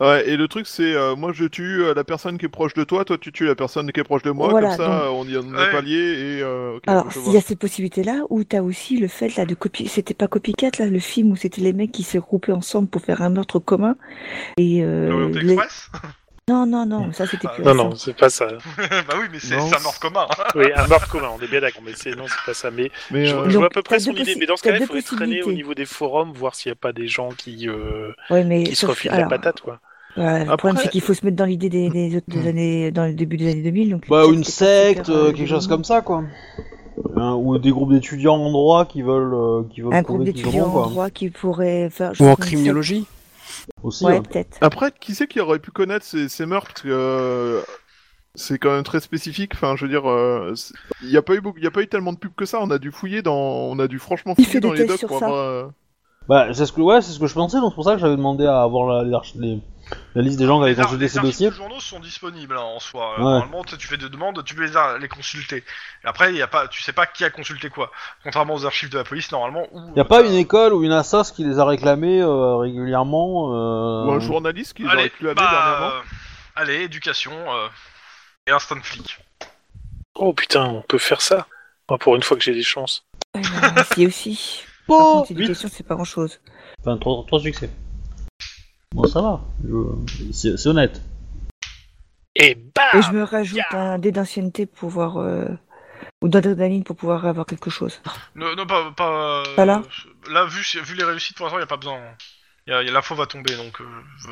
Speaker 5: Ouais, et le truc c'est, euh, moi je tue euh, la personne qui est proche de toi, toi tu tues la personne qui est proche de moi,
Speaker 7: Voilà,
Speaker 5: comme ça
Speaker 7: donc-
Speaker 5: euh, on y en est
Speaker 2: Ouais.
Speaker 5: pas lié et... euh, ok,
Speaker 7: Alors,
Speaker 5: je
Speaker 7: il
Speaker 5: vois.
Speaker 7: y a cette possibilité-là où tu as aussi le fait là de copier. C'était pas copycat là, le film où c'était les mecs qui se groupaient ensemble pour faire un meurtre commun. Et euh,
Speaker 2: L'Orient
Speaker 7: les-
Speaker 2: Express
Speaker 7: non, non, non, ça c'était
Speaker 2: Ah,
Speaker 7: plus.
Speaker 3: Non,
Speaker 7: récent.
Speaker 3: non, c'est pas ça.
Speaker 2: <laughs> Bah oui, mais c'est
Speaker 5: Non,
Speaker 2: c'est un mort commun. hein.
Speaker 3: Oui, un meurtre commun, on est bien d'accord, mais c'est, non, c'est pas ça. Mais
Speaker 5: Mais,
Speaker 3: je,
Speaker 5: euh,
Speaker 3: je vois à
Speaker 7: Donc,
Speaker 3: peu près
Speaker 7: t'as
Speaker 3: son
Speaker 7: deux
Speaker 3: idée.
Speaker 7: possi-
Speaker 3: Mais dans ce
Speaker 7: t'as
Speaker 3: cas-là, il
Speaker 7: deux
Speaker 3: faudrait traîner au
Speaker 7: possibilités.
Speaker 3: niveau des forums, voir s'il n'y a pas des gens qui, euh,
Speaker 7: Ouais, mais
Speaker 3: qui se
Speaker 7: sauf-
Speaker 3: refilent
Speaker 7: alors,
Speaker 3: la patate, quoi.
Speaker 7: voilà, le problème
Speaker 5: Après-
Speaker 7: c'est qu'il faut se mettre dans l'idée des, des autres des
Speaker 5: Hmm.
Speaker 7: années, dans le début des années 2000. Donc
Speaker 1: Bah,
Speaker 7: peut-être
Speaker 1: une
Speaker 7: que c'est
Speaker 1: secte,
Speaker 7: faire,
Speaker 1: euh,
Speaker 7: euh,
Speaker 1: quelque
Speaker 7: des
Speaker 1: chose
Speaker 7: moments.
Speaker 1: comme ça, quoi. Hein, ou des groupes d'étudiants en droit qui veulent, euh, qui veulent
Speaker 7: Un groupe
Speaker 1: prouver qu'ils en ont,
Speaker 7: d'étudiants en
Speaker 1: quoi.
Speaker 7: droit qui pourrait faire. je
Speaker 6: Ou en
Speaker 7: pense que c'est-
Speaker 6: criminologie.
Speaker 1: Aussi, hein.
Speaker 7: Ouais,
Speaker 1: ouais.
Speaker 7: peut-être.
Speaker 5: Après, qui c'est qui aurait pu connaître ces, ces meurtres Parce que, euh, c'est quand même très spécifique. Enfin, je veux dire, euh, c'est- il n'y a pas eu beaucoup, il y a pas eu tellement de pubs que ça. On a dû fouiller dans, on a dû franchement
Speaker 7: Il
Speaker 5: fouiller
Speaker 7: fait
Speaker 5: dans
Speaker 7: des
Speaker 5: les
Speaker 7: tests
Speaker 5: docs
Speaker 7: sur
Speaker 5: pour
Speaker 7: ça.
Speaker 5: avoir. euh,
Speaker 1: Bah, c'est ce que, ouais, c'est ce que je pensais, donc c'est pour ça que j'avais demandé à avoir la, l'arch- les- la liste des gens qui avaient
Speaker 2: Les ar-
Speaker 1: consulté
Speaker 2: les
Speaker 1: ces
Speaker 2: articles
Speaker 1: dossiers.
Speaker 2: de journaux sont disponibles hein, en soi. Euh,
Speaker 1: Ouais.
Speaker 2: Normalement, tu tu fais des demandes, tu peux les, a- les consulter. Et après, y a pas, tu sais pas qui a consulté quoi. Contrairement aux archives de la police, normalement. Où,
Speaker 1: Y a pas une école ou une assas qui les a réclamés euh, régulièrement euh,
Speaker 5: Ou un journaliste qui les aurait
Speaker 2: Allez,
Speaker 5: pu aller
Speaker 2: bah,
Speaker 5: dernièrement.
Speaker 2: euh, allez, éducation euh, et instant flic.
Speaker 3: Oh putain, on peut faire ça. Moi, pour une fois que j'ai des chances.
Speaker 7: Ouais, mais ici aussi. Par
Speaker 1: Bon,
Speaker 7: contre, l'éducation c'est pas grand-chose.
Speaker 1: Enfin, trois, trois succès. Bon, ça va. Je- C'est c'est honnête.
Speaker 3: Et bam
Speaker 7: Et je me rajoute un dé d'ancienneté pour voir. euh, ou d'adrénaline pour pouvoir avoir quelque chose.
Speaker 2: Non, non, pas. pas euh,
Speaker 7: Ça, là
Speaker 2: là, vu, vu les réussites pour l'instant, y a pas besoin. Y a- y a- L'info va tomber, donc euh,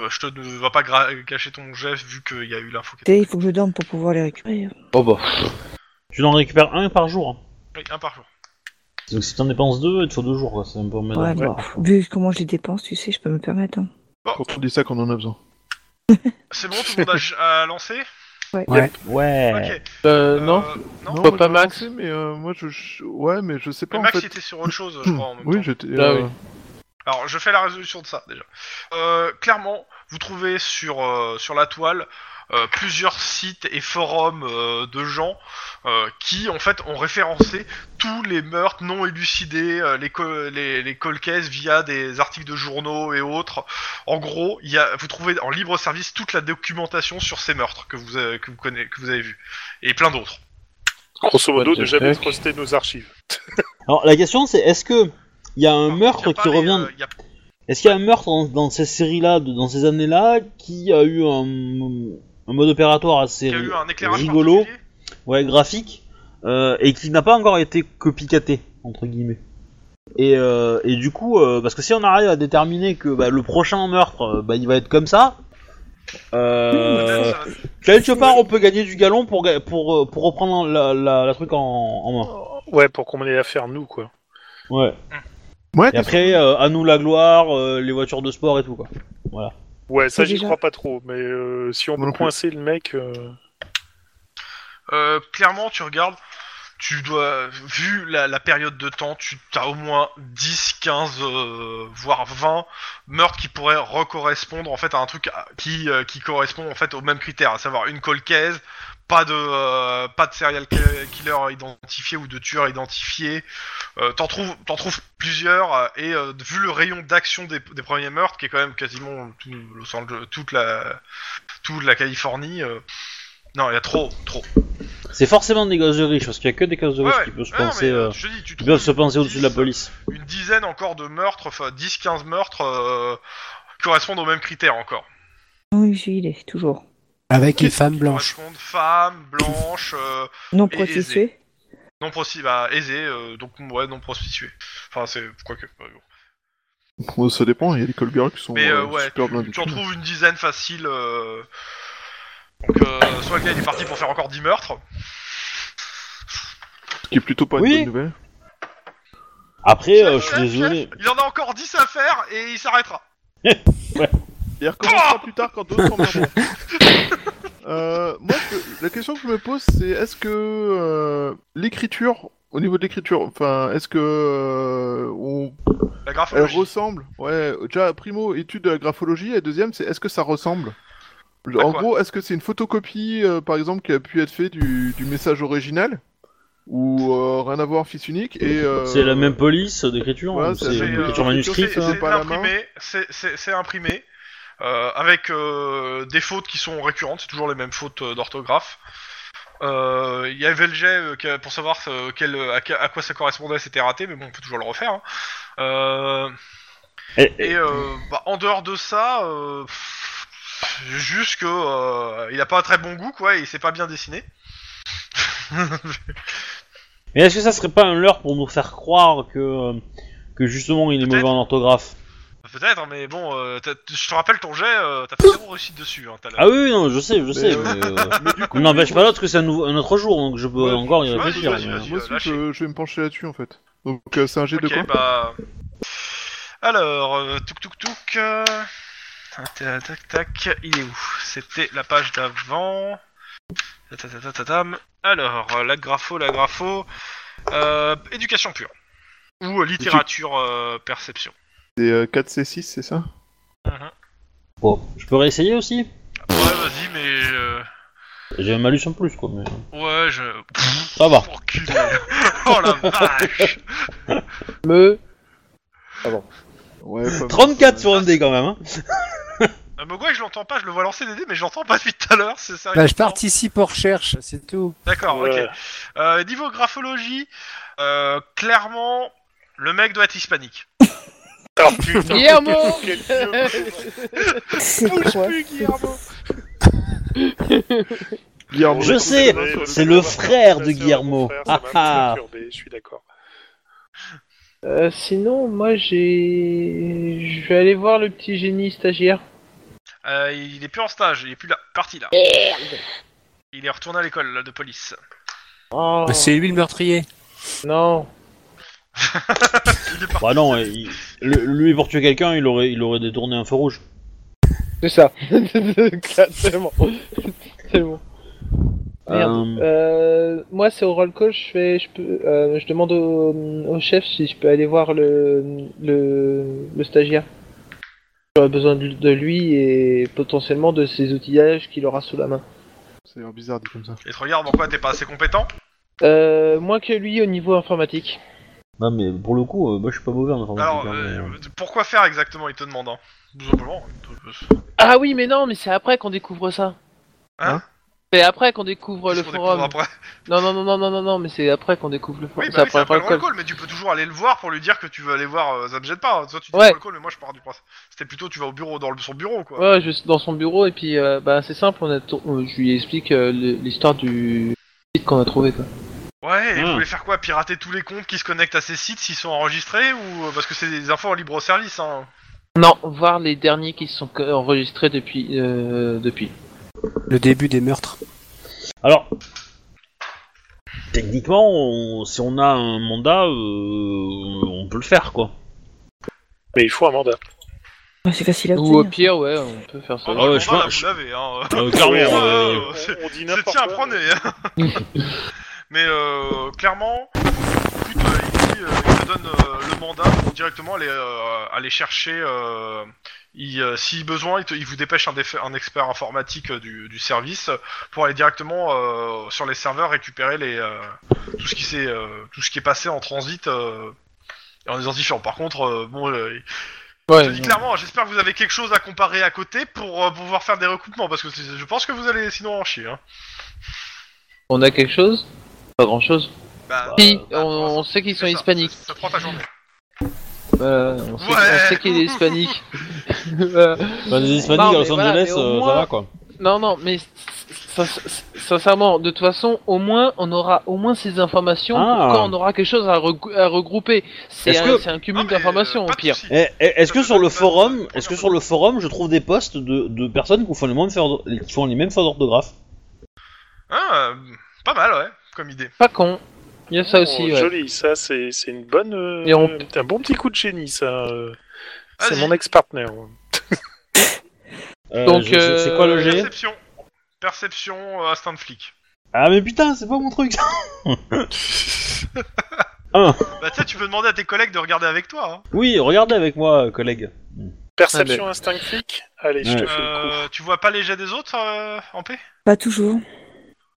Speaker 2: je te ne va pas gra- gâcher ton geste vu qu'il y a eu l'info.
Speaker 7: Tu
Speaker 2: Qui...
Speaker 7: sais, Il faut que je dorme pour pouvoir les récupérer.
Speaker 1: Oh bah. Tu en récupères un par jour. hein.
Speaker 2: Oui, un par jour.
Speaker 1: Donc si t'en dépenses deux, il te faut deux jours, quoi. C'est un peu emmerdant.
Speaker 7: Ouais, bon, vu comment je les dépense, tu sais, je peux me permettre. hein.
Speaker 5: Quand on dit ça, qu'on en a besoin.
Speaker 2: C'est bon, tout le monde a, a lancé
Speaker 6: Ouais.
Speaker 1: Ouais.
Speaker 2: Ok.
Speaker 4: Euh,
Speaker 2: Euh,
Speaker 4: non
Speaker 2: Non,
Speaker 5: Non,
Speaker 4: Pas
Speaker 5: moi,
Speaker 4: pas
Speaker 5: j'ai
Speaker 4: Max.
Speaker 5: pensé, Mais euh, moi, je, je- ouais, mais je sais pas
Speaker 2: Mais
Speaker 5: en
Speaker 2: Max
Speaker 5: fait. <coughs>
Speaker 2: était sur autre chose, je crois. En même
Speaker 5: Oui,
Speaker 2: temps.
Speaker 5: j'étais.
Speaker 4: Ah
Speaker 5: euh,
Speaker 4: oui.
Speaker 2: Alors, je fais la résolution de ça déjà. Euh, clairement, vous trouvez sur, euh, sur la toile euh, plusieurs sites et forums euh, de gens euh, qui, en fait, ont référencé tous les meurtres non élucidés, euh, les, co- les, les cold cases via des articles de journaux et autres. En gros, il y a, vous trouvez en libre service toute la documentation sur ces meurtres que vous, avez- que vous, connaissez, que vous avez vus et plein d'autres.
Speaker 3: Grosso modo,
Speaker 4: What the
Speaker 3: ne jamais
Speaker 4: fuck
Speaker 3: truster nos archives.
Speaker 1: Alors la question c'est est-ce que il y a un meurtre
Speaker 2: Y a pas
Speaker 1: qui
Speaker 2: les,
Speaker 1: revient
Speaker 2: euh, y a-
Speaker 1: Est-ce qu'il y a un meurtre dans, dans ces séries-là, de- dans ces années-là, qui a eu un, un mode opératoire assez
Speaker 2: y a eu un éclairage
Speaker 1: rigolo,
Speaker 2: particulier
Speaker 1: ouais, graphique, euh, et qui n'a pas encore été copicaté, entre guillemets et, euh, et du coup, euh, parce que si on arrive à déterminer que bah, le prochain meurtre, euh, bah, il va être comme ça,
Speaker 2: Peut-être,
Speaker 1: euh,
Speaker 2: ça va-
Speaker 1: quelque part on peut gagner du galon pour, ga- pour, euh, pour reprendre la, la- la truc en, en main.
Speaker 3: Oh, Ouais, pour qu'on ait l'affaire, nous, quoi.
Speaker 1: Ouais.
Speaker 5: Ouais,
Speaker 1: Et après, euh, à nous la gloire, euh, les voitures de sport et tout quoi.
Speaker 3: Ouais, ça,
Speaker 7: C'est
Speaker 3: j'y
Speaker 7: déjà-
Speaker 3: crois pas trop. Mais euh, si on
Speaker 5: Moi
Speaker 3: peut
Speaker 5: non plus.
Speaker 3: coincer le mec... euh,
Speaker 2: Euh, clairement, tu regardes, tu dois, vu la, la période de temps, tu as au moins 10, 15, euh, voire 20 meurtres qui pourraient recorrespondre en fait à un truc à- qui, euh, qui correspond en fait aux mêmes critères, à savoir une cold case, pas de, euh, pas de serial ki- killer identifié ou de tueur identifié. Euh, t'en trouves, t'en trouves plusieurs euh, et euh, vu le rayon d'action des, des premiers meurtres, qui est quand même quasiment tout Los Angeles- toute la, toute la Californie. euh, non, il y a trop, trop.
Speaker 1: C'est forcément des gosses de riches, parce qu'il y a que des gosses de riches
Speaker 2: Ouais,
Speaker 1: qui peuvent se
Speaker 2: ouais, non,
Speaker 1: penser,
Speaker 2: mais, euh,
Speaker 1: euh,
Speaker 2: je te dis, tu
Speaker 1: qui peuvent se
Speaker 2: trouves
Speaker 1: penser au-dessus de la
Speaker 2: dix-
Speaker 1: police.
Speaker 2: Une dizaine encore de meurtres, enfin 10-15 meurtres euh, qui correspondent aux mêmes critères encore.
Speaker 7: Oui, j'y est, toujours.
Speaker 6: Avec une femme
Speaker 2: Qui
Speaker 6: blanche.
Speaker 2: Correspondent femmes, blanches, euh,
Speaker 7: Non
Speaker 2: Et
Speaker 7: prostituée.
Speaker 2: non prostituées, bah, aisées, euh, donc ouais, non prostituées. Enfin, c'est quoi que. euh, bon.
Speaker 5: Bon, ça dépend, il y a des call girls qui sont
Speaker 2: Mais euh,
Speaker 5: euh,
Speaker 2: ouais,
Speaker 5: super bien
Speaker 2: tu, tu en trouves une dizaine facile. euh, Donc, euh, soit le gars il est parti pour faire encore 10 meurtres.
Speaker 5: ce qui est plutôt pas
Speaker 1: Oui.
Speaker 5: une bonne nouvelle.
Speaker 1: Après, euh, je suis
Speaker 2: Chef,
Speaker 1: désolé.
Speaker 2: chef, Il en a encore 10 à faire et il s'arrêtera.
Speaker 5: Et elle recommencera plus tard quand d'autres s'emmerderont. <laughs> euh, moi, je- la question que je me pose, c'est est-ce que euh, l'écriture, au niveau de l'écriture, enfin, est-ce que euh, on,
Speaker 2: La
Speaker 5: elle
Speaker 2: graphologie.
Speaker 5: Euh, ressemble Ouais, déjà, primo, étude de la graphologie, et deuxième, c'est est-ce que ça ressemble
Speaker 2: À
Speaker 5: En
Speaker 2: quoi
Speaker 5: gros, est-ce que c'est une photocopie, euh, par exemple, qui a pu être faite du, du message original Ou euh, rien à voir, fils unique et, euh,
Speaker 1: C'est la même police d'écriture,
Speaker 5: ouais,
Speaker 1: hein,
Speaker 5: ça
Speaker 1: c'est
Speaker 5: fait,
Speaker 1: une
Speaker 5: euh,
Speaker 1: écriture manuscrite.
Speaker 2: C'est
Speaker 5: hein.
Speaker 2: c'est
Speaker 5: Pas à la main.
Speaker 2: imprimé, c'est- c'est c'est imprimé, euh, avec euh, des fautes qui sont récurrentes, c'est toujours les mêmes fautes euh, d'orthographe. Euh, Il y avait le jet euh, qui a- pour savoir euh, quel, euh, à, à quoi ça correspondait, c'était raté, mais bon, on peut toujours le refaire. hein. Euh,
Speaker 1: Et- et-
Speaker 2: et euh, bah, en dehors de ça, euh, pff, juste que euh, il a pas un très bon goût, quoi, et il s'est pas bien dessiné.
Speaker 1: Mais est-ce que ça serait pas un leurre pour nous faire croire que, euh, que justement il est mauvais
Speaker 2: Peut-être.
Speaker 1: en orthographe
Speaker 2: Peut-être, mais bon, euh, t'as- je te rappelle ton jet, euh, t'as fait zéro réussite dessus. Hein, t'as la-
Speaker 1: Ah oui, oui, non, je sais, je sais.
Speaker 5: euh,
Speaker 1: mais, euh,
Speaker 5: <laughs> mais du coup,
Speaker 1: on n'empêche pas l'autre que c'est un, nou- un autre jour, donc je peux
Speaker 5: Ouais,
Speaker 1: encore y
Speaker 2: vas-y,
Speaker 1: réfléchir.
Speaker 2: vas-y,
Speaker 1: mais-
Speaker 2: vas-y.
Speaker 5: Moi
Speaker 2: euh,
Speaker 5: aussi,
Speaker 2: lâcher.
Speaker 5: je, je vais me pencher là-dessus en fait. Donc euh, c'est un jet de
Speaker 2: Ok,
Speaker 5: quoi
Speaker 2: bah... Alors, euh, touc touc touc. euh, tac, Tac tac, il est où C'était la page d'avant. Tatatatatatatam. Alors, euh, la grapho, la grapho. Euh, éducation pure. Ou euh, littérature euh, perception.
Speaker 5: C'est euh, 4C6, c'est ça
Speaker 2: Mhm.
Speaker 1: Bon, je peux réessayer aussi
Speaker 2: Ouais, vas-y, mais. euh,
Speaker 1: J'ai un malus en plus, quoi. Mais...
Speaker 2: Ouais, je. Pff,
Speaker 1: Ça va.
Speaker 2: enculé. <laughs> oh la vache Euh.
Speaker 4: Me...
Speaker 5: Ouais, pas mal.
Speaker 1: 34 sur un dé quand même. Hein.
Speaker 2: Euh, Mogwai, je l'entends pas, je le vois lancer des dés, mais je l'entends pas depuis tout à l'heure, c'est sérieux.
Speaker 6: Bah, je participe aux recherches, c'est tout.
Speaker 2: D'accord,
Speaker 3: Ouais.
Speaker 2: ok. Euh, niveau graphologie, euh, clairement, le mec doit être hispanique.
Speaker 3: Ah,
Speaker 4: <laughs>
Speaker 3: putain
Speaker 4: Guillermo
Speaker 3: Quel vieux-
Speaker 7: C'est <laughs> quoi
Speaker 5: Guillermo,
Speaker 1: Je
Speaker 5: ouais,
Speaker 1: sais,
Speaker 5: ouais, ouais,
Speaker 1: c'est
Speaker 5: ouais.
Speaker 1: le frère de Guillermo.
Speaker 3: Ah
Speaker 1: Ah, ah.
Speaker 3: ah Je suis d'accord.
Speaker 4: Euh, sinon, moi j'ai... Je vais aller voir le petit génie stagiaire.
Speaker 2: Euh, il est plus en stage, il est plus là, parti là. Il est retourné à l'école là, de police.
Speaker 4: Oh,
Speaker 6: Bah, C'est lui le meurtrier.
Speaker 4: non.
Speaker 2: Il est parti.
Speaker 1: Bah non, il- le- lui pour tuer quelqu'un, il aurait, il aurait détourné un feu rouge.
Speaker 4: <laughs> C'est ça. Exactement. C'est bon. Merde.
Speaker 1: Euh,
Speaker 4: Euh, moi, c'est au roll call. Je fais, je peux, euh, je demande au, au chef si je peux aller voir le le, le stagiaire. J'aurais besoin de, de lui et potentiellement de ses outillages qu'il aura sous la main.
Speaker 5: Ça a l'air Euh, bizarre dit comme ça.
Speaker 2: Et te regarde en quoi t'es pas assez compétent
Speaker 4: Euh, moins que lui au niveau informatique.
Speaker 1: Non, mais pour le coup, euh, moi je suis pas mauvais en informatique.
Speaker 2: Alors,
Speaker 1: hein, mais,
Speaker 2: euh,
Speaker 1: euh,
Speaker 2: pourquoi faire exactement Il te demande. Hein. Tout simplement.
Speaker 4: Ah oui, mais non, mais c'est après qu'on découvre ça.
Speaker 2: Hein
Speaker 4: C'est après qu'on découvre le
Speaker 2: Qu'est-ce qu'on découvre
Speaker 4: forum.
Speaker 2: après
Speaker 4: Non, non, non, non, non, non, non, mais c'est après qu'on découvre le forum.
Speaker 2: Oui, bah oui,
Speaker 4: après
Speaker 2: c'est
Speaker 4: le
Speaker 2: après le
Speaker 4: roll
Speaker 2: roll
Speaker 4: call.
Speaker 2: call, mais tu peux toujours aller le voir pour lui dire que tu veux aller voir, euh, ça me jette pas. hein. Toi, tu dis
Speaker 4: Ouais.
Speaker 2: roll call, mais moi, je pars du principe. C'était plutôt, tu vas au bureau, dans le- son bureau, quoi.
Speaker 4: Ouais, je suis dans son bureau et puis euh, bah c'est simple, on a tour- euh, je lui explique euh, le- l'histoire du site qu'on a trouvé quoi.
Speaker 2: Ouais, et
Speaker 1: Hmm.
Speaker 2: vous voulez faire quoi Pirater tous les comptes qui se connectent à ces sites s'ils sont enregistrés ou euh, parce que c'est des infos en libre service hein.
Speaker 4: Non, voir les derniers qui se sont co- enregistrés depuis euh, depuis.
Speaker 6: Le début des meurtres.
Speaker 1: Alors, techniquement, on- si on a un mandat, euh, on peut le faire,
Speaker 2: <laughs>
Speaker 1: quoi.
Speaker 3: Mais il faut un mandat.
Speaker 7: Bah, C'est facile à
Speaker 4: Ou au
Speaker 7: obtenir.
Speaker 4: pire, ouais, on peut faire ça.
Speaker 1: Ah ouais, je
Speaker 2: Voilà,
Speaker 1: pense-
Speaker 2: vous l'avez hein.
Speaker 1: Euh, clairement,
Speaker 3: Ouais,
Speaker 1: euh,
Speaker 2: ouais, ouais. Oh, c'est-
Speaker 3: on, on dit
Speaker 2: C'est
Speaker 3: n'importe
Speaker 2: tiens à
Speaker 3: quoi,
Speaker 2: prendre.
Speaker 3: mais-
Speaker 2: mais- mais euh, clairement, écoute, euh, il, dit, euh, il te donne euh, le mandat pour directement aller euh, aller chercher. euh, il, euh, si besoin, il, te- il vous dépêche un, déf- un expert informatique euh, du, du service euh, pour aller directement euh, sur les serveurs récupérer les euh, tout ce qui s'est euh, tout ce qui est passé en transit euh, en identifiant. Par contre, euh, bon, euh,
Speaker 4: Ouais,
Speaker 2: Je te dis clairement, j'espère que vous avez quelque chose à comparer à côté pour euh, pouvoir faire des recoupements, parce que c'est- je pense que vous allez sinon en chier. Hein.
Speaker 4: on a quelque chose Pas grand chose.
Speaker 2: Bah,
Speaker 4: Si, on,
Speaker 2: bah,
Speaker 4: on sait qu'ils
Speaker 2: c'est ça,
Speaker 4: sont hispaniques.
Speaker 2: Ça, ça prend ta journée.
Speaker 4: Voilà, on
Speaker 2: Ouais.
Speaker 4: sait, on sait qu'il
Speaker 2: <laughs>
Speaker 4: est hispanique. Voilà.
Speaker 1: bah, les Hispaniques
Speaker 4: Non,
Speaker 1: à
Speaker 4: mais
Speaker 1: Los
Speaker 4: voilà,
Speaker 1: Angeles,
Speaker 4: mais au
Speaker 1: euh,
Speaker 4: moins-
Speaker 1: ça va, quoi.
Speaker 4: Non, non, mais s- s- s- sincèrement, de toute façon, au moins, on aura au moins ces informations
Speaker 1: Ah.
Speaker 4: pour quand on aura quelque chose à, regrou- à regrouper. C'est
Speaker 1: Est-ce
Speaker 4: un,
Speaker 1: que-
Speaker 4: c'est un
Speaker 2: Ah,
Speaker 4: cumul
Speaker 2: mais,
Speaker 4: d'informations
Speaker 2: euh,
Speaker 4: au
Speaker 2: pas de
Speaker 4: pire.
Speaker 2: soucis.
Speaker 1: Eh, eh, est-ce que
Speaker 2: Ça
Speaker 1: sur
Speaker 2: peut
Speaker 1: le
Speaker 2: être une
Speaker 1: forum,
Speaker 2: bonne-
Speaker 1: est-ce que sur le forum, je trouve des postes de, de personnes qui font les mêmes fautes, qui font les mêmes fautes d'orthographe
Speaker 2: Ah, euh, pas mal, ouais, comme idée.
Speaker 4: Pas con. Il y a ça
Speaker 3: Oh,
Speaker 4: aussi, ouais.
Speaker 3: Joli, ça c'est c'est une bonne, euh,
Speaker 4: Et on-
Speaker 3: un bon petit coup de génie ça. euh. C'est
Speaker 2: Vas-y.
Speaker 3: mon ex-partner.
Speaker 1: Euh,
Speaker 4: Donc,
Speaker 1: je- je- c'est quoi le G
Speaker 2: Perception. Perception, euh, instinct de flic.
Speaker 1: Ah mais putain, c'est pas mon truc.
Speaker 2: Bah, tu sais, tu peux demander à tes collègues de regarder avec toi. hein.
Speaker 1: oui, regardez avec moi, euh, collègue.
Speaker 4: Ah,
Speaker 3: Perception instinct flic. Allez, je
Speaker 1: Ouais.
Speaker 3: te fais le coup.
Speaker 2: Euh, tu vois pas les jets des autres euh, en paix
Speaker 7: Pas toujours.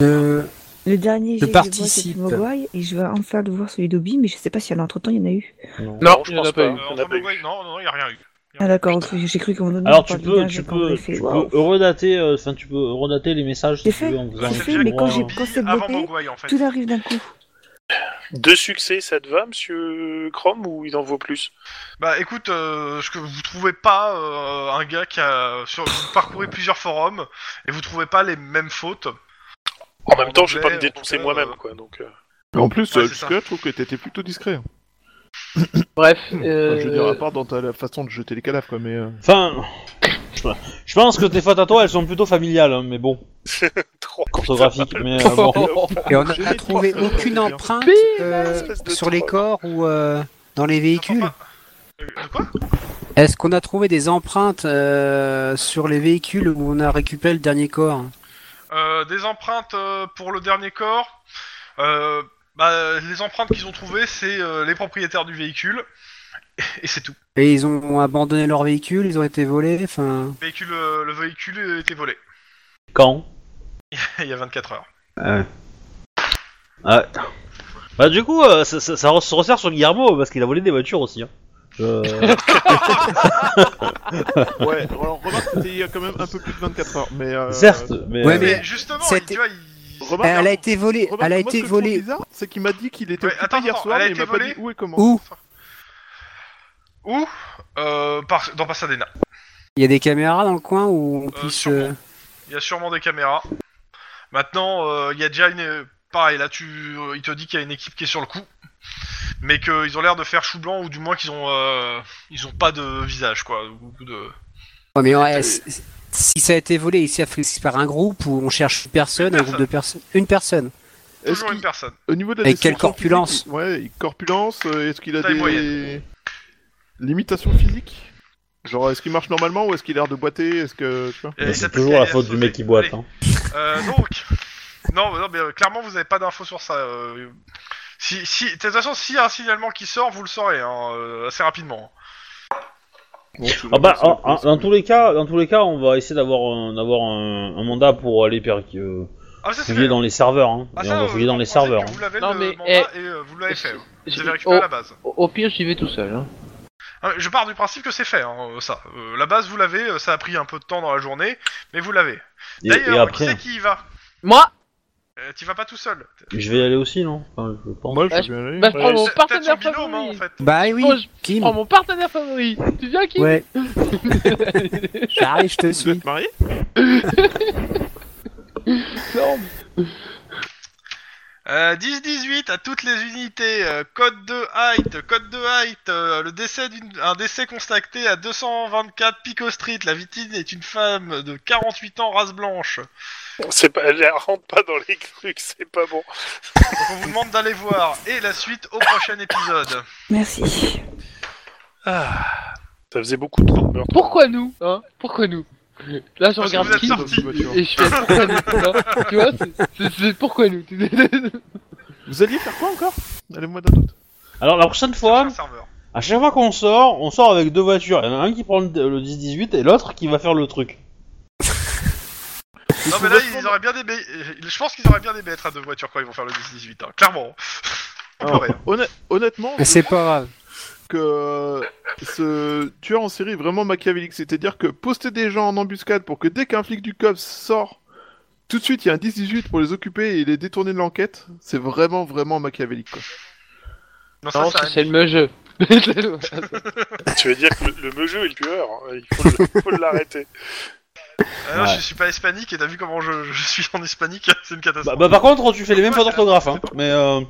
Speaker 6: Euh,
Speaker 7: Le dernier,
Speaker 6: Je
Speaker 7: j'ai
Speaker 6: participe.
Speaker 7: Mogwai et je vais enfin le voir celui d'Obi, mais je sais pas si entre temps il y en a eu.
Speaker 4: Non,
Speaker 3: je
Speaker 4: il y en a
Speaker 3: pense
Speaker 4: pas
Speaker 3: pas.
Speaker 4: eu.
Speaker 2: Euh,
Speaker 3: On
Speaker 2: entre
Speaker 3: a pas eu.
Speaker 2: Mogwai- Non, non, non, y a rien eu.
Speaker 7: Ah d'accord, ok, j'ai cru qu'on en
Speaker 1: Alors
Speaker 7: on
Speaker 1: tu
Speaker 7: parlait
Speaker 1: peux,
Speaker 7: bien,
Speaker 1: tu
Speaker 7: j'ai
Speaker 1: peux, tu
Speaker 7: pas fait.
Speaker 1: peux
Speaker 7: Waouh.
Speaker 1: redater, euh, enfin tu peux redater les messages.
Speaker 7: J'ai
Speaker 1: si tu
Speaker 7: fait,
Speaker 1: veux, en faisant
Speaker 7: j'ai
Speaker 1: un
Speaker 7: fait,
Speaker 1: petit
Speaker 7: mais
Speaker 1: droit,
Speaker 7: quand j'ai-
Speaker 1: hein.
Speaker 7: quand c'est
Speaker 2: Avant
Speaker 7: bloqué,
Speaker 2: Mogwai, en fait.
Speaker 7: Tout arrive d'un coup.
Speaker 3: Deux succès, ça te va, monsieur Chrome, ou il en vaut plus
Speaker 2: Bah écoute, euh, ce que vous trouvez pas euh, un gars qui a sur, vous parcourez plusieurs forums et vous trouvez pas les mêmes fautes.
Speaker 3: En même temps, je vais pas
Speaker 2: anglais,
Speaker 3: me
Speaker 2: en tout
Speaker 3: dénoncer
Speaker 2: cas,
Speaker 3: moi-même,
Speaker 2: euh,
Speaker 3: quoi. Donc, euh,
Speaker 5: en plus,
Speaker 2: Ouais,
Speaker 5: euh,
Speaker 2: c'est ça.
Speaker 5: jusque-là, je trouve que t'étais plutôt discret. hein.
Speaker 4: Bref,
Speaker 1: Oh,
Speaker 5: Enfin,
Speaker 4: euh,
Speaker 5: je veux dire, à
Speaker 4: <laughs>
Speaker 5: part dans ta la façon de jeter les cadavres, quoi, mais... euh,
Speaker 1: Enfin, je- je pense que tes fautes à toi, elles sont plutôt familiales, hein, mais bon,
Speaker 3: trop
Speaker 1: orthographiques. Mais euh, bon.
Speaker 4: oh,
Speaker 6: Et on
Speaker 5: J'ai
Speaker 6: n'a
Speaker 5: des
Speaker 6: trouvé
Speaker 5: portes,
Speaker 6: aucune
Speaker 5: euh,
Speaker 6: empreinte euh,
Speaker 3: espèce de
Speaker 6: sur les
Speaker 3: troll.
Speaker 6: corps ou euh, dans les véhicules.
Speaker 2: J'entends pas. Euh, de quoi
Speaker 6: Est-ce qu'on a trouvé des empreintes euh, sur les véhicules où on a récupéré le dernier corps
Speaker 2: Euh, Des empreintes euh, pour le dernier corps. Euh, bah, les empreintes qu'ils ont trouvées, c'est euh, les propriétaires du véhicule et c'est tout.
Speaker 6: Et ils ont abandonné leur véhicule, ils ont été volés, enfin...
Speaker 2: Le véhicule, euh, le véhicule était volé <laughs>
Speaker 1: Quand
Speaker 2: il y a 24 heures.
Speaker 1: Euh. Ah. Bah du coup, euh, ça, ça- ça re- se resserre sur Guillermo parce qu'il a volé des voitures aussi. Hein. Euh,
Speaker 5: Ouais, alors remarque, c'était il y a quand même un peu plus de 24 heures, mais... euh,
Speaker 1: certes, mais,
Speaker 6: Ouais,
Speaker 1: euh,
Speaker 2: Mais,
Speaker 6: mais
Speaker 2: justement, il,
Speaker 6: c'était-
Speaker 2: tu vois, il...
Speaker 5: remarque,
Speaker 6: Elle a été volée,
Speaker 5: remarque,
Speaker 6: elle a
Speaker 5: moi,
Speaker 6: été
Speaker 5: ce que je trouve
Speaker 6: volée
Speaker 5: bizarre, c'est qu'il m'a dit qu'il était
Speaker 2: Ouais,
Speaker 5: occupé
Speaker 2: attends,
Speaker 5: hier
Speaker 2: attends,
Speaker 5: soir,
Speaker 2: elle a
Speaker 5: mais il
Speaker 2: été
Speaker 5: m'a pas
Speaker 2: volée
Speaker 5: dit où et comment.
Speaker 6: où
Speaker 2: ou euh, par... dans Pasadena.
Speaker 6: Il y a des caméras dans le coin où on puisse...
Speaker 2: sûrement.
Speaker 6: euh,
Speaker 2: Il y a sûrement des caméras. Maintenant, euh, il y a déjà une. Pareil, là, tu... euh, il te dit qu'il y a une équipe qui est sur le coup. Mais qu'ils ont l'air de faire chou blanc, ou du moins qu'ils ont, euh, ils ont pas de visage, quoi. Beaucoup de...
Speaker 6: ouais, mais ouais, c- c- si ça a été volé ici à Félix par un groupe où on cherche une personne,
Speaker 2: Une
Speaker 6: un groupe de personnes... Une personne
Speaker 5: Est-ce
Speaker 2: Toujours
Speaker 5: qu'il-
Speaker 2: une personne.
Speaker 5: Au niveau de la
Speaker 6: Avec quelle
Speaker 5: description physique,
Speaker 6: corpulence
Speaker 5: il- Ouais, il- corpulence, euh, est-ce qu'il a
Speaker 2: Taille
Speaker 5: des
Speaker 2: moyenne.
Speaker 5: limitations physiques Genre, est-ce qu'il marche normalement ou est-ce qu'il a l'air de boiter Est-ce que... Tu vois
Speaker 2: Et il
Speaker 1: euh, c'est
Speaker 2: s'appelle
Speaker 1: toujours la
Speaker 2: Elias
Speaker 1: faute du
Speaker 2: Sauvé.
Speaker 1: mec qui boite.
Speaker 2: Allez.
Speaker 1: Hein.
Speaker 2: Euh, donc, Non, non, mais euh, clairement, vous n'avez pas d'infos sur ça. euh, si, si, de toute façon, s'il y a un signalement qui sort, vous le saurez hein, euh, assez rapidement.
Speaker 5: Bon, je vais
Speaker 1: Ah bah,
Speaker 5: passer
Speaker 1: en-
Speaker 5: au
Speaker 1: en-
Speaker 5: poste.
Speaker 1: dans tous les cas, dans tous les cas, on va essayer d'avoir un, d'avoir un, un mandat pour aller per- euh,
Speaker 2: Ah, mais ça, c'est
Speaker 1: fouiller
Speaker 2: fait.
Speaker 1: dans les serveurs. Hein.
Speaker 2: Ah,
Speaker 1: Et
Speaker 2: ça,
Speaker 1: on va
Speaker 2: euh,
Speaker 1: fouiller dans les
Speaker 2: je pensais
Speaker 1: serveurs.
Speaker 2: que
Speaker 1: hein.
Speaker 2: Vous l'avez
Speaker 4: Non,
Speaker 2: le
Speaker 4: mais,
Speaker 2: mandat
Speaker 4: eh,
Speaker 2: et euh, vous l'avez fait. hein. Vous
Speaker 4: J'y-
Speaker 2: avez récupéré
Speaker 4: Au,
Speaker 2: la base.
Speaker 4: oh, au pire, j'y vais tout seul. hein.
Speaker 2: Ah, Je pars du principe que c'est fait, hein, euh, ça. Euh, la base, vous l'avez, euh, ça a pris un peu de temps dans la journée, mais vous l'avez.
Speaker 1: Et,
Speaker 2: D'ailleurs,
Speaker 1: et
Speaker 2: qui
Speaker 1: après,
Speaker 2: c'est qui y va
Speaker 4: Moi,
Speaker 2: Euh, Tu vas pas tout seul. Euh,
Speaker 1: je vais y aller aussi, non Enfin, je pense.
Speaker 5: Moi, je
Speaker 4: Bah,
Speaker 5: vais aller.
Speaker 4: bah, je prends
Speaker 3: Ouais,
Speaker 4: mon
Speaker 2: C'est peut-être son
Speaker 4: partenaire
Speaker 2: binôme, hein, en
Speaker 4: favori.
Speaker 2: fait.
Speaker 6: Bah oui,
Speaker 4: Oh, je
Speaker 6: Kim.
Speaker 4: prends mon partenaire favori. Tu viens qui
Speaker 6: Ouais. <laughs> Charlie, je
Speaker 3: <laughs>
Speaker 6: te
Speaker 5: Vous
Speaker 6: suis.
Speaker 5: êtes mariés
Speaker 2: Euh, 10-18 à toutes les unités, euh, code de height, code de height, euh, le décès d'une- un décès constaté à 224 Pico Street, la victime est une femme de 48 ans, race blanche.
Speaker 3: C'est pas, elle rentre pas dans les trucs, c'est pas bon.
Speaker 2: Donc on vous demande d'aller voir, et la suite au prochain épisode.
Speaker 7: Merci.
Speaker 3: Ça faisait beaucoup trop de meurtres.
Speaker 4: Pourquoi nous hein Pourquoi nous Là, je
Speaker 2: Parce que
Speaker 4: regarde
Speaker 2: vous êtes
Speaker 4: qui
Speaker 2: sortis.
Speaker 5: Dans une voiture.
Speaker 4: et je fais pourquoi nous hein Tu vois, c'est- c'est- c'est pourquoi nous
Speaker 5: Vous alliez faire quoi encore Allez-moi d'un doute.
Speaker 1: Alors la prochaine fois,
Speaker 2: Prochain serveur.
Speaker 1: à chaque fois qu'on sort, on sort avec deux voitures. Il y en a un qui prend le le 10-18 et l'autre qui va faire le truc.
Speaker 2: Non mais là ils auraient bien aimé, euh, je pense qu'ils auraient bien aimé être à deux voitures quand ils vont faire le 10-18, hein, clairement. <laughs> On
Speaker 5: Ah.
Speaker 2: pleurait.
Speaker 5: Honn- Honnêtement,
Speaker 6: Mais C'est pas grave.
Speaker 5: que euh, ce tueur en série est vraiment machiavélique, c'est-à-dire que poster des gens en embuscade pour que dès qu'un flic du COPS sort, tout de suite il y a un 18 pour les occuper et les détourner de l'enquête, c'est vraiment vraiment machiavélique quoi.
Speaker 2: Non, ça,
Speaker 4: Non,
Speaker 2: ça
Speaker 4: parce que
Speaker 2: aime.
Speaker 4: c'est le même jeu. <laughs>
Speaker 3: Tu veux dire que le, le meugeux est le tueur, hein, il faut le- il faut l'arrêter.
Speaker 2: Ah non,
Speaker 1: Ouais.
Speaker 2: je suis pas hispanique, et t'as vu comment je, je suis en hispanique, <laughs> c'est une
Speaker 1: Bah,
Speaker 2: catastrophe.
Speaker 1: bah, par contre, tu fais les mêmes fautes d'orthographe, hein. Mais euh,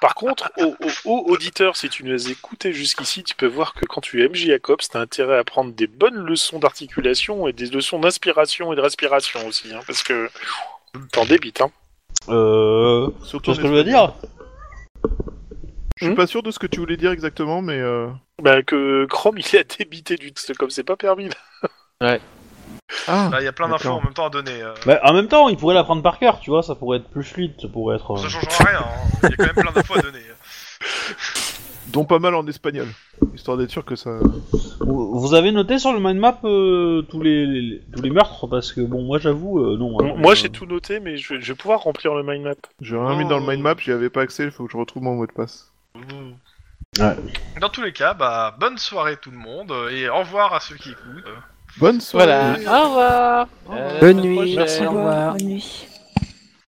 Speaker 3: Par contre, aux auditeurs, si tu nous as écoutés jusqu'ici, tu peux voir que quand tu es MJ Jacobs, t'as intérêt à prendre des bonnes leçons d'articulation et des leçons d'inspiration et de respiration aussi, hein, parce que t'en débites. Hein.
Speaker 1: euh, tu
Speaker 5: Surtout
Speaker 1: vois ce que je veux dire Hmm
Speaker 5: Je suis pas sûr de ce que tu voulais dire exactement, mais euh,
Speaker 3: Bah, que Chrome, il a débité du texte comme c'est pas permis. là.
Speaker 5: ah
Speaker 2: Là, il y a plein d'infos
Speaker 5: D'accord.
Speaker 2: en même temps à donner. euh.
Speaker 1: Bah, en même temps, il pourrait la prendre par cœur, tu vois, ça pourrait être plus fluide, ça pourrait être.
Speaker 2: Ça
Speaker 1: euh,
Speaker 2: changera rien, hein. il y a quand même plein d'infos à donner.
Speaker 5: dont pas mal en espagnol, histoire d'être sûr que ça.
Speaker 1: Vous vous avez noté sur le mind map euh, tous les, les- tous les meurtres parce que bon, moi j'avoue, euh, non. hein,
Speaker 3: Moi,
Speaker 1: euh,
Speaker 3: j'ai tout noté, mais je, je vais pouvoir remplir le mind map.
Speaker 5: J'ai rien mis dans le mind map, j'y avais pas accès, il faut que je retrouve mon mot de passe.
Speaker 1: Ouais.
Speaker 2: Dans tous les cas, bah, bonne soirée tout le monde, et au revoir à ceux qui écoutent.
Speaker 5: Bonne soirée.
Speaker 4: Voilà. Au revoir. Euh,
Speaker 6: Bonne
Speaker 4: à la
Speaker 6: nuit.
Speaker 4: prochaine.
Speaker 6: Merci. Au revoir.
Speaker 7: Bonne nuit.